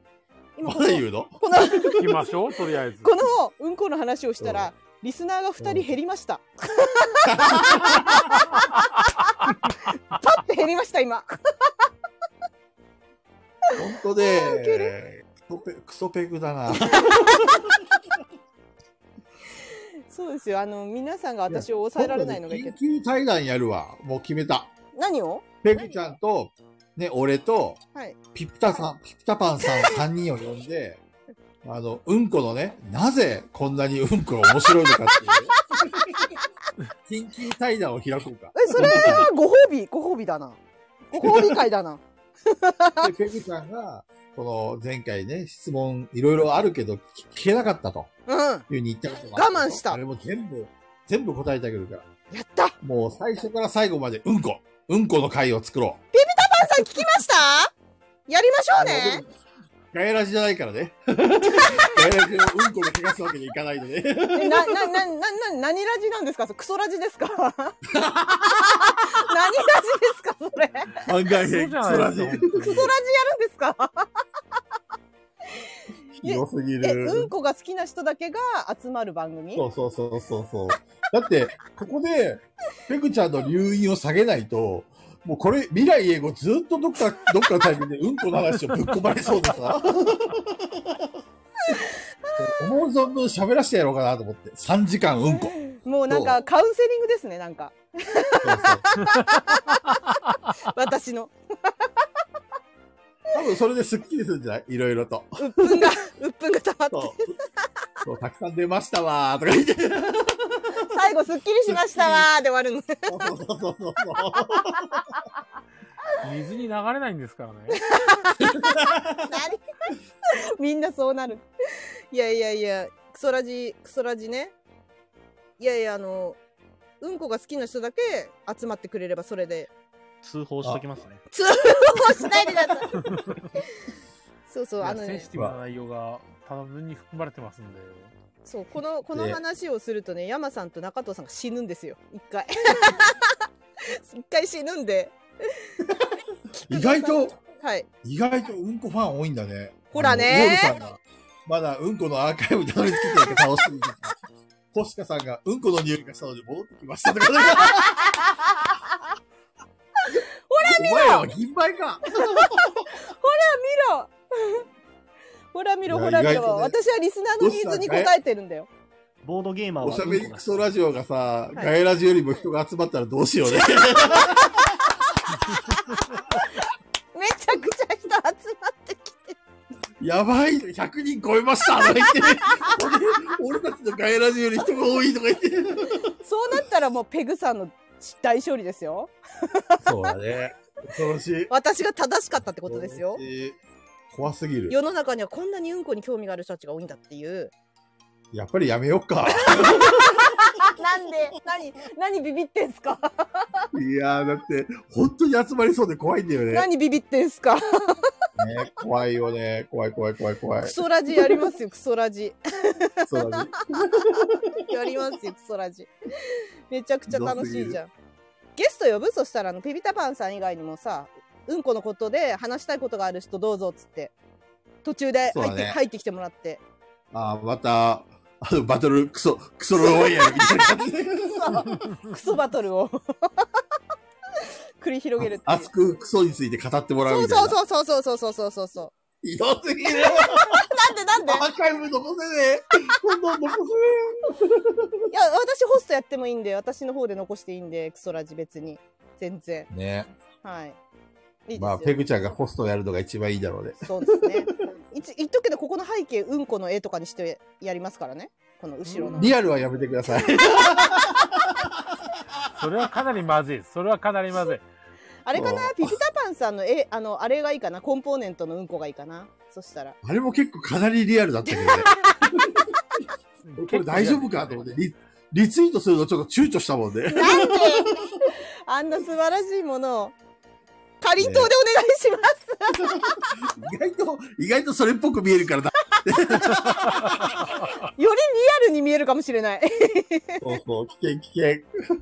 [SPEAKER 1] 今
[SPEAKER 4] ま
[SPEAKER 1] こ
[SPEAKER 4] だ
[SPEAKER 1] の、
[SPEAKER 4] 言うの
[SPEAKER 1] この、
[SPEAKER 2] 行きましょう、とりあえず。
[SPEAKER 1] このうんこの話をした
[SPEAKER 4] う
[SPEAKER 1] ら、リスナーが2人減りました。パッて減りました、今。
[SPEAKER 4] 本当で、クソペクソペグだな。
[SPEAKER 1] そうですよ。あの、皆さんが私を抑えられないのがいけ
[SPEAKER 4] 緊
[SPEAKER 1] ない。
[SPEAKER 4] 急対談やるわ。もう決めた。
[SPEAKER 1] 何を
[SPEAKER 4] ペグちゃんと、ね、俺と、
[SPEAKER 1] はい。
[SPEAKER 4] ピピタさん、ピピタパンさん3人を呼ん で、あの、うんこのね、なぜこんなにうんこが面白いの かっていう、緊急対談を開こうか。
[SPEAKER 1] え、それはご褒美、ご褒美だな。氷会だな。
[SPEAKER 4] で、ペグさんが、この前回ね、質問いろいろあるけど、聞聞けなかったと
[SPEAKER 1] うん。
[SPEAKER 4] いうふうに言ったことがあったと
[SPEAKER 1] 我慢した
[SPEAKER 4] あれも全部、全部答えてあげるから。
[SPEAKER 1] やったパ
[SPEAKER 4] もう最初から最後まで、うんこ、うんこの回を作ろう。
[SPEAKER 1] ンさん聞きましたやりましょうね
[SPEAKER 4] でも。ガヤラジじゃないから ね。ガヤラジをうんこで怪我すわけにいかないので、ね。
[SPEAKER 1] えな、な、な、な、な、何ラジなんですかそれクソラジですか何ラジですかそれ。
[SPEAKER 4] 案外
[SPEAKER 2] そう
[SPEAKER 4] 編、
[SPEAKER 2] じゃない
[SPEAKER 4] そら
[SPEAKER 2] です
[SPEAKER 4] ね
[SPEAKER 2] か。
[SPEAKER 1] クソラジやるんですか
[SPEAKER 4] 広すぎ
[SPEAKER 1] え、
[SPEAKER 4] る。
[SPEAKER 1] うんこが好きな人だけが集まる番組
[SPEAKER 4] そうそうそうそうそう。だって、ここで、ペグちゃんの留飲を下げないと、もうこれ、未来英語ずっとどっか、どっかのタイミングでうんこの話をぶっ込まれそうでさ。思う存分喋らせてやろうかなと思って。3時間うんこ。
[SPEAKER 1] もうなん
[SPEAKER 4] そ
[SPEAKER 1] か
[SPEAKER 4] う
[SPEAKER 1] カウンセリングですね、なんか。
[SPEAKER 4] そうそう
[SPEAKER 1] 私の。
[SPEAKER 4] 多分それですっきりするんじゃないいろいろと。
[SPEAKER 1] 鬱憤 が、鬱憤が溜まって。
[SPEAKER 4] そう。そうたくさん出ましたわーとか言って。
[SPEAKER 1] 最後すっきりしましたわーで終わるの。
[SPEAKER 4] そうそうそうそうそう。
[SPEAKER 2] 水に流れないんですからね。
[SPEAKER 1] 何みんなそうなる。いやいやいや、クソラジ、クソラジね。いやいや、あの、うんこが好きな人だけ集まってくれればそれ で。
[SPEAKER 3] 通報しときますね。
[SPEAKER 1] 通報しないでくださ い。そうそう、あ
[SPEAKER 2] い
[SPEAKER 1] の
[SPEAKER 2] やセン
[SPEAKER 1] ね
[SPEAKER 2] シ、ティブな内容が多分に含まれてますんで。
[SPEAKER 1] そう、この、この
[SPEAKER 4] ね
[SPEAKER 1] 話をするとね、山さんと中藤さんが死ぬんですよ。一 回。一回死ぬんで。
[SPEAKER 4] 意外と、
[SPEAKER 1] はい。
[SPEAKER 4] 意外とうんこファン多いんだね。
[SPEAKER 1] ほらね
[SPEAKER 4] あのウォールさんが、まだうんこのアーカイブたどり着いてないから楽しみに。星香さんがうんこの匂いがしたので戻ってきましたとか。ほら見ろお前らは銀杯か
[SPEAKER 1] 見ろ ほら見ろ、
[SPEAKER 4] いや
[SPEAKER 1] ほら見
[SPEAKER 4] 意外
[SPEAKER 1] ろ。
[SPEAKER 4] とね
[SPEAKER 1] 私はリスナーのニーズに応えてるんだよ。
[SPEAKER 3] ボードゲーマーは
[SPEAKER 4] おしゃべりクソラ
[SPEAKER 3] ジ
[SPEAKER 4] ジオがさ、
[SPEAKER 1] い
[SPEAKER 4] ガエラジよりも人が集まったらどうしよ うね。
[SPEAKER 1] めちゃくちゃ人集まってきて。
[SPEAKER 4] やばい、100人超えましたとか言って。 俺俺たちのガエラジより人が多いとか言って。
[SPEAKER 1] そうなったらもうペグさんの大勝利ですよ。
[SPEAKER 4] そうだね。恐ろしい。
[SPEAKER 1] 私が正しかったってことですよ。
[SPEAKER 4] 怖すぎる。
[SPEAKER 1] 世の中にはこんなにうんこに興味がある人たちが多いんだっていう。
[SPEAKER 4] やっぱりやめよっか。
[SPEAKER 1] あ、なんで何何ビビってんすか
[SPEAKER 4] いやー、だって、本当に集まりそうで怖いんだよね。
[SPEAKER 1] 何ビビってんすか
[SPEAKER 4] ね怖いよね。怖い怖い怖い怖い
[SPEAKER 1] ク。ソラジやりますよ、クソラジ。
[SPEAKER 4] そうだね。
[SPEAKER 1] やりますよ、 クソラジ。めちゃくちゃ楽しいじゃん。ゲスト呼ぶそしたらあの、ピピタパンさん以外にもさ、うんこのことで話したいことがある人どうぞっつって、途中で入
[SPEAKER 4] そ
[SPEAKER 1] っ
[SPEAKER 4] う
[SPEAKER 1] て,、
[SPEAKER 4] だね
[SPEAKER 1] 入ってきてもらって。
[SPEAKER 4] あーまた、あの、バトル、クソ、クソロワイヤルみたいな感じで。
[SPEAKER 1] そうクソバトルを 繰り広げるっていう
[SPEAKER 4] 熱くクソについて語ってもらう
[SPEAKER 1] そ
[SPEAKER 4] み
[SPEAKER 1] う
[SPEAKER 4] たいな。うそう。
[SPEAKER 1] そうそうそうそうそうそうそうそう
[SPEAKER 4] ひどすぎる。
[SPEAKER 1] なんでなんで
[SPEAKER 4] ア
[SPEAKER 1] い
[SPEAKER 4] ーカイブ残せねえ。どんどん残せね
[SPEAKER 1] や私ホストやってもいいんで私の方で残していいんでクソラジ別に全然
[SPEAKER 4] え。ね
[SPEAKER 1] はいいいですよ、
[SPEAKER 4] まあ、ペグちゃんがホストをやるのが一番いいだろうね。
[SPEAKER 1] そうですねいつ言っとくけどここの背景うんこの絵とかにしてやりますからねこの後ろの
[SPEAKER 4] リアルはやめてください。
[SPEAKER 2] それはかなりまずいです。それはかなりまずい。
[SPEAKER 1] あれかなピピタパンさんの絵あのあれがいいかなコンポーネントのうんこがいいかなそしたら
[SPEAKER 4] あれも結構かなりリアルだったけど ね。これ大丈夫か と思ってリ、リツイートするのちょっと躊躇したもんね。
[SPEAKER 1] なんであんな素晴らしいものをかりんとうでお願いします
[SPEAKER 4] 意外と、意外とそれっぽく見えるからだ。
[SPEAKER 1] よりリアルに見えるかもしれない。
[SPEAKER 4] そうそう、危険危険。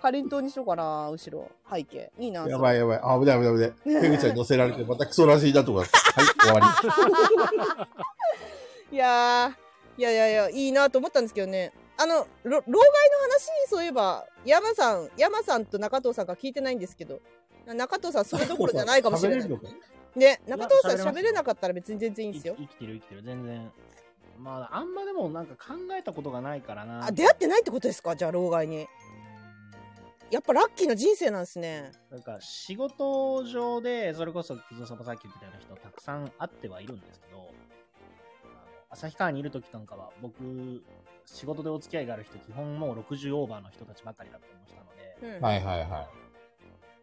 [SPEAKER 1] かりんとうにしようかな、後ろ。背景。いいな。
[SPEAKER 4] や
[SPEAKER 1] い。
[SPEAKER 4] ばいやばい。あ、危ない危ない危ない。ペグちゃんに乗せられて、またクソらしいなとか。はい、終わり。
[SPEAKER 1] いやー、いやいやいや、いいなと思ったんですけどね。あの、ろ老害の話にそういえば、山さん、山さんと中藤さんが聞いてないんですけど、な中藤さんそれどころじゃないかもしれない。
[SPEAKER 4] 喋るのか
[SPEAKER 1] ね、中藤さん
[SPEAKER 3] いや喋れます
[SPEAKER 1] 喋れなかったら別に全然いいんですよ。
[SPEAKER 3] 生きてる生きてる、全然。まあ、あんまでもなんか考えたことがないからな。
[SPEAKER 1] あ、出会ってないってことですかじゃあ、老害に。やっぱラッキーな人生なんですね。
[SPEAKER 3] なんか仕事上で、それこそ、くずさんもさっき言ってたような人、たくさん会ってはいるんですけど、あの旭川にいる時なんかは、僕、仕事でお付き合いがある人、基本もう60オーバーの人たちばかりだと思ってたので、
[SPEAKER 1] うん。
[SPEAKER 4] はいはいは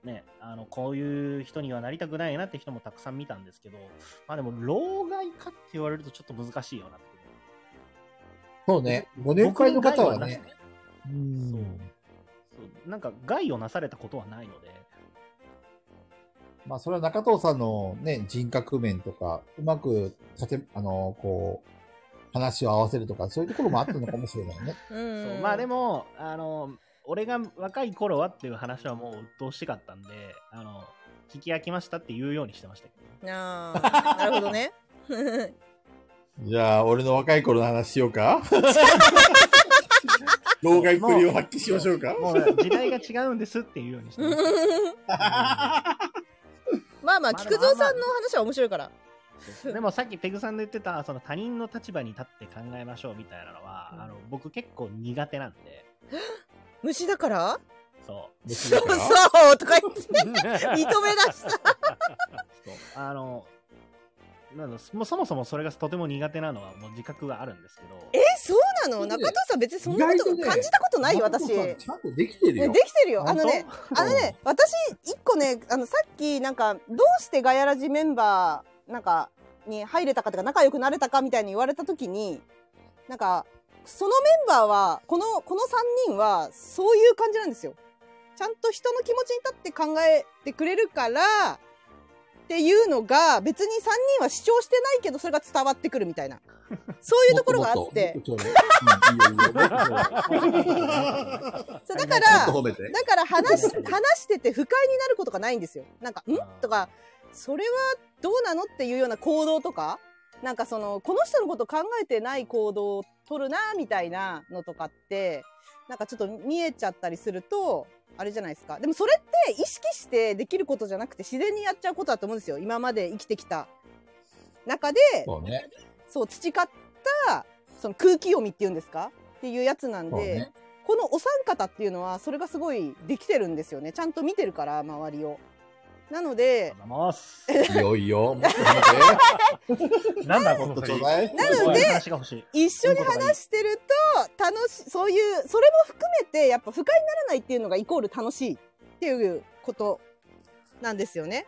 [SPEAKER 3] ね、あの、こういう人にはなりたくないなって人もたくさん見たんですけど、まあでも、老害かって言われるとちょっと難しいよなって。
[SPEAKER 4] そうね。ご年配の方はね。う。
[SPEAKER 3] そうんそうなんか害をなされたことはないので、
[SPEAKER 4] まあ、それは中藤さんのね、人格面とか、うまく、かて、あの、こう、話を合わせるとか、そういうところもあったのかもしれないね。
[SPEAKER 1] うん
[SPEAKER 3] そうまあでもあの俺が若い頃はっていう話はもう鬱陶しかったんであの聞き飽きましたって言うようにしてましたけど
[SPEAKER 1] ああなるほどね
[SPEAKER 4] じゃあ、俺の若い頃の話しよう か老害っぷりを発揮しましょうか
[SPEAKER 3] もう時代が違うんですっていうようにしてました
[SPEAKER 1] まあまあ菊蔵さんの話は面白いから
[SPEAKER 3] そうでもさっきペグさんの言ってたその他人の立場に立って考えましょうみたいなのは、
[SPEAKER 1] うん
[SPEAKER 3] あの僕結構苦手なんで
[SPEAKER 1] 虫だから
[SPEAKER 3] そ
[SPEAKER 1] そう そうとか言って認
[SPEAKER 3] う
[SPEAKER 1] め出した
[SPEAKER 3] そうあのなんだもうそもそもそれがとても苦手なのはもう自覚があるんですけど
[SPEAKER 1] えそうなの中藤さん別にそんなこと
[SPEAKER 4] 意外とね
[SPEAKER 1] 感じたことない私
[SPEAKER 4] 中藤さんちゃんとできてる
[SPEAKER 1] ね
[SPEAKER 4] よ。
[SPEAKER 1] できてるよあのね
[SPEAKER 3] 本
[SPEAKER 1] あのね私一個ねあのさっきなんかどうしてガヤラジメンバーなんかに入れたかとか仲良くなれたかみたいに言われた時になんかそのメンバーはこのこの3人はそういう感じなんですよ。ちゃんと人の気持ちに立って考えてくれるからっていうのが別に3人は主張してないけどそれが伝わってくるみたいなそういうところがあって
[SPEAKER 4] もともともっとちょうだいうんいいよいいよもっとちょうだい
[SPEAKER 1] そうだか
[SPEAKER 4] ちょっ
[SPEAKER 1] ら
[SPEAKER 4] と褒めて。
[SPEAKER 1] だから話し話してて不快になることがないんですよ。なん か「ん?」とか「それはどうなの?」っていうような行動とかなんかそのこの人のこと考えてない行動を取るなみたいなのとかってなんかちょっと見えちゃったりするとあれじゃないですかでもそれって意識してできることじゃなくて自然にやっちゃうことだと思うんですよ今まで生きてきた中で
[SPEAKER 4] そうね。
[SPEAKER 1] そう培ったその空気読みっていうんですかっていうやつなんで、
[SPEAKER 4] そうね
[SPEAKER 1] このお三方っていうのはそれがすごいできてるんですよねちゃんと見てるから周りを。なので
[SPEAKER 3] ありがとうございます
[SPEAKER 4] いいよいいよ。もっと褒め
[SPEAKER 2] なんだ、こ
[SPEAKER 4] て。も
[SPEAKER 2] の
[SPEAKER 4] っとち
[SPEAKER 2] 二
[SPEAKER 4] ょう
[SPEAKER 2] 人。
[SPEAKER 4] だい。
[SPEAKER 1] なの
[SPEAKER 3] そういう
[SPEAKER 1] で
[SPEAKER 3] 話が欲しい
[SPEAKER 1] 一緒に話してると楽しそういうそれも含めてやっぱ不快にならないっていうのがイコール楽しいっていうことなんですよね。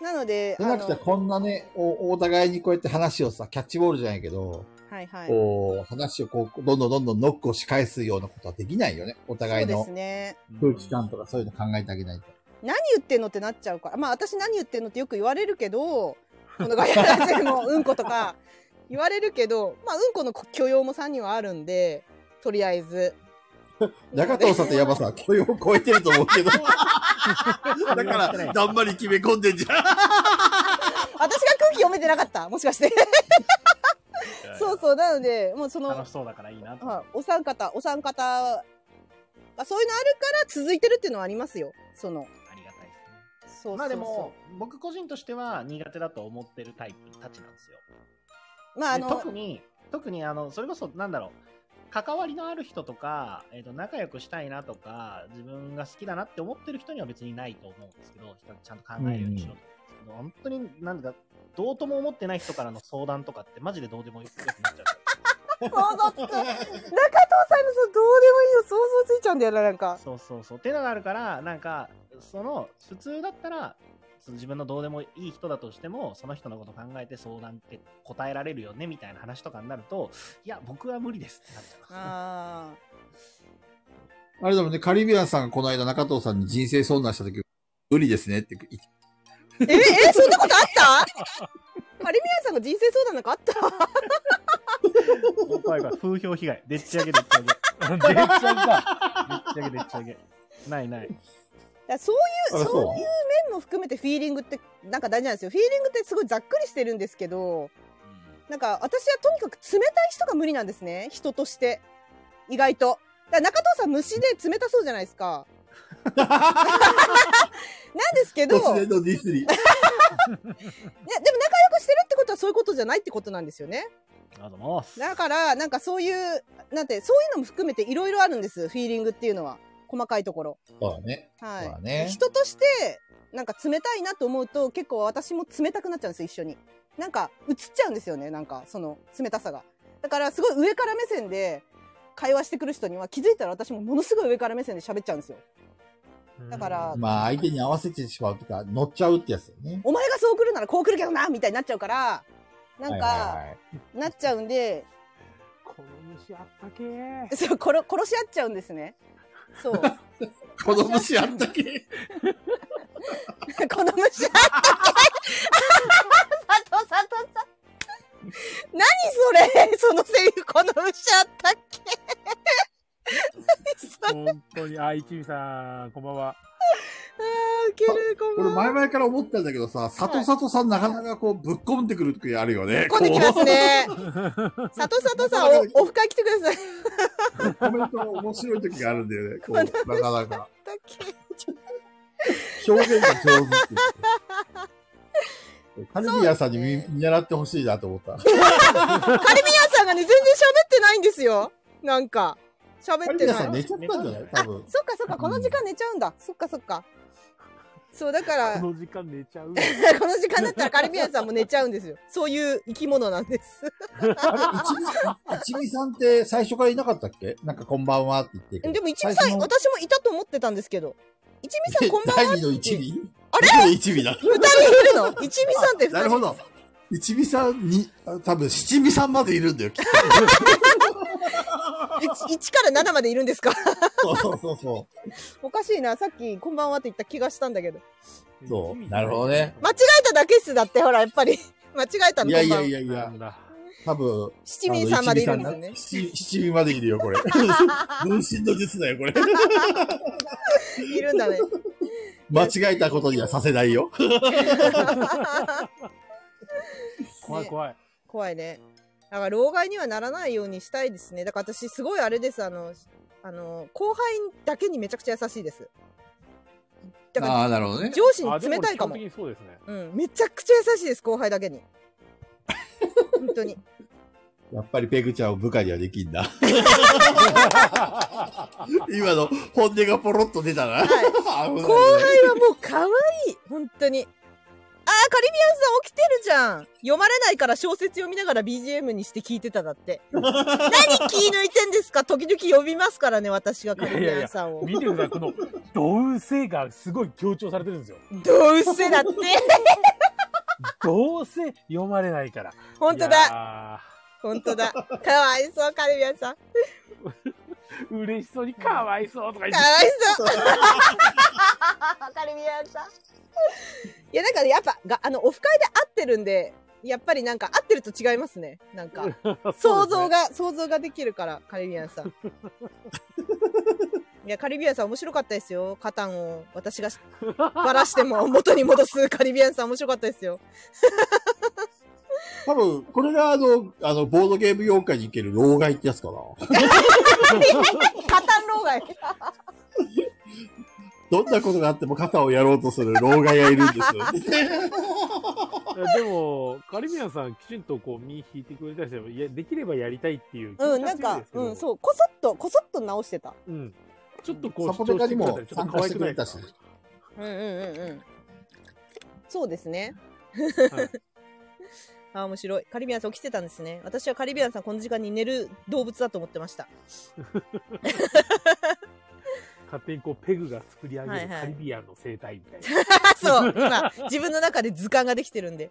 [SPEAKER 1] なので
[SPEAKER 4] じゃなくて、
[SPEAKER 1] あの
[SPEAKER 4] こんなねお、お互いにこうやって話をさ、キャッチボールじゃないけど、
[SPEAKER 1] はいはい
[SPEAKER 4] こう、話をこう、どんどんどんどんノックを仕返すようなことはできないよね。お
[SPEAKER 1] そ
[SPEAKER 4] 互
[SPEAKER 1] う
[SPEAKER 4] い
[SPEAKER 1] で
[SPEAKER 4] の
[SPEAKER 1] すね。
[SPEAKER 4] 空気感とかそういうの考えてあげないと。
[SPEAKER 1] 何言ってんのってなっちゃうからまあ私何言ってんのってよく言われるけどこのガヤラジでもうんことか 言われるけどまあうんこの許容も3人はあるんでとりあえず
[SPEAKER 4] 中藤さんと山さん、許容を超えてると思 うけど。だから、だんまり決め込んでんじゃん。
[SPEAKER 1] 私が空気読めてなかったもしかして そうそうなのでもうその、
[SPEAKER 3] 楽しそうだからいいなと思っ
[SPEAKER 1] は
[SPEAKER 3] て
[SPEAKER 1] いお三方お三方がそういうのあるから続いてるっていうのはありますよその
[SPEAKER 3] ありがたいですね
[SPEAKER 1] そうそうそう
[SPEAKER 3] まあでも僕個人としては苦手だと思ってるタイプたちなんですよ。
[SPEAKER 1] まああ
[SPEAKER 3] で
[SPEAKER 1] の
[SPEAKER 3] 特に特にあのそれこそなんだろう関わりのある人とか、えー、と仲良くしたいなとか自分が好きだなって思ってる人には別にないと思うんですけど人ちゃんと考えるようにしろと思うんですけど、本当になんだかどうとも思ってない人からの相談とかってマジでどうでもよくなっちゃうから。
[SPEAKER 1] 想像つく中藤さんのそのどうでもいいの想像ついちゃうんだよななん か
[SPEAKER 3] そうそうそう。っていうのがあるから、なんか、その、普通だったら、その自分のどうでもいい人だとしても、その人のこと考えて相談って答えられるよね、みたいな話とかになると、いや、僕は無理ですってなっちゃ
[SPEAKER 1] ああ
[SPEAKER 4] あれだもんね、カリビアンさんがこの間中藤さんに人生相談した時、無理ですねって言って
[SPEAKER 1] え、え、そんなことあったカリミアンさんが人生相談なんかあった
[SPEAKER 3] う。おっぱいが風評被害。でっち上げでっち上げ。で
[SPEAKER 2] 全然か。
[SPEAKER 3] っち上げでっち上げ。ないない。
[SPEAKER 1] そういう、
[SPEAKER 4] あ
[SPEAKER 1] そう
[SPEAKER 4] そう
[SPEAKER 1] いう面も含めてフィーリングってなんか大事なんですよ。フィーリングってすごいざっくりしてるんですけど、なんか私はとにかく冷たい人が無理なんですね。人として。意外と。だから中藤さん虫で冷たそうじゃないですか。なんですけど、いや、
[SPEAKER 4] 突
[SPEAKER 1] でも
[SPEAKER 4] 然のディスリー。
[SPEAKER 1] 仲良くしてるってことはそういうことじゃないってことなんですよね。
[SPEAKER 3] あどうもっす。
[SPEAKER 1] だから、なんかそういう、なんて、そういうのも含めていろいろあるんです。フィーリングっていうのは。細かいところ。
[SPEAKER 4] そうだね。
[SPEAKER 1] は
[SPEAKER 4] そうだ
[SPEAKER 1] い。
[SPEAKER 4] ね。
[SPEAKER 1] 人としてなんか冷たいなと思うと結構私も冷たくなっちゃうんですよ一緒になんか映っちゃうんですよねなんかその冷たさがだからすごい上から目線で会話してくる人には気づいたら私もものすごい上から目線で喋っちゃうんですよ
[SPEAKER 2] うん
[SPEAKER 1] だから
[SPEAKER 4] まあ、相手に合わせてしまうとか、乗っちゃうってやつだよね。
[SPEAKER 1] お前がそう来るならこう来るけどなみたいになっちゃうからなん
[SPEAKER 4] はいは
[SPEAKER 1] か
[SPEAKER 4] いはい
[SPEAKER 1] なっちゃうん で
[SPEAKER 2] この虫あったけー
[SPEAKER 1] そう殺殺し合っちゃうんですねそう
[SPEAKER 4] この虫あったっけ
[SPEAKER 1] この虫あったけ佐藤佐藤さん何それそのセリフこの虫あったっけ何それ
[SPEAKER 2] 本当に、あ、一味さん、こんばんは。
[SPEAKER 1] あーウケるこんばん
[SPEAKER 4] 俺
[SPEAKER 1] は
[SPEAKER 4] 前々から思ったんだけどさ、佐藤佐藤さんなかなかこうぶっ込んでくる時あるよね。
[SPEAKER 1] 混んできますね。
[SPEAKER 2] は
[SPEAKER 1] 佐藤佐藤さん、お、オフ会来てください。
[SPEAKER 4] こう。コメントが面白い時があるんだよね。 こう、なかなか。
[SPEAKER 1] だっけ
[SPEAKER 4] 表現が上手っていうか。カルビアさんに見見習ってほしいなと思 った。
[SPEAKER 1] カルビアさんがね、全然喋ってないんですよ。なんか。
[SPEAKER 4] カ
[SPEAKER 1] 喋っ
[SPEAKER 4] ルビ
[SPEAKER 1] て
[SPEAKER 4] ア
[SPEAKER 1] ない
[SPEAKER 4] さん。寝ちゃったんじゃない多分。
[SPEAKER 1] そっかそっか、この時間寝ちゃうんだ。そっかそっか。そう、だから、
[SPEAKER 2] こ
[SPEAKER 1] こ
[SPEAKER 2] の時間寝ちゃう。
[SPEAKER 1] の時間だったらカルビアさんも寝ちゃうんですよ。そういう生き物なんです。
[SPEAKER 4] 一味、一味さんって最初からいなかったっけなんかこんばんはって言ってるけど。
[SPEAKER 1] でも、一味さん、
[SPEAKER 4] 最
[SPEAKER 1] 私
[SPEAKER 4] 初
[SPEAKER 1] も
[SPEAKER 4] の
[SPEAKER 1] いたと思ってたんですけど。一味さん、こんばんは。
[SPEAKER 4] 第二の一味
[SPEAKER 1] あれ
[SPEAKER 4] 第二の一味だ。
[SPEAKER 1] 二人いるの一味さんって二人。
[SPEAKER 4] なるほど。一味さんに、あ多分七味さんまでいるんだよ、きっ
[SPEAKER 1] 一一から7までいるんですか
[SPEAKER 4] と。そうそうそ
[SPEAKER 1] おかしいな。さっき、こんばんはって言った気がしたんだけど。
[SPEAKER 4] う。 そう。なるほどね。
[SPEAKER 1] 間違えただけっす。だって、ほら、やっぱり。間違えたの
[SPEAKER 4] いやい
[SPEAKER 1] こんばん
[SPEAKER 4] や
[SPEAKER 1] はい
[SPEAKER 4] やい
[SPEAKER 2] な
[SPEAKER 4] や
[SPEAKER 2] ん、だ。
[SPEAKER 4] 多分。
[SPEAKER 1] 七味さんまでいるんです
[SPEAKER 4] あの
[SPEAKER 1] ね
[SPEAKER 4] 一味。さんな七七味までいる よ、これ。分身の術だよ、これ。
[SPEAKER 1] いるんだね。
[SPEAKER 4] 間違えたことにはさせない よ。
[SPEAKER 2] 怖い怖い。
[SPEAKER 1] 怖いね。だから老害にはならないようにしたいですね。だから私すごいあれです。あの、あの、後輩だけにめちゃくちゃ優しいです。だから
[SPEAKER 4] ああ、なるほどね。
[SPEAKER 1] 上司
[SPEAKER 2] あで
[SPEAKER 1] に冷たいかも
[SPEAKER 2] 俺。基本的にそうですね。
[SPEAKER 1] うん、めちゃくちゃ優しいです、後輩だけに。本当に。
[SPEAKER 4] やっぱりペグちゃんを部下にはでき んだ。今の本音がポロッと出たな。
[SPEAKER 1] は
[SPEAKER 4] 危ない
[SPEAKER 1] 後輩はもう可愛い。本当に。あー、カリビアンさん起きてるじゃん。読まれないから小説読みながら BGM にして聞いてただ って。何気抜いてんですか時々呼びますからね、私がカリビアンさんを。
[SPEAKER 2] 見てください、この、どうせがすごい強調されてるんですよ。
[SPEAKER 1] どうせだって
[SPEAKER 2] どうせ読まれないから。
[SPEAKER 1] 本当だ
[SPEAKER 2] だ。
[SPEAKER 1] 本当だかわいそうカルビアさんか
[SPEAKER 2] 嬉しそうにかわいそうとか言って
[SPEAKER 1] わいそうカルビアさんいやなんかねやっぱがあのオフ会で会ってるんでやっぱりなんか会ってると違いますねなんか想像。が、想像ができるからカリビアンさ んいやカリビアンさん面白かったですよカタンを私がバラしても元に戻すカリビアンさん面白かったです よ
[SPEAKER 4] 多分、これがあの、あの、ボードゲーム業界に行ける老害ってやつかな。
[SPEAKER 1] カタン老害
[SPEAKER 4] どんなことがあっても肩をやろうとする老害がいるんですよ。
[SPEAKER 2] そうですねいやでも、カリビアンさんきちんとこう、身引いてくれたりしても、いや、できればやりたいっていう気持ち
[SPEAKER 1] うんなん
[SPEAKER 2] は強い
[SPEAKER 1] か
[SPEAKER 2] ですけど
[SPEAKER 1] うんそうこそっとこそっと直してた
[SPEAKER 2] うん。ちょっとこう、
[SPEAKER 4] サポペカにも
[SPEAKER 2] 主張
[SPEAKER 4] 参加してくれた
[SPEAKER 2] し
[SPEAKER 4] して
[SPEAKER 2] く。れ
[SPEAKER 1] うんうんうんうん。そうですね。
[SPEAKER 2] たらちょっと可愛くないですか
[SPEAKER 1] あー面白い。カリビアンさん起きてたんですね。私はカリビアンさんこの時間に寝る動物だと思ってました。
[SPEAKER 2] はい勝手にこう、ペグが作り上げ
[SPEAKER 1] はい
[SPEAKER 2] る
[SPEAKER 1] はい
[SPEAKER 2] カリビアンの生態みたいな。
[SPEAKER 1] あそう。今、自分の中で図鑑ができてるん で。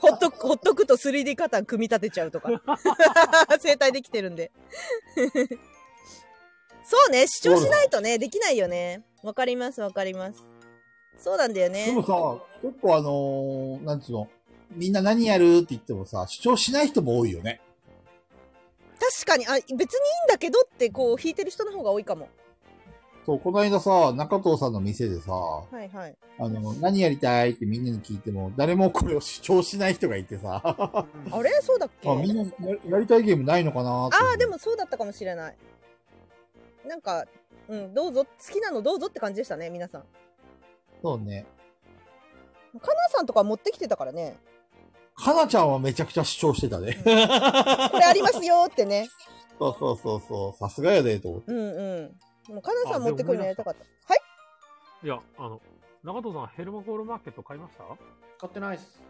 [SPEAKER 1] ほっとく、ほっとくと 3D カタン組み立てちゃうとか。 生態できてるんで。 そうね。主張しないとね、できないよね。わかります、わかります。そうなんだよ
[SPEAKER 4] で
[SPEAKER 1] ね。
[SPEAKER 4] もさ、結構あのーなんつうの、みんな何やるって言ってもさ、主張しない人も多いよね。
[SPEAKER 1] 確かに、あ、別にいいんだけどって、こう、弾いてる人の方が多いかも。
[SPEAKER 4] そう、この間さ、中藤さんの店でさ、
[SPEAKER 1] はいはい。
[SPEAKER 4] あの、何やりたいってみんなに聞いても、誰もこれを主張しない人がい てさ、あ
[SPEAKER 1] あれそうだっけ
[SPEAKER 4] みんなややりたいゲームないのかなって
[SPEAKER 1] ああでもそうだったかもしれないなんかうんどうぞ好きなのどうぞって感じでしたね皆さん
[SPEAKER 4] そうね。
[SPEAKER 1] かなさんとか持ってきてたからね
[SPEAKER 4] かなちゃんはめちゃくちゃ主張してたね。
[SPEAKER 1] これありますよって ね
[SPEAKER 4] そうそうそうそう、さすがやで、と思って。
[SPEAKER 1] うんうんもうかなさん持ってくるのやりたかった
[SPEAKER 2] いや、あの、中藤さん、ヘルマコールマーケット買いました
[SPEAKER 3] 買ってないっす。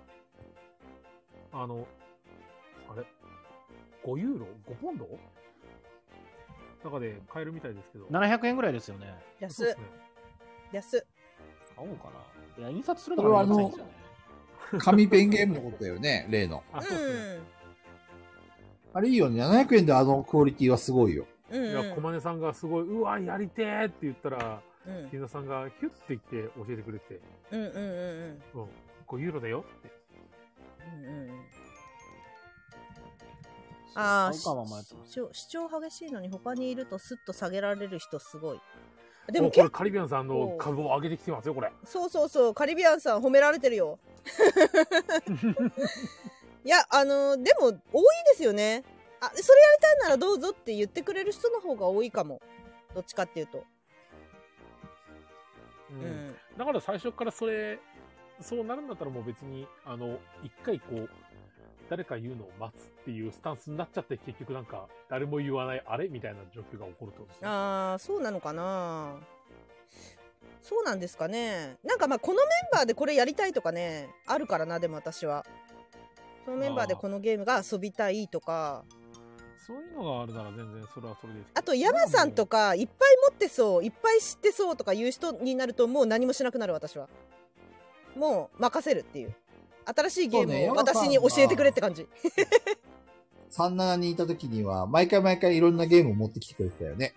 [SPEAKER 2] あの、あれ ?5 ユーロ ?5 ポンド中で買えるみたいですけど。
[SPEAKER 3] 700円ぐらいですよね。
[SPEAKER 2] そうで
[SPEAKER 1] 安
[SPEAKER 2] すね。
[SPEAKER 1] 安
[SPEAKER 3] 買おうかな。いや、印刷するのがめんどくさいんですよね。
[SPEAKER 4] 紙ペンゲームのことだよね、例の。
[SPEAKER 2] あ、そうですね。
[SPEAKER 1] う
[SPEAKER 4] あれいいよね。700円であのクオリティはすごいよ。
[SPEAKER 1] ん
[SPEAKER 2] い
[SPEAKER 1] うん
[SPEAKER 2] や、小金さんがすごい、うわ、やりてーって言ったら、
[SPEAKER 1] うん
[SPEAKER 2] 金田さんがヒュッて来て教えてくれて、
[SPEAKER 1] うんうんうん
[SPEAKER 2] うん、5ユーロだよって。
[SPEAKER 1] うんうんうん
[SPEAKER 3] そう
[SPEAKER 1] ああ
[SPEAKER 3] 買うかは迷ってます。
[SPEAKER 1] 主張主張激しいのに他にいるとスッと下げられる人すごいで
[SPEAKER 2] で
[SPEAKER 1] も
[SPEAKER 2] もこ
[SPEAKER 1] 結
[SPEAKER 2] れカリビアンさんの株を上げてきてますよ、これ。
[SPEAKER 1] そうそうそうカリビアンさん褒められてるよ いやあのでも多いですよねあそれやりたいならどうぞって言ってくれる人の方が多いかもどっちかっていうと、
[SPEAKER 2] う
[SPEAKER 1] うんん
[SPEAKER 2] だから最初からそれ、そうなるんだったらもう別に、あの、一回こう、誰か言うのを待つっていうスタンスになっちゃって、結局なんか、誰も言わない、あれみたいな状況が起こるってことですね。
[SPEAKER 1] ああそうなのかなそうなんですかねなんかまあこのメンバーでこれやりたいとかねあるからなでも私はこのメンバーでこのゲームが遊びたいとか
[SPEAKER 2] そういうのがあるなら全然それはそれですけど
[SPEAKER 1] あと山さんと。かいっぱい持ってそういっぱい知ってそうとかいう人になるともう何もしなくなる私はもう任せるっていう新しいゲー
[SPEAKER 4] そうね
[SPEAKER 1] ムを
[SPEAKER 4] 山さんは
[SPEAKER 1] 私に教えてくれって感じ、
[SPEAKER 4] 37にいた時には、毎回毎回いろんなゲームを持ってきてくれてたよね。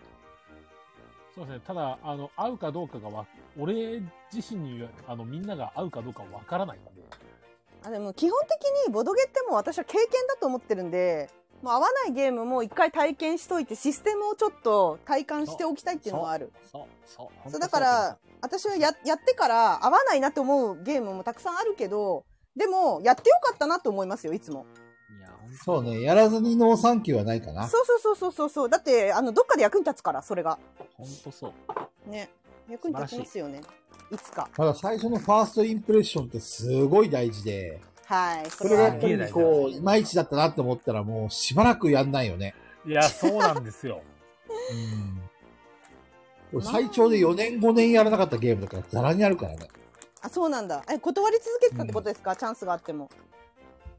[SPEAKER 2] そうですね。ただ、あの、合うかどうかがわ、俺自身に、あの、みんなが合うかどうかわからないんで。
[SPEAKER 1] あでも基本的にボドゲってもう私は経験だと思ってるんでもう合わないゲームも一回体験しといてシステムをちょっと体感しておきたいっていうのはある
[SPEAKER 3] そう、そう本当
[SPEAKER 1] そう
[SPEAKER 3] そう。
[SPEAKER 1] だから私はややってから合わないなって思うゲームもたくさんあるけどでもやってよかったなと思いますよいつも
[SPEAKER 3] いや、本
[SPEAKER 4] そうね。やらずにノーサンキューはないかな。
[SPEAKER 1] そうそうそうそうそうそうだってあのどっかで役に立つからそれが
[SPEAKER 3] 当本当そう。
[SPEAKER 1] ね役に立ちますよねいつか
[SPEAKER 4] ただ最初のファーストインプレッションってすごい大事で、
[SPEAKER 1] はい
[SPEAKER 4] それがや
[SPEAKER 1] は
[SPEAKER 4] っぱりこう、いまいちだったなって思ったらもうしばらくやんないよね。
[SPEAKER 2] いや、そうなんですよ。
[SPEAKER 4] うん。俺最長で4年5年やらなかったゲームだからざらにあるからね。
[SPEAKER 1] あそうなんだえ断り続けてたってことですか、チャンスがあっても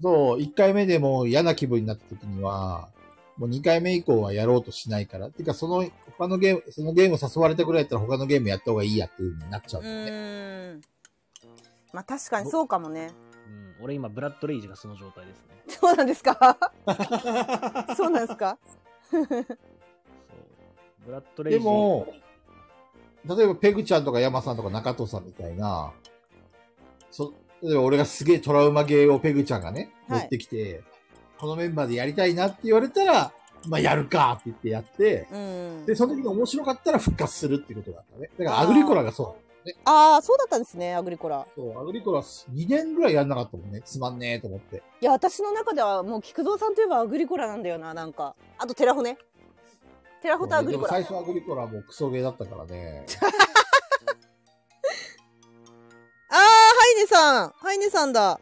[SPEAKER 4] そう、1回目でもう嫌な気分になった時には、もう2回目以降はやろうとしないから。てか、その、他のゲーム、そのゲーム誘われてくれたら他のゲームやった方がいいやっていう風になっちゃう
[SPEAKER 1] うん
[SPEAKER 4] だよね。
[SPEAKER 1] ーんまあ確かにそうかも ね
[SPEAKER 3] うん、俺今、ブラッドレイジがその状態ですね。
[SPEAKER 1] そうなんですか そうなんですか
[SPEAKER 3] そう。ブラッドレイジ。
[SPEAKER 4] でも、例えばペグちゃんとか山さんとか中藤さんみたいな、そ、例えば俺がすげえトラウマゲーをペグちゃんがね、持
[SPEAKER 1] はい
[SPEAKER 4] ってきて、このメンバーでやりたいなって言われたら、まあやるかって言ってやって、
[SPEAKER 1] うん
[SPEAKER 4] で、その時に面白かったら復活するっていうことだったね。だからアグリコラがそう。
[SPEAKER 1] ああそうだったんですねアグリコラ
[SPEAKER 4] そう、アグリコラ2年ぐらいやんなかったもんね。つまんねえと思って。
[SPEAKER 1] いや私の中ではもう菊蔵さんといえばアグリコラなんだよななんかあとテラホねテラホとアグ
[SPEAKER 4] で
[SPEAKER 1] リコ
[SPEAKER 4] も
[SPEAKER 1] ラ
[SPEAKER 4] 最初アグリコラもクソゲーだったからね。
[SPEAKER 1] あー、ハイネさん。ハイネさんだ。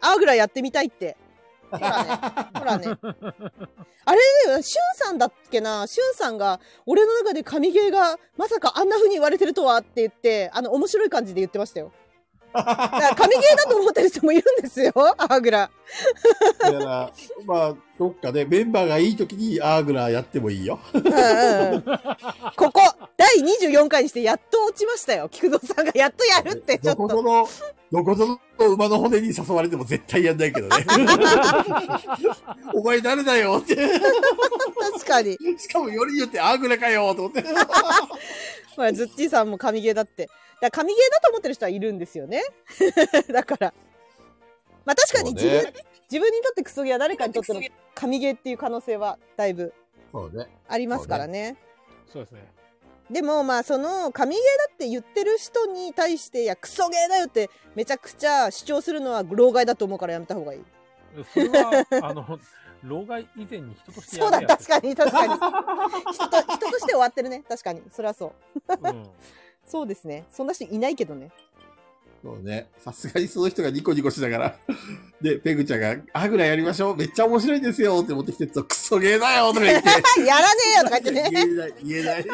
[SPEAKER 1] アーグラやってみたいって。ほらね。ほらね。あれだよな、シュンさんだっけな。シュンさんが、俺の中で神ゲーが、まさかあんな風に言われてるとはって言って、あの、面白い感じで言ってましたよ。だから神ゲーだと思ってる人もいるんですよ、アーグラ。
[SPEAKER 4] だから、まあ、どっかでメンバーがいい時にアーグラやってもいいよ。
[SPEAKER 1] うんうんうんここ、第24回にしてやっと落ちましたよ。菊蔵さんがやっとやるって、ちょ
[SPEAKER 4] ど
[SPEAKER 1] っと
[SPEAKER 4] こ。ぞの、どこぞの馬の骨に誘われても絶対やんないけど ね。お前誰だよって。
[SPEAKER 1] 確かに。
[SPEAKER 4] しかもよりによってアーグラかよと思って。
[SPEAKER 1] ほら、ズッチーさんも神ゲーだって。だから神ゲーだと思ってる人はいるんですよね。 だから。まあ確かに自
[SPEAKER 4] そう
[SPEAKER 1] 分,、
[SPEAKER 4] ね
[SPEAKER 1] 自分にとってクソゲーは誰かにとっての神ゲーっていう可能性はだいぶ
[SPEAKER 4] そうね。
[SPEAKER 1] ありますからね。
[SPEAKER 2] そうですね。
[SPEAKER 1] でもまあその神ゲーだって言ってる人に対して、いやクソゲーだよってめちゃくちゃ主張するのは老害だと思うからやめた方がいい。
[SPEAKER 2] それは、あの、老害以前に人として
[SPEAKER 1] そうだ、
[SPEAKER 2] べえや
[SPEAKER 1] 確かに確かに。人と、人として終わってるね。確かに。それはそう。
[SPEAKER 2] つうん
[SPEAKER 1] そうですね。そんな人いないけどね。
[SPEAKER 4] そうね。さすがにその人がニコニコしながら。で、ペグちゃんが、アーグラやりましょう。めっちゃ面白いですよって持ってきてると、クソゲーだよとか言って。
[SPEAKER 1] やらねえよとか言ってね。
[SPEAKER 4] 言えない、言えない。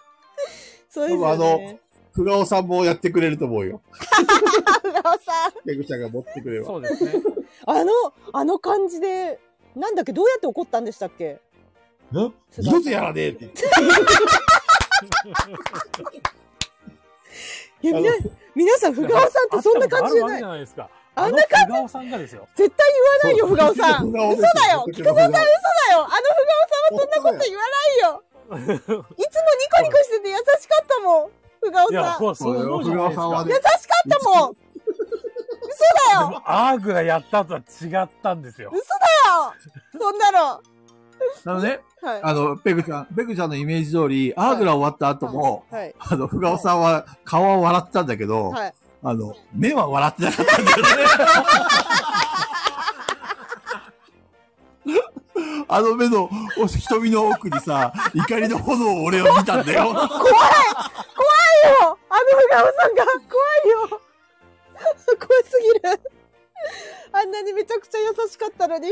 [SPEAKER 1] そうです
[SPEAKER 4] 多
[SPEAKER 1] よ
[SPEAKER 4] 分あ
[SPEAKER 1] ね。
[SPEAKER 4] ふがおさんもやってくれると思うよ。
[SPEAKER 1] ふがおさん。
[SPEAKER 4] ペグちゃんが持ってくれば。
[SPEAKER 2] そうですね。
[SPEAKER 1] あの、あの感じで、なんだっけ、どうやって怒ったんでしたっけ
[SPEAKER 4] ん二度とやらねえって。
[SPEAKER 1] いや、みな
[SPEAKER 4] あの
[SPEAKER 1] 皆さん、ふがおさんってそんな感じじゃない。
[SPEAKER 2] あったことあるわけじゃないですか。
[SPEAKER 1] あんな
[SPEAKER 2] 感じ。さんがですよ。
[SPEAKER 1] 絶対言わないよ、ふがおさん。
[SPEAKER 4] そう
[SPEAKER 1] 嘘だよ。
[SPEAKER 4] 僕
[SPEAKER 1] 菊
[SPEAKER 4] の
[SPEAKER 1] 蔵さん、嘘だよ。あのふがおさんはそ
[SPEAKER 4] そ
[SPEAKER 1] んなこと言わないよ。いつもニコニコしてて優しかったもん。ふがお
[SPEAKER 2] いや、
[SPEAKER 1] さん。
[SPEAKER 2] そう、そう思うじゃないです
[SPEAKER 4] そうよ
[SPEAKER 2] か。
[SPEAKER 4] 藤
[SPEAKER 1] 優しかったもん。嘘だ
[SPEAKER 2] で
[SPEAKER 1] よ。
[SPEAKER 2] も、アークがやったとは違ったんですよ。
[SPEAKER 1] 嘘だよ。そんなの。
[SPEAKER 4] なのね、
[SPEAKER 1] はい。
[SPEAKER 4] あの、ペグちゃん、ペグちゃんのイメージ通り、アーグラ終わった後も、
[SPEAKER 1] はい。
[SPEAKER 4] あの、ふがおさんは顔は笑ってたんだけど、
[SPEAKER 1] はい。
[SPEAKER 4] あの、目は笑ってなかったんだよね。あの目のお瞳の奥にさ、怒りの炎を俺を見たんだよ。
[SPEAKER 1] 怖いよ。あのふがおさんが怖いよ。 怖すぎる。あんなにめちゃくちゃ優しかったのに。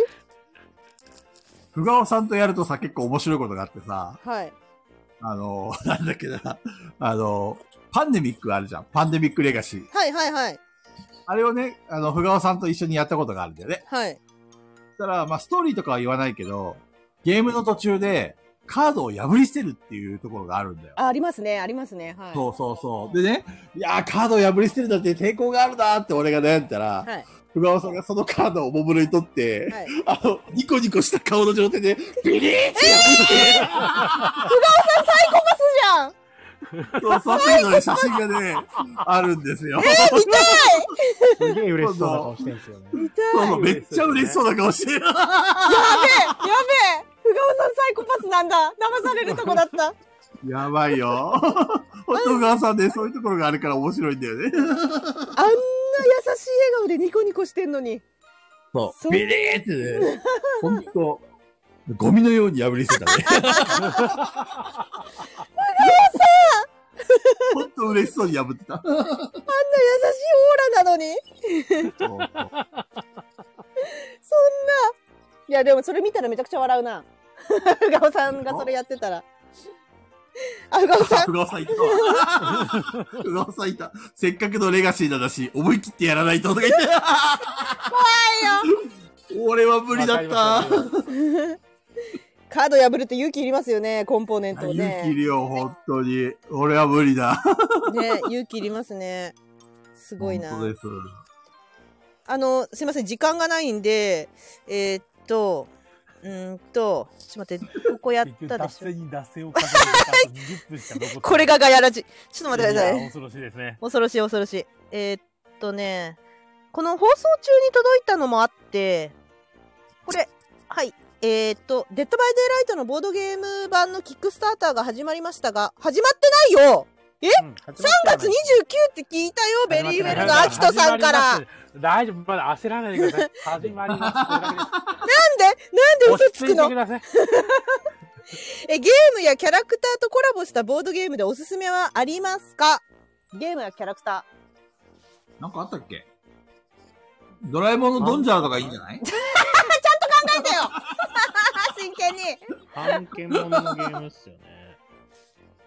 [SPEAKER 4] ふがおさんとやるとさ、結構面白いことがあってさ、
[SPEAKER 1] はい。
[SPEAKER 4] あの、なんだっけな、あの、パンデミックあるじゃん。パンデミックレガシー。
[SPEAKER 1] はいはいはい。
[SPEAKER 4] あれをね、あの、ふがおさんと一緒にやったことがあるんだよね。
[SPEAKER 1] はい。
[SPEAKER 4] そしたら、まあ、ストーリーとかは言わないけど、ゲームの途中で、カードを破り捨てるっていうところがあるんだよ。
[SPEAKER 1] あ、ありますね。ありますね。はい。
[SPEAKER 4] そうそうそう。でね、いやー、カードを破り捨てるだって抵抗があるなーって俺がね、言ったら、
[SPEAKER 1] はい。
[SPEAKER 4] ふがおさんがそのカードをおもむろに取って、
[SPEAKER 1] はい。
[SPEAKER 4] あの、ニコニコした顔の状態で、ビリーってやって、
[SPEAKER 1] パスじゃん。
[SPEAKER 4] そうそうそういうのね、写真がね、あるんですよ。
[SPEAKER 3] すげえ嬉しそうな顔してるんですよね。
[SPEAKER 1] 見たい。
[SPEAKER 4] そう
[SPEAKER 1] や
[SPEAKER 4] そうめっちゃ嬉しそうな顔してる。
[SPEAKER 1] べえ、やべえ。ふがおさんサイコパスなんだ。騙されるとこだ った。
[SPEAKER 4] やば いよ。本当、川さんね、そういうところがあるから面白いんだよね。
[SPEAKER 1] あんな優しい笑顔でニコニコしてんのに。
[SPEAKER 4] そ
[SPEAKER 1] そう
[SPEAKER 4] ビリーってね、本当ゴミのように破り捨てたね。本当嬉しそうに破ってた。
[SPEAKER 1] あんな優しいオーラなのに。そんな。いや、でもそれ見たらめちゃくちゃ笑うな。 ふがおさんがそれやってたら。あ、ふがおさん。
[SPEAKER 4] ふがおさんいたわ。ふがおさんいた。せっかくのレガシーなんだし、思い切ってやらないととか言って。俺は無理だった。
[SPEAKER 1] カード破るって勇気いりますよね、コンポーネントを
[SPEAKER 4] 勇気い
[SPEAKER 1] ね。
[SPEAKER 4] るよ、本当に。俺は無理だ。
[SPEAKER 1] ね、勇気いりますね。すごいな。
[SPEAKER 4] 本当です。
[SPEAKER 1] あの、すいません、時間がないんで、えーっと、うーんと、ちょっと待って、ここやっ
[SPEAKER 2] 結局
[SPEAKER 1] たで
[SPEAKER 2] 脱
[SPEAKER 1] しょ。
[SPEAKER 2] 線に脱線を重ねて、20分しか残ってない
[SPEAKER 1] これがガヤラジ。ちょっと待ってくださ
[SPEAKER 2] いや
[SPEAKER 1] い。
[SPEAKER 2] 恐ろしいですね。
[SPEAKER 1] 恐ろしい恐ろしい。えーっとね、この放送中に届いたのもあって、これ、はい。えーっと、デッドバイデイライトのボードゲーム版のキックスターターが始まりましたが、始まってないよ
[SPEAKER 2] うん
[SPEAKER 3] 3
[SPEAKER 1] !3 月29って聞いたよ、ベリーウェルのアキトさんから。なんで、。
[SPEAKER 2] 大丈夫、まだ焦らないでください。始まります。これだけです
[SPEAKER 1] なんで
[SPEAKER 2] 落
[SPEAKER 1] 嘘つ
[SPEAKER 2] ち着いて
[SPEAKER 1] くの
[SPEAKER 2] ください。
[SPEAKER 1] え、ゲームやキャラクターとコラボしたボードゲームでおすすめはありますかゲームやキャラクタ
[SPEAKER 4] なんかあったっけドラえもんのドンジャーとかいいんじゃな
[SPEAKER 1] ー。
[SPEAKER 4] い
[SPEAKER 1] 考え たよ真剣に。
[SPEAKER 3] 半剣物のゲームっすよね。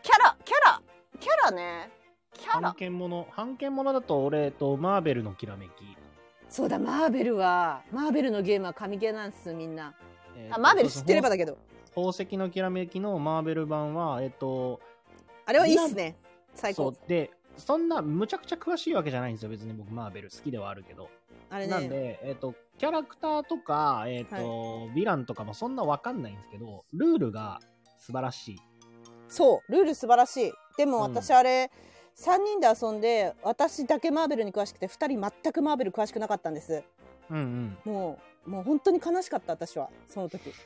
[SPEAKER 1] キャラ、キャラ、キャラね。キャ
[SPEAKER 3] 半
[SPEAKER 1] ラ。
[SPEAKER 3] 剣物。半剣物だと俺とマーベルのきらめき。
[SPEAKER 1] そうだ、マーベルは、マーベルのゲームは神ゲーなんす、みんな。
[SPEAKER 3] えーと
[SPEAKER 1] あ、マーベル知ってればだ
[SPEAKER 3] そ
[SPEAKER 1] け
[SPEAKER 3] う
[SPEAKER 1] ど。
[SPEAKER 3] そう宝石のきらめきのマーベル版は、えっ、と、
[SPEAKER 1] あれはいいっすね。最
[SPEAKER 3] そ
[SPEAKER 1] 高
[SPEAKER 3] う。で、そんなむちゃくちゃ詳しいわけじゃないんですよ。別に僕マーベル好きではあるけど。
[SPEAKER 1] あれ
[SPEAKER 3] なん
[SPEAKER 1] ね。
[SPEAKER 3] で、えっ、と、キャラクターとか、えっ、と、ヴィランとかもそんなわかんないんですけど、ルールが素晴らしい。
[SPEAKER 1] そう、ルール素晴らしい。でも
[SPEAKER 3] うん
[SPEAKER 1] 私あれ、3人で遊んで、私だけマーベルに詳しくて、2人全くマーベル詳しくなかったんです。
[SPEAKER 3] うんうん。
[SPEAKER 1] もう、もう本当に悲しかった、私は、その時。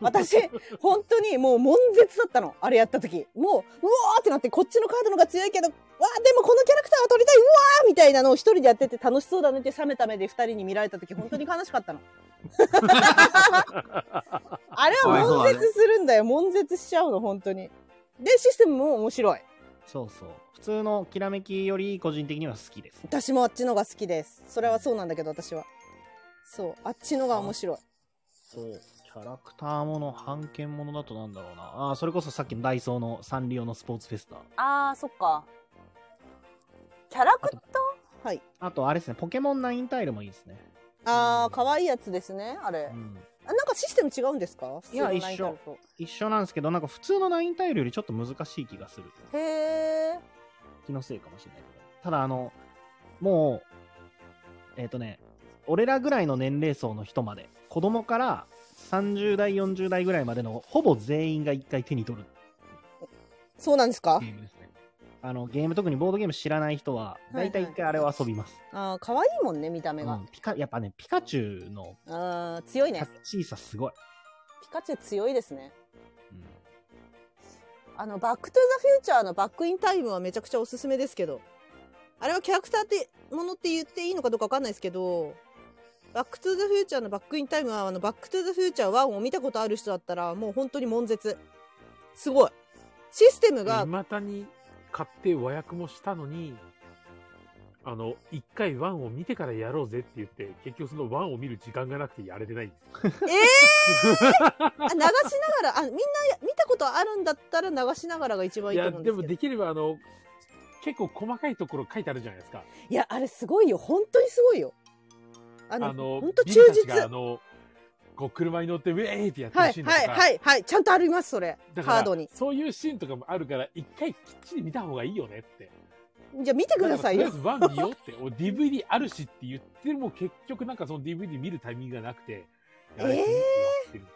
[SPEAKER 1] 私、本当にもう悶絶だったの、あれやった時。もう、うわーってなって、こっちのカードの方が強いけど、わー、でもこのキャラクターは取りたい、うわーみたいなのを一人でやってて楽しそうだねって冷めた目で二人に見られた時、本当に悲しかったの。あれは悶絶するんだよ、悶絶しちゃうの、本当に。で、システムも面白い。
[SPEAKER 3] そうそう。普通のきらめきより個人的には好きです。
[SPEAKER 1] 私もあっちのが好きです。それはそうなんだけど、私は。そう、あっちのが面白い。
[SPEAKER 3] そう。キャラクターもの、半券ものだとなんだろうな。あーそれこそさっきのダイソーのサンリオのスポーツフェスタ。
[SPEAKER 1] あー、そっか。キャラ
[SPEAKER 3] クタ
[SPEAKER 1] ーはい。
[SPEAKER 3] あと、あれですね、ポケモンナインタイルもいいですね。
[SPEAKER 1] あー、可愛いやつですね、あれ
[SPEAKER 3] う。ん。
[SPEAKER 1] あなんかはシステム違うんですか
[SPEAKER 3] いや
[SPEAKER 1] 普通のラインタイルと
[SPEAKER 3] 一緒なんですけど、なんか普通のナインタイルよりちょっと難しい気がする。
[SPEAKER 1] へえ
[SPEAKER 3] 気のせいかもしれないけど。ただ、あの、もう、えっ、とね、俺らぐらいの年齢層の人まで、子供から30代、40代ぐらいまでのほぼ全員が一回手に取る
[SPEAKER 1] そうなんですか
[SPEAKER 3] ゲームですね。あの、ゲーム、特にボードゲーム知らない人は、
[SPEAKER 1] はいは
[SPEAKER 3] 大
[SPEAKER 1] い
[SPEAKER 3] 体一回あれを遊びます。
[SPEAKER 1] あー可愛いもんね見た目が、
[SPEAKER 3] うんピカ、やっぱね、ピカチュウの
[SPEAKER 1] あー強いね
[SPEAKER 3] キャッチーさすごい。
[SPEAKER 1] ピカチュウ強いですね
[SPEAKER 3] うん
[SPEAKER 1] あの、バックトゥザフューチャーのバックインタイムはめちゃくちゃおすすめですけど、あれはキャラクターって、ものって言っていいのかどうかわかんないですけど、バックトゥザフューチャーのバックインタイムは、あの、バックトゥザフューチャー1を見たことある人だったら、もう本当に悶絶。すごい。システムが、
[SPEAKER 2] 未だに買って和訳もしたのに、あの、一回ワンを見てからやろうぜって言って、結局そのワンを見る時間がなくてやれてないんです。
[SPEAKER 1] あ流しながら、あ、みんな見たことあるんだったら流しながらが一番
[SPEAKER 2] い
[SPEAKER 1] いいと
[SPEAKER 2] や、
[SPEAKER 1] 思うん
[SPEAKER 2] で
[SPEAKER 1] です
[SPEAKER 2] も
[SPEAKER 1] けど。
[SPEAKER 2] できればあの、結構細かいところ書いてあるじゃないですか。
[SPEAKER 1] いや、あれすごいよ。本当にすごいよ。あの、
[SPEAKER 2] あの、
[SPEAKER 1] 本当
[SPEAKER 2] ビ
[SPEAKER 1] 忠
[SPEAKER 2] ルたち
[SPEAKER 1] 実。
[SPEAKER 2] があ
[SPEAKER 1] は
[SPEAKER 2] の、こう車に乗ってウェーってやってる
[SPEAKER 1] い、
[SPEAKER 2] シーンとか、
[SPEAKER 1] はい、はい、はい。ちゃんとあります、それ。
[SPEAKER 2] だ
[SPEAKER 1] ハー
[SPEAKER 2] か
[SPEAKER 1] ド
[SPEAKER 2] ら
[SPEAKER 1] に。
[SPEAKER 2] そういうシーンとかもあるから、一回きっちり見た方がいいよねって。
[SPEAKER 1] じゃあ見てくださいよ
[SPEAKER 2] だ。からとりあえずワン見ようって、お DVD あるしって言っても結局なんかその DVD 見るタイミングがなくて、
[SPEAKER 1] えー
[SPEAKER 2] やれてるっていう
[SPEAKER 1] い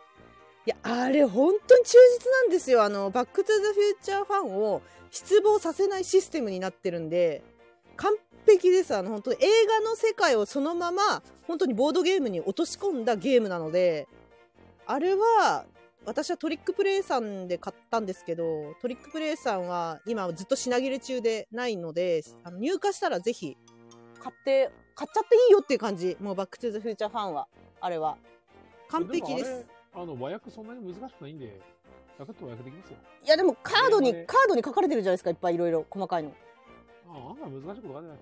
[SPEAKER 1] や、あれ本当に忠実なんですよ。あの、バックトゥザフューチャーファンを失望させないシステムになってるんで、完璧です。あの、本当に映画の世界をそのまま、本当にボードゲームに落とし込んだゲームなので、あれは、私はトリックプレイさんで買ったんですけど、トリックプレイさんは今ずっと品切れ中でないので、あの入荷したらぜひ買って、買っちゃっていいよっていう感じ。もうバックトゥザフューチャーファンは、あれは。完璧です。
[SPEAKER 2] もあれ。あの、和訳そんなに難しくないんで、サクッと和訳できますよ。
[SPEAKER 1] いやでもカードに、
[SPEAKER 2] ね
[SPEAKER 1] カードに書かれてるじゃないですかいっぱいいろいろ細かいの
[SPEAKER 2] ああ、あんな難しいことわかんない。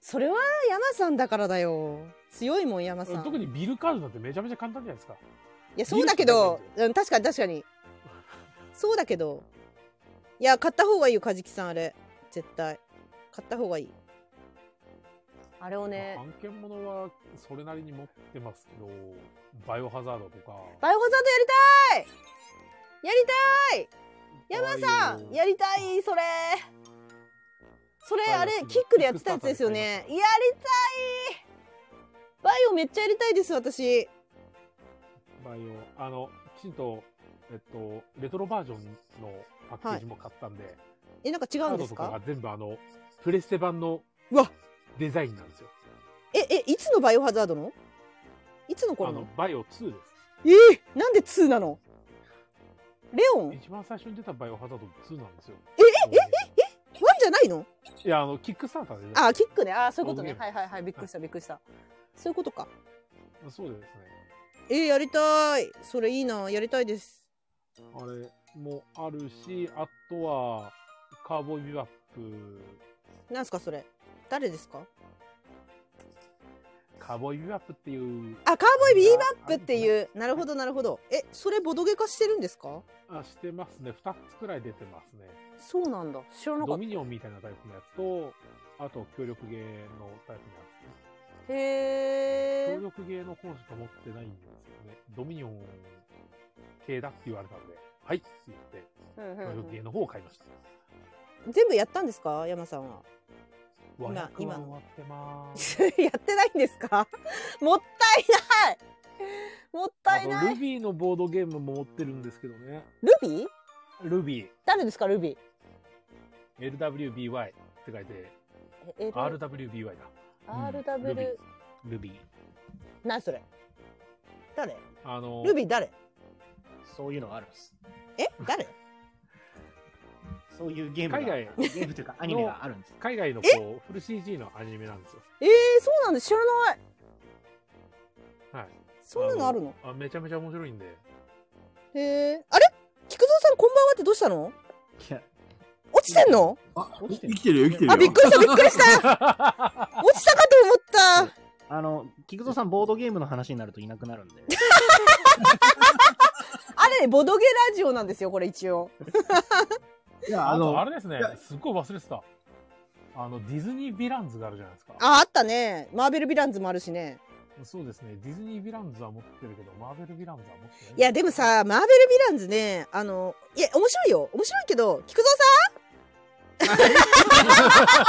[SPEAKER 1] それは山さんだからだよ強いもん山さん
[SPEAKER 2] 特
[SPEAKER 1] い
[SPEAKER 2] にビルカードなんてめちゃめちゃ簡単じゃないですか。
[SPEAKER 1] やそうだけど、うん、確かに確かにそうだけどいや買った方がいいよカジキさんあれ絶対買った方がいいあれをね
[SPEAKER 2] まあ案件物はそれなりに持ってますけど、バイオハザードとか。
[SPEAKER 1] バイオハザードやりたいやりたい山さ
[SPEAKER 2] バイ
[SPEAKER 1] ん
[SPEAKER 2] オ
[SPEAKER 1] やりたいそれそれ
[SPEAKER 2] バイオ
[SPEAKER 1] あれ
[SPEAKER 2] キック
[SPEAKER 1] キックでやってたやつですよねや
[SPEAKER 2] キ
[SPEAKER 1] りたいバイオめっちゃやりたいです私
[SPEAKER 2] バイオ、あの、きちんと、えっと、レトロバージョンのパッケージも買ったんで、
[SPEAKER 1] えなんか違
[SPEAKER 2] カ
[SPEAKER 1] う
[SPEAKER 2] ー
[SPEAKER 1] んで
[SPEAKER 2] ド
[SPEAKER 1] す
[SPEAKER 2] と
[SPEAKER 1] か
[SPEAKER 2] かが全部あの、プレステ版の
[SPEAKER 1] うわ
[SPEAKER 2] デザインなんですよ。
[SPEAKER 1] ええいつのバイオハザードのいつの
[SPEAKER 2] あ
[SPEAKER 1] 頃
[SPEAKER 2] の
[SPEAKER 1] の、
[SPEAKER 2] バイオ2で
[SPEAKER 1] えー、なんで2なのレオン1
[SPEAKER 2] す。一番最初に出たバイオハザード2なんですよ。
[SPEAKER 1] え
[SPEAKER 2] え
[SPEAKER 1] じゃないの
[SPEAKER 2] いや、あの、キックスターターでね。
[SPEAKER 1] あーキックねあーそういうことね
[SPEAKER 2] ボ
[SPEAKER 1] は
[SPEAKER 2] ードゲー
[SPEAKER 1] い
[SPEAKER 2] ム
[SPEAKER 1] はいはいびっくりしたびっくりしたそういうことか
[SPEAKER 2] そうですね。
[SPEAKER 1] えー、やりたいそれいいなやりたいです
[SPEAKER 2] あれもあるし、あとは、カーボーイビバップ、
[SPEAKER 1] なんすかそれ誰ですか
[SPEAKER 2] カーボーイビバップっていう、
[SPEAKER 1] あカーボーイビーバップっていうなるほどなるほどえそれボドゲ化してるんですか
[SPEAKER 2] あしてますね。2つくらい出てますね。
[SPEAKER 1] そうなんだ知らなか
[SPEAKER 2] ド
[SPEAKER 1] っ
[SPEAKER 2] ミニオンみたいなタイプのやつと、あと協力ゲーのタイプのやつ。
[SPEAKER 1] たへ
[SPEAKER 2] 協
[SPEAKER 1] ー
[SPEAKER 2] 力ゲーの本しか持ってないんですよね。ドミニオン系だって言われたんで、はいって言って、
[SPEAKER 1] うんうん
[SPEAKER 2] 協力ゲ
[SPEAKER 1] う
[SPEAKER 2] ーの方を買いました。
[SPEAKER 1] ん全部やったんですか山さんは
[SPEAKER 2] 和
[SPEAKER 1] 今
[SPEAKER 2] 訳は
[SPEAKER 1] 今の
[SPEAKER 2] 終わってます。
[SPEAKER 1] やってないんですか もったいないもったい
[SPEAKER 2] あの
[SPEAKER 1] ない
[SPEAKER 2] ルビーのボードゲームも持ってるんですけどね。
[SPEAKER 1] ルビー
[SPEAKER 2] ルビー、
[SPEAKER 1] 誰ですかルビー
[SPEAKER 2] LWBY って書いて、
[SPEAKER 1] ええ
[SPEAKER 2] RWBY だ。
[SPEAKER 1] RW、
[SPEAKER 2] ルビールビー。
[SPEAKER 1] 何それ誰
[SPEAKER 2] あの、
[SPEAKER 1] ルビー誰
[SPEAKER 3] そういうのがあるんです。
[SPEAKER 1] え誰
[SPEAKER 3] そういうゲームが、
[SPEAKER 2] 海外
[SPEAKER 3] ゲームというかアニメがあるんです。
[SPEAKER 2] 海外のこう、フル CG のアニメなんですよ。
[SPEAKER 1] えー、そうなんです知らない
[SPEAKER 2] はい。
[SPEAKER 1] そんなのあるの
[SPEAKER 2] あめちゃめちゃ面 白いんで。
[SPEAKER 1] へえあれ菊蔵さんこんばんはってどうしたの
[SPEAKER 3] いや、
[SPEAKER 1] 落ちてんの
[SPEAKER 4] あ、
[SPEAKER 3] 落ちてる
[SPEAKER 4] 生きてるよ、生きてるよ。
[SPEAKER 1] あびっくりしたびっくりした落ちたかと思った
[SPEAKER 3] あの、菊蔵さん、ボードゲームの話になるといなくなるんで。
[SPEAKER 1] あれボドゲラジオなんですよこれ一応
[SPEAKER 4] いや、
[SPEAKER 2] あ
[SPEAKER 4] あ
[SPEAKER 2] と、あ
[SPEAKER 4] の、
[SPEAKER 2] れですね
[SPEAKER 4] いや、
[SPEAKER 2] すっごい忘れてた。あの、ディズニーヴィランズがあるじゃないですか。
[SPEAKER 1] ああったねマーベルヴィランズもあるしね
[SPEAKER 2] そうですね。ディズニー・ヴィランズは持ってるけど、マーベル・ヴィランズは持ってない。
[SPEAKER 1] いや、でも、さ、マーベル・ヴィランズね、あの、いや、面白いよ。面白いけど、菊蔵 さんこん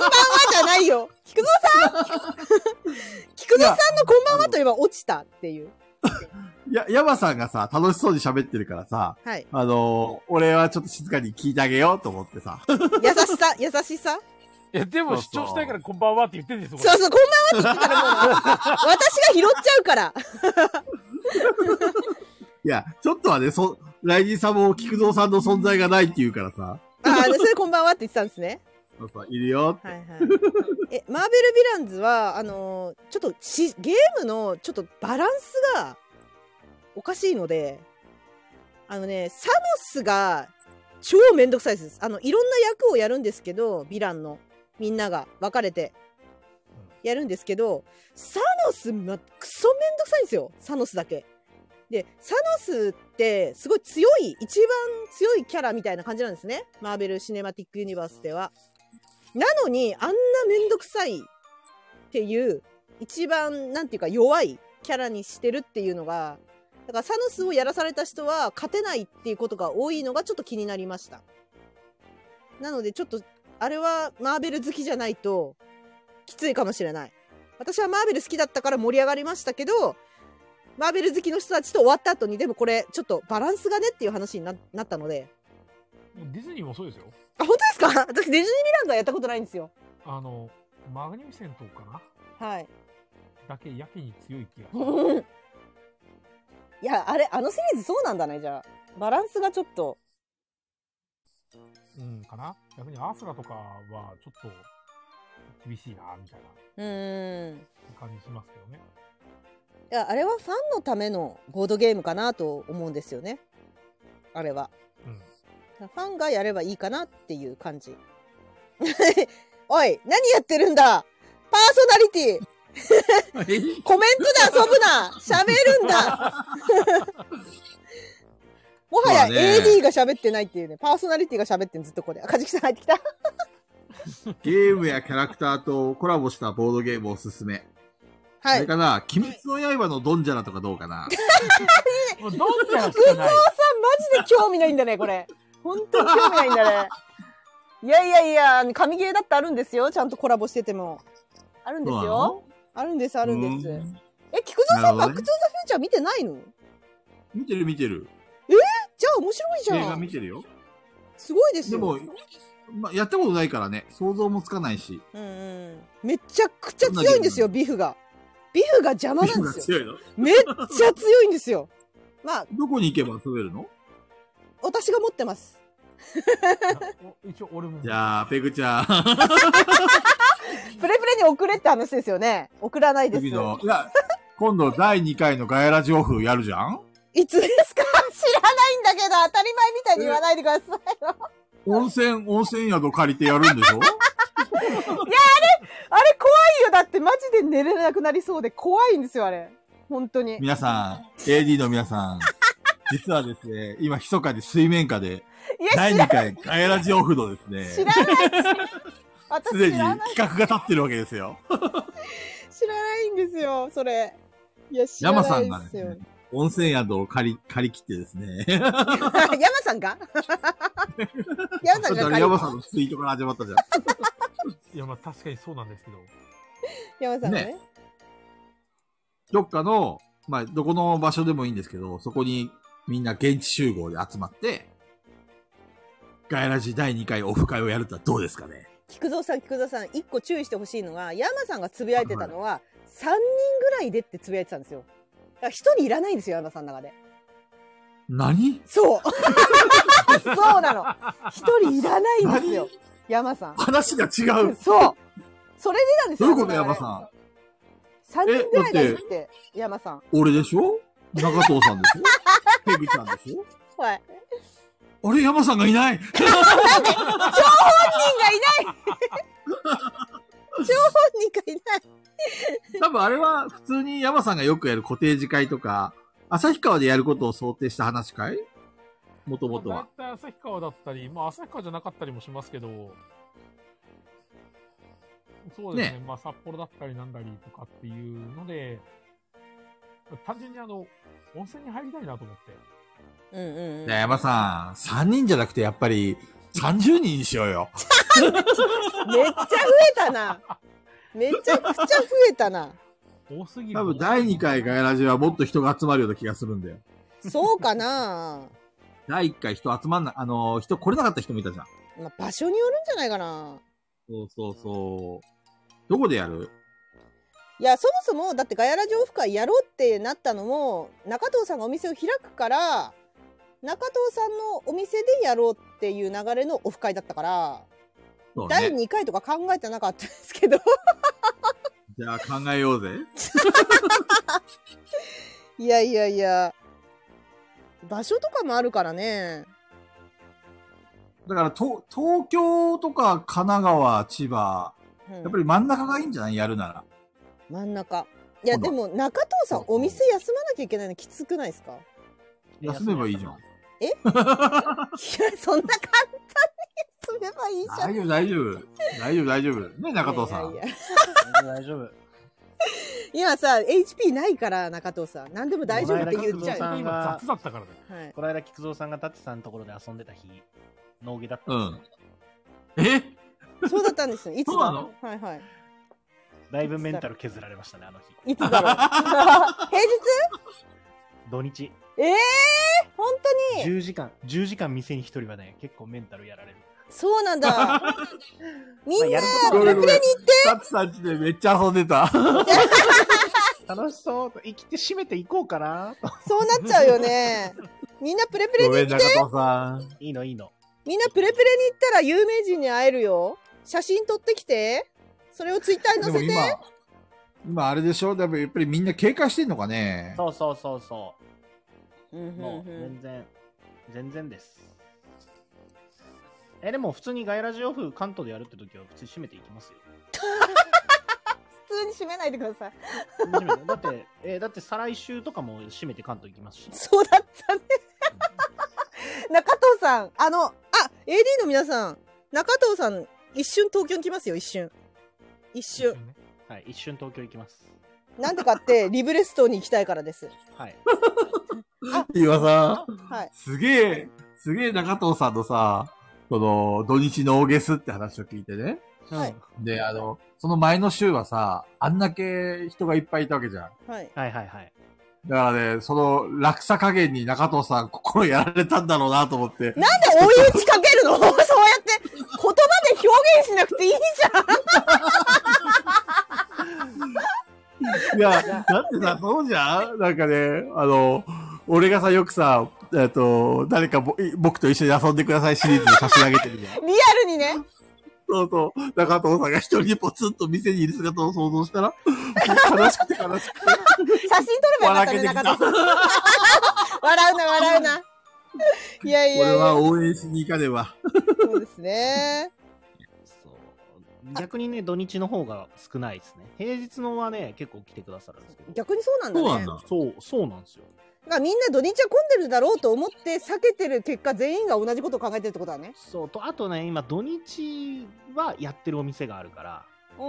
[SPEAKER 1] ばんはじゃないよ。菊蔵さん菊蔵さんのこんばんはといえば落ちたっていう。
[SPEAKER 4] や、山さんがさ、楽しそうに喋ってるからさ、
[SPEAKER 1] はい。
[SPEAKER 4] あのー俺はちょっと静かに聞いてあげようと思ってさ。
[SPEAKER 1] 優しさ、優しさ。
[SPEAKER 2] いや、でも
[SPEAKER 4] そう
[SPEAKER 2] 主
[SPEAKER 4] そう
[SPEAKER 2] 張したいからこんばんはって言ってるんですよ。
[SPEAKER 1] そうそう、こんばんはって言ってたらもう、私が拾っちゃうから。
[SPEAKER 4] いや、ちょっとはね、そ、ライジンさんも菊蔵さんの存在がないって言うからさ、
[SPEAKER 1] ああ、でそれでこんばんはって言ってたんですね。
[SPEAKER 4] そうそういるよって。
[SPEAKER 1] はいはい。え、マーベル・ヴィランズは、あのーちょっとし、ゲームの、ちょっとバランスが、おかしいので、あのね、サノスが、超めんどくさいです。あの、いろんな役をやるんですけど、ヴィランの、みんなが分かれて、やるんですけど、サノス、ま、クソめんどくさいんですよ、サノスだけ。で、サノスって、すごい強い、一番強いキャラみたいな感じなんですね。マーベル・シネマティック・ユニバースでは。なのに、あんなめんどくさいっていう、一番、なんていうか、弱いキャラにしてるっていうのが、だからサノスをやらされた人は勝てないっていうことが多いのがちょっと気になりました。なので、ちょっと、あれはマーベル好きじゃないと、きついかもしれない。私はマーベル好きだったから盛り上がりましたけど、マーベル好きの人たちと終わった後に、でもこれ、ちょっとバランスがねっていう話にななったので。
[SPEAKER 2] ディズニーもそうですよ。
[SPEAKER 1] あ、本当ですか 私、ディズニーミランドはやったことないんですよ。
[SPEAKER 2] あの、マグニフィセントかな
[SPEAKER 1] はい。
[SPEAKER 2] だけやけに強い気がする。
[SPEAKER 1] うん いや、あれ、あのシリーズそうなんだね、じゃあ。バランスがちょっと。
[SPEAKER 2] うん、かな逆にアースラとかはちょっと厳しいな、みたいな
[SPEAKER 1] うーん。い
[SPEAKER 2] 感じしますけどね。
[SPEAKER 1] や、あれはファンのためのボードゲームかなと思うんですよね。あれは。
[SPEAKER 2] うん。
[SPEAKER 1] ファンがやればいいかなっていう感じ。 おい、何やってるんだパーソナリティコメントで遊ぶな喋るんだ もはや
[SPEAKER 4] まあね
[SPEAKER 1] AD が喋ってないっていうね、パーソナリティが喋ってんのずっとここで。あ、かじきさん入ってきた
[SPEAKER 4] ゲームやキャラクターとコラボしたボードゲームおすすめ。
[SPEAKER 1] は
[SPEAKER 4] そ
[SPEAKER 1] い
[SPEAKER 4] れ。かな、鬼滅の刃のドンジャラとかどうかな。
[SPEAKER 2] もうどんちゃんしかな
[SPEAKER 1] さん
[SPEAKER 2] い。
[SPEAKER 1] マジで興味ないんだねこれ本当に興味ないんだねいやいやいやあの神ゲーだってあるんですよちゃんとコラボしててもあるんです
[SPEAKER 4] そうな
[SPEAKER 1] よ
[SPEAKER 4] の
[SPEAKER 1] あるんですあ
[SPEAKER 4] あ
[SPEAKER 1] るんですえ菊蔵さん、
[SPEAKER 4] な
[SPEAKER 1] バ
[SPEAKER 4] るほどね
[SPEAKER 1] ック・トゥ・ザ・フューチャー見てないの
[SPEAKER 4] 見てる見てる。
[SPEAKER 1] じゃあ面白いじ
[SPEAKER 4] 映
[SPEAKER 1] ゃ
[SPEAKER 4] 画見
[SPEAKER 1] ん
[SPEAKER 4] てるよ。
[SPEAKER 1] すごいです
[SPEAKER 4] で
[SPEAKER 1] よ
[SPEAKER 4] も、まあ、やったことないからね、想像もつかないし。
[SPEAKER 1] うんうん、めちゃくちゃ強いんですよ
[SPEAKER 4] ど
[SPEAKER 1] ビフがビフが邪魔なん
[SPEAKER 4] が
[SPEAKER 1] ですよ
[SPEAKER 4] 強いの
[SPEAKER 1] めっちゃ強いんですよまあ
[SPEAKER 4] どこに行けば遊べるの
[SPEAKER 1] 私が持ってます
[SPEAKER 2] お一応俺も。
[SPEAKER 4] じゃあ、ペグちゃん、
[SPEAKER 1] プレプレに送れって話ですよね送らないです
[SPEAKER 4] 次の、いや、今度第2回のガヤラジオフやるじゃん
[SPEAKER 1] いつですか知らないんだけど当たり前みたいに言わないでくださいよ。
[SPEAKER 4] 温泉、温泉宿借りてやるんでしょ
[SPEAKER 1] あれ怖いよだってマジで寝れなくなりそうで怖いんですよあれ。本当に。い
[SPEAKER 4] 皆さん、AD の皆さん、実はですね、今、密かに水面下で、
[SPEAKER 1] や
[SPEAKER 4] 第
[SPEAKER 1] 知ら
[SPEAKER 4] 2回ガヤラジオフのです
[SPEAKER 1] 知
[SPEAKER 4] ね、
[SPEAKER 1] らない。私
[SPEAKER 4] すで
[SPEAKER 1] 知
[SPEAKER 4] に
[SPEAKER 1] ら
[SPEAKER 4] 企
[SPEAKER 1] ない
[SPEAKER 4] 画が立ってるわけですよ。
[SPEAKER 1] 知らないんですよそれ。いや知ら
[SPEAKER 4] 山
[SPEAKER 1] な
[SPEAKER 4] さ
[SPEAKER 1] い
[SPEAKER 4] んがで
[SPEAKER 1] です
[SPEAKER 4] す
[SPEAKER 1] よ
[SPEAKER 4] ね。、温泉宿を借り、借り切ってですね、ち
[SPEAKER 1] 山さん が？山さ
[SPEAKER 4] ょ
[SPEAKER 1] ん
[SPEAKER 4] っとあ
[SPEAKER 1] が山
[SPEAKER 4] れ山
[SPEAKER 1] さ
[SPEAKER 4] さんのツイートから始まったじゃん。
[SPEAKER 2] いや、まあ確かにそうなんですけど。
[SPEAKER 1] んがね
[SPEAKER 4] ね。どっかの、まあ、どこの場所でもいいんですけど、そこにみんな現地集合で集まって、ガイラジ第2回オフ会をやるとはどうですかね
[SPEAKER 1] 菊蔵さん菊蔵さん一個注意してほしいのが山さんがつぶやいてたのは三人ぐらいでってつぶやいてたんですよ。だから一人いらないんですよ山さんの中で。
[SPEAKER 4] 何
[SPEAKER 1] そう。そうなの。一人いらないんですよ。山さん。
[SPEAKER 4] 話が違う
[SPEAKER 1] そう。それでなんです
[SPEAKER 4] ど
[SPEAKER 1] よ。
[SPEAKER 4] ういうこと山さん
[SPEAKER 1] ん。3人ぐらいがいるって、山さん。
[SPEAKER 4] 俺でしょ長藤さんでし ょペグちゃんでしょ
[SPEAKER 1] はい。
[SPEAKER 4] あれ山さんがいない
[SPEAKER 1] 本人がいない超本人がいない
[SPEAKER 4] 多分あれは普通に山さんがよくやるコテージ会とか、旭川でやることを想定した話会もともと
[SPEAKER 2] まあ
[SPEAKER 4] は。
[SPEAKER 2] 大体旭川だったり、まあ旭川じゃなかったりもしますけど、そうですね。まあ、札幌だったりなんだりとかっていうので、単純にあの、温泉に入りたいなと思って。
[SPEAKER 1] うんうんうん。
[SPEAKER 4] ね山さん、3人じゃなくてやっぱり30人にしようよ。
[SPEAKER 1] めっちゃ増えたな。めちゃくちゃ増えたな。
[SPEAKER 2] 多すぎる。
[SPEAKER 4] 多分第2回ガヤラジはもっと人が集まるような気がするんだよ。
[SPEAKER 1] そうかな。
[SPEAKER 4] 第1回人集まんな、あのー人来れなかった人もいたじゃん。
[SPEAKER 1] まあ、場所によるんじゃないかな。
[SPEAKER 4] そうそうそう。どこでやる
[SPEAKER 1] いやそもそもだってガヤラジオフ会やろうってなったのも中藤さんがお店を開くから中藤さんのお店でやろうっていう流れのオフ会だったから、
[SPEAKER 4] そう
[SPEAKER 1] 第
[SPEAKER 4] ね。
[SPEAKER 1] 2回とか考えてなかったんですけど
[SPEAKER 4] じゃあ考えようぜ。
[SPEAKER 1] いやいやいや場所とかもあるからね
[SPEAKER 4] だから、と東京とか神奈川、千葉、
[SPEAKER 1] うん
[SPEAKER 4] やっぱり真ん中がいいんじゃないやるなら。
[SPEAKER 1] 真ん中いや
[SPEAKER 4] そう
[SPEAKER 1] で
[SPEAKER 4] だ
[SPEAKER 1] も中藤さんお店休まなきゃいけないのきつくないですかい
[SPEAKER 4] 休めばいいじゃん。
[SPEAKER 1] やそんな簡単に休めばいいじゃん
[SPEAKER 4] 大丈夫、大丈夫。大丈夫、大丈夫。ね、中藤さん。
[SPEAKER 1] いやいやいや
[SPEAKER 3] 大丈夫。
[SPEAKER 1] 今さ HP ないから中藤さん何でも大丈夫って言っちゃう
[SPEAKER 3] お前ら中藤さん
[SPEAKER 2] 今雑だったからね。
[SPEAKER 1] はい、
[SPEAKER 3] この間、菊蔵さんがタツさんのところで遊んでた日、農儀だった
[SPEAKER 4] うん
[SPEAKER 3] です
[SPEAKER 4] ん
[SPEAKER 3] よ。。
[SPEAKER 4] え
[SPEAKER 1] そうだったんですよ。いつだ
[SPEAKER 4] そうなの
[SPEAKER 1] はいはい。
[SPEAKER 3] だいぶメンタル削られましたね、あの日。
[SPEAKER 1] いつだろう。 平日
[SPEAKER 3] 土日、
[SPEAKER 1] ええ本当に
[SPEAKER 3] 10時間、10時間店に一人はね、結構メンタルやられる。
[SPEAKER 1] そうなんだ。みん
[SPEAKER 3] ま
[SPEAKER 1] な
[SPEAKER 3] あやること
[SPEAKER 1] プ
[SPEAKER 3] は
[SPEAKER 1] レ
[SPEAKER 3] ね
[SPEAKER 1] プレに
[SPEAKER 4] サツさんちでめっちゃ遊んでた。
[SPEAKER 3] 楽しそう。生きて締めていこうかな。
[SPEAKER 1] そうなっちゃうよね。みんなプレプレ
[SPEAKER 4] ご
[SPEAKER 1] に、
[SPEAKER 4] めん、中藤さん。
[SPEAKER 3] いいの、いいの。
[SPEAKER 1] みんなプレプレに行ったら有名人に会えるよ。写真撮ってきて。それをツイッターに載
[SPEAKER 4] でも
[SPEAKER 1] せて。
[SPEAKER 4] 今、今あれでしょでもやっぱりみんな警戒してんのかね
[SPEAKER 3] そうそうそうそ
[SPEAKER 1] うん
[SPEAKER 3] う。もう、
[SPEAKER 1] うんうん
[SPEAKER 3] 全然、全然です。え、でも普通にガイラジオフ関東でやるって時は普通に締めていきますよ。
[SPEAKER 1] 普通に閉めないでください。
[SPEAKER 3] 締 めてだって、えだって再来週とかも締めて関東行きますし。
[SPEAKER 1] そうだったね。 中藤さん、あの、あ、AD の皆さん、中藤さん、一瞬東京に来ますよ、一瞬。一瞬。
[SPEAKER 3] はい、一瞬東京行きます。
[SPEAKER 1] なんでかって、リブレストに行きたいからです。
[SPEAKER 3] はい。
[SPEAKER 4] 岩さん。
[SPEAKER 1] はい。
[SPEAKER 4] すげえ、すげえ中藤さんのさ、その、土日の大ゲスって話を聞いてね。
[SPEAKER 1] はい
[SPEAKER 3] うん
[SPEAKER 4] で、あの、その前の週はさ、あんだけ人がいっぱいいたわけじゃん。
[SPEAKER 1] はい。
[SPEAKER 3] はいはいはい。
[SPEAKER 4] だからね、その落差加減に中藤さん心やられたんだろうなと思っ
[SPEAKER 1] な
[SPEAKER 4] て。
[SPEAKER 1] んで追い打ちかけるの そうやって、言葉で表現しなくていいじ
[SPEAKER 4] いや、だってさ、そうじゃんなんかね、あの、俺がさ、よくさ、えっと、誰かぼ僕と一緒に遊んでくださいシリーズに差し上げてるじゃん。
[SPEAKER 1] ゃん。リアルにね。
[SPEAKER 4] そうそう。中藤さんが一人でポツンと店にいる姿を想像したら、もう悲しくて悲しくて、
[SPEAKER 1] 写真撮ればよかったね、
[SPEAKER 4] 笑けてき
[SPEAKER 1] 中
[SPEAKER 4] た
[SPEAKER 1] 田さん。笑うな、笑うな。いやい
[SPEAKER 4] 俺
[SPEAKER 1] やい
[SPEAKER 4] は
[SPEAKER 1] や。
[SPEAKER 4] 応援しに行かねば。
[SPEAKER 1] そうですね。
[SPEAKER 3] そう。逆にね、土日の方が少ないですね。平日のはね、結構来てくださるんですけど。
[SPEAKER 1] 逆にそうなんだね。
[SPEAKER 4] そうなん
[SPEAKER 1] だ
[SPEAKER 4] だ
[SPEAKER 3] そう、そうなんですよ。
[SPEAKER 1] からみんな土日は混んでるだろうと思って避けてる結果、全員が同じことを考えてるってことだね。
[SPEAKER 3] そうとあとね今土日はやってるお店があるから
[SPEAKER 1] うん。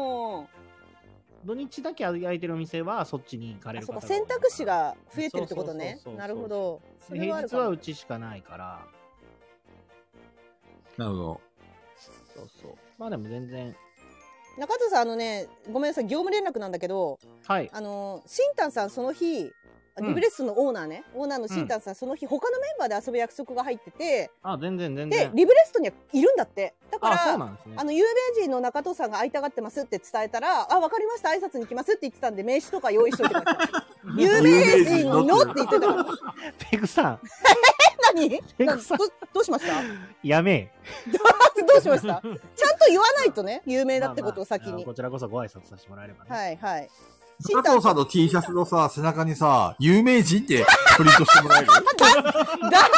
[SPEAKER 3] 土日だけ空いてるお店はそっちに行かれ
[SPEAKER 1] あ、
[SPEAKER 3] る
[SPEAKER 1] そ
[SPEAKER 3] 方
[SPEAKER 1] うか。
[SPEAKER 3] が多い
[SPEAKER 1] 選択肢が増えてるってことね
[SPEAKER 3] そうそうそうそ。う
[SPEAKER 1] なるほど。それはある
[SPEAKER 3] 平日
[SPEAKER 1] かも
[SPEAKER 3] はうちしかないから
[SPEAKER 4] なるほど。
[SPEAKER 3] そうそうまあでも全然
[SPEAKER 1] 中藤さん、あのね、ごめんなさい、業務連絡なんだけど、
[SPEAKER 3] はい
[SPEAKER 1] あのー、新丹さん、その日、あ
[SPEAKER 3] うん
[SPEAKER 1] リブレッスンのオーナーね、オーナーの新丹さん、その日、他のメンバーで遊ぶ約束が入ってて、
[SPEAKER 3] あ全然全
[SPEAKER 1] で
[SPEAKER 3] 然、
[SPEAKER 1] リブレストにはいるんだって。だか
[SPEAKER 3] あそう
[SPEAKER 1] ら、
[SPEAKER 3] なんですね
[SPEAKER 1] あの、有名人の中藤さんが会いたがってますって伝えたら、あ、わかりました、挨拶に来ますって言ってたんで、名刺とか用意しといてください。有名人のって言ってたから。
[SPEAKER 3] ペグさん
[SPEAKER 1] 何
[SPEAKER 3] ペ
[SPEAKER 1] 何
[SPEAKER 3] グさ
[SPEAKER 1] ど
[SPEAKER 3] ん
[SPEAKER 1] どうしました
[SPEAKER 3] やめ
[SPEAKER 1] どうしま したちゃんと言わないとね、有名
[SPEAKER 3] え
[SPEAKER 1] だってことを先
[SPEAKER 3] まあまああの
[SPEAKER 1] に。
[SPEAKER 3] こちらこそご挨拶させてもらえればね、
[SPEAKER 1] はいはい。新
[SPEAKER 4] 中藤さんの T シャツのさ、背中にさ、有名人ってプリントしてもらえ る
[SPEAKER 1] だ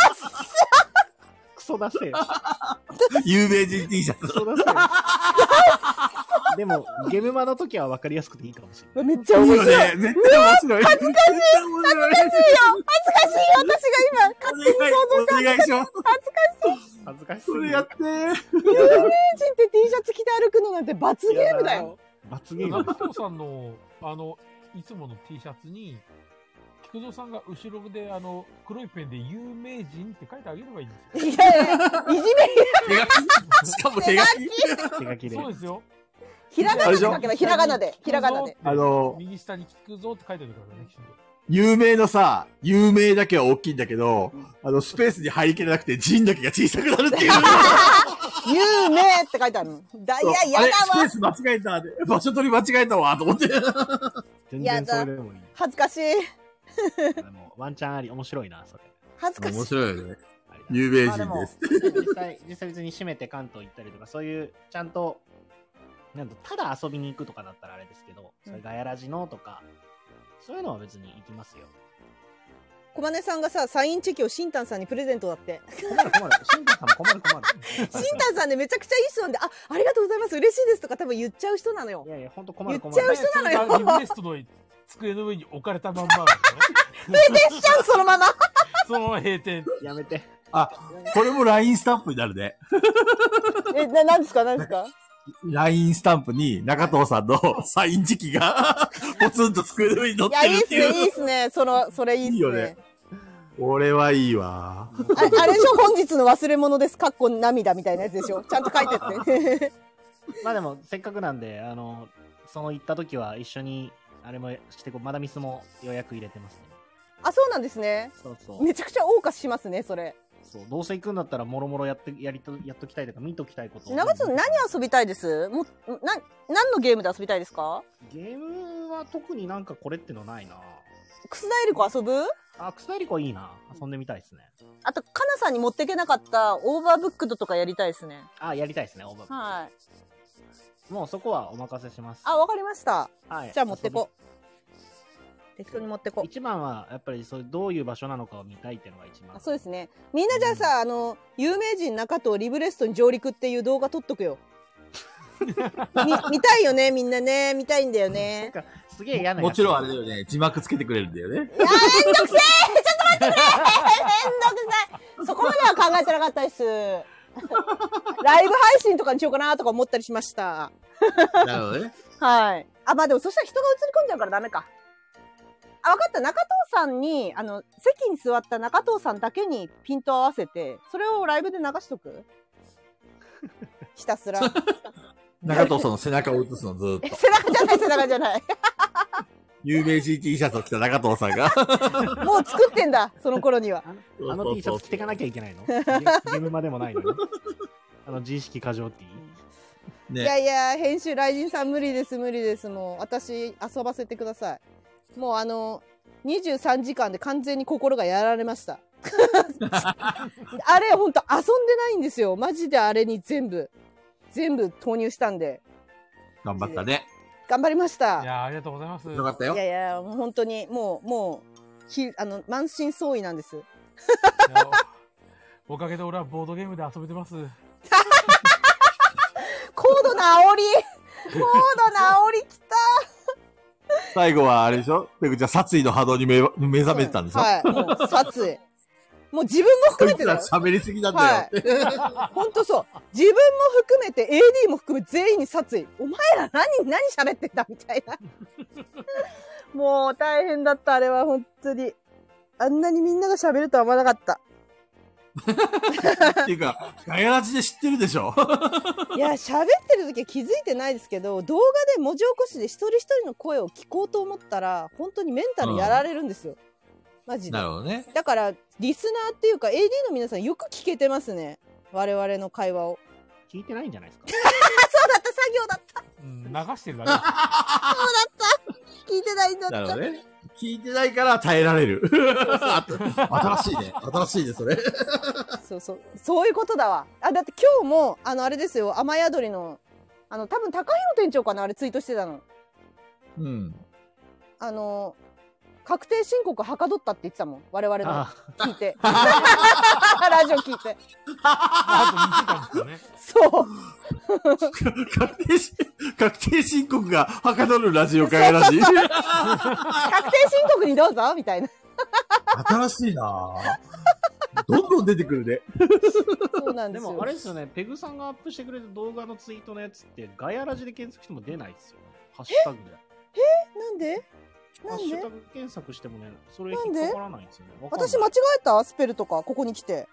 [SPEAKER 3] クソ出 せよ
[SPEAKER 4] 有名人 T シャツ。
[SPEAKER 3] クソ出せよでもゲムマの時は分かりやすくていいかもしれない
[SPEAKER 1] めっちゃ面白い。
[SPEAKER 4] いよね。絶対面白い。恥ずかしい。恥ずかし
[SPEAKER 1] 恥ずかしいよ私が今勝手に
[SPEAKER 4] いよ。お願いします。
[SPEAKER 3] 恥ずかしす
[SPEAKER 4] そ
[SPEAKER 3] ぎ
[SPEAKER 4] れ
[SPEAKER 3] る
[SPEAKER 4] やって。
[SPEAKER 1] 有名人って T シャツ着て歩くのなんて罰ゲームだよ。
[SPEAKER 3] 罰ゲーム
[SPEAKER 2] 中藤さんの、あの、いつもの T シャツに、菊蔵さんが後ろで、あの、黒いペンで有名人って書いてあげればいいんですよ。
[SPEAKER 1] いやいや、いじ
[SPEAKER 4] 手書き しかも手書き
[SPEAKER 3] 手書きで。
[SPEAKER 2] そうですよ。
[SPEAKER 1] め、ひらがなで書けば、ひらがなで、ひらがなで。
[SPEAKER 4] あの、
[SPEAKER 2] 右下に菊蔵って書いてあげてくださいねきちんと。
[SPEAKER 4] 有名のさ、有名だけは大きいんだけど、あの、スペースに入りきれなくて、人だけが小さくなるっていう。
[SPEAKER 1] 有名って書いてあるの。だいや、や
[SPEAKER 4] あ
[SPEAKER 1] だ
[SPEAKER 4] れスペ
[SPEAKER 1] わ
[SPEAKER 4] ー。ス間違えた。 場所取り間違えたわ、と思って。
[SPEAKER 3] 全然それでもいい。
[SPEAKER 1] 恥ずかしい。
[SPEAKER 3] でもワンチャンあり、面白いな、それ。
[SPEAKER 1] 恥ずかしい。
[SPEAKER 4] 白いよね。
[SPEAKER 3] あり
[SPEAKER 4] 有名
[SPEAKER 3] まあで
[SPEAKER 4] 人
[SPEAKER 3] も
[SPEAKER 4] です。
[SPEAKER 3] 実際、実際別に閉めて関東行ったりとか、そういう、ちゃんと、なんだただ遊びに行くとかだったらあれですけど、それガヤラジのとか、そういうのは別に行きますよ。
[SPEAKER 1] 小金さんがさ、サインチェキをシンタンさんにプレゼントだって。
[SPEAKER 3] 困る困る。新さんも困る困る。
[SPEAKER 1] シンタンさんね、めちゃくちゃいい人なんで、あ、ありがとうございます、嬉しいですとか多分言っちゃう人な のよ
[SPEAKER 3] い。やいや、ほんと困る困
[SPEAKER 1] 言
[SPEAKER 3] る。
[SPEAKER 1] っちゃう人なのよ
[SPEAKER 2] それがリブレストの机の上に置かれたまんまなんですね。
[SPEAKER 1] しちゃう、そのまま。
[SPEAKER 2] そのまま閉店。
[SPEAKER 3] やめて。
[SPEAKER 4] あ、これも LINE スタンプになるね。
[SPEAKER 1] え、な、なんですか、なん ですか。
[SPEAKER 4] LINE スタンプに中藤さ んのサイン時期がポツンと机の上に載っ
[SPEAKER 1] いや、
[SPEAKER 4] て
[SPEAKER 1] いい
[SPEAKER 4] る
[SPEAKER 1] っ
[SPEAKER 4] っ
[SPEAKER 1] す
[SPEAKER 4] て
[SPEAKER 1] ね、い
[SPEAKER 4] い。
[SPEAKER 1] いうっすね、その、それいいっすね。
[SPEAKER 4] いいよね俺はいいわ。
[SPEAKER 1] ああれでしょ 本日の忘れ物です。かっこ涙みたいなやつでしょちゃんと書いてって ね。
[SPEAKER 3] まあでも、せっかくなんで、あの、その行った時は一緒に、あれもしてこう、マダミスも予約入れてますね。
[SPEAKER 1] あ、そうなんですね。
[SPEAKER 3] そうそう。
[SPEAKER 1] めちゃくちゃ謳歌しますね、それ。
[SPEAKER 3] そうどうせ行くんだったら、もろもろやって、やりと、やっときたいとか、見ときたいこと。
[SPEAKER 1] 長津さん何遊びたいですもう、な、何のゲームで遊びたいですか
[SPEAKER 3] ゲームは特になんかこれってのないな
[SPEAKER 1] 楠田絵理子遊ぶ
[SPEAKER 3] あ、草田り子いいな遊んでみたいですね。
[SPEAKER 1] あと、かなさんに持っていけなかったオーバーブックドとかやりたいですね。
[SPEAKER 3] あ、やりたいですね、オーバー。
[SPEAKER 1] はい。
[SPEAKER 3] もうそこはお任せします。
[SPEAKER 1] あ、わかりました。
[SPEAKER 3] はい。
[SPEAKER 1] じゃあ持ってこ。適当に持ってこ。
[SPEAKER 3] 一番は、やっぱりそう、どういう場所なのかを見たいっていうのが一番。
[SPEAKER 1] あそうですね。みんなじゃあさ、あの、有名人中とリブレストに上陸っていう動画撮っとく よ。み見たいよね、みんなね。見たいんだよね。
[SPEAKER 3] すげえ嫌なやつ
[SPEAKER 4] もちろんあれだよね、字幕つけてくれるんだよね。
[SPEAKER 1] いやー、めんどくせえちょっと待ってくれめんどくさいそこまでは考えてなかった です。ライブ配信とかにしようかなとか思ったりしました。
[SPEAKER 4] なるほど ね。
[SPEAKER 1] はい。あ、まあでもそしたら人が映り込んじゃうからダメか。あ、分かった。中藤さんに、あの、席に座った中藤さんだけにピント合わせて、それをライブで流しと くひたすら。
[SPEAKER 4] 中藤さんの背中を映すのずーっと。
[SPEAKER 1] え背中じゃない、背中じゃ ない。
[SPEAKER 4] 有名人 T シャツを着た中藤さん が。
[SPEAKER 1] もう作ってんだ、その頃には。
[SPEAKER 3] あの T シャツ着てかなきゃいけない のゲームまでもないのね。あの、自意識過剰 T。
[SPEAKER 1] い
[SPEAKER 4] ね
[SPEAKER 1] やいや、編集雷神さん無理です、無理です。もう、私、遊ばせてください。もう、あの、23時間で完全に心がやられました。 あれ、ほんと、遊んでないんですよ。マジであれに全部、全部投入したんで、
[SPEAKER 4] 頑張ったね。
[SPEAKER 1] 頑張りまし
[SPEAKER 2] い
[SPEAKER 1] た。
[SPEAKER 2] やーありがとうございます。
[SPEAKER 4] よかった
[SPEAKER 1] い
[SPEAKER 4] よ
[SPEAKER 1] や。いや、もう本当に、もう、もう、ひあの、満身創痍なんです。
[SPEAKER 2] いやおかげで俺はボードゲームで遊べてます。
[SPEAKER 1] 高度な 煽り高度な煽りきた
[SPEAKER 4] 最後はあれでしょペグちゃん殺意の波動に目目覚めてたんでしょ
[SPEAKER 1] はい。もう、殺意。もう自分も含
[SPEAKER 4] こ
[SPEAKER 1] め
[SPEAKER 4] い
[SPEAKER 1] て
[SPEAKER 4] つ
[SPEAKER 1] だ
[SPEAKER 4] ら
[SPEAKER 1] よ。
[SPEAKER 4] 喋りすぎなんだよ。
[SPEAKER 1] はい。本当そう。自分も含めて AD も含め全員に殺意。お前ら何、何喋ってんだみたい な。もう大変だった、あれは本当に。あんなにみんなが喋るとは思わなかった。
[SPEAKER 4] っていうか、ガヤラジで知ってるでしょ
[SPEAKER 1] いや、喋ってる時は気づいてないですけど、動画で文字起こしで一人一人の声を聞こうと思ったら、本当にメンタルやられるんですよ。マジで。
[SPEAKER 4] ほどね。
[SPEAKER 1] だから、リスナーっていうか AD の皆さんよく聞けてますね。我々の会話を。
[SPEAKER 3] 聞いてないんじゃないですか。
[SPEAKER 1] あ、そうだった、作業だった。
[SPEAKER 2] うん、流してるだ
[SPEAKER 1] 聞いてないんだった。
[SPEAKER 4] なるほどね。聞いてないから耐えられる。あと新しいね。新しいね、それ。
[SPEAKER 1] そうそう、そういうことだわ。あ、だって今日も、あの、あれですよ、雨宿りの、あの、多分高弘店長かな、あれツイートしてたの。
[SPEAKER 4] うん。
[SPEAKER 1] あの、確定申告はかどったって言ってたもん。我々の
[SPEAKER 3] あ
[SPEAKER 1] 聞いて。 ラジオ聞いて。
[SPEAKER 2] あと2時間ですかね。
[SPEAKER 1] そう。
[SPEAKER 4] 確定し、確定申告がはかどるラジオガヤラジ。
[SPEAKER 1] 確定申告にどうぞみたいな。
[SPEAKER 4] 新しいなぁ。どんどん出てくるね。
[SPEAKER 1] そうなん
[SPEAKER 3] あ。
[SPEAKER 1] で
[SPEAKER 3] です
[SPEAKER 1] よ。
[SPEAKER 3] も、あれですよね、ペグさんがアップしてくれた動画のツイートのやつって、ガヤラジで検索しても出ないですよね。ハッシュタグで。
[SPEAKER 1] なんで
[SPEAKER 3] ハ
[SPEAKER 1] な
[SPEAKER 3] ッシ
[SPEAKER 1] ん
[SPEAKER 3] ュ
[SPEAKER 1] で
[SPEAKER 3] タグ検索してもね、それ
[SPEAKER 1] なん
[SPEAKER 3] 引
[SPEAKER 1] で
[SPEAKER 3] っかからないんですよね。わかんない
[SPEAKER 1] 私間違えたスペルとかここに来て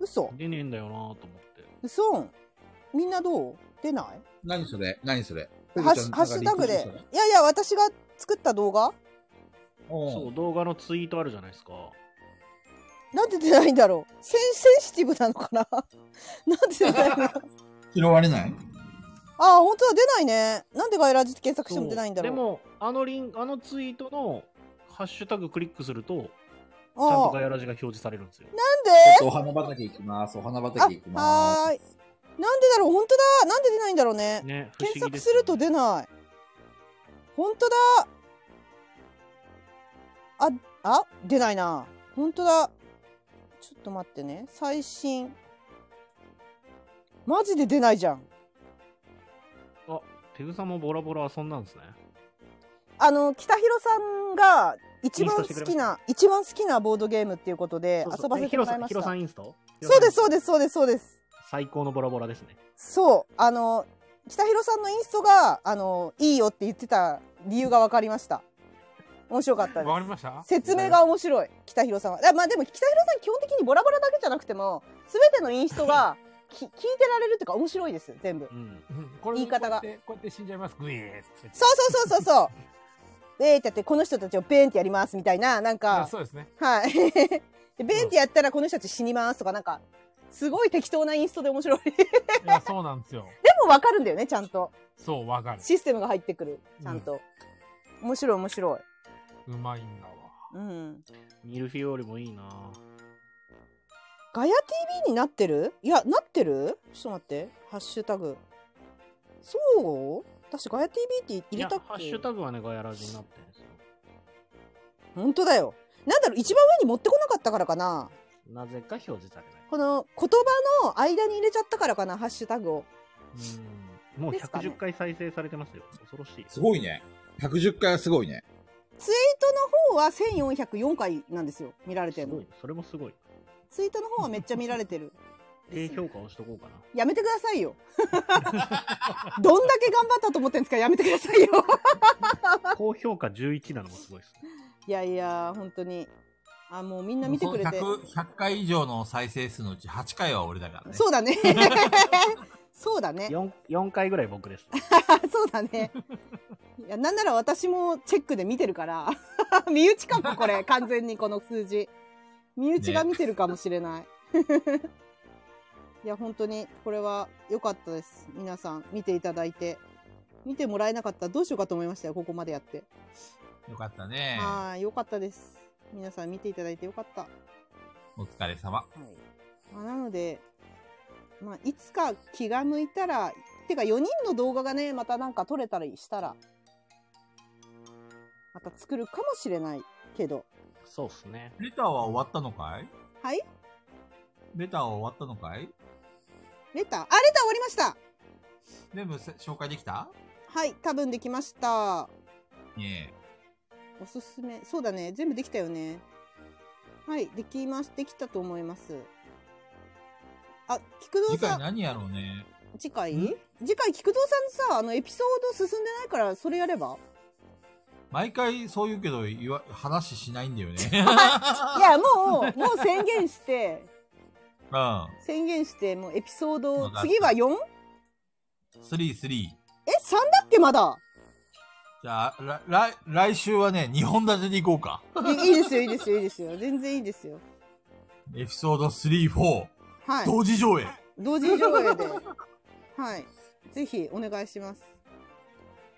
[SPEAKER 1] 嘘
[SPEAKER 3] 出ねえんだよなと思って。
[SPEAKER 1] 嘘みんなどう出ない
[SPEAKER 4] 何それ何それ
[SPEAKER 1] ハッシュハッシュタグで
[SPEAKER 4] なんかリ
[SPEAKER 1] い
[SPEAKER 4] プ。
[SPEAKER 1] やいや、私が作った動画
[SPEAKER 3] そう、動画のツイートあるじゃないですか。
[SPEAKER 1] なんで出ないんだろうセンセンシティブなのかな なんで出ない のあ
[SPEAKER 4] 拾われない
[SPEAKER 1] あ、本当は出ないね。なんでガイラジって検索しても出ないんだろう
[SPEAKER 3] でも、あのリン、あのツイートのハッシュタグクリックすると、ちゃん
[SPEAKER 1] あ
[SPEAKER 3] と
[SPEAKER 1] あ
[SPEAKER 3] ガヤラジが表示されるんですよ。
[SPEAKER 1] なんで
[SPEAKER 4] お花畑行きます。お花
[SPEAKER 1] あ
[SPEAKER 4] 畑行き、ます。
[SPEAKER 1] はーい。なんでだろう本当だなんで出ないんだろうね。
[SPEAKER 3] ね、不思
[SPEAKER 1] 検
[SPEAKER 3] 議
[SPEAKER 1] 索
[SPEAKER 3] です
[SPEAKER 1] すると
[SPEAKER 3] よね
[SPEAKER 1] 出ない。本当だあ、あ、出ないな。本当だ。ちょっと待ってね。最新。マジで出ないじゃん。
[SPEAKER 3] ペグさんもボラボラ遊んだんですね。
[SPEAKER 1] あの北広さんが一番
[SPEAKER 3] イン
[SPEAKER 1] 好
[SPEAKER 3] ストしてく
[SPEAKER 1] き
[SPEAKER 3] れま
[SPEAKER 1] な一番好きなボードゲームっていうことで遊ばせてもらいま
[SPEAKER 3] ヒ
[SPEAKER 1] し
[SPEAKER 3] ロさ
[SPEAKER 1] た
[SPEAKER 3] ん。インスト
[SPEAKER 1] そうですそう
[SPEAKER 3] で
[SPEAKER 1] ですそうですそうです。
[SPEAKER 3] す。最高のボラボラですね。
[SPEAKER 1] そうあの北広さんのインストがあのいいよって言ってた理由が分かりました。面白かったで
[SPEAKER 2] わか
[SPEAKER 1] す。
[SPEAKER 2] りました
[SPEAKER 1] 説明が面白い北広さんは。あまあでも北広さん基本的にボラボラだけじゃなくても全てのインスト がき聞いてられるっていうか面白いです全部。
[SPEAKER 3] うん。
[SPEAKER 2] うんこれ
[SPEAKER 1] 言い方が
[SPEAKER 2] こうやってこうやって死んじゃいますグイーン
[SPEAKER 1] そうそうそうそうそう。 えーってやってこの人たちをベーンってやりますみたいななんか
[SPEAKER 2] あ。そうですね
[SPEAKER 1] はい。 で、ベンってやったらこの人たち死にますとか、なんか、すごい適当なインストで面白い。で
[SPEAKER 2] いやそうなんですよ
[SPEAKER 1] もわかるんだよね、ちゃんと。
[SPEAKER 2] そうわかる
[SPEAKER 1] システムが入ってくる。ちゃんと。面白い面白い。
[SPEAKER 2] うまいんだわ
[SPEAKER 1] うん。
[SPEAKER 3] ミルフィオールもいいな
[SPEAKER 1] ガヤ TV になってるいや、なってるちょっと待って。ハッシュタグ。そう私、ガヤ TV って入れたっ
[SPEAKER 3] いやハッシ
[SPEAKER 1] け
[SPEAKER 3] ュタグはね、ガヤラジになってるんですよ。
[SPEAKER 1] 本当だよ。なんだろう、一番上に持ってこなかったからかな。
[SPEAKER 3] なぜか表示されない。
[SPEAKER 1] この言葉の間に入れちゃったからかな、ハッシュタグを。
[SPEAKER 3] うん。もう
[SPEAKER 1] ですかね
[SPEAKER 3] 110回再生されてますよ。恐ろしい。
[SPEAKER 4] すごいね。110回はすごいね。
[SPEAKER 1] ツイートの方は1404回なんですよ。見られて
[SPEAKER 3] す
[SPEAKER 1] る
[SPEAKER 3] ご
[SPEAKER 1] の
[SPEAKER 3] い。。それもすごい。
[SPEAKER 1] ツイートの方はめっちゃ見られてる。
[SPEAKER 3] 低評価をしとこうかな。
[SPEAKER 1] やめてくださいよ。 どんだけ頑張ったと思ってんですかやめてくださいよ。
[SPEAKER 3] 高評価11なのもすごいですね。
[SPEAKER 1] いやいや、本当に。あ、もうみんな見てくれて。
[SPEAKER 4] 100, 100回以上の再生数のうち8回は俺だからね。
[SPEAKER 1] そうだね。 そうだね。
[SPEAKER 3] 4, 4回ぐらい僕です。
[SPEAKER 1] そうだね。いや、なんなら私もチェックで見てるから。 身内かも、これ。完全にこの数字。身内が見てるかもしれない。 いや、本当に、これは良かったです。皆さん、見ていただいて。見てもらえなかったらどうしようかと思いましたよ、ここまでやって。
[SPEAKER 4] よかったね。
[SPEAKER 1] はい、良かったです。皆さん見ていただいて良かった。は
[SPEAKER 4] お疲れ様。
[SPEAKER 1] い。まあ、なので、まあ、いつか気が向いたら、てか4人の動画がね、またなんか撮れたりしたら、また作るかもしれないけど。
[SPEAKER 3] そうっすね。
[SPEAKER 4] レターは終わったのかい
[SPEAKER 1] はい
[SPEAKER 4] レターは終わったのかい
[SPEAKER 1] レターあ、レター終わりました
[SPEAKER 4] 全部せ紹介できた
[SPEAKER 1] はい、多分できました。
[SPEAKER 4] ね
[SPEAKER 1] おすすめ。そうだね、全部できたよね。はい、できます。できたと思います。あ、菊
[SPEAKER 4] え。
[SPEAKER 1] 堂
[SPEAKER 4] 次
[SPEAKER 1] さ
[SPEAKER 4] 回
[SPEAKER 1] ん。
[SPEAKER 4] 何やろうね。
[SPEAKER 1] 次回
[SPEAKER 4] ん
[SPEAKER 1] 次回菊堂さんさあのエピソード進んでないからそれやれば
[SPEAKER 4] 毎回そう言うけど、言わ話しないんだよね。
[SPEAKER 1] いやもうもう宣言して
[SPEAKER 4] う
[SPEAKER 1] 宣言してもうエピソー
[SPEAKER 4] わ
[SPEAKER 1] ド
[SPEAKER 4] かった
[SPEAKER 1] 次は 4?
[SPEAKER 4] ん。3、3。じ
[SPEAKER 1] え三3だっけまだ
[SPEAKER 4] ゃあ、ら来、来週はね、日本立てで行こうか。
[SPEAKER 1] いいいですよいいですよいいですよ全然いいですよ
[SPEAKER 4] エピソード3、4。
[SPEAKER 1] はい
[SPEAKER 4] 同時上映。
[SPEAKER 1] 同時上映ではいぜひお願いします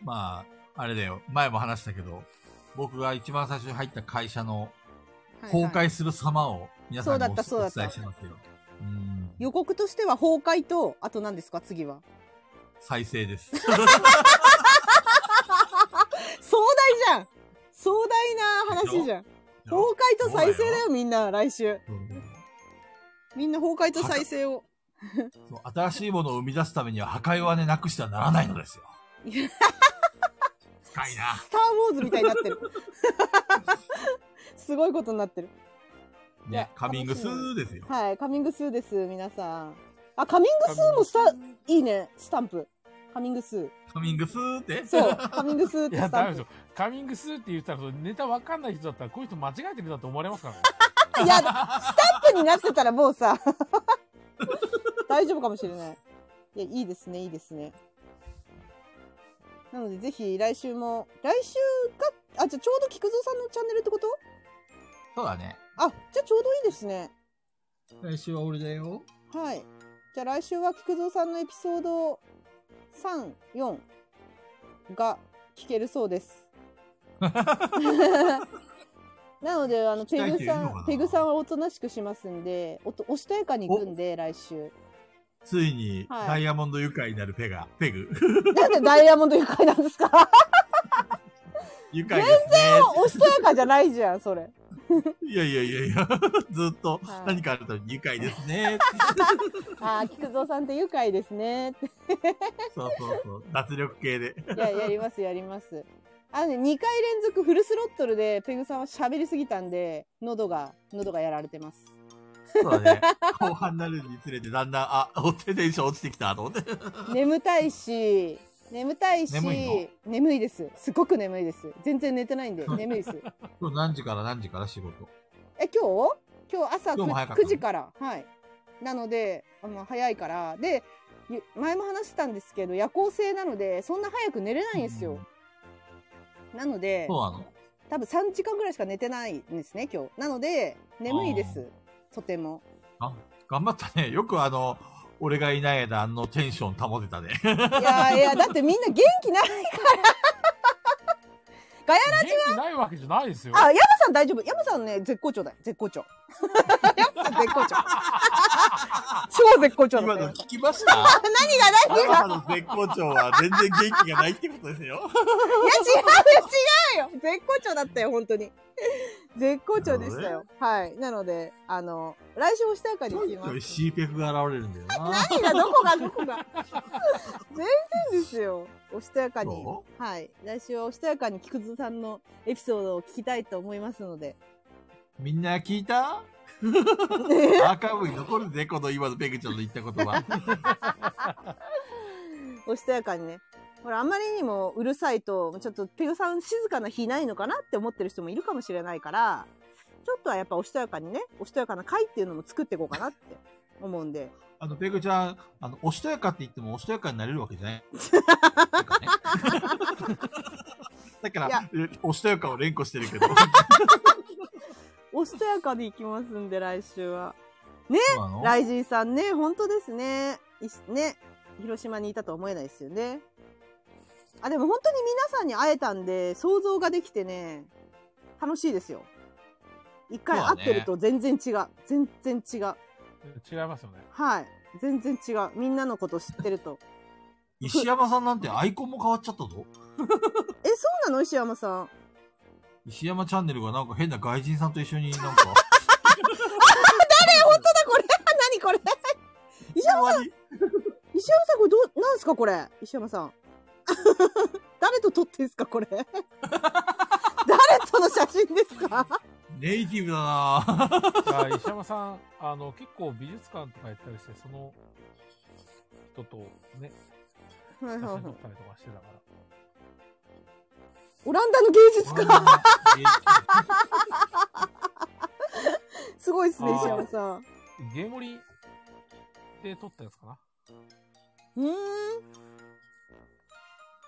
[SPEAKER 4] まあ、あれだよ。前も話したけど、僕が一番最初に入った会社の
[SPEAKER 1] はいはい
[SPEAKER 4] 崩壊する様を皆さ
[SPEAKER 1] そ
[SPEAKER 4] んに
[SPEAKER 1] うだった
[SPEAKER 4] お
[SPEAKER 1] そうだ
[SPEAKER 4] お
[SPEAKER 1] った
[SPEAKER 4] 伝えしてますよ。うん。
[SPEAKER 1] 予告としては崩壊とあと何ですか次は
[SPEAKER 4] 再 生です。
[SPEAKER 1] 壮大じゃん壮大な話じゃん崩壊と再生だよみんな来週
[SPEAKER 4] うん
[SPEAKER 1] みんな崩壊と再生を
[SPEAKER 4] そう新しいものを生み出すためには破壊はね、なくしてはならないのですよ。深いな。
[SPEAKER 1] スター・ウォーズみたいになってる。 すごいことになってる。いや
[SPEAKER 4] ね、カミングスーですよ。
[SPEAKER 1] はい、カミングスーです、皆さん。あ、カミングスーもスタ、いいね、スタンプ。カミングスー。
[SPEAKER 4] カミングスーって
[SPEAKER 1] そう、カミングスーっ
[SPEAKER 2] い
[SPEAKER 1] て
[SPEAKER 2] や、
[SPEAKER 1] ス
[SPEAKER 2] ダ
[SPEAKER 1] タ
[SPEAKER 2] メ
[SPEAKER 1] ン
[SPEAKER 2] でし
[SPEAKER 1] プ
[SPEAKER 2] ょ。。カミングスーって言ったら、それネタわかんない人だったら、こういう人間違えてるだって思われますからね。
[SPEAKER 1] いや、スタンプになってたらもうさ、 大丈夫かもしれない。いや、いいですね、いいですね。なので、ぜひ来週も、来週が、あ、じゃあちょうど菊蔵さんのチャンネルってこと
[SPEAKER 4] そうだね。
[SPEAKER 1] あ、じゃあちょうどいいですね。
[SPEAKER 4] 来週は俺だよ。
[SPEAKER 1] はい。じゃあ来週は菊蔵さんのエピソード3、4が聞けるそう です。なので、あの、ペ
[SPEAKER 4] 鍛えて
[SPEAKER 1] グ
[SPEAKER 4] いる
[SPEAKER 1] さ、
[SPEAKER 4] のかなん
[SPEAKER 1] ペグさんはおとなしくしますんで、おと、おしとやかに行くんで、来週。
[SPEAKER 4] ついに、
[SPEAKER 1] はい
[SPEAKER 4] ダイヤモンド愉快になるペガ、ペグ。
[SPEAKER 1] なんでダイヤモンド愉快なんですか
[SPEAKER 4] 愉快ですね。
[SPEAKER 1] おしとやかじゃないじゃん、それ。
[SPEAKER 4] いやいやいやいや、 ずっと
[SPEAKER 1] はい
[SPEAKER 4] 何かあるたびに愉快です ね。
[SPEAKER 1] ああ、菊蔵さんって愉快ですね。
[SPEAKER 4] そうそうそう。脱力系で。
[SPEAKER 1] いや、やります、やります。あのね、2回連続フルスロットルでペグさんは喋りすぎたんで、喉が、喉がやられてます。
[SPEAKER 4] そうだね。後半になるにつれて、だんだん、あ、お手テンション落ちてきたと思って。
[SPEAKER 1] 眠たいし、眠たいし、
[SPEAKER 4] 眠い
[SPEAKER 1] 眠いです。すごく眠いです。全然寝て ないんで、眠いです。
[SPEAKER 4] 今日何時から何時から仕事。
[SPEAKER 1] え、今日今日朝
[SPEAKER 4] 今日も早
[SPEAKER 1] 9,
[SPEAKER 4] かったの
[SPEAKER 1] 時から。はい。なので、あまあ、早いから。で、ゆ前も話したんですけど、夜行性なので、そんな早く寝れないんですよ。なので、
[SPEAKER 4] そうなの
[SPEAKER 1] 多分3時間ぐらいしか寝てないんですね、今日。なので、眠いです。とても。
[SPEAKER 4] 頑張ったね。よくあの、俺がいない間、あのテンション保てたね。
[SPEAKER 1] いやいや、だってみんな元気ない
[SPEAKER 2] 元気ないわけじゃないですよ。
[SPEAKER 1] あ、山さん大丈夫。山さんね、絶好調だよ。絶好調。山さん絶好調。超絶好調だ
[SPEAKER 4] 今
[SPEAKER 1] った
[SPEAKER 4] の
[SPEAKER 1] よ
[SPEAKER 4] 聞きました
[SPEAKER 1] 何が何が
[SPEAKER 4] あなたの絶好調は全然元気がないってことですよ。
[SPEAKER 1] いや、違うよ、違うよ。絶好調だったよ、本当に。絶好調でしたよ。はい。なので、あの、来週もしたやかに聞きま
[SPEAKER 4] 今日
[SPEAKER 1] す。
[SPEAKER 4] CPF が現れるんだよな。
[SPEAKER 1] 何が、どこが、どこが。全然ですよ。おしとやかに
[SPEAKER 4] そ。
[SPEAKER 1] はい。来週はおしとやかに菊津さんのエピソードを聞きたいと思いますので。
[SPEAKER 4] みんな聞 いたアーカイブに残るぜ、この今のペグちゃんの言った言葉。
[SPEAKER 1] おしとやかにね。ほら、あんまりにもうるさいと、ちょっとペグさん静かな日ないのかなって思ってる人もいるかもしれないから、ちょっとはやっぱおしとやかにね、おしとやかな会っていうのも作っていこうかなって思うんで。
[SPEAKER 4] あの、ペグちゃん、あの、おしとやかって言ってもおしとやかになれるわけじ ゃない。だからねだか
[SPEAKER 1] い
[SPEAKER 4] ら
[SPEAKER 1] や、
[SPEAKER 4] おしとやかを連呼してるけど。
[SPEAKER 1] おしとやかでいきますんで、来週は。
[SPEAKER 4] そうな の
[SPEAKER 1] ライジンさんね、本当ですね。いしね、広島にいたとは思えないですよね。あ、でも本当に皆さんに会えたんで、想像ができてね、楽しいですよ。一回
[SPEAKER 4] そうだ
[SPEAKER 1] 会
[SPEAKER 4] ね
[SPEAKER 1] ってると全然違う。全然違う。
[SPEAKER 2] 違いますよね。
[SPEAKER 1] はい。全然違う。みんなのこと知ってると。
[SPEAKER 4] 石山さんなんてアイコンも変わっちゃったぞ。
[SPEAKER 1] え、そうなの石山さん。
[SPEAKER 4] 石山チャンネルがなんか変な外人さんと一緒にな ん
[SPEAKER 1] た
[SPEAKER 4] か、
[SPEAKER 1] だこれ 何これ石山
[SPEAKER 4] わり
[SPEAKER 1] 石山さんこれどう、なんすかこれ石山さん。 誰と撮ってんすかこれ 誰との写真ですか
[SPEAKER 4] ネイティブだなぁ。
[SPEAKER 2] いや石山さん、あの、結構美術館とかやったりして、その人とね、
[SPEAKER 1] はいはい
[SPEAKER 2] 写
[SPEAKER 1] はい
[SPEAKER 2] 真撮ったりとかしてたから。
[SPEAKER 1] オランダの芸術 家すごいっすね
[SPEAKER 2] あー
[SPEAKER 1] 石山さん。
[SPEAKER 2] ゲーモリで撮ったやつかな。
[SPEAKER 1] うーん。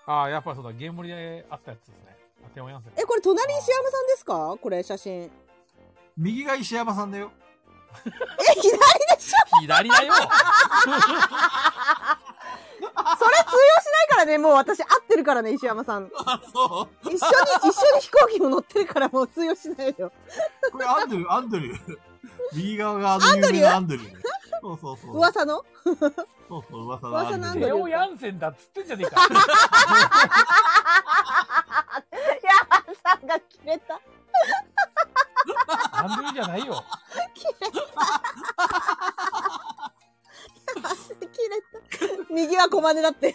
[SPEAKER 2] ああ、やっぱそうだ、ゲームリであったやつですね。竹山ヤンセン。
[SPEAKER 1] え、これ隣石山さんですかこれ写真。 え、
[SPEAKER 4] 右が石山さんだよ。
[SPEAKER 1] 左でしょ
[SPEAKER 2] 左だ よ
[SPEAKER 1] それ通用しないからね、もう私会ってるからね、石山さん。
[SPEAKER 4] あ、そ
[SPEAKER 1] 一緒に、一緒に飛行機も乗ってるからもう通用しないよ。
[SPEAKER 4] うこれアンドリュー、アンドリュー。右側があの有名なアンドリュー。そうそうそう。
[SPEAKER 1] 噂の
[SPEAKER 4] そうそう、噂
[SPEAKER 1] 噂
[SPEAKER 4] の
[SPEAKER 1] の
[SPEAKER 4] ア
[SPEAKER 1] ア
[SPEAKER 4] ン
[SPEAKER 1] ン
[SPEAKER 4] ド
[SPEAKER 1] ド
[SPEAKER 4] リ
[SPEAKER 1] リュ
[SPEAKER 4] ュー。
[SPEAKER 2] レ
[SPEAKER 1] ー
[SPEAKER 2] オヤンセンだっつってんじゃねえ か。
[SPEAKER 1] 山さんが切れた。
[SPEAKER 2] アンドリューじゃないよ。
[SPEAKER 1] 切れた。右は小金だって。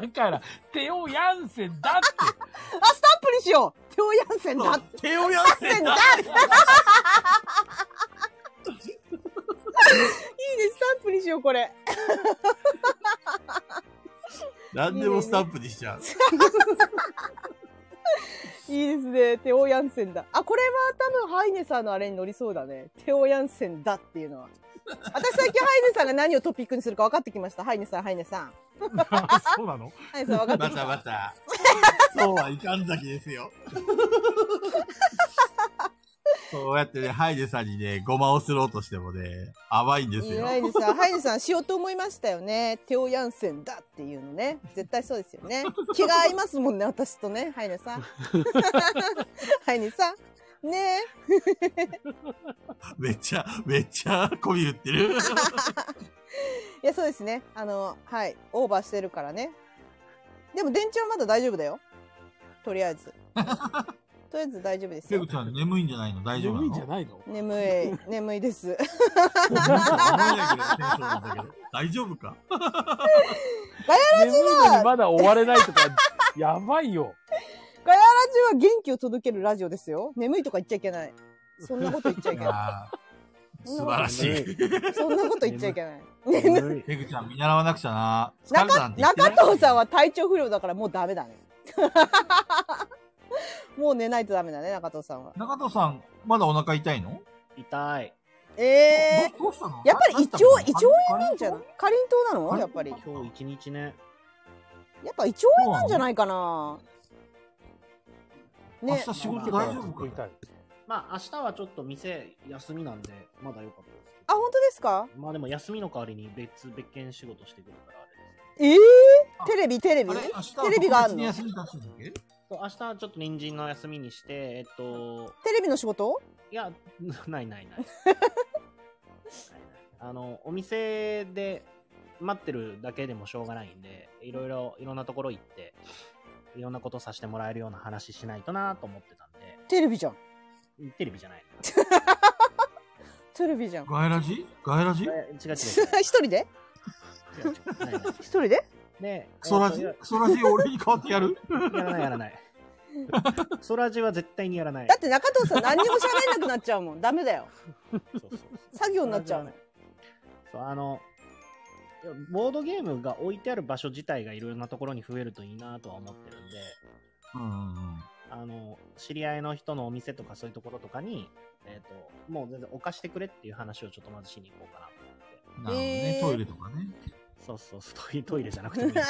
[SPEAKER 2] だから、テオヤンセンだって。
[SPEAKER 1] あ、スタンプにしようテオヤンセンだ
[SPEAKER 4] そうテオヤンセ
[SPEAKER 1] セ
[SPEAKER 4] ン
[SPEAKER 1] ン
[SPEAKER 4] だ
[SPEAKER 1] だいいね、スタンプにしよう、これ。
[SPEAKER 4] 何でもスタンプにしちゃう。
[SPEAKER 1] いいですね。テオヤンセンだ。あ、これは多分ハイネさんのあれに乗りそうだね。テオヤンセンだっていうのは。私最近ハイネさんが何をトピックにするか分かってきました。ハイネさん、ハイネさん。
[SPEAKER 2] そうなの
[SPEAKER 1] ハイネさん分かって
[SPEAKER 4] ま
[SPEAKER 1] きた。
[SPEAKER 4] たまた。そうはいかんざきですよ。そうやってね、ハイデさんにね、ごまをすろうとしてもね、甘いんです
[SPEAKER 1] いい
[SPEAKER 4] よ。
[SPEAKER 1] ハイネさん、ハイネさんしようと思いましたよね。テオヤンセンだっていうのね。絶対そうですよね。気が合いますもんね、私とね。ハイネ さん。ハイネさん。ねえ。
[SPEAKER 4] めっちゃ、めっちゃ、媚び売ってる。
[SPEAKER 1] いや、そうですね。あの、はい。オーバーしてるからね。でも、電池はまだ大丈夫だよ。とりあえ ず。とりあえず大丈夫です
[SPEAKER 4] ペ
[SPEAKER 1] よ
[SPEAKER 4] グ。ちゃん眠いんじゃないの大丈夫なの
[SPEAKER 2] 眠いんじゃないの
[SPEAKER 1] 眠い、眠いです。
[SPEAKER 4] 思えないぐらいテンションなんだけど大丈夫か
[SPEAKER 2] 眠いのにまだ終われないとか、やばいよ。
[SPEAKER 1] ラジオは元気を届けるラジオですよ。眠いとか言っちゃいけない。そんなこと言っちゃい
[SPEAKER 4] い
[SPEAKER 1] けな
[SPEAKER 4] やー素晴らしい。
[SPEAKER 1] い。 そんなこと言っちゃいけない。
[SPEAKER 3] 眠い
[SPEAKER 4] ペグちゃん見習わなくちゃな。疲れた
[SPEAKER 1] 中
[SPEAKER 4] なんて言ってない
[SPEAKER 1] 中藤さんは体調不良だからもうダメだ ね。もう寝ないとダメだね、中藤さんは。
[SPEAKER 4] 中藤さん、まだお腹痛いの
[SPEAKER 3] 痛い。
[SPEAKER 1] ええ
[SPEAKER 4] どどうしたの
[SPEAKER 1] やっぱり胃腸、胃腸炎なんじゃない
[SPEAKER 4] い
[SPEAKER 1] かりんとうなのやっぱり。
[SPEAKER 3] 今日一日ね。
[SPEAKER 1] やっぱ胃腸炎なんじゃないかな。
[SPEAKER 4] 明
[SPEAKER 1] ね、
[SPEAKER 4] 日仕事 大丈夫
[SPEAKER 2] 食い
[SPEAKER 4] か
[SPEAKER 2] たい。
[SPEAKER 3] まあ明日はちょっと店休みなんで、まだ良かったですけ
[SPEAKER 1] あ、本当ですか
[SPEAKER 3] ど。まあでも休みの代わりに別、別件仕事してくるからあれです
[SPEAKER 1] ええテレビ、テレビ
[SPEAKER 4] あれ明日は
[SPEAKER 1] テレビがある
[SPEAKER 4] 特別に
[SPEAKER 1] の
[SPEAKER 4] 休みだったんだっけ
[SPEAKER 3] けど。そう明日はちょっと人参の休みにして、えっと、
[SPEAKER 1] テレビの仕事
[SPEAKER 3] いや、 ないないない。ないないあの、お店で待ってるだけでもしょうがないんで、いろいろ、いろんなところ行って、いろんなことさせてもらえるような話しないとなと思ってたん
[SPEAKER 1] テレビじゃん。
[SPEAKER 3] で、テレビじゃない。
[SPEAKER 1] テレビじゃん。
[SPEAKER 4] ガイラジガイラジ
[SPEAKER 3] え違う違う
[SPEAKER 1] 一人で
[SPEAKER 3] 違う違うないない。
[SPEAKER 1] 一人で
[SPEAKER 3] で、
[SPEAKER 4] クソラジ
[SPEAKER 3] えー
[SPEAKER 4] クソラジ俺に代わってやる
[SPEAKER 3] とやらないやらない。クソラジは絶対にやらない
[SPEAKER 1] だ。って中藤さん何にも喋んなくなっちゃうもん。ダメだよ。
[SPEAKER 3] そうそう
[SPEAKER 1] 作業になっち ゃうの。
[SPEAKER 3] そうあの、ボードゲームが置いてある場所自体がいろんなところに増えるといいなとは思ってるんで、
[SPEAKER 4] うんうんうん。
[SPEAKER 3] あの、知り合いの人のお店とかそういうところとかに、えっ、と、もう全然お貸してくれっていう話をちょっとまずしに行こうかなと思って。
[SPEAKER 4] なるほどね
[SPEAKER 1] え。ー
[SPEAKER 4] トイレとかね。
[SPEAKER 3] そうそうそう、トイトイレじゃなくてもいい。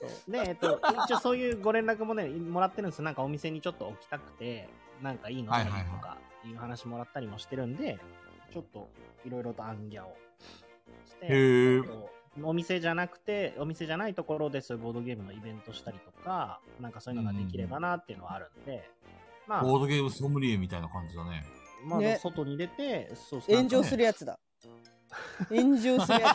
[SPEAKER 3] そうで、えっ、と、一応そういうご連絡もね、もらってるんですよなんかお店にちょっと置きたくて、なんかいいのがいいと
[SPEAKER 4] はいはい
[SPEAKER 3] か、いう話もらったりもしてるんで、ちょっといろいろとアンギャをして、
[SPEAKER 4] へー
[SPEAKER 3] えっとお店じゃなくて、お店じゃないところでそういうボードゲームのイベントしたりとか、なんかそういうのができればなっていうのはあるんで、まあ、
[SPEAKER 4] ボードゲームソムリエみたいな感じだね。
[SPEAKER 3] まあ、
[SPEAKER 1] ね
[SPEAKER 3] 外に出て、そうそう
[SPEAKER 1] 炎上するやつだ。炎上する や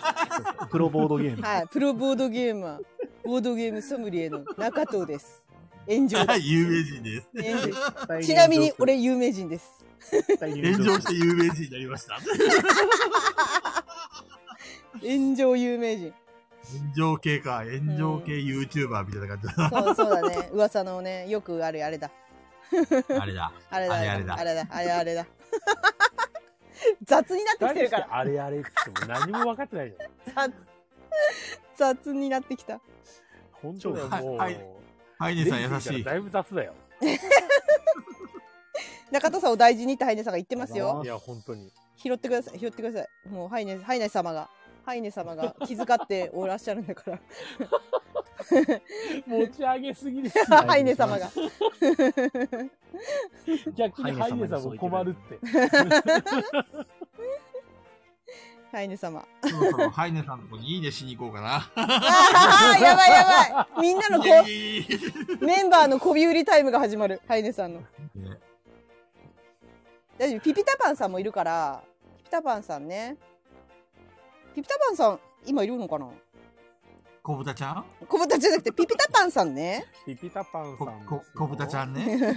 [SPEAKER 3] プロボードゲー
[SPEAKER 1] つ。はい。プロボードゲーマー、ボードゲームソムリエの中藤です。炎上だ。
[SPEAKER 4] 有名人です。
[SPEAKER 1] 炎上
[SPEAKER 3] ム
[SPEAKER 1] ちなみに、俺有名人です。
[SPEAKER 4] 炎
[SPEAKER 3] 炎
[SPEAKER 4] 上して有名人になりました。
[SPEAKER 1] 炎上有名人。
[SPEAKER 4] 炎上系か、炎上系 YouTuber みたいな感じだ
[SPEAKER 1] そうそうだね。噂のね、よくあるあれだ。
[SPEAKER 4] な。あれだ。
[SPEAKER 1] あれだ、
[SPEAKER 4] あれ
[SPEAKER 1] あ
[SPEAKER 4] あ
[SPEAKER 1] れ
[SPEAKER 4] れ
[SPEAKER 1] だ、
[SPEAKER 4] だ
[SPEAKER 1] あれだ、あれあれだ。 雑になってきて
[SPEAKER 2] 誰
[SPEAKER 1] る
[SPEAKER 2] か
[SPEAKER 1] からら。
[SPEAKER 2] あれあれって言っても何も分かってないじゃん。
[SPEAKER 1] 雑 雑になってきた。
[SPEAKER 2] 本当だよ、
[SPEAKER 4] はい
[SPEAKER 2] もう。
[SPEAKER 4] はいハイネさん優しい。
[SPEAKER 2] だいぶ雑だよ。
[SPEAKER 1] 中田さんを大事にってハイネさんが言ってます
[SPEAKER 3] あ
[SPEAKER 1] よ。
[SPEAKER 2] いや、本当 に。
[SPEAKER 1] 拾ってください、拾ってください。もうハイネ、ハイネ様が、ハイネ様が気遣っておらっしゃるんだ から。
[SPEAKER 2] 持ち上げすぎですよ。
[SPEAKER 1] ハイネ様が。
[SPEAKER 2] 逆にハイネさんも困るって。
[SPEAKER 1] ハイネ様。
[SPEAKER 4] そろそろハイネさんのとこにいいねしに行こうかな。
[SPEAKER 1] ああ、やばいや ばい。みんなのこ
[SPEAKER 4] イエイ
[SPEAKER 1] メンバーのこび売りタイムが始まる。ハイネさんの。
[SPEAKER 4] ね
[SPEAKER 1] 大丈夫ピピタパンさんもいるからピピタパンさんねピピタパンさん今いるのかな
[SPEAKER 4] 小豚ちゃん
[SPEAKER 1] 小豚じゃなくてピピタパンさんね
[SPEAKER 2] ピピタパンさ
[SPEAKER 4] こ、
[SPEAKER 2] ん。
[SPEAKER 4] こ、小豚ちゃんね。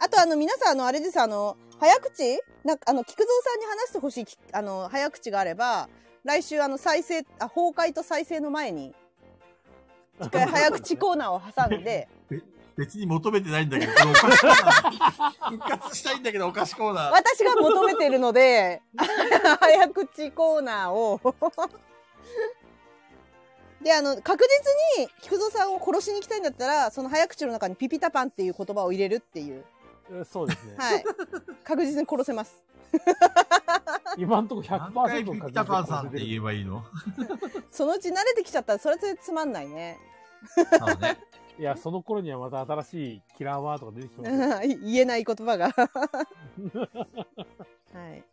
[SPEAKER 1] あとあの皆さんあのあれですあの早口なんかあの菊蔵さんに話してほしいきあの早口があれば来週あの再生あ崩壊と再生の前に一回早口コーナーを挟んで
[SPEAKER 4] 別に求めてないんだけど、このお菓子コーナー。復活したいんだけど、お菓子コーナー。
[SPEAKER 1] 私が求めているので早口コーナーをで、あの、確実に菊蔵さんを殺しに行きたいんだったら、その早口の中にピピタパンっていう言葉を入れるっていう。
[SPEAKER 2] えそうですね。
[SPEAKER 1] はい。確実に殺せます。
[SPEAKER 2] 今んとこ
[SPEAKER 4] 何回ピ
[SPEAKER 2] 100%
[SPEAKER 4] ピタパンさんって
[SPEAKER 2] い
[SPEAKER 4] 言えばいいの
[SPEAKER 1] そのうち慣れてきちゃったら、それはつまんないね。
[SPEAKER 4] そうね。
[SPEAKER 2] や、その頃にはまた新しいキラーワードが出てきてますよ。
[SPEAKER 1] 言えない言葉が。はい。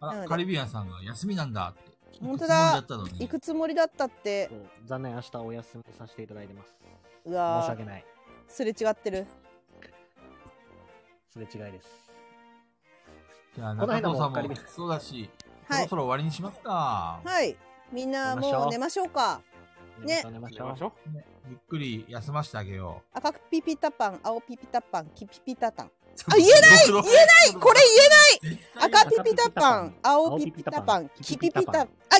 [SPEAKER 4] あ
[SPEAKER 1] なの
[SPEAKER 4] ら、
[SPEAKER 1] で
[SPEAKER 4] カリビアンさんが休みなんだって。
[SPEAKER 1] 本当だ
[SPEAKER 4] いくつもんやったのに
[SPEAKER 1] 行くつもりだったって
[SPEAKER 3] そ、う残念、明日お休みさせていただいてます。
[SPEAKER 1] う
[SPEAKER 3] 申し
[SPEAKER 1] わ
[SPEAKER 3] 訳ない。
[SPEAKER 1] ーすれ違ってる。
[SPEAKER 3] すれ違いです。
[SPEAKER 4] じゃあ、
[SPEAKER 3] この
[SPEAKER 4] 中
[SPEAKER 3] 間も
[SPEAKER 4] 藤さん
[SPEAKER 3] カリビ
[SPEAKER 4] も
[SPEAKER 3] アン
[SPEAKER 4] そうだし、
[SPEAKER 1] は
[SPEAKER 4] そろ
[SPEAKER 1] い。
[SPEAKER 4] そろ終わりにしますか。
[SPEAKER 1] はい。みんなもう寝
[SPEAKER 3] 寝
[SPEAKER 1] ましょうか。ね
[SPEAKER 3] 寝ましょう、寝まし
[SPEAKER 2] 行きまし
[SPEAKER 3] ょ
[SPEAKER 2] ょ
[SPEAKER 4] ゆっくり休ませてあげよう。
[SPEAKER 1] 赤ピピタパン、青ピピタパン、キピピタタン。
[SPEAKER 4] あ、
[SPEAKER 1] 言え
[SPEAKER 4] ない言えない
[SPEAKER 1] これ
[SPEAKER 4] 言え
[SPEAKER 1] 言
[SPEAKER 4] ない
[SPEAKER 1] え赤ピピタパン、青ピピタパン、キピピタパン。あ、キピピタパ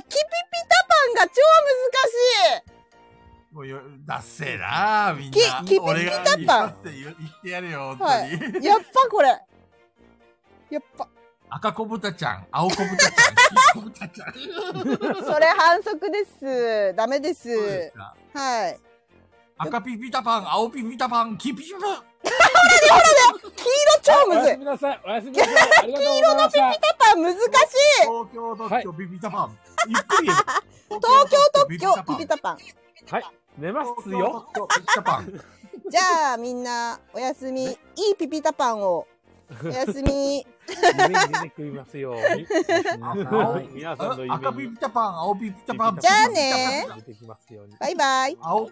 [SPEAKER 1] ンが超難しい
[SPEAKER 4] もうよ、だっせーなーみん
[SPEAKER 1] き
[SPEAKER 4] な。
[SPEAKER 1] きび
[SPEAKER 4] 俺が
[SPEAKER 1] きびたっぱ
[SPEAKER 4] って言ってやれよ、本
[SPEAKER 1] は
[SPEAKER 4] 当 に。
[SPEAKER 1] やっぱこれ。やっぱ、
[SPEAKER 4] 赤子豚ちゃん、青子豚ちゃん、黄子豚ちゃん。
[SPEAKER 1] それ反則 です。ダメで
[SPEAKER 4] そうです
[SPEAKER 1] す。
[SPEAKER 4] か
[SPEAKER 1] はい。
[SPEAKER 4] 赤ピピタパン、青ピピタパン、キピピタ
[SPEAKER 1] 超
[SPEAKER 2] う。お
[SPEAKER 1] むずい
[SPEAKER 2] やす。みなさい。おやすみなさい。ありがとうございました。
[SPEAKER 1] パン難しい。
[SPEAKER 4] 東京特許ピピタパン。ゆっくり言えば。
[SPEAKER 1] 東京特
[SPEAKER 4] ピ
[SPEAKER 1] 許ピピ
[SPEAKER 4] パン。
[SPEAKER 1] タパン。
[SPEAKER 2] 寝ます
[SPEAKER 4] 東
[SPEAKER 2] よ。
[SPEAKER 4] 京特許ピピタパン。
[SPEAKER 1] じゃあみんなおやすみ。いいピピタパンを。おやす み。
[SPEAKER 2] 夢に出てくりますよ。
[SPEAKER 3] はい
[SPEAKER 2] 皆さんの夢に
[SPEAKER 4] 赤ピピタパン、青ピピタパン。
[SPEAKER 1] じゃあね
[SPEAKER 2] 出てきますように。
[SPEAKER 1] バイバイ。
[SPEAKER 4] 青、